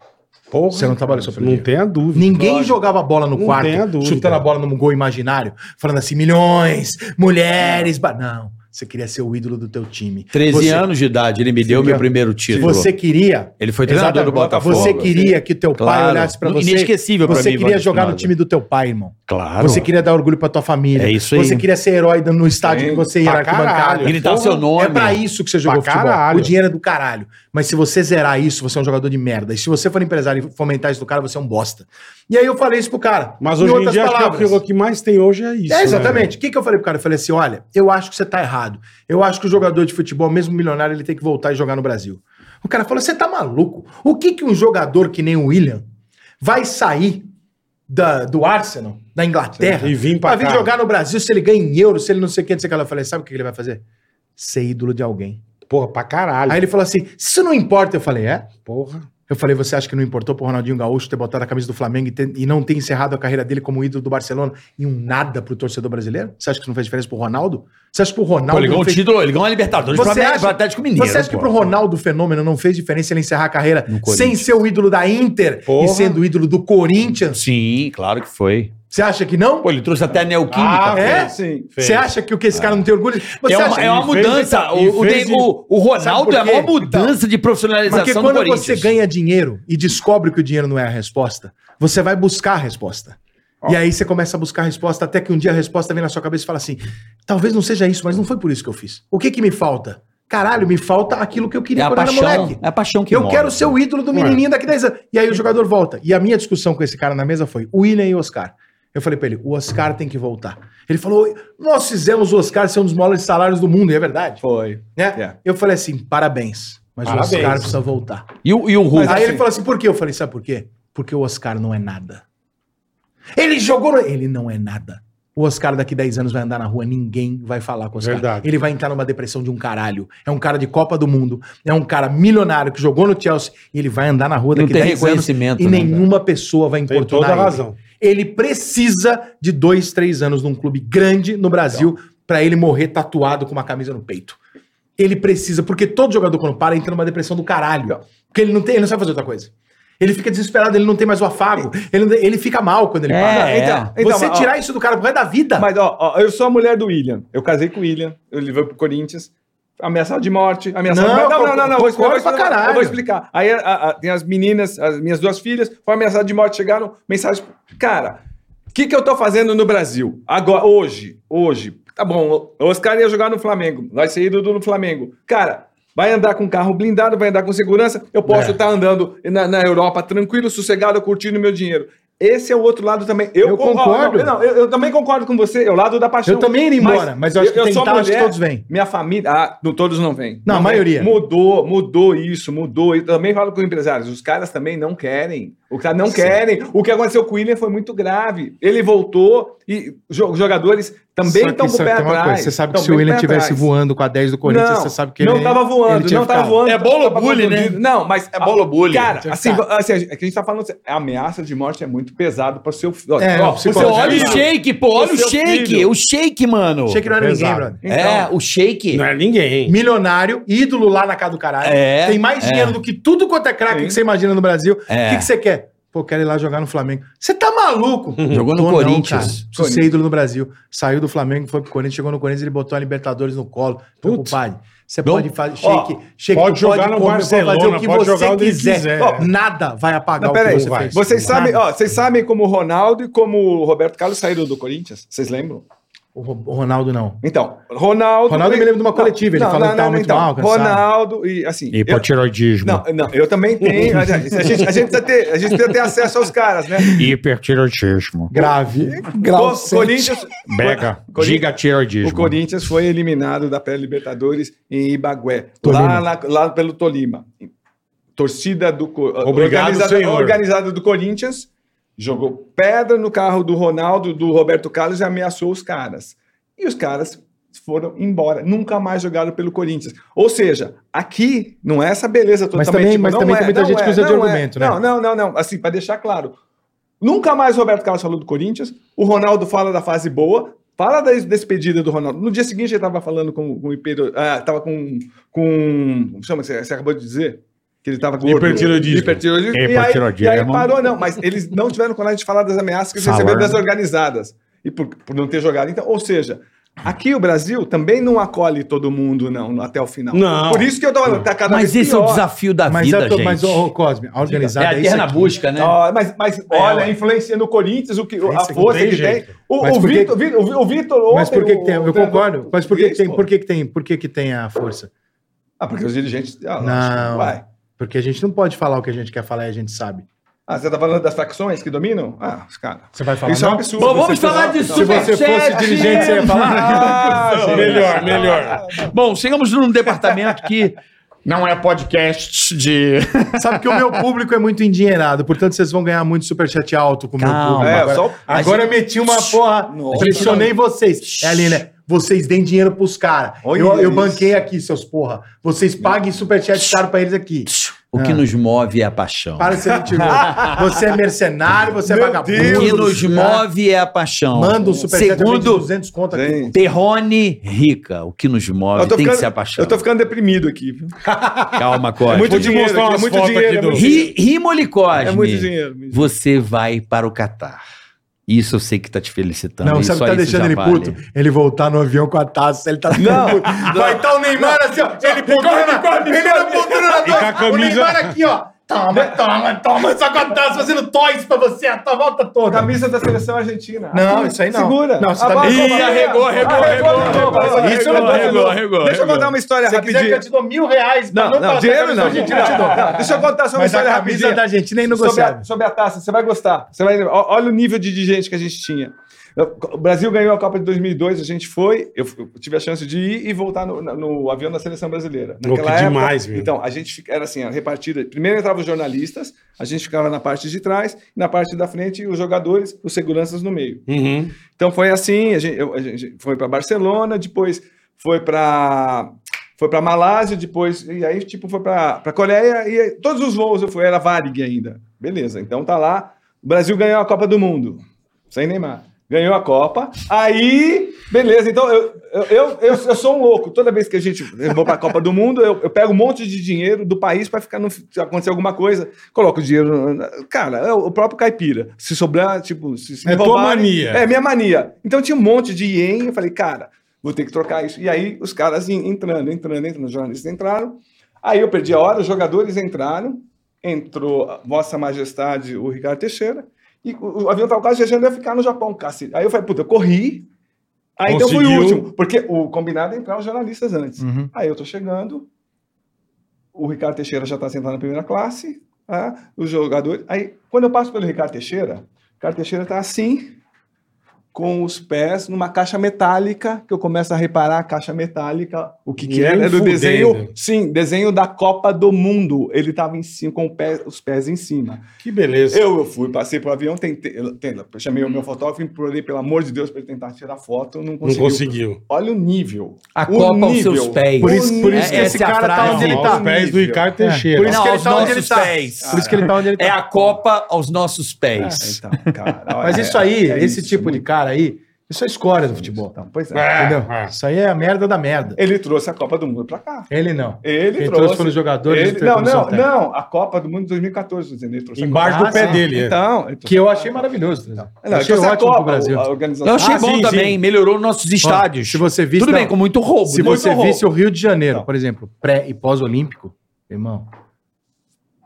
Porra. Você não trabalha só pelo Não dinheiro. tenha dúvida. Ninguém jogava bola no Não quarto, tenha dúvida. chutando a bola num gol imaginário, falando assim, milhões, mulheres. ba- Não, você queria ser o ídolo do teu time. 13 Você- anos de idade, ele me deu meu primeiro título. Você queria. ele foi treinador do Exatamente. Botafogo. Você queria que teu pai Claro. olhasse pra você. Inesquecível pra Você mim, queria Valdir jogar no Espinosa. time do teu pai, irmão. Claro. Você queria dar orgulho pra tua família. É isso aí. Você queria ser herói no estádio Sim, que você ia na pra arquibancada. caralho. Gritar o seu nome. É pra isso que você jogou Pra futebol. caralho. O dinheiro é do caralho. Mas se você zerar isso, você é um jogador de merda. E se você for empresário e fomentar isso do cara, você é um bosta. E aí eu falei isso pro cara. Mas Em hoje em outras dia, acho que é palavras. o que mais tem hoje é isso. É, né, exatamente. O que, que eu falei pro cara? Eu falei assim: olha, eu acho que você tá errado. Eu acho que o jogador de futebol, mesmo milionário, ele tem que voltar e jogar no Brasil. O cara falou: você tá maluco? O que, que um jogador que nem o William vai sair da- do Arsenal, da Inglaterra, E vim pra pra vir cá. jogar no Brasil se ele ganha em euro, se ele não sei o que, não sei o que. Eu falei: sabe o que que ele vai fazer? Ser ídolo de alguém. velho? Porra, pra caralho. Aí ele falou assim: isso não importa. Eu falei: é? Porra. Eu falei, você acha que não importou pro Ronaldinho Gaúcho ter botado a camisa do Flamengo e, ter- e não ter encerrado a carreira dele como ídolo do Barcelona e um nada pro torcedor brasileiro? Você acha que isso não fez diferença pro Ronaldo? Você acha que pro Ronaldo. Pô, ele não ganhou um fez- título, ele ganhou a Libertadores Você pro América- acha- pro Atlético Mineiro. Você acha que pô. pro Ronaldo Fenômeno não fez diferença ele encerrar a carreira No Corinthians. sem ser o ídolo da Inter Porra. e sendo o ídolo do Corinthians? Sim, claro que foi. Você acha que não? Pô, ele trouxe até a Ah, Neoquímica. é? Sim. fez. Você acha que o que esse cara não tem orgulho? Você Ah. é acha uma, é uma e fez mudança. de- e O, o, fez de- o- o Sabe por Ronaldo é a maior quê? mudança de profissionalização Porque do quando Corinthians. você ganha dinheiro e descobre que o dinheiro não é a resposta, você vai buscar a resposta. E aí você começa a buscar a resposta até que um dia a resposta vem na sua cabeça e fala assim: talvez não seja isso, mas não foi por isso que eu fiz. O que que me falta? Caralho, me falta aquilo que eu é queria a quando era paixão. moleque. É a paixão que eu move. quero ser o ídolo do menininho daqui a 10 anos. E aí o jogador volta. E a minha discussão com esse cara na mesa foi: o William e o Oscar. Eu falei pra ele: o Oscar tem que voltar. Ele falou: nós fizemos o Oscar ser um dos maiores salários do mundo, e é verdade. Foi. Né? É. Yeah. Eu falei assim: parabéns. Mas Parabéns. o Oscar precisa voltar. E o, e o Hulk? Mas aí ele falou assim, por quê? Eu falei, sabe por quê? Porque o Oscar não é nada. Ele jogou no... Ele não é nada. O Oscar daqui 10 anos vai andar na rua, ninguém vai falar com o Oscar. Verdade. Ele vai entrar numa depressão de um caralho. É um cara de Copa do Mundo, é um cara milionário que jogou no Chelsea e ele vai andar na rua Não daqui tem 10 anos reconhecimento, e né, nenhuma pessoa vai Tem importunar toda a ele. razão. Ele precisa de dois, três anos num clube grande no Brasil pra ele morrer tatuado com uma camisa no peito. Ele precisa, porque todo jogador quando para entra numa depressão do caralho. Porque ele não tem, ele não sabe fazer outra coisa. Ele fica desesperado, ele não tem mais o afago. Ele, não- ele fica mal quando ele É, para. Ah, é. então, você Então, mas, ó, tirar isso do cara pro resto da vida. Mas, ó, ó, eu sou a mulher do William. Eu casei com o William. Ele veio pro Corinthians. Ameaçado de morte, ameaçado Não, de morte. Não, não, não, não. eu vou explicar, concordo eu pra vou explicar, caralho. Eu vou explicar. Aí a- a- tem as meninas, as minhas duas filhas, foram ameaçadas de morte, chegaram, mensagem. Cara, o que, que eu tô fazendo no Brasil? Agora, hoje, hoje. Tá bom, o Oscar ia jogar no Flamengo. Vai ser ídolo no Flamengo. Cara. Vai andar com carro blindado, vai andar com segurança. Eu É. posso estar andando na, na Europa tranquilo, sossegado, curtindo meu dinheiro. Esse é o outro lado também. Eu, Eu con- ó, não, concordo. não, eu, eu também concordo com você, é o lado da paixão. Eu também iria embora, mas eu acho que tem sou tal, acho que mulher, todos vêm. Minha família, ah, não, todos não vêm. Não, a vêm. maioria. Mudou, mudou isso, mudou. E também falo com empresários, os caras também não querem. O cara não querem. O que aconteceu com o William foi muito grave. Ele voltou e jo- os jogadores também Só que estão com isso o pé tem uma atrás. Você sabe que Tão se bem o com William pé tivesse atrás. voando com a 10 do Corinthians, você sabe que ele não tava voando, tinha não tava ficado. voando. É bolo tava bullying, né? contundido. Não, mas... É bolo bullying. Cara, Tinha assim, ficado. assim, a gente tá falando... assim, A ameaça de morte é muito pesado para o seu filho. É, Ó, não, o psicológico. seu Olha filho- o shake, pô. Olha o seu shake. filho. O shake, mano. Achei que não era Pesado. ninguém, brother. Então, É, o shake. Não é ninguém. Milionário, ídolo lá na casa do caralho. É, Tem mais é. dinheiro do que tudo quanto é craque Sim. que você imagina no Brasil. O É. que, que você quer? Pô, quero ir lá jogar no Flamengo. Você tá maluco? Jogou no Tô não, cara. Corinthians. Preciso ser ídolo no Brasil. Saiu do Flamengo, foi pro Corinthians, chegou no Corinthians, ele botou a Libertadores no colo. Meu Putz. compadre, você Não. pode fazer shake, shake, pode tu jogar no comer, Barcelona, fazer o que pode você jogar onde quiser. quiser. Ó, nada vai apagar Não, o que peraí. você vai. fez. Vocês Nada. sabem, ó, vocês sabem como o Ronaldo e como o Roberto Carlos saíram do Corinthians? Vocês lembram? O Ro- o Ronaldo não. Então, Ronaldo. Ronaldo, eu me lembro de uma coletiva, ele falou que tava muito mal, cansado. então, Ronaldo e assim. eu- Hipotiroidismo. não, não, eu também tenho. A gente, a gente, precisa ter, a gente precisa ter acesso aos caras, né? Hipertiroidismo. Grave. Co- Grau Corinthians, Mega. Corinthians- o né? Gigatiroidismo. Corinthians foi eliminado da pré-Libertadores em Ibagué, lá, Tolima. lá, lá pelo Tolima. Torcida do Co- Obrigado, organizada, senhor. organizada do Corinthians jogou pedra no carro do Ronaldo, do Roberto Carlos e ameaçou os caras. E os caras foram embora, nunca mais jogaram pelo Corinthians. Ou seja, aqui não é essa beleza totalmente. Mas também- tipo, mas não também tem muita não gente que usa de não é. argumento, né? Não, não, não, não. Assim, para deixar claro, Nunca mais o Roberto Carlos falou do Corinthians. O Ronaldo fala da fase boa. Fala da despedida do Ronaldo. No dia seguinte ele estava falando com, com o Hiper. Ah, tava com. com como chama? Você, você acabou de dizer? Que ele estava com Hipertiroidismo. Hipertiroidismo. E aí, e é aí parou, não. Mas eles não tiveram coragem de falar das ameaças que eles Falar. receberam das organizadas. E por, por não ter jogado. Então, ou seja, aqui o Brasil também não acolhe todo mundo, não, até o final. Não. Por isso que eu tô falando, tá cada Mas vez esse é o um pior. desafio da Mas, vida, é to- gente. mas ô, ô, Cosme, a organizada é a é, isso eterna aqui. busca, né? Ó, mas, mas olha, É, ué. a influência no Corinthians, o que, a Influência que força tem que tem. jeito. O, Mas o por que- Vitor, Vitor- o, Vitor Mas por que, ontem, que tem? o- Eu concordo. Mas por que, que tem? Isso. Por que, que tem? Por que, que tem a força? Ah, porque os dirigentes. Ah, Não. não. Vai. Porque a gente não pode falar o que a gente quer falar e a gente sabe. Ah, você tá falando das facções que dominam? Ah, os caras. Você vai falar. Isso é um não? absurdo. Bom, vamos Você- falar de Não. Se você fosse Superchat. dirigente, você ia falar. Ah, gente. Melhor, melhor. Bom, chegamos num departamento que. Não é podcast de. um- Sabe que o meu público é muito endinheirado, portanto vocês vão ganhar muito superchat alto com o meu Calma. público. É, agora só- agora eu meti uma porra, Nossa. pressionei vocês. É ali, né? Vocês deem dinheiro pros caras. Olha Eu, eu isso. banquei aqui, seus porra. Vocês paguem superchat caro pra eles aqui. O que nos move é a paixão. Para de ser mentiroso. Você é mercenário, você é vagabundo. O que nos move é a paixão. Manda um superchat eu vendo Segundo 200 conto aqui. Gente, Terrone Rica, o que nos move Eu tem tô que ficando- ser a paixão. Eu tô ficando deprimido aqui. viu? Calma, É Cosme. Vou te dinheiro mostrar aqui, umas muito fotos dinheiro, aqui é do- muito- Ri, Rimoli Cosme, É muito dinheiro. muito você vai para o Catar. Isso eu sei que tá te Então, felicitando. Não, e sabe o só que tá isso deixando já ele vale. puto? Ele voltar no avião com a taça, ele tá ficando puto. Vai tá o Neymar assim, ó. Ele pontando na Ele era pontando na E com a taça. O camisa- Neymar aqui, ó. Toma, toma, toma. Só com a taça fazendo toys pra você. A tua volta dinheiro. toda. Camisa da seleção argentina. Não, isso aí não. Segura. Não, você tá Ah, vai, vai, bem- vai, Ih, vai. arregou, arregou, arregou, arregou, arregou, Isso eu não arregou, posso- arregou, arregou, Deixa eu arregou. contar uma história Se você quiser que rapidinho. eu te dou mil reais pra tá Não, não, não dinheiro não. Argentina, eu te dou. Não, Deixa eu contar só uma Mas a história camisa rapidinha. da sobre Argentina é a, inegociável. sobre a taça, você vai gostar. Você vai, ó- olha o nível de, de gente que a gente tinha. Eu- O Brasil ganhou a Copa de 2002, a gente foi, eu, f- eu tive a chance de ir e voltar no, no- no avião da seleção brasileira. Pô, que demais, meu. Então, a gente fica- era assim, a repartida, primeiro entravam os jornalistas, a gente ficava na parte de trás, e na parte da frente os jogadores, os seguranças no meio. Uhum. Então foi assim, a gente, eu- a gente foi para Barcelona, depois foi para foi para Malásia, depois e aí tipo foi para Coreia e aí todos os voos eu fui era Varig ainda. Beleza. Então tá lá, o Brasil ganhou a Copa do Mundo. Sem Neymar. Ganhou a Copa. Aí, beleza. Então eu, eu, eu, eu, eu sou um louco. Toda vez que a gente eu vou para a Copa do Mundo, eu, eu pego um monte de dinheiro do país para ficar no, se acontecer alguma coisa, coloco o dinheiro, na- cara, é o próprio caipira. Se sobrar, tipo, se, se me É tua roubarem- mania. É, é minha mania. Então tinha um monte de ien, eu falei, cara, vou ter que trocar isso. E aí os caras in- entrando, entrando, entrando, os jornalistas entraram. Aí eu perdi a hora, os jogadores entraram, entrou a Vossa Majestade, o Ricardo Teixeira, e o, o avião tava quase chegando, eu ia ficar no Japão, cacete. Aí eu falei, puta, eu corri. Aí então eu fui o Conseguiu. último, porque o combinado é entrar os jornalistas antes. Uhum. Aí eu tô chegando, o Ricardo Teixeira já tá sentado na primeira classe, Ah, tá? os jogadores. Aí, quando eu passo pelo Ricardo Teixeira, o Ricardo Teixeira tá assim, com os pés numa caixa metálica, que eu começo a reparar a caixa metálica, o que que Nem era, era o fudendo. desenho, sim, desenho da Copa do Mundo, ele tava em cima, com o pé- os pés em cima. Que beleza. Eu, eu fui, passei pro avião, tentei, eu- tentei- eu chamei o meu fotógrafo, implorei, pelo amor de Deus, para ele tentar tirar foto, não Não conseguiu. conseguiu. Olha o nível. A O Copa aos nível. seus pés. Por isso, por É, isso que esse essa é a cara tá frase. onde Não, ele aos tá. pés do Ricardo Teixeira. Por isso Não, que ele aos tá onde ele nossos tá. pés. Por isso que ele tá onde ele É tá. É, a Copa aos nossos pés. Então, cara, olha, Mas isso aí, é esse isso, tipo de muito cara aí, isso é escória do futebol. bom. Pois é. Entendeu? é. Isso aí é a merda da merda. Ele trouxe a Copa do Mundo pra cá. Ele não. Ele Quem trouxe trouxe. foram os jogadores. ele- ele foi a não, comissão não, técnica. não. A Copa do Mundo de 2014, tô dizendo, ele trouxe a Embaixo Ah, Copa. do pé sim. dele. é. Então, ele trouxe Que eu a achei Copa. maravilhoso. né? Não, ele achei trouxe a ótimo Copa, pro Brasil. a organização. Eu achei Ah, bom sim, também, sim. melhorou nossos estádios. se você visse- Tudo bem, não. com muito roubo. Se né? muito você horror. visse o Rio de Janeiro, Não. por exemplo, pré e pós-olímpico, irmão.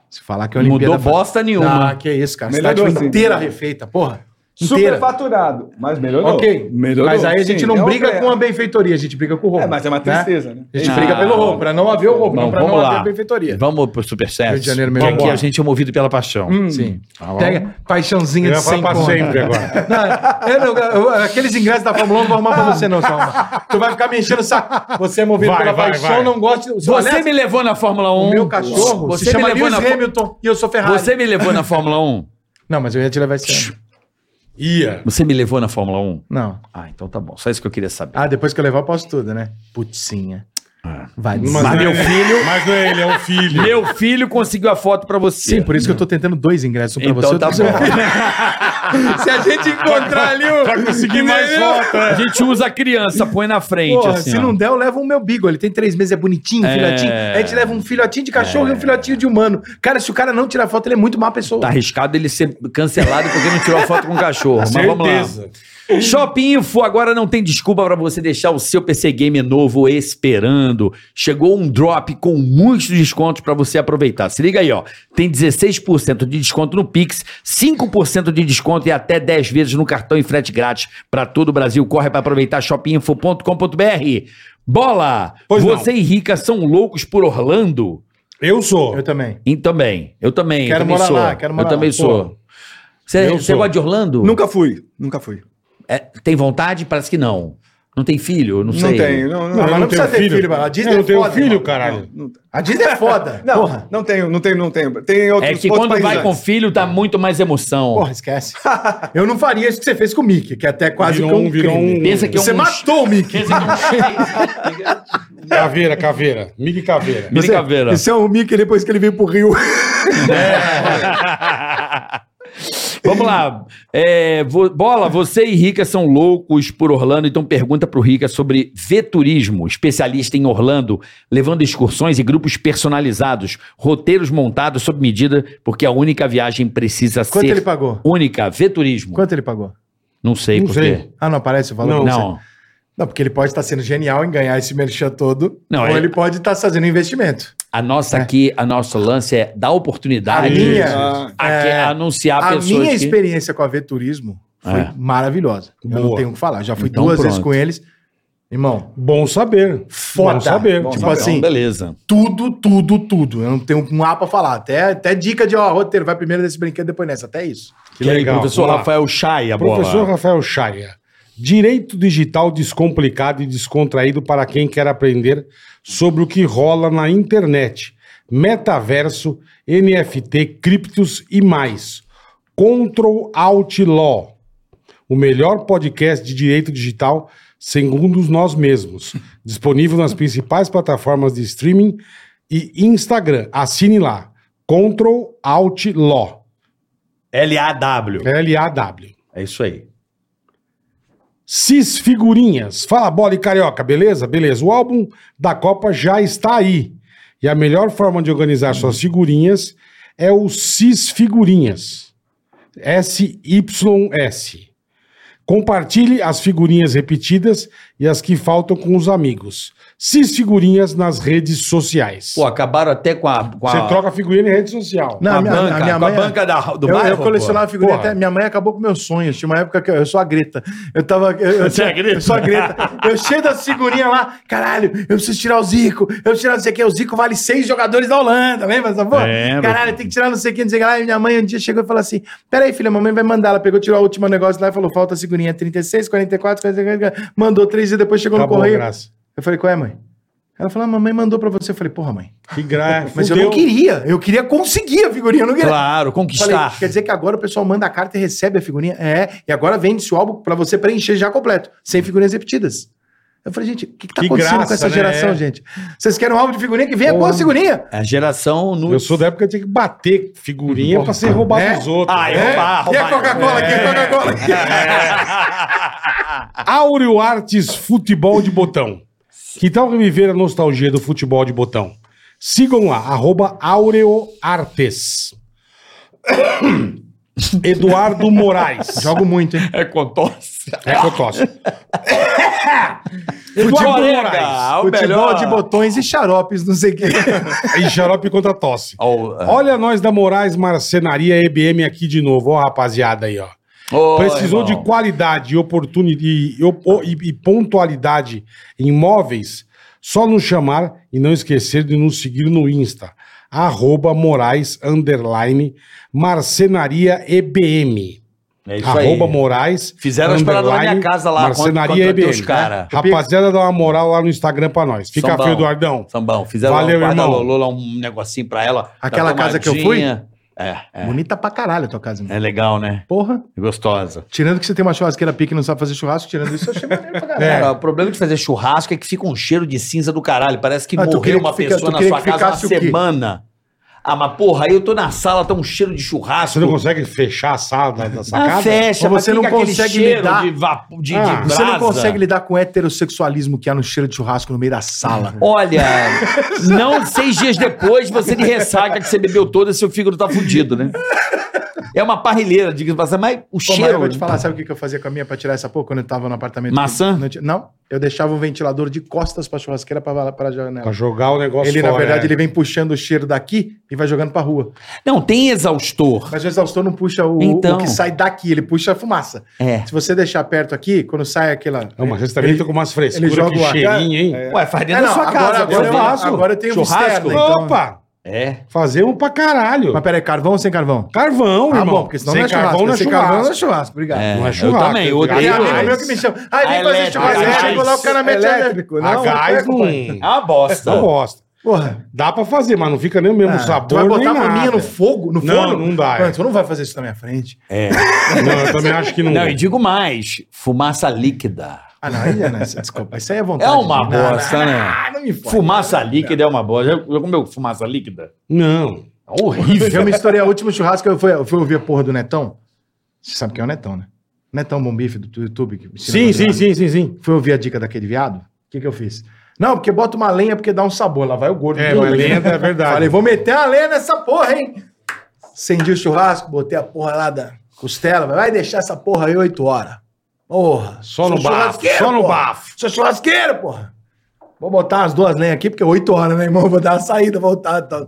Se falar que a Olimpíada. Mudou bosta nenhuma. Ah, que isso, cara. A cidade Melhorou, foi sim. inteira refeita, porra. Inteira. Superfaturado, mas melhorou. Ok. Melhorou. Mas aí a gente Sim, é não um briga pré- com a benfeitoria, a gente briga com o roubo. É, mas é uma né? tristeza, né? A gente Ah. briga pelo roubo, pra não haver o roubo, Bom, não pra vamos não haver lá. a benfeitoria. Vamos pro Superchat. Rio de Janeiro, Que melhor. aqui a gente é movido pela paixão. Sim. Pega paixãozinha Ele de vai 100 falar pra conto. sempre agora. Não, eu não- eu- aqueles ingressos da Fórmula 1 não vou arrumar pra você, não, Salma. Tu vai ficar me enchendo o saco. Você é movido Vai, pela vai, paixão, vai. não gosta. Você Aliás, me levou na Fórmula 1. O meu cachorro Você se me chama levou Lewis na Fo- Hamilton e eu sou Ferrari. Você me levou na Fórmula 1? Não, mas eu ia te levar esse ano. Ia. Você me levou na Fórmula 1? Não. Ah, então tá bom. Só isso que eu queria saber. Ah, depois que eu levar, eu posso tudo, né? Putzinha. Vai. Mas, Vai. meu filho. Mas não é ele, é o filho. Meu filho conseguiu a foto pra você. Sim, por isso que eu tô tentando dois ingressos um pra Então você. tá outro pra bom. você. Se a gente encontrar ali o... Pra conseguir mais foto, A é. gente usa a criança, põe na frente, Porra, assim. se ó. não der, eu levo o meu Beagle. Ele tem três meses, é bonitinho, filhotinho. A gente leva um filhotinho de cachorro e um filhotinho de humano. Cara, se o cara não tirar foto, ele é muito má pessoa. Tá arriscado ele ser cancelado porque não tirou a foto com o cachorro. Mas vamos lá. Certeza. Shopping Info agora não tem desculpa pra você deixar o seu PC Game novo esperando. Chegou um drop com muitos descontos pra você aproveitar. Se liga aí, ó. Tem 16% de desconto no Pix, 5% de desconto e até 10 vezes no cartão e frete grátis pra todo o Brasil. Corre pra aproveitar shopinfo.com.br. Bola! Pois não. você e Rica são loucos por Orlando? Eu sou. Eu também. E também. Eu também. Quero eu também morar sou. lá, quero morar Eu também lá. sou. Você eu você sou. gosta de Orlando? Nunca fui, nunca fui. É, tem vontade? Parece que não. Não tem filho? Não sei. É Não tenho, não, não, eu não, não precisa ter tenho filho, mano. A Disney Eu não é tenho foda, filho, irmão. caralho. não, A Disney é foda. não, Porra. não tenho, não tenho, não tenho. Tem outros, É que outros quando vai países com antes. filho, dá muito mais emoção. Porra, esquece. Eu não faria isso que você fez com o Mickey, que até quase Virou que é um- virou crime. um- Pensa que é Você um- matou o Mickey. Caveira, caveira. Mickey Caveira. Mini caveira. Esse é o Mickey depois que ele veio pro Rio. É. Vamos lá. É, vo- Bola, você e Rica são loucos por Orlando, então pergunta pro Rica sobre Veturismo, especialista em Orlando, levando excursões e grupos personalizados, roteiros montados sob medida, porque a única viagem precisa Quanto ser ele pagou? única. Veturismo. Quanto ele pagou? Não sei Não por sei. quê. Ah, não aparece o Não. valor? pra você? Não. Não, porque ele pode estar sendo genial em ganhar esse merchan todo, Não, ou é- ele pode estar fazendo investimento. A nossa aqui, a nosso lance é dar oportunidade É. A minha- Ah, a é, que- a anunciar A, pessoas minha que- experiência com a Veturismo foi É. maravilhosa. Eu não Boa. tenho o que falar. Já fui Então duas pronto. vezes com eles. Irmão, Bom saber. foda. Bom saber. Tipo Bom saber. assim, Então, Beleza. tudo, tudo, tudo. Eu não tenho um A pra falar. Até, até dica de, ó, roteiro, vai primeiro nesse brinquedo, depois nessa. Até isso. Que legal. é professor Vamos lá. Rafael Chay, a Professor bola. Rafael Chaia. Direito digital descomplicado e descontraído para quem quer aprender sobre o que rola na internet, metaverso, NFT, criptos e mais. Control Alt Law, o melhor podcast de direito digital segundo nós mesmos, disponível nas principais plataformas de streaming e Instagram. Assine lá. Control Alt Law, L-A-W. L-A-W. É isso aí. Cis Figurinhas. Fala bola e carioca, beleza? Beleza. O álbum da Copa já está aí. E a melhor forma de organizar suas figurinhas é o Cis Figurinhas. S-Y-S. Compartilhe as figurinhas repetidas e as que faltam com os amigos. Cis figurinhas nas redes sociais. Pô, acabaram até com a. Com a, Você troca figurinha em rede social. com a Não, minha- banca, a minha com a mãe- é- banca da, do eu, bairro. eu colecionava pô. figurinha Porra. até. Minha mãe acabou com meus sonhos. Tinha uma época que eu, eu sou a Greta. Eu tava. Eu, eu, Você é a Greta? Eu sou a Greta. Eu cheio das figurinhas lá. Caralho, eu preciso tirar o Zico. Eu preciso tirar não sei o que. O Zico vale seis jogadores da Holanda. Lembra essa É, porra? Lembro. Caralho, tem que tirar não sei o que, não sei o que lá. E minha mãe um dia chegou e falou assim: Peraí, filha, a mamãe vai mandar. Ela pegou, tirou o último negócio lá e falou: Falta a figurinha 36, 44, 45. Mandou três dias depois chegou Tá no bom, correio. graça. Eu falei: Qual é, mãe? Ela falou: A mamãe mandou pra você. Eu falei: Porra, mãe. Que graça. Mas eu não queria. Eu queria conseguir a figurinha. Eu não queria. Claro, Falei, conquistar. quer dizer que agora o pessoal manda a carta e recebe a figurinha? É, e agora vende-se o álbum pra você preencher já completo, sem figurinhas repetidas. Eu falei, gente, o que, que tá Que acontecendo graça, com essa né? geração, gente? Vocês querem um álbum de figurinha que venha com Porra. a figurinha? É A geração no. Eu sou da época que tinha que bater figurinha pra ser roubado É? dos outros. Ah, É. eu barro. e a Coca-Cola aqui, a Coca-Cola aqui. Áureo Artes Futebol de Botão. Que tal reviver a nostalgia do futebol de botão? Sigam lá, arroba Áureo Artes. Eduardo Moraes. Jogo muito, hein? É com tosse. É que eu tosse. Eduardo Moraes. o Futebol melhor. de botões e xaropes, não sei o quê. E xarope contra tosse. Ó, é. Olha nós da Moraes Marcenaria EBM aqui de novo. Ó, rapaziada aí, ó. Ô, Precisou irmão. de qualidade, oportunidade e, op- e- e pontualidade em móveis? Só nos chamar e não esquecer de nos seguir no Insta. Arroba Moraes Underline Marcenaria EBM. É isso aí. Arroba Moraes. Fizeram as paradas lá na minha underline, casa lá. Marcenaria contratei os EBM. cara. né? Rapaziada, dá uma moral lá no Instagram pra nós. Fica Sambão. feio, Eduardão. Sambão, fizeram Valeu, lá um irmão. Lolo, lá um negocinho pra ela. Aquela da casa que eu tomadinha. É, é. Bonita pra caralho a tua casa, meu. É legal, né? Porra. Gostosa. Tirando que você tem uma churrasqueira pique e não sabe fazer churrasco, tirando isso, eu achei maneiro pra caralho. Cara, o problema de fazer churrasco é que fica um cheiro de cinza do caralho. Parece que Ah, tu morreu queria uma que fica- pessoa tu na queria sua que casa uma ficasse o quê? semana. Ah, mas porra, aí eu tô na sala, tá um cheiro de Você churrasco. não consegue fechar a sala da- da Ah, sacada? fecha, Ou mas você fica não aquele consegue cheiro lidar? De vapo, de, Ah. de Você não brasa. consegue lidar com o heterossexualismo que há no cheiro de churrasco no meio da Uhum. sala. Olha, não seis dias depois você de ressaca que você bebeu todo e seu fígado tá fudido, né? É uma parrilheira, diga-se, de passagem, mas o Pô, mas cheiro. eu vou te falar, sabe o que que eu fazia com a minha pra tirar essa porra quando eu tava no apartamento? Maçã? Não, tinha- não, eu deixava o ventilador de costas pra churrasqueira pra, pra Pra janela. jogar o negócio Ele, na fora, verdade, é. ele vem puxando o cheiro daqui e vai jogando pra rua. Não, tem exaustor. Mas o exaustor não puxa o, Então. o que sai daqui, ele puxa a fumaça. É. Se você deixar perto aqui, quando sai aquela. Não, mas você também Ele- tá com umas ele frescuras joga que o ar. cheirinho, hein? Ué, faz É, não, agora, agora, eu, eu faço. agora eu tenho Churrasco? externa, então- Opa! É. Fazer um pra caralho. Mas peraí, carvão ou sem carvão? Carvão, Ah, irmão. bom, porque senão Sem não é churrasco. carvão não é sem churrasco. carvão não é churrasco, obrigado. É, Não é Eu churrasco. também, eu Tem odeio. amigo mas- meu que me chama. Ai, A vem fazer elétrica, churrasco. a Aí gás. chegou lá, o cara mete elétrico, né? a A gás não... É uma bosta. Não gosta. Porra. Dá pra fazer, mas não fica nem o mesmo Ah, sabor, tu vai botar nem a maminha nada. no fogo, no Não, forno? não dá, é. Mano, tu não vai fazer isso na minha frente. Não, eu também acho que não. é. Não, e digo mais: fumaça líquida. Ah, não, aí, é, né? desculpa. Isso aí é É vontade. uma de- Não, bosta, né? Ah, não me fode. Fumaça líquida é uma bosta. Já já comeu fumaça líquida? Não. É horrível. Eu me estourei, o último churrasco eu fui, eu fui ouvir a porra do Netão. Você sabe quem é o Netão, né? Netão Bombife do YouTube. Que ensina Sim, a sim, fazer sim, sim, sim. Fui ouvir a dica daquele viado? O que, que eu fiz? Não, porque bota uma lenha porque dá um sabor. Lá vai o gordo. É, Tudo, mas né? lenta, é verdade. Falei, vou meter a lenha nessa porra, hein? Acendi o churrasco, botei a porra lá da costela. Vai deixar essa porra aí 8 horas. Porra. Só no sou bafo, churrasqueiro, só no porra. bafo. Sou churrasqueiro, porra. Vou botar as duas lenhas aqui, porque é 8 horas, né, irmão? Vou dar uma saída, voltar. Tá...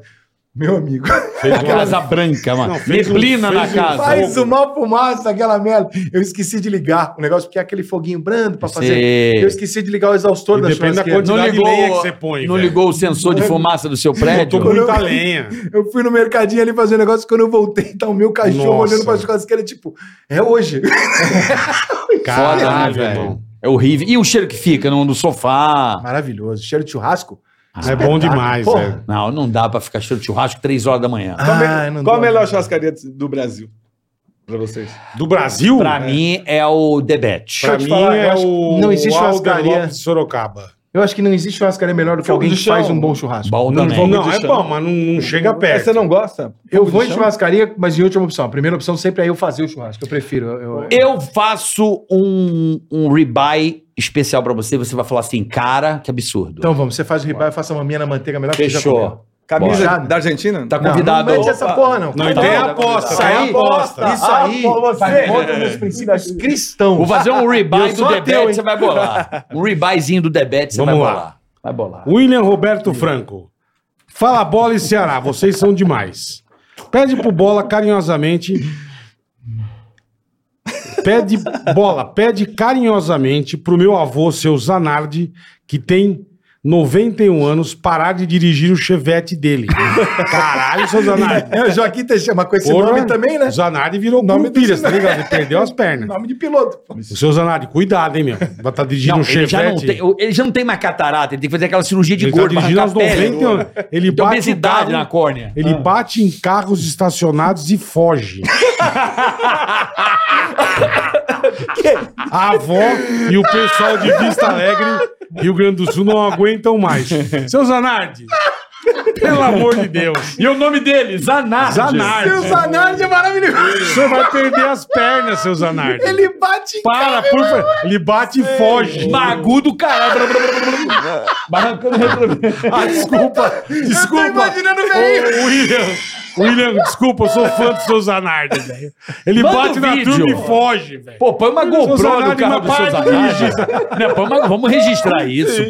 Meu amigo. Fez uma- Casa branca, mano. Não, fez um- Neblina na fez um- casa. Faz uma fumaça, aquela merda. Eu esqueci de ligar o negócio, porque é aquele foguinho brando pra fazer. Sei. Eu esqueci de ligar o exaustor E da depende da churrasqueira. quantidade. Não ligou, de lenha que você põe, não velho. ligou o sensor é- de fumaça do seu prédio? Botou muita lenha. Eu fui no mercadinho ali fazer um negócio, quando eu voltei, tá o meu cachorro Nossa. olhando pra churrasqueira, tipo, é hoje. Foda, Caralho, né, irmão. velho? É horrível. E o cheiro que fica no, no sofá? Maravilhoso. Cheiro de churrasco? É bom demais, Porra. velho. Não, não dá pra ficar cheiro de churrasco três horas da manhã. Qual, Ah, me- não qual a né? dou. melhor churrascaria do Brasil? Pra vocês. Do Brasil? Pra mim é o Debete. Pra eu te mim falar, eu é acho o que não existe Alder churrascaria. Lopes de Sorocaba. Eu acho que não existe churrascaria melhor do que Fogo alguém de que faz chão. um bom churrasco. Bom Não, também. não, é bom, mas não, não chega perto. Você não gosta? Eu vou em churrascaria, mas em última opção. A primeira opção sempre é eu fazer o churrasco. Eu prefiro. Eu, eu- Eu faço um, um rebuy especial pra você. Você vai falar assim, cara, que absurdo. Então vamos, você faz o ribeye, eu faço a maminha na manteiga melhor que você já comeu. Fechou. Camisa Bora. da Argentina? Tá Não, não convidado. mete essa porra, não. Não então é tem aposta, Isso tem aí- aposta. Isso aí. Vai contra os princípios cristãos. Vou fazer um rebuy Eu do sou ateu, Debete, hein? você vai bolar. Um rebuizinho do Debete, você vai Vamos lá. bolar. Vai bolar. William Roberto Franco. Fala bola e Ceará, vocês são demais. Pede pro bola carinhosamente. Pede bola, pede carinhosamente pro meu avô, seu Zanardi, que tem 91 anos, parar de dirigir o chevette dele. Caralho, seu Zanardi. É, o Joaquim Teixeira, mas com esse Porra, nome também, né? Zanardi virou Nome nome do pilhas, tá ligado? Ele perdeu as pernas. Nome de piloto. pô. O seu Zanardi, cuidado, hein, meu. Vai estar dirigindo Não, um ele, chevette. já não tem, ele já não tem mais catarata, ele tem que fazer aquela cirurgia de Ele tá gordo. dirigindo arrancar aos a pele. 90 anos. um. Ele Tem bate o obesidade né? carro, na córnea. ele bate em carros estacionados e foge. A avó e o pessoal de Vista Alegre, Rio Grande do Sul, não aguentam mais. Seu Zanardi, pelo amor de Deus. E o nome dele? Zanardi. Zanardi. Seu Zanardi é maravilhoso. O senhor vai perder as pernas, seu Zanardi. Ele bate em Para, por favor. Ele bate e foge. Magu do caralho. Ah, desculpa. Desculpa. Eu tô imaginando o velhinho. Ô, William. William, desculpa, eu sou fã do seu Zanardi, velho. Ele Manda bate o na vídeo. turma e foge, velho. Pô, põe uma GoPro no Zanardi, carro mas do seu para de Zanardi. Não, põe uma- vamos registrar isso.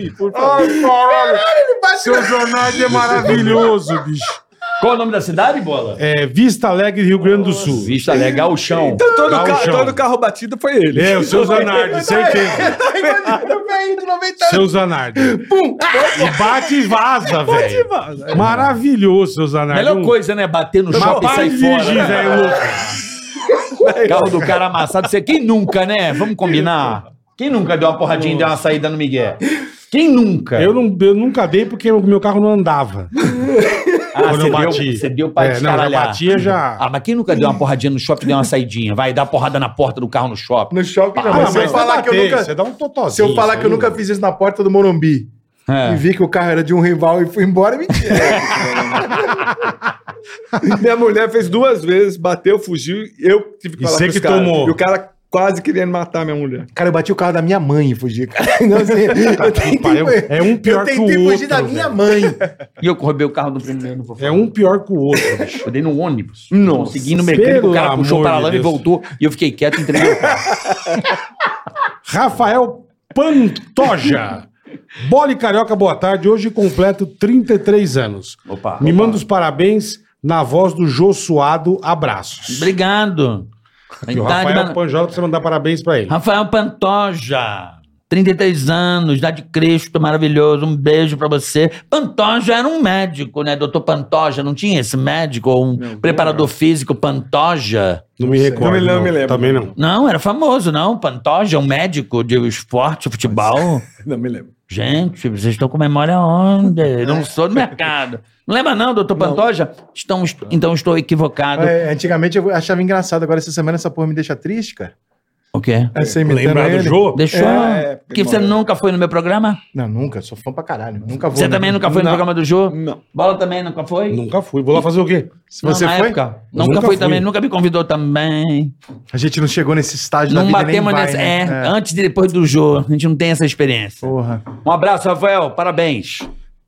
Seu Zanardi é maravilhoso, bicho. Qual é o nome da cidade, Bola? É, Vista Alegre, Rio Grande do Sul. Vista né? legal o chão. Então todo, Gauchão. ca- todo carro batido foi ele. É, o seu Zanardi, certeza. Tá imaginando o velhinho de 90 anos. Seu Zanardi. E bate e vaza, velho. Maravilhoso, seu Zanardi. Melhor Um- coisa, né? Bater no Mas shopping e para sair de fora. dirigir, né? velho, louco. Carro do cara amassado. Você, quem nunca, né? Vamos combinar. Quem nunca deu uma porradinha e deu uma saída no Miguel? Quem nunca? Eu, não, eu nunca dei porque o meu carro não andava. Ah, quando você, eu deu, bati. você deu pra É, não, eu descaralhar. batia já. Ah, mas quem nunca deu uma porradinha no shopping e deu uma saidinha? Vai dar porrada na porta do carro no shopping. No shopping, não. Ah, mas é mas se eu você falar que eu bateu, nunca... Você dá um totozinho. Se eu falar isso que eu aí. nunca fiz isso é na porta do Morumbi É. e vi que o carro era de um rival e fui embora, é mentira. Minha mulher fez duas vezes, bateu, fugiu, e eu tive que E falar você com os que caras. tomou. E o cara quase queria matar minha mulher. Cara, eu bati o carro da minha mãe e fugi. cara. Não, assim, eu pariu. É um pior eu que o tentei fugir outro, da minha mãe. E eu roubei o carro do primeiro. Vou falar. É um pior que o outro. bicho. Eu dei no ônibus. Não. Consegui ir no mecânico, pelo o cara puxou amor para a de lama e Deus. voltou. E eu fiquei quieto e entreguei o carro. Rafael Pantoja. Bola e Carioca, boa tarde. Hoje completo 33 anos. Opa. Me manda os parabéns na voz do Jô Suado. Abraços. Obrigado. A E o idade Rafael é da- Panjola pra você mandar parabéns pra ele. Rafael Pantoja, 33 anos, idade Cristo, maravilhoso, um beijo pra você. Pantoja era um médico, né? Doutor Pantoja, não tinha esse médico ou um preparador físico Pantoja? Não me recordo. Não me- não me lembro. Também não. Não, era famoso, não. Pantoja, um médico de esporte, futebol. Não me lembro. Gente, vocês estão com memória onde? Eu não sou do mercado. Não lembra não, doutor Pantoja? Estão, então estou equivocado. É, antigamente eu achava engraçado, agora essa semana essa porra me deixa triste, cara. O quê? É, você imitando ele. Jô? Deixou? É, Porque você nunca foi no meu programa? Não, nunca, sou fã pra caralho. Nunca vou. Você né? também nunca foi Não. no programa do Jô? Não. Bola também nunca foi? Nunca fui. Vou lá fazer o quê? Se você na foi, época. Eu Nunca, nunca foi fui. também, nunca me convidou também. a gente não chegou nesse estágio da não vida batemos nem vai, nessa. né? é, antes e depois do jogo. A gente não tem essa experiência. Porra. Um abraço, Rafael. Parabéns.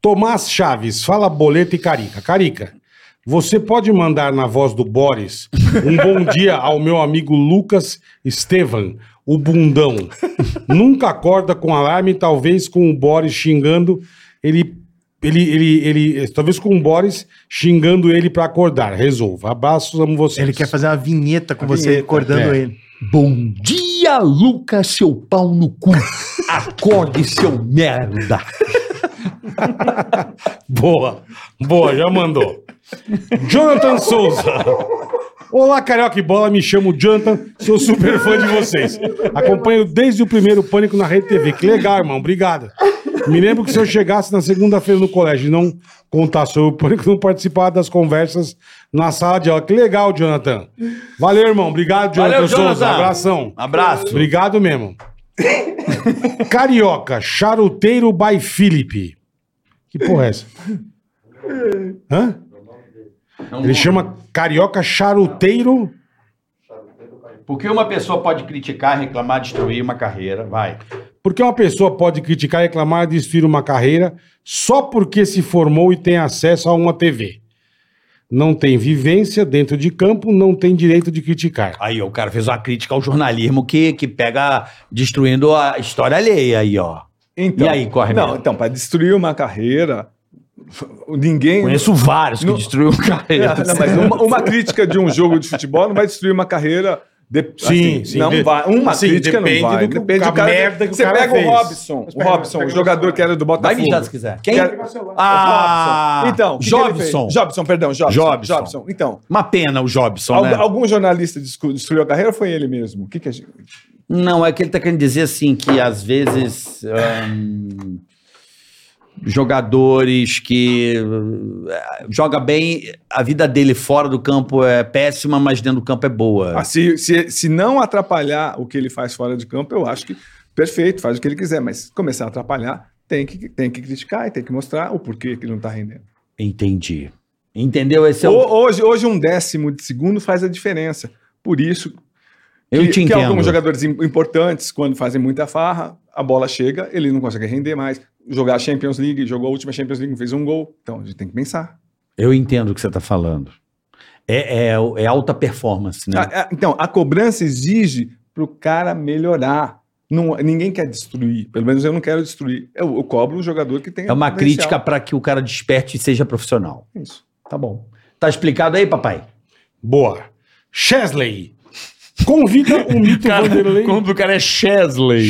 Tomás Chaves, fala boleto e carica. Carica, você pode mandar na voz do Boris um bom dia ao meu amigo Lucas Estevan, o bundão. Nunca acorda com alarme, talvez com o Boris xingando ele. Ele, ele, ele, talvez com o Boris xingando ele pra acordar. Resolva. Abraços, amo você. Ele quer fazer uma vinheta com você vinheta, acordando é. ele. Bom dia, Lucas, seu pau no cu. Acorde, é um seu merda. Boa, boa, já mandou. Jonathan Souza. Olá, Carioca e Bola, me chamo Jonathan, sou super fã de vocês. Acompanho desde o primeiro Pânico na Rede TV. Que legal, irmão, obrigado. Me lembro que se eu chegasse na segunda-feira no colégio e não contasse sobre o Pânico, não participar das conversas na sala de aula. Que legal, Jonathan. Valeu, irmão, obrigado, Jonathan, Valeu, Souza. Jonathan. Abração. Um Abraço. Obrigado mesmo. Carioca, charuteiro by Felipe. Que porra é essa? Hã? Ele chama Carioca Charuteiro. Porque uma pessoa pode criticar, reclamar, destruir uma carreira, vai. Porque uma pessoa pode criticar, reclamar e destruir uma carreira só porque se formou e tem acesso a uma TV. Não tem vivência dentro de campo, não tem direito de criticar. Aí, ó, o cara fez uma crítica ao jornalismo que, que pega destruindo a história alheia aí, ó. Então, E aí, corre Não, mesmo? então, para destruir uma carreira, ninguém. Conheço vários que Não- destruiu o É, carreira. não, mas uma, uma crítica de um jogo de futebol não vai destruir uma carreira. de- Sim, assim, sim, Não de- vai. Uma sim, crítica não depende vai. do que o- depende a do cara. merda que o você cara pega fez. o Robson. O Robson, o jogador que era do Vai Botafogo. mijar se quiser. Quem? Ah, Ah, Então, o que que ele fez? Jobson. Jobson, perdão, Jobson. Jobson. Então, Uma pena o Jobson, al- né? algum jornalista discu- destruiu a carreira ou foi ele mesmo? O que que a gente- Não, é que ele tá querendo dizer assim que às vezes ahn, jogadores que eh, joga bem, a vida dele fora do campo é péssima, mas dentro do campo é boa. Ah, se, se, se não atrapalhar o que ele faz fora de campo, eu acho que perfeito, faz o que ele quiser, mas começar a atrapalhar, tem que, tem que criticar e tem que mostrar o porquê que ele não está rendendo. Entendi. Entendeu? Esse é o... Ho- hoje, hoje, um décimo de segundo faz a diferença. Por isso que, Eu te é que entendo. alguns jogadores im- importantes, quando fazem muita farra, a bola chega, ele não consegue render mais. Jogar a Champions League, jogou a última Champions League, não fez um gol. Então, a gente tem que pensar. Eu entendo o que você tá falando. É, é, é alta performance, Ah, né? A- a- então, a cobrança exige para o cara melhorar. Não- ninguém quer destruir. Pelo menos eu não quero destruir. Eu, eu cobro o jogador que tem. É uma potencial. crítica para que o cara desperte e seja profissional. Isso. Tá bom. Tá explicado aí, papai? Boa. Chesley. Convida o mito Vanderlei. nome do cara é Chesley.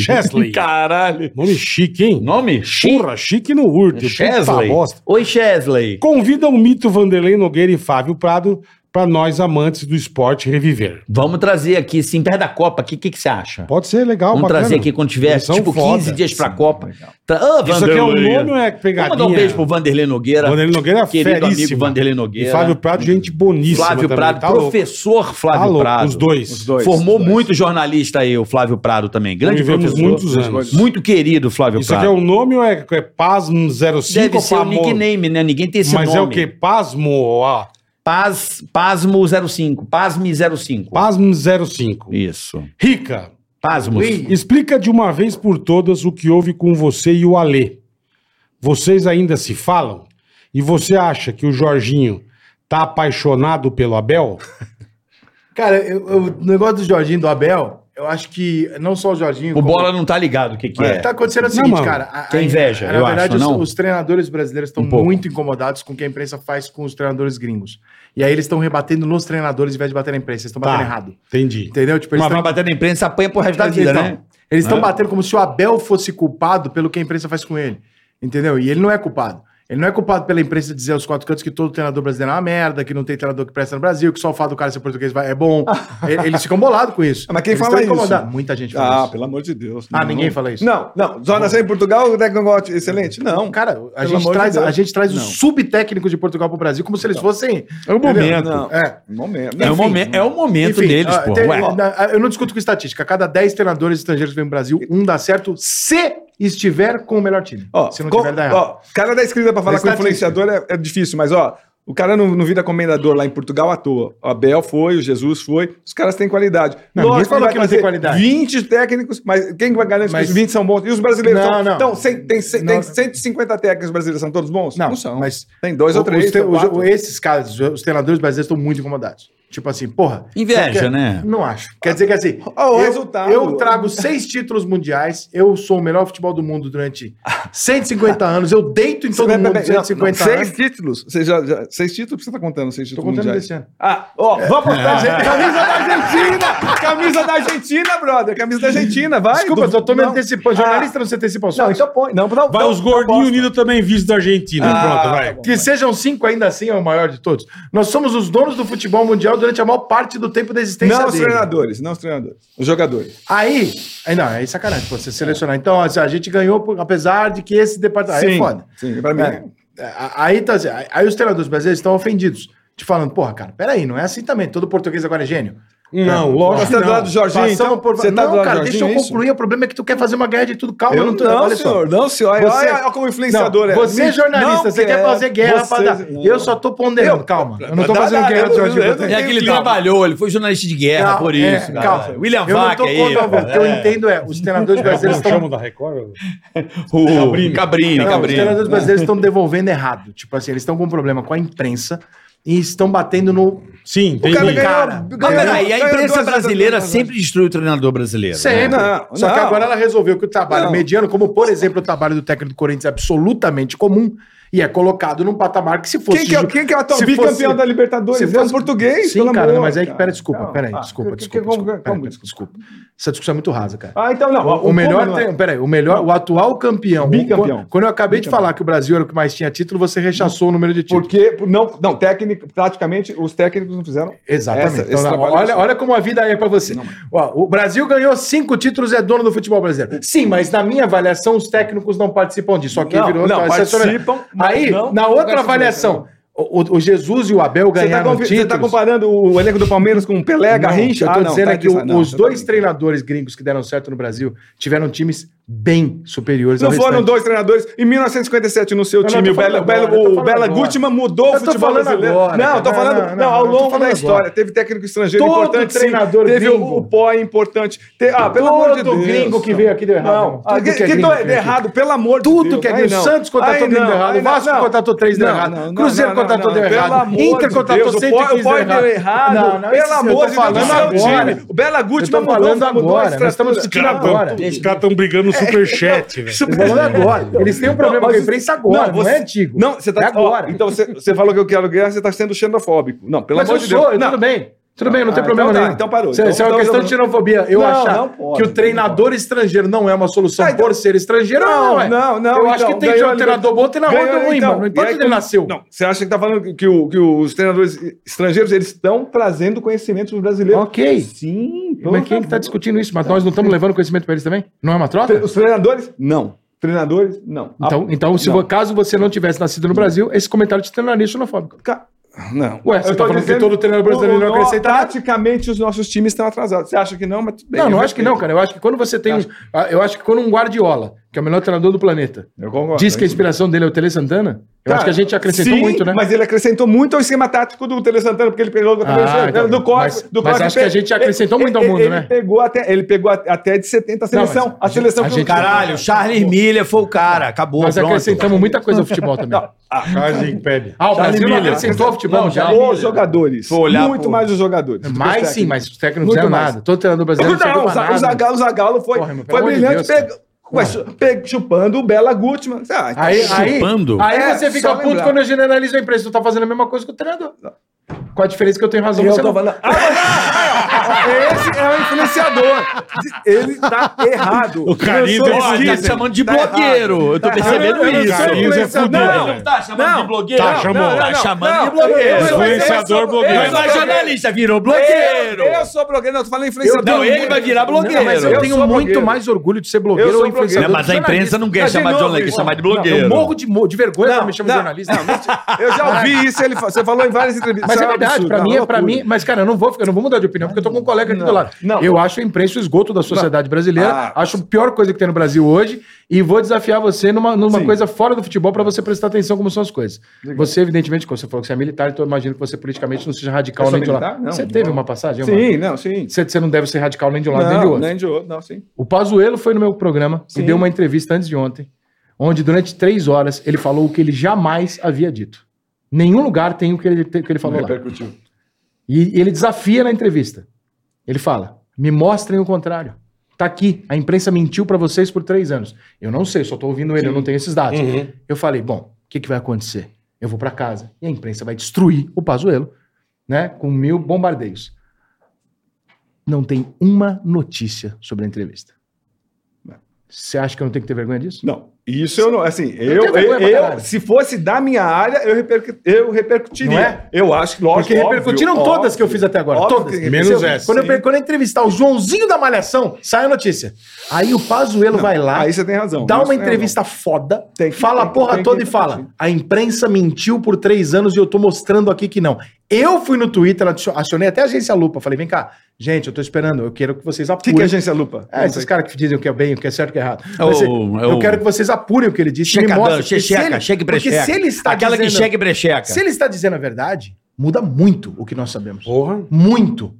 Chesley. Caralho. Nome chique, hein? Nome? Porra, chique no Urte. Chesley. tá bosta. Oi, Chesley. Convida o mito Vanderlei Nogueira e Fábio Prado para nós amantes do esporte reviver. Vamos trazer aqui, sim, perto da Copa, o que, que, que você acha? Pode ser legal, Vamos bacana. trazer aqui quando tiver, Eles são tipo, foda. 15 dias pra Sim, Copa. legal. Tra- Ah, Isso Vander- aqui é um nome ou é Vamos pegadinha? mandar um beijo pro Vanderlei Nogueira. Vanderlei Nogueira é Querido amigo feríssimo. Vanderlei Nogueira. E Fábio Prado, gente boníssima Flávio também, Prado, tá louco. professor Flávio Tá louco, Prado. Os dois. Os dois. Formou os dois. muito jornalista aí, o Flávio Prado também. Grande Convivemos professor. muitos anos. Muito querido, Flávio Isso aqui é Prado. um nome ou é, é Pasmo 05 Deve ou ser o Pamor? nickname, né? Ninguém tem esse Mas nome. é o quê? Pasmo, ó. Paz, Pasmo 05. Pasme 05. Pasmo 05. Isso. Rica, Pasmos. explica de uma vez por todas o que houve com você e o Alê. Vocês ainda se falam? E você acha que o Jorginho tá apaixonado pelo Abel? Cara, eu- eu- o negócio do Jorginho e do Abel, eu acho que não só o Jorginho. O como- Bola não tá ligado o que, que é. Tá acontecendo o Não, seguinte, mano, cara. a- tem a- é inveja, Na eu verdade, acho, os- não? os, treinadores brasileiros estão Um pouco. muito incomodados com o que a imprensa faz com os treinadores gringos. E aí eles estão rebatendo nos treinadores em vez de bater na imprensa. Eles estão Tá. batendo errado. Entendi. Entendeu? Tipo, eles Mas estão vai bater na imprensa, apanha pro resto da vida, Então, né? Eles estão É. batendo como se o Abel fosse culpado pelo que a imprensa faz com ele. Entendeu? E ele não é culpado. Ele não é culpado pela imprensa dizer aos quatro cantos que todo treinador brasileiro é uma merda, que não tem treinador que presta no Brasil, que só o fato do cara ser português vai- é bom. E- Eles ficam bolados com isso. Ah, mas quem Eles fala estão incomodados. isso? Muita gente fala Ah, isso. pelo amor de Deus. Ah, Não. ninguém fala isso. Não, não. Zona sem Portugal, o técnico é excelente. Não. Cara, a Pelo gente, amor de traz, Deus. a gente traz os Não. subtécnicos de Portugal pro Brasil como se eles fossem. É o momento. Não. É. um Momento. É o, Enfim. momen- é o momento Enfim, deles, ah, pô. tem- Ué. ah, eu não discuto com estatística. A cada 10 treinadores estrangeiros que vem no Brasil, um dá certo se estiver com o melhor time. Ó, se não co- tiver, dá errado. ó, cara da escrita pra falar É com estatística. influenciador é, é difícil, mas ó, o cara não, não vira comendador lá em Portugal à toa. O Abel foi, o Jesus foi, os caras têm qualidade. Não, ninguém Lógico falou vai que não tem trazer qualidade. 20 técnicos, mas quem vai garantir Mas- que os 20 são bons? E os brasileiros Não, são? não. Então, cem- tem, cem- Não. tem 150 técnicos brasileiros, são todos bons? Não, são. mas- é tem dois ou três. Os te- ou os- quatro. esses casos, os treinadores brasileiros estão muito incomodados. Tipo assim, porra. Inveja, quer- né? Não acho. Quer dizer que assim. Ó, o eu, resultado. eu trago seis títulos mundiais, eu sou o melhor futebol do mundo durante 150 anos, eu deito em todo Pera, mundo pera, pera, não, 150 não, anos. Seis títulos. Você já, já- seis títulos? Por que você tá contando seis Tô títulos contando mundiais? desse ano. Ah, ó, É. vamos pra camisa da Argentina! Camisa da Argentina, brother! Camisa da Argentina, vai! Desculpa, Du- só tô me não. Ah. antecipando. Jornalista não se antecipa aos Não, fatos. então põe. Não, não, Vai não, os gordinhos não unidos também visto da Argentina. Ah, Pronto, tá vai. bom. Que sejam cinco ainda assim é o maior de todos. Nós somos os donos do futebol mundial durante a maior parte do tempo da existência Não os dele. treinadores, não os treinadores. Os jogadores. Aí, aí não, aí sacanagem pô, você selecionar. Então, assim, a gente ganhou, por- apesar de que esse departamento. Aí é foda. Sim, pra mim. É, é, aí, tá, assim, aí- aí os treinadores brasileiros estão ofendidos. Te falando, porra, cara, peraí, não é assim também. Todo português agora é gênio. Não, lógico Você tá que do lado do não. Jorginho, então? Você tá do não, lado cara, do deixa Jorginho, eu é isso? concluir. O problema é que tu quer fazer uma guerra de tudo. Calma, Eu não tô. não, olha só. senhor, não, senhor. Olha, Você- olha, olha como influenciador é. Você é jornalista, Não você quer quer. fazer guerra, Você- é rapaziada. Eu só tô ponderando, calma. Eu não tô Dá- fazendo dá- guerra eu- de Jorginho. eu- Botelho. É que ele Calma. trabalhou, ele foi jornalista de guerra Calma, por é, isso. cara. calma. William Eu não Vaca tô aí. contra o cara. Alvaro. O que eu entendo é, os treinadores brasileiros Como estão chama da Record? O Cabrini, Não, os Cabrini. treinadores brasileiros estão devolvendo errado. Tipo assim, eles estão com um problema com a imprensa e estão batendo no Sim, tem. cara mim. ganhou- Mas ganhou- peraí, a ganhou imprensa duas- brasileira duas- sempre destruiu o treinador brasileiro. Sempre. Não, né? Só que não. agora ela resolveu que o trabalho Não. mediano, como por exemplo o trabalho do técnico do Corinthians, é absolutamente comum e é colocado num patamar que se fosse. Quem que, é, ju- quem que é o atual se bicampeão fosse- da Libertadores? se Se fosse- fosse português, Sim, pelo cara, amor, mas é que, cara. pera, desculpa, Não, peraí, ah, desculpa, que- que- desculpa, como- desculpa, como- peraí, desculpa. Essa discussão é muito rasa, cara. Ah, então não. O, o melhor, tre- peraí, o melhor, o atual campeão. Bicampeão. Quando- Quando eu acabei de falar que o Brasil era o que mais tinha título, você rechaçou o número de títulos. Porque, não, não técnico, praticamente, os técnicos não fizeram. Exatamente. Essa- Então, esse não, trabalho- olha, olha como a vida é pra você. Ó, o Brasil ganhou cinco títulos e é dono do futebol brasileiro. Sim, mas na minha avaliação, os técnicos não participam disso. Aqui Não, virou não, outra- essa é a sua- participam, mas Aí, não- na não outra participam, avaliação, o, o- o Jesus e o Abel Você tá, ganharam confi- você títulos. tá comparando o elenco do Palmeiras com o Pelé, Não, Garrincha? Eu tô Ah, não, dizendo tá é que o- disso- não, os você tá dois brincando. treinadores gringos que deram certo no Brasil tiveram times bem superiores Não ao foram restante. dois treinadores. Em 1957, no seu Não, time, eu o tô Bela, falando agora, eu tô o falando Bela agora. Gutman mudou o Eu tô futebol falando brasileiro. agora, não, eu tô cara. falando. Não, Não, não, não, ao eu tô longo falando da história. Teve técnico estrangeiro Todo importante. sim. treinador Teve gringo. o, o pó importante. Te- ah, pelo amor de Todo Deus. gringo que veio aqui deu errado. Não, irmão. ah, que, Tudo que é que gringo tô- veio deu aqui. errado, pelo amor de Deus. Tudo que é gringo. Aí não. Santos Aí contratou gringo não, deu errado. aí não, Vasco não. contratou três deu Não, errado. não, Cruzeiro não, não, contratou não, deu pelo errado. amor Inter de contratou Deus, o Pó- 115 O Pó deu errado. Não, não, Pelo amor de Deus, falando o seu agora. time. O Bela Eu tô Gutman mudou, falando mudou a agora. Nós estamos estrutura. discutindo agora. Os caras estão brigando no É. superchat, velho. Tô falando agora. Eles têm um problema com a mas- imprensa agora, não, você- é antigo. Não, você tá É agora. ó, então você, você falou que eu quero guerra, você tá sendo xenofóbico. Não, pelo Mas eu amor de sou, Deus. eu- não, tudo bem. Tudo bem, não tem Ah, problema então tá, nenhum. então parou. Isso, Então- isso é uma então- questão de xenofobia. Eu Não, achar não pode, que o treinador estrangeiro não é uma solução Ah, então- por ser estrangeiro, Não, é. não, não, Eu acho que então, tem ganhou um a treinador bom, treinador Ganhou, ruim, então. mano. Não E importa aí, onde ele como- nasceu. Não, você acha que tá falando que, o- que os treinadores estrangeiros eles estão trazendo conhecimento pro brasileiro? Ok. Sim, por Mas quem que favor. tá discutindo isso? Mas nós não estamos levando conhecimento para eles também? Não é uma Tre- troca? Os treinadores? Não. Treinadores? Não. Ah, Então, então se Não. vo- caso você não tivesse nascido no Brasil, esse comentário te tornaria xenofóbico. Ca- Não. Ué, Eu você tá tô falando que dizendo- todo treinador brasileiro não o- o- acrescenta nada? Taticamente, os nossos times estão atrasados. Você acha que não? Mas tudo bem, não, não eu acho que não, respeito. cara. Eu acho que quando você tem um. Acho- ah, Eu acho que quando um Guardiola, que é o melhor treinador do planeta, Eu concordo. diz que a inspiração dele é o Tele Santana, eu Cara, acho que a gente acrescentou sim, muito, né? Mas ele acrescentou muito ao esquema tático do Tele Santana, porque ele pegou Ah, então, do Corte. mas- mas acho que a gente acrescentou muito ao mundo, ele né? Pegou até, ele pegou a- até de 70 a Não, mas seleção. a a gente- seleção a que- gente- Caralho, Charles Miller foi o cara. Acabou, Nós pronto. acrescentamos muita coisa ao futebol também. Charles pede. Ah, o Brasil não Miller. acrescentou ao futebol já. tipo, né? Os jogadores. Vou olhar muito pro- mais os jogadores. Mas é sim, mas os técnicos não Muito fizeram mais. nada. Todo treinador brasileiro não Não, acrescentou o Za- o pra nada. Zagallo, o Zagallo foi, Porra, meu, pelo foi amor de brilhante Deus, pega- ué, chu- pe- chupando o Bela Gutman. Ah, então- Aí, aí, Chupando. aí É, você fica só puto lembrar. quando eu generalizo a imprensa. Tu tá fazendo a mesma coisa que o treinador. Com a diferença que eu tenho razão, Eu você tô não. falando- Ah, mas- Esse é o influenciador. Ele tá errado. O carinho Lançou desse esse Ó, ele tá vídeo. te chamando de Tá blogueiro. Eu tô Tá percebendo errado. Eu não isso. sou Carinhos é influenciador. fudido, Não, velho. tá chamando Não. blogueiro? Tá, chamou. Tá chamando de não, blogueiro. eu sou- Influenciador eu sou- blogueiro. eu sou Mas jornalista virou blogueiro. Eu, eu sou blogueiro, não, eu tô falando influenciador. Não, ele vai virar blogueiro. Não, mas eu, É, Eu tenho sou muito blogueiro. mais orgulho de ser blogueiro Eu sou ou blogueiro. influenciador. É, mas a do que imprensa jornalista. não Tá quer de chamar de novo, jornalista, quer irmão. chamar de Eu blogueiro. morro de, mo- de vergonha Não, quando me chamam de não, jornalista. não, mas eu já ouvi isso, ele fa- você falou em várias entrevistas. Mas Isso é verdade, absurdo, pra não, mim, é pra loucura. mim. Mas, cara, eu não vou, ficar- eu não vou mudar de opinião, porque eu tô com um colega aqui do lado. não. Eu acho a imprensa o esgoto da sociedade brasileira. Ah. Acho a pior coisa que tem no Brasil hoje. E vou desafiar você numa, numa Sim. coisa fora do futebol pra você prestar atenção como são as coisas. Você, evidentemente, como você falou que você é militar, então eu imagino que você politicamente não seja radical Eu sou nem de lá. militar? Não, Você não. teve uma passagem? Omar? Sim, não, sim. Você, você não deve ser radical nem de um lado nem de Não, outro. nem de outro, não, sim. O Pazuello foi no meu programa e deu uma entrevista antes de ontem, onde durante três horas ele falou o que ele jamais havia dito. Nenhum lugar tem o que ele, o que ele É falou lá. Repercutiu. E ele desafia na entrevista. Ele fala: me mostrem o contrário. Tá aqui, a imprensa mentiu pra vocês por três anos. Eu não sei, só tô ouvindo ele, eu não tenho esses dados. Uhum. Eu falei: bom, o que, que vai acontecer? Eu vou pra casa e a imprensa vai destruir o Pazuello, né, com mil bombardeios. Não tem uma notícia sobre a entrevista. Você acha que eu não tenho que ter vergonha disso? Não. Isso eu não, assim, eu, tenho eu, vergonha pra eu- caralho. se fosse da minha área, eu, repercu- eu repercutiria. Não é? Eu acho, lógico, Porque repercutiram óbvio, todas que eu fiz até agora. óbvio todas. que- Menos Se eu- essa, Quando eu, hein? quando eu entrevistar o Joãozinho da Malhação, sai a notícia. Aí o Pazuello vai lá, Aí você tá tem razão. é dá Isso uma tem entrevista foda, Tem que- fala tem a que- porra tem que toda e repercutir. fala: a imprensa mentiu por três anos e eu tô mostrando aqui que não. Eu fui no Twitter, acio- acionei até a agência Lupa, falei: vem cá, gente, eu tô esperando, eu quero que vocês razão. O que, que é apurem. agência lupa? É, esses caras que dizem o que é bem, o que é certo, o que é errado. É Mas, o- assim, é eu o- querem que vocês apurem o que ele disse. me Checadão, mostrem, porque se checheca, ele- cheque e Porque brecheca. se ele está Aquela que dizendo- chega e brecheca. se ele está dizendo a verdade, muda muito o que nós sabemos. Porra. Muito.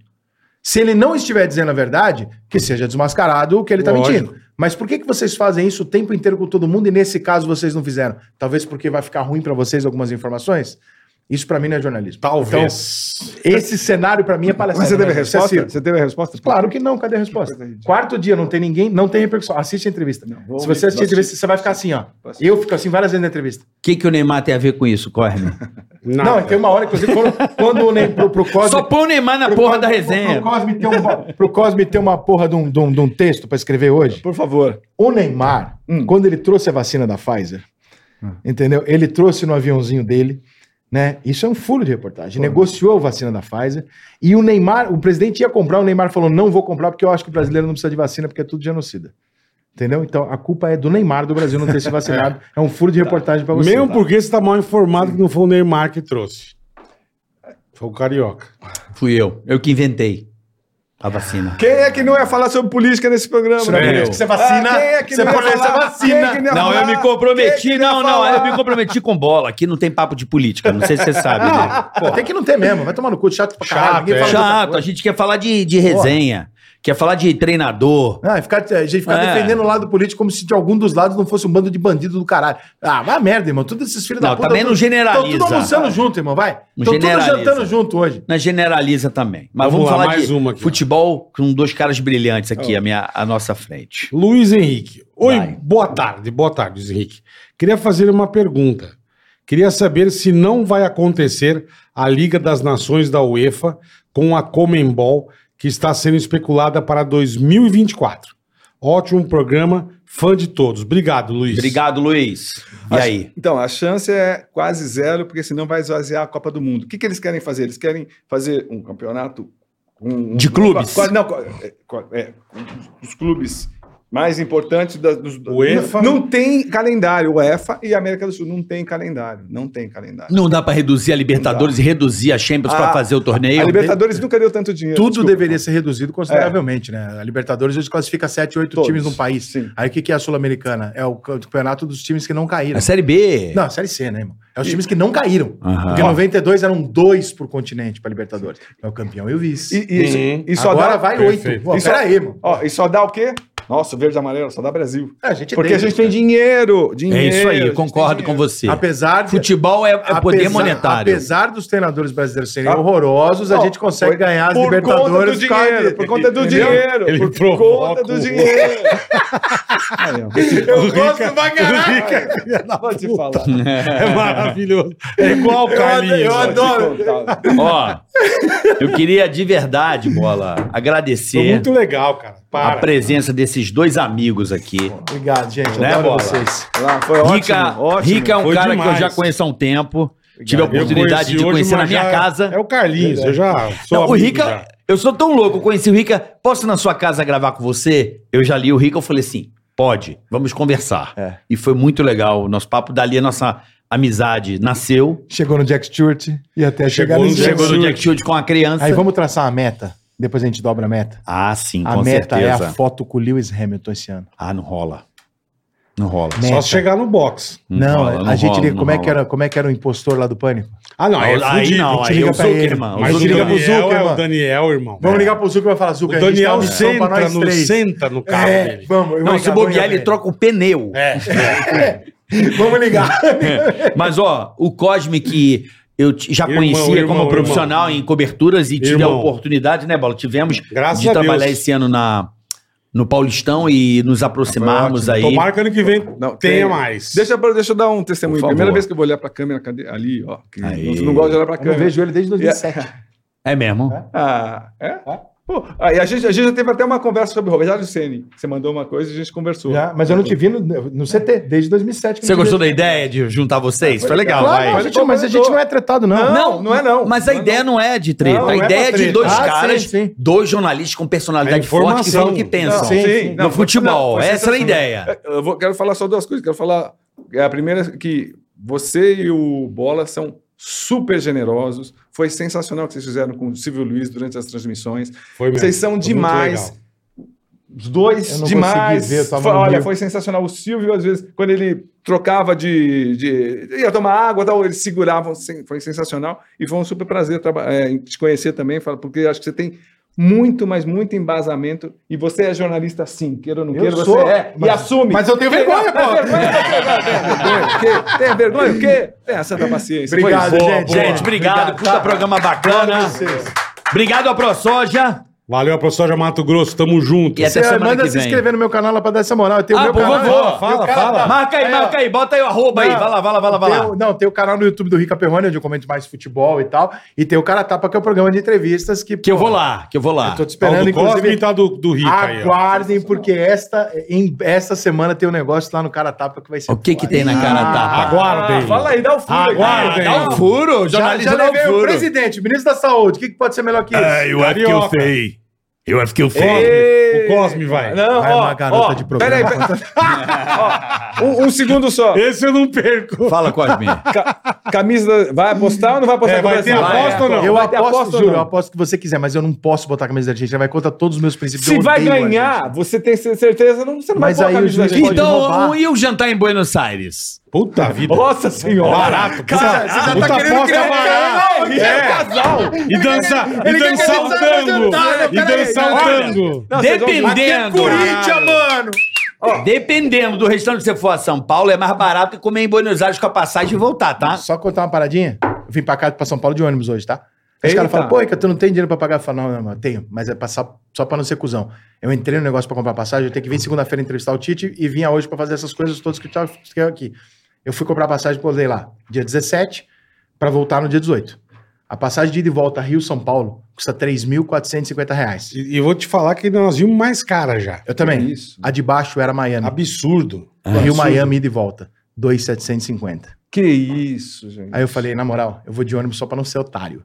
Se ele não estiver dizendo a verdade, que seja desmascarado o que ele está Lógico. mentindo. Mas por que, que vocês fazem isso o tempo inteiro com todo mundo e nesse caso vocês não fizeram? Talvez porque vai ficar ruim para vocês algumas informações? Isso para mim não é jornalismo. Talvez. Então, esse cenário para mim é palestra. Mas você teve a né? Isso é resposta? circo. Você teve a resposta? Claro que não, cadê a resposta? Quarto dia, não tem ninguém, não tem repercussão. Assiste a entrevista. vou Se você ouvir, assistir vou a entrevista, você vai ficar assim, ó. Vou assistir. Eu fico assim várias vezes na entrevista. O que, que o Neymar tem a ver com isso, Corne? Nada. Não, tem uma hora, inclusive, quando, quando o Ney- pro, pro Cosme. Só põe o Neymar na pro porra Cosme- da Pro, resenha. pro Cosme ter uma, pro Cosme ter uma porra de um, de um- de um texto pra escrever hoje. Por favor. Hum. O Neymar, quando ele trouxe a vacina da Pfizer, Ah. entendeu? Ele trouxe no aviãozinho dele, né? Isso é um furo de reportagem. Negociou a vacina da Pfizer e o Neymar, o presidente ia comprar, o Neymar falou: não vou comprar porque eu acho que o brasileiro não precisa de vacina porque é tudo genocida. Entendeu? Então a culpa é do Neymar do Brasil não ter se vacinado. É um Tá. furo de reportagem pra você. Mesmo porque você tá mal informado que não foi o Neymar que trouxe. Foi o Carioca. Fui eu. Eu que inventei a vacina. Quem é que não ia falar sobre política nesse programa? Não, né? que você vacina, Ah, quem é que você não ia pode essa falar? vacina. Quem é que ia Não, eu falar? me Quem é comprometi. que ia Não, não, falar? eu me comprometi com bola. Aqui não tem papo de política. Não sei se você sabe. né? Pô, tem que não ter mesmo. Vai tomar no cu, chato pra caralho. Chato, ninguém é. fala de outra Chato, a coisa. gente quer falar de, de resenha. Quer falar de treinador. Ah, e ficar, a gente ficar É. defendendo o lado político como se de algum dos lados não fosse um bando de bandido do caralho. Ah, vai a merda, irmão. Todos esses filhos da Não, puta. também não tão- generaliza. É. Tão tudo almoçando junto, irmão, vai. Não Estão tudo generaliza. jantando junto hoje. Mas generaliza também. Mas Vamos vamos, lá, falar mais de uma aqui, ó. futebol com dois caras brilhantes aqui à, minha, à nossa frente. Luiz Henrique. Oi, Vai. boa tarde. Boa tarde, Luiz Henrique. Queria fazer uma pergunta. Queria saber se não vai acontecer a Liga das Nações da UEFA com a Comembol, que está sendo especulada para 2024. Ótimo programa, fã de todos. Obrigado, Luiz. Obrigado, Luiz. E aí? Então, a chance é quase zero, porque senão vai esvaziar a Copa do Mundo. O que, que eles querem fazer? Eles querem fazer um campeonato um- De um- clubes? quase- não, qua- é, qua- é, um dos clubes mais importantes da, dos. UEFA. Não, não tem calendário. O EFA e a América do Sul não tem calendário. Não tem calendário. Não dá pra reduzir a Libertadores e reduzir a Champions pra Ah, fazer o torneio? a Libertadores nunca deu tanto dinheiro. Tudo desculpa. deveria ser reduzido consideravelmente, né? A Libertadores hoje classifica 7, 8 Todos. times num país. Sim. Aí o que, que é a Sul-Americana? É o campeonato dos times que não caíram. A Série B. Não, a Série C, né, irmão? É os times que não caíram. Aham. Porque em 92 eram dois por continente pra Libertadores. É o campeão e o vice. E, e, Uhum. e, só Agora dá. vai Perfeito. oito. Pô, Isso- Peraí, mano. Ó, e só dá o quê? Nossa, o verde e amarelo, só dá Brasil. É, a gente Porque a gente tem dinheiro. dinheiro. dinheiro né? é isso aí, a eu gente concordo tem com dinheiro. você. né? Apesar de. Futebol é, é poder apesar- monetário. Apesar dos treinadores brasileiros serem Ah, horrorosos, a não, gente consegue ganhar as por conta do Libertadores. por causa dinheiro, de- por conta do Entendeu? dinheiro, Ele por provoca conta o- do dinheiro. Eu gosto pra caralho. Vou te falar. É maravilhoso. É igual o Carlinhos. eu adoro. Ó, eu queria de verdade, Bola, Foi agradecer muito legal, cara. a Para. presença desses dois amigos aqui. Obrigado, gente. Né, Né, Bola? vocês. Lá, foi ótimo, Rica, ótimo. Rica é um Foi cara que eu demais. já conheço há um tempo. Tive a Eu oportunidade de hoje, conhecer na mas minha já- casa. É o Carlinhos, eu já sou Não, o amigo Rica, já. eu sou tão louco, eu conheci o Rica. Posso ir na sua casa gravar com você? Eu já li o Rica, eu falei assim: pode, vamos conversar. É. E foi muito legal o nosso papo. Dali a nossa amizade nasceu. Chegou no Jack Stewart e até chegar no nesse Jack Chegou no Stewart. Jack Shield com a criança. Aí vamos traçar a meta. Depois a gente dobra a meta. Ah, sim, A com meta certeza. é a foto com o Lewis Hamilton esse ano. Ah, não rola. Não rola. Meta. Só se chegar no box. Não, rola, a gente rola, liga. não Como é, que rola. era, como é que era o impostor lá do Pânico? Ah, não, é aí fudido. não, a gente aí liga é o pra Zucker, ele. irmão. Mas o o liga Zucker, pro Daniel, Zucker, é o mano. Daniel, irmão. Vamos É. ligar pro Zucker e vai falar: O Zucker, a gente tem uma Daniel missão pra senta nós no, três. senta no carro É, dele. vamos. eu vou não, ligar, se vou ligar bobear, pra ele troca o pneu. É. Vamos ligar. É. Mas, ó, o Cosme que eu te- já Irmão, conhecia irmão, como irmão. profissional em coberturas e tive a Irmão. oportunidade, né, Bola? Tivemos Graças de a trabalhar Deus. esse ano na, no Paulistão e nos aproximarmos aí. Tomara que ano que vem tenha Não, tem- mais. Deixa, pra- deixa eu dar um testemunho. Por favor. Primeira vez que eu vou olhar pra câmera, cadê? Ali, ó. que Aí. eu não gosto de olhar pra Eu não câmera. vejo ele desde 2007. É mesmo? Ah, é? Pô, aí a gente, a gente já teve até uma conversa sobre o Rogério Ceni. Você mandou uma coisa e a gente conversou. Já, mas eu não te vi no, no CT, desde 2007. que Você eu não te gostou da vi. ideia de juntar vocês? Foi legal, Claro, vai. não, a gente- mas a gente não é tretado, não. Não, não é não. Mas a ideia não é de treta. Não, a não é ideia é, pra de treta. dois Ah, caras, sim, sim. dois jornalistas com personalidade É forte que falam o que informação. pensam. Não, sim, sim. No Não, foi- futebol, não, foi essa era a sensacional. ideia. Eu vou- quero falar só duas coisas. Quero falar. é, A primeira é que você e o Bola são super generosos. Foi sensacional o que vocês fizeram com o Silvio Luiz durante as transmissões. Foi mesmo. Vocês são Foi muito demais. legal. Os Eu dois não demais. consegui ver, eu tava Foi- no olha, Rio. foi sensacional. O Silvio, às vezes, quando ele trocava de. de- ia tomar água e tal, eles seguravam. Sen- Foi sensacional. E foi um super prazer traba- é, em te conhecer também, fala, porque acho que você tem muito, mas muito embasamento. E você é jornalista, sim, queira ou não Eu queira, sou, você é. e mas- assume. Mas eu tenho vergonha, pô. Tem vergonha, você- tem vergonha o quê? Tem a santa paciência. Obrigado, Pois é. gente. Gente, obrigado. Puta programa bacana. Obrigado à ProSoja. Valeu, professor de Mato Grosso. Tamo junto. E é até Você semana manda que se vem. inscrever no meu canal lá pra dar essa moral. Eu tenho Ah, meu por canal. favor. Fala, fala. Marca aí, tá Aí, ó. marca aí. Bota aí o arroba aí. Não. Vai lá, vai lá, vai lá, vai Tem lá. o- não, tem o canal no YouTube do Rica Perrone, onde eu comento mais futebol e tal. E tem o Cara Tapa, que é o programa de entrevistas que. Que eu vou lá, que eu vou lá. Eu tô te Tá o esperando, do Cosme e inclusive. tá do, do Rica aí, ó. Aguardem, porque esta, em- esta semana tem um negócio lá no Cara Tapa que vai ser. O que que tem na cara Ah, tapa? Aguardem. Fala aí, dá o furo. aí. Aguardem. Dá um furo, Já, jornalista já dá um levei o furo. É, presidente, o ministro da saúde. O que, que pode ser melhor que isso? É, Ah, eu acho que eu Carioca. sei. Eu acho que eu sei. Cosme, o Cosme vai. um Não, Vai ó, uma garota ó, de programa. Peraí, peraí. um, um segundo só. Esse eu não perco. Fala, Cosme. Ca- camisa. da- Vai apostar ou não vai apostar? É, vai ter Vai, aposta ou não? Eu Vai ter aposto, aposta ou juro, não? eu aposto que você quiser, mas eu não posso botar a camisa da Argentina. Vai contra todos os meus princípios. Se eu vai odeio a ganhar, Argentina. você tem certeza, não, você não Mas vai aí pôr a camisa o da juiz- gente. Então, roubar. e o jantar em Buenos Aires? Puta vida. Nossa senhora! Barato. Cara, você já tá puta querendo né? aposta criar um barata. cara, não, É. E dançar, e dançar o tango. E dançar o tango. Não, vocês vão- Dependendo. é Corinthians, mano! Dependendo do restaurante que você for a São Paulo, é mais barato que comer em Buenos Aires com a passagem e voltar, Ah. tá? Só contar uma paradinha. Eu vim pra cá, pra São Paulo de ônibus hoje, tá? Aí os Eita. caras falam, pô, Ica, tu não tem dinheiro pra pagar? Eu falo, não, não, não, eu tenho, mas é passar só pra não ser cuzão. Eu entrei no negócio pra comprar passagem, eu tenho que vir segunda-feira entrevistar o Tite e vinha hoje pra fazer essas coisas todas que eu tava- que eu aqui. Eu fui comprar passagem, posei lá, dia 17, pra voltar no dia 18. A passagem de ida e volta Rio-São Paulo custa R$ 3.450 reais. E, e vou te falar que nós vimos mais cara já. Eu também. Isso. A de baixo era Miami. Absurdo. Rio Miami ida e volta. 2,750. Que isso, gente. Aí eu falei, na moral, eu vou de ônibus só pra não ser otário.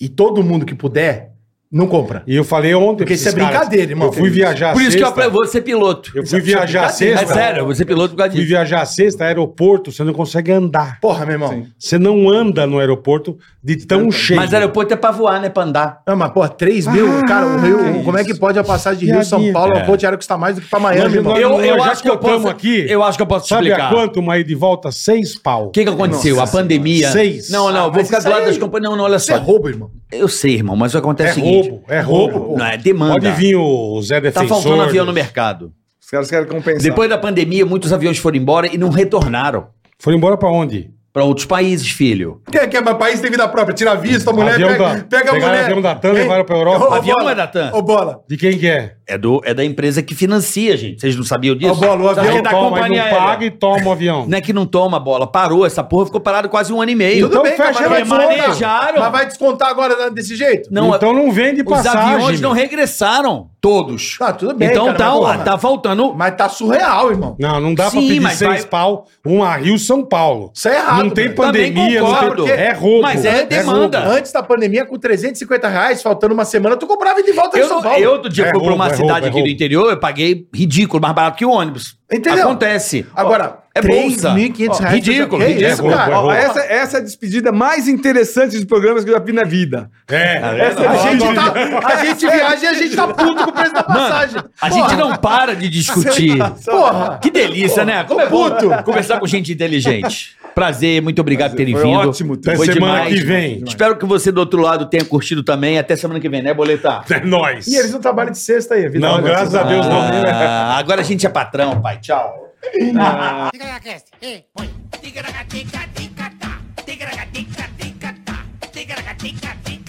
E todo mundo que puder, não compra. E eu falei ontem. Porque pra isso é esses caras, brincadeira, irmão. Eu fui viajar Por isso que eu sexta, apre- vou ser piloto. eu fui viajar sexta. É sério, eu vou ser piloto por causa Fui disso. viajar sexta, aeroporto, você não consegue andar. Porra, meu irmão. Você não anda no aeroporto de tão cheio. Mas aeroporto é pra voar, né? Pra andar. Não, mas, porra, 3 mil, cara, o Rio, como é que pode a passagem de Rio São Piadinha. Paulo a ponte aérea custar mais do que pra Miami, Mas irmão? nós- Eu, eu já acho que eu contamos posso. aqui. Eu acho que eu posso te Sabe a explicar. O quanto uma ida e volta? Seis pau. que, que aconteceu? a pandemia. Seis. Ah, Não, não, eu vou ficar do lado das companhias. Não, não, olha Isso é só. roubo, irmão. Eu sei, irmão, mas acontece É o seguinte: roubo, é roubo. Não, é demanda. Pode vir o Zé Tá Defensor. faltando avião no mercado. Os caras querem compensar. Depois da pandemia, muitos aviões foram embora e não retornaram Foi embora pra onde? pra outros países, filho. Quer é que o país tem vida própria? Tira a vista, a mulher, Avião pega, da- pega a pegaram mulher. avião da TAM, Hein? levaram pra Europa. Ô, ô, Avião bola, é da TAM? Ô, bola. De quem que é? É, do, é da empresa que financia, gente. Vocês não sabiam disso? Ô, bola, o avião Sabe que da toma, aí companhia não aérea. paga e toma o avião. Não é que não toma bola. Parou, essa porra ficou parado quase um ano e meio. Então fecha cara, aí, mas vai descontar. manejaram. Mas vai descontar agora desse jeito? Não, então não vende os passagem. aviões não meu. regressaram, todos. Ah, tudo bem, Então cara, tá, mas ó, porra. tá faltando. Mas tá surreal, irmão. Não, não dá pra Sim, pedir mas seis vai- pau, um a Rio São Paulo. Isso é errado. não tem velho. Também pandemia, não concordo. tem... é roubo. Mas é demanda. roubo. Antes da pandemia, com 350 reais, faltando uma semana, tu comprava e de volta em Eu, São não- Paulo. eu outro dia É fui pra roubo, uma é roubo, cidade é aqui do ridículo. interior, eu paguei ridículo, mais barato que o ônibus. Entendeu? Acontece. Agora, é bolsa. 3.500 reais. Ridículo, Que ridículo. isso, É cara? roubo, Ó, essa, essa é a despedida mais interessante de programas que eu já vi na vida. É. Essa é A gente, tá- tá, a gente É viaja e a gente tá puto com o preço da passagem. A gente não para de discutir. Porra! Que delícia, né? Como é bom puto. conversar com gente inteligente. Prazer, muito obrigado por terem Foi vindo. ótimo. Até Foi semana demais. que vem. Espero que você do outro lado tenha curtido também. Até semana que vem, né, Boletar? É nóis. E eles não trabalham de sexta aí, a vida. é Não, graças a Deus não. Ah, agora a gente é patrão, pai. Tchau. Tigra-ga-tica-tica-tá. Tigra-ga-tica-tica-tá. Tigra-ga-tica-tica-tá.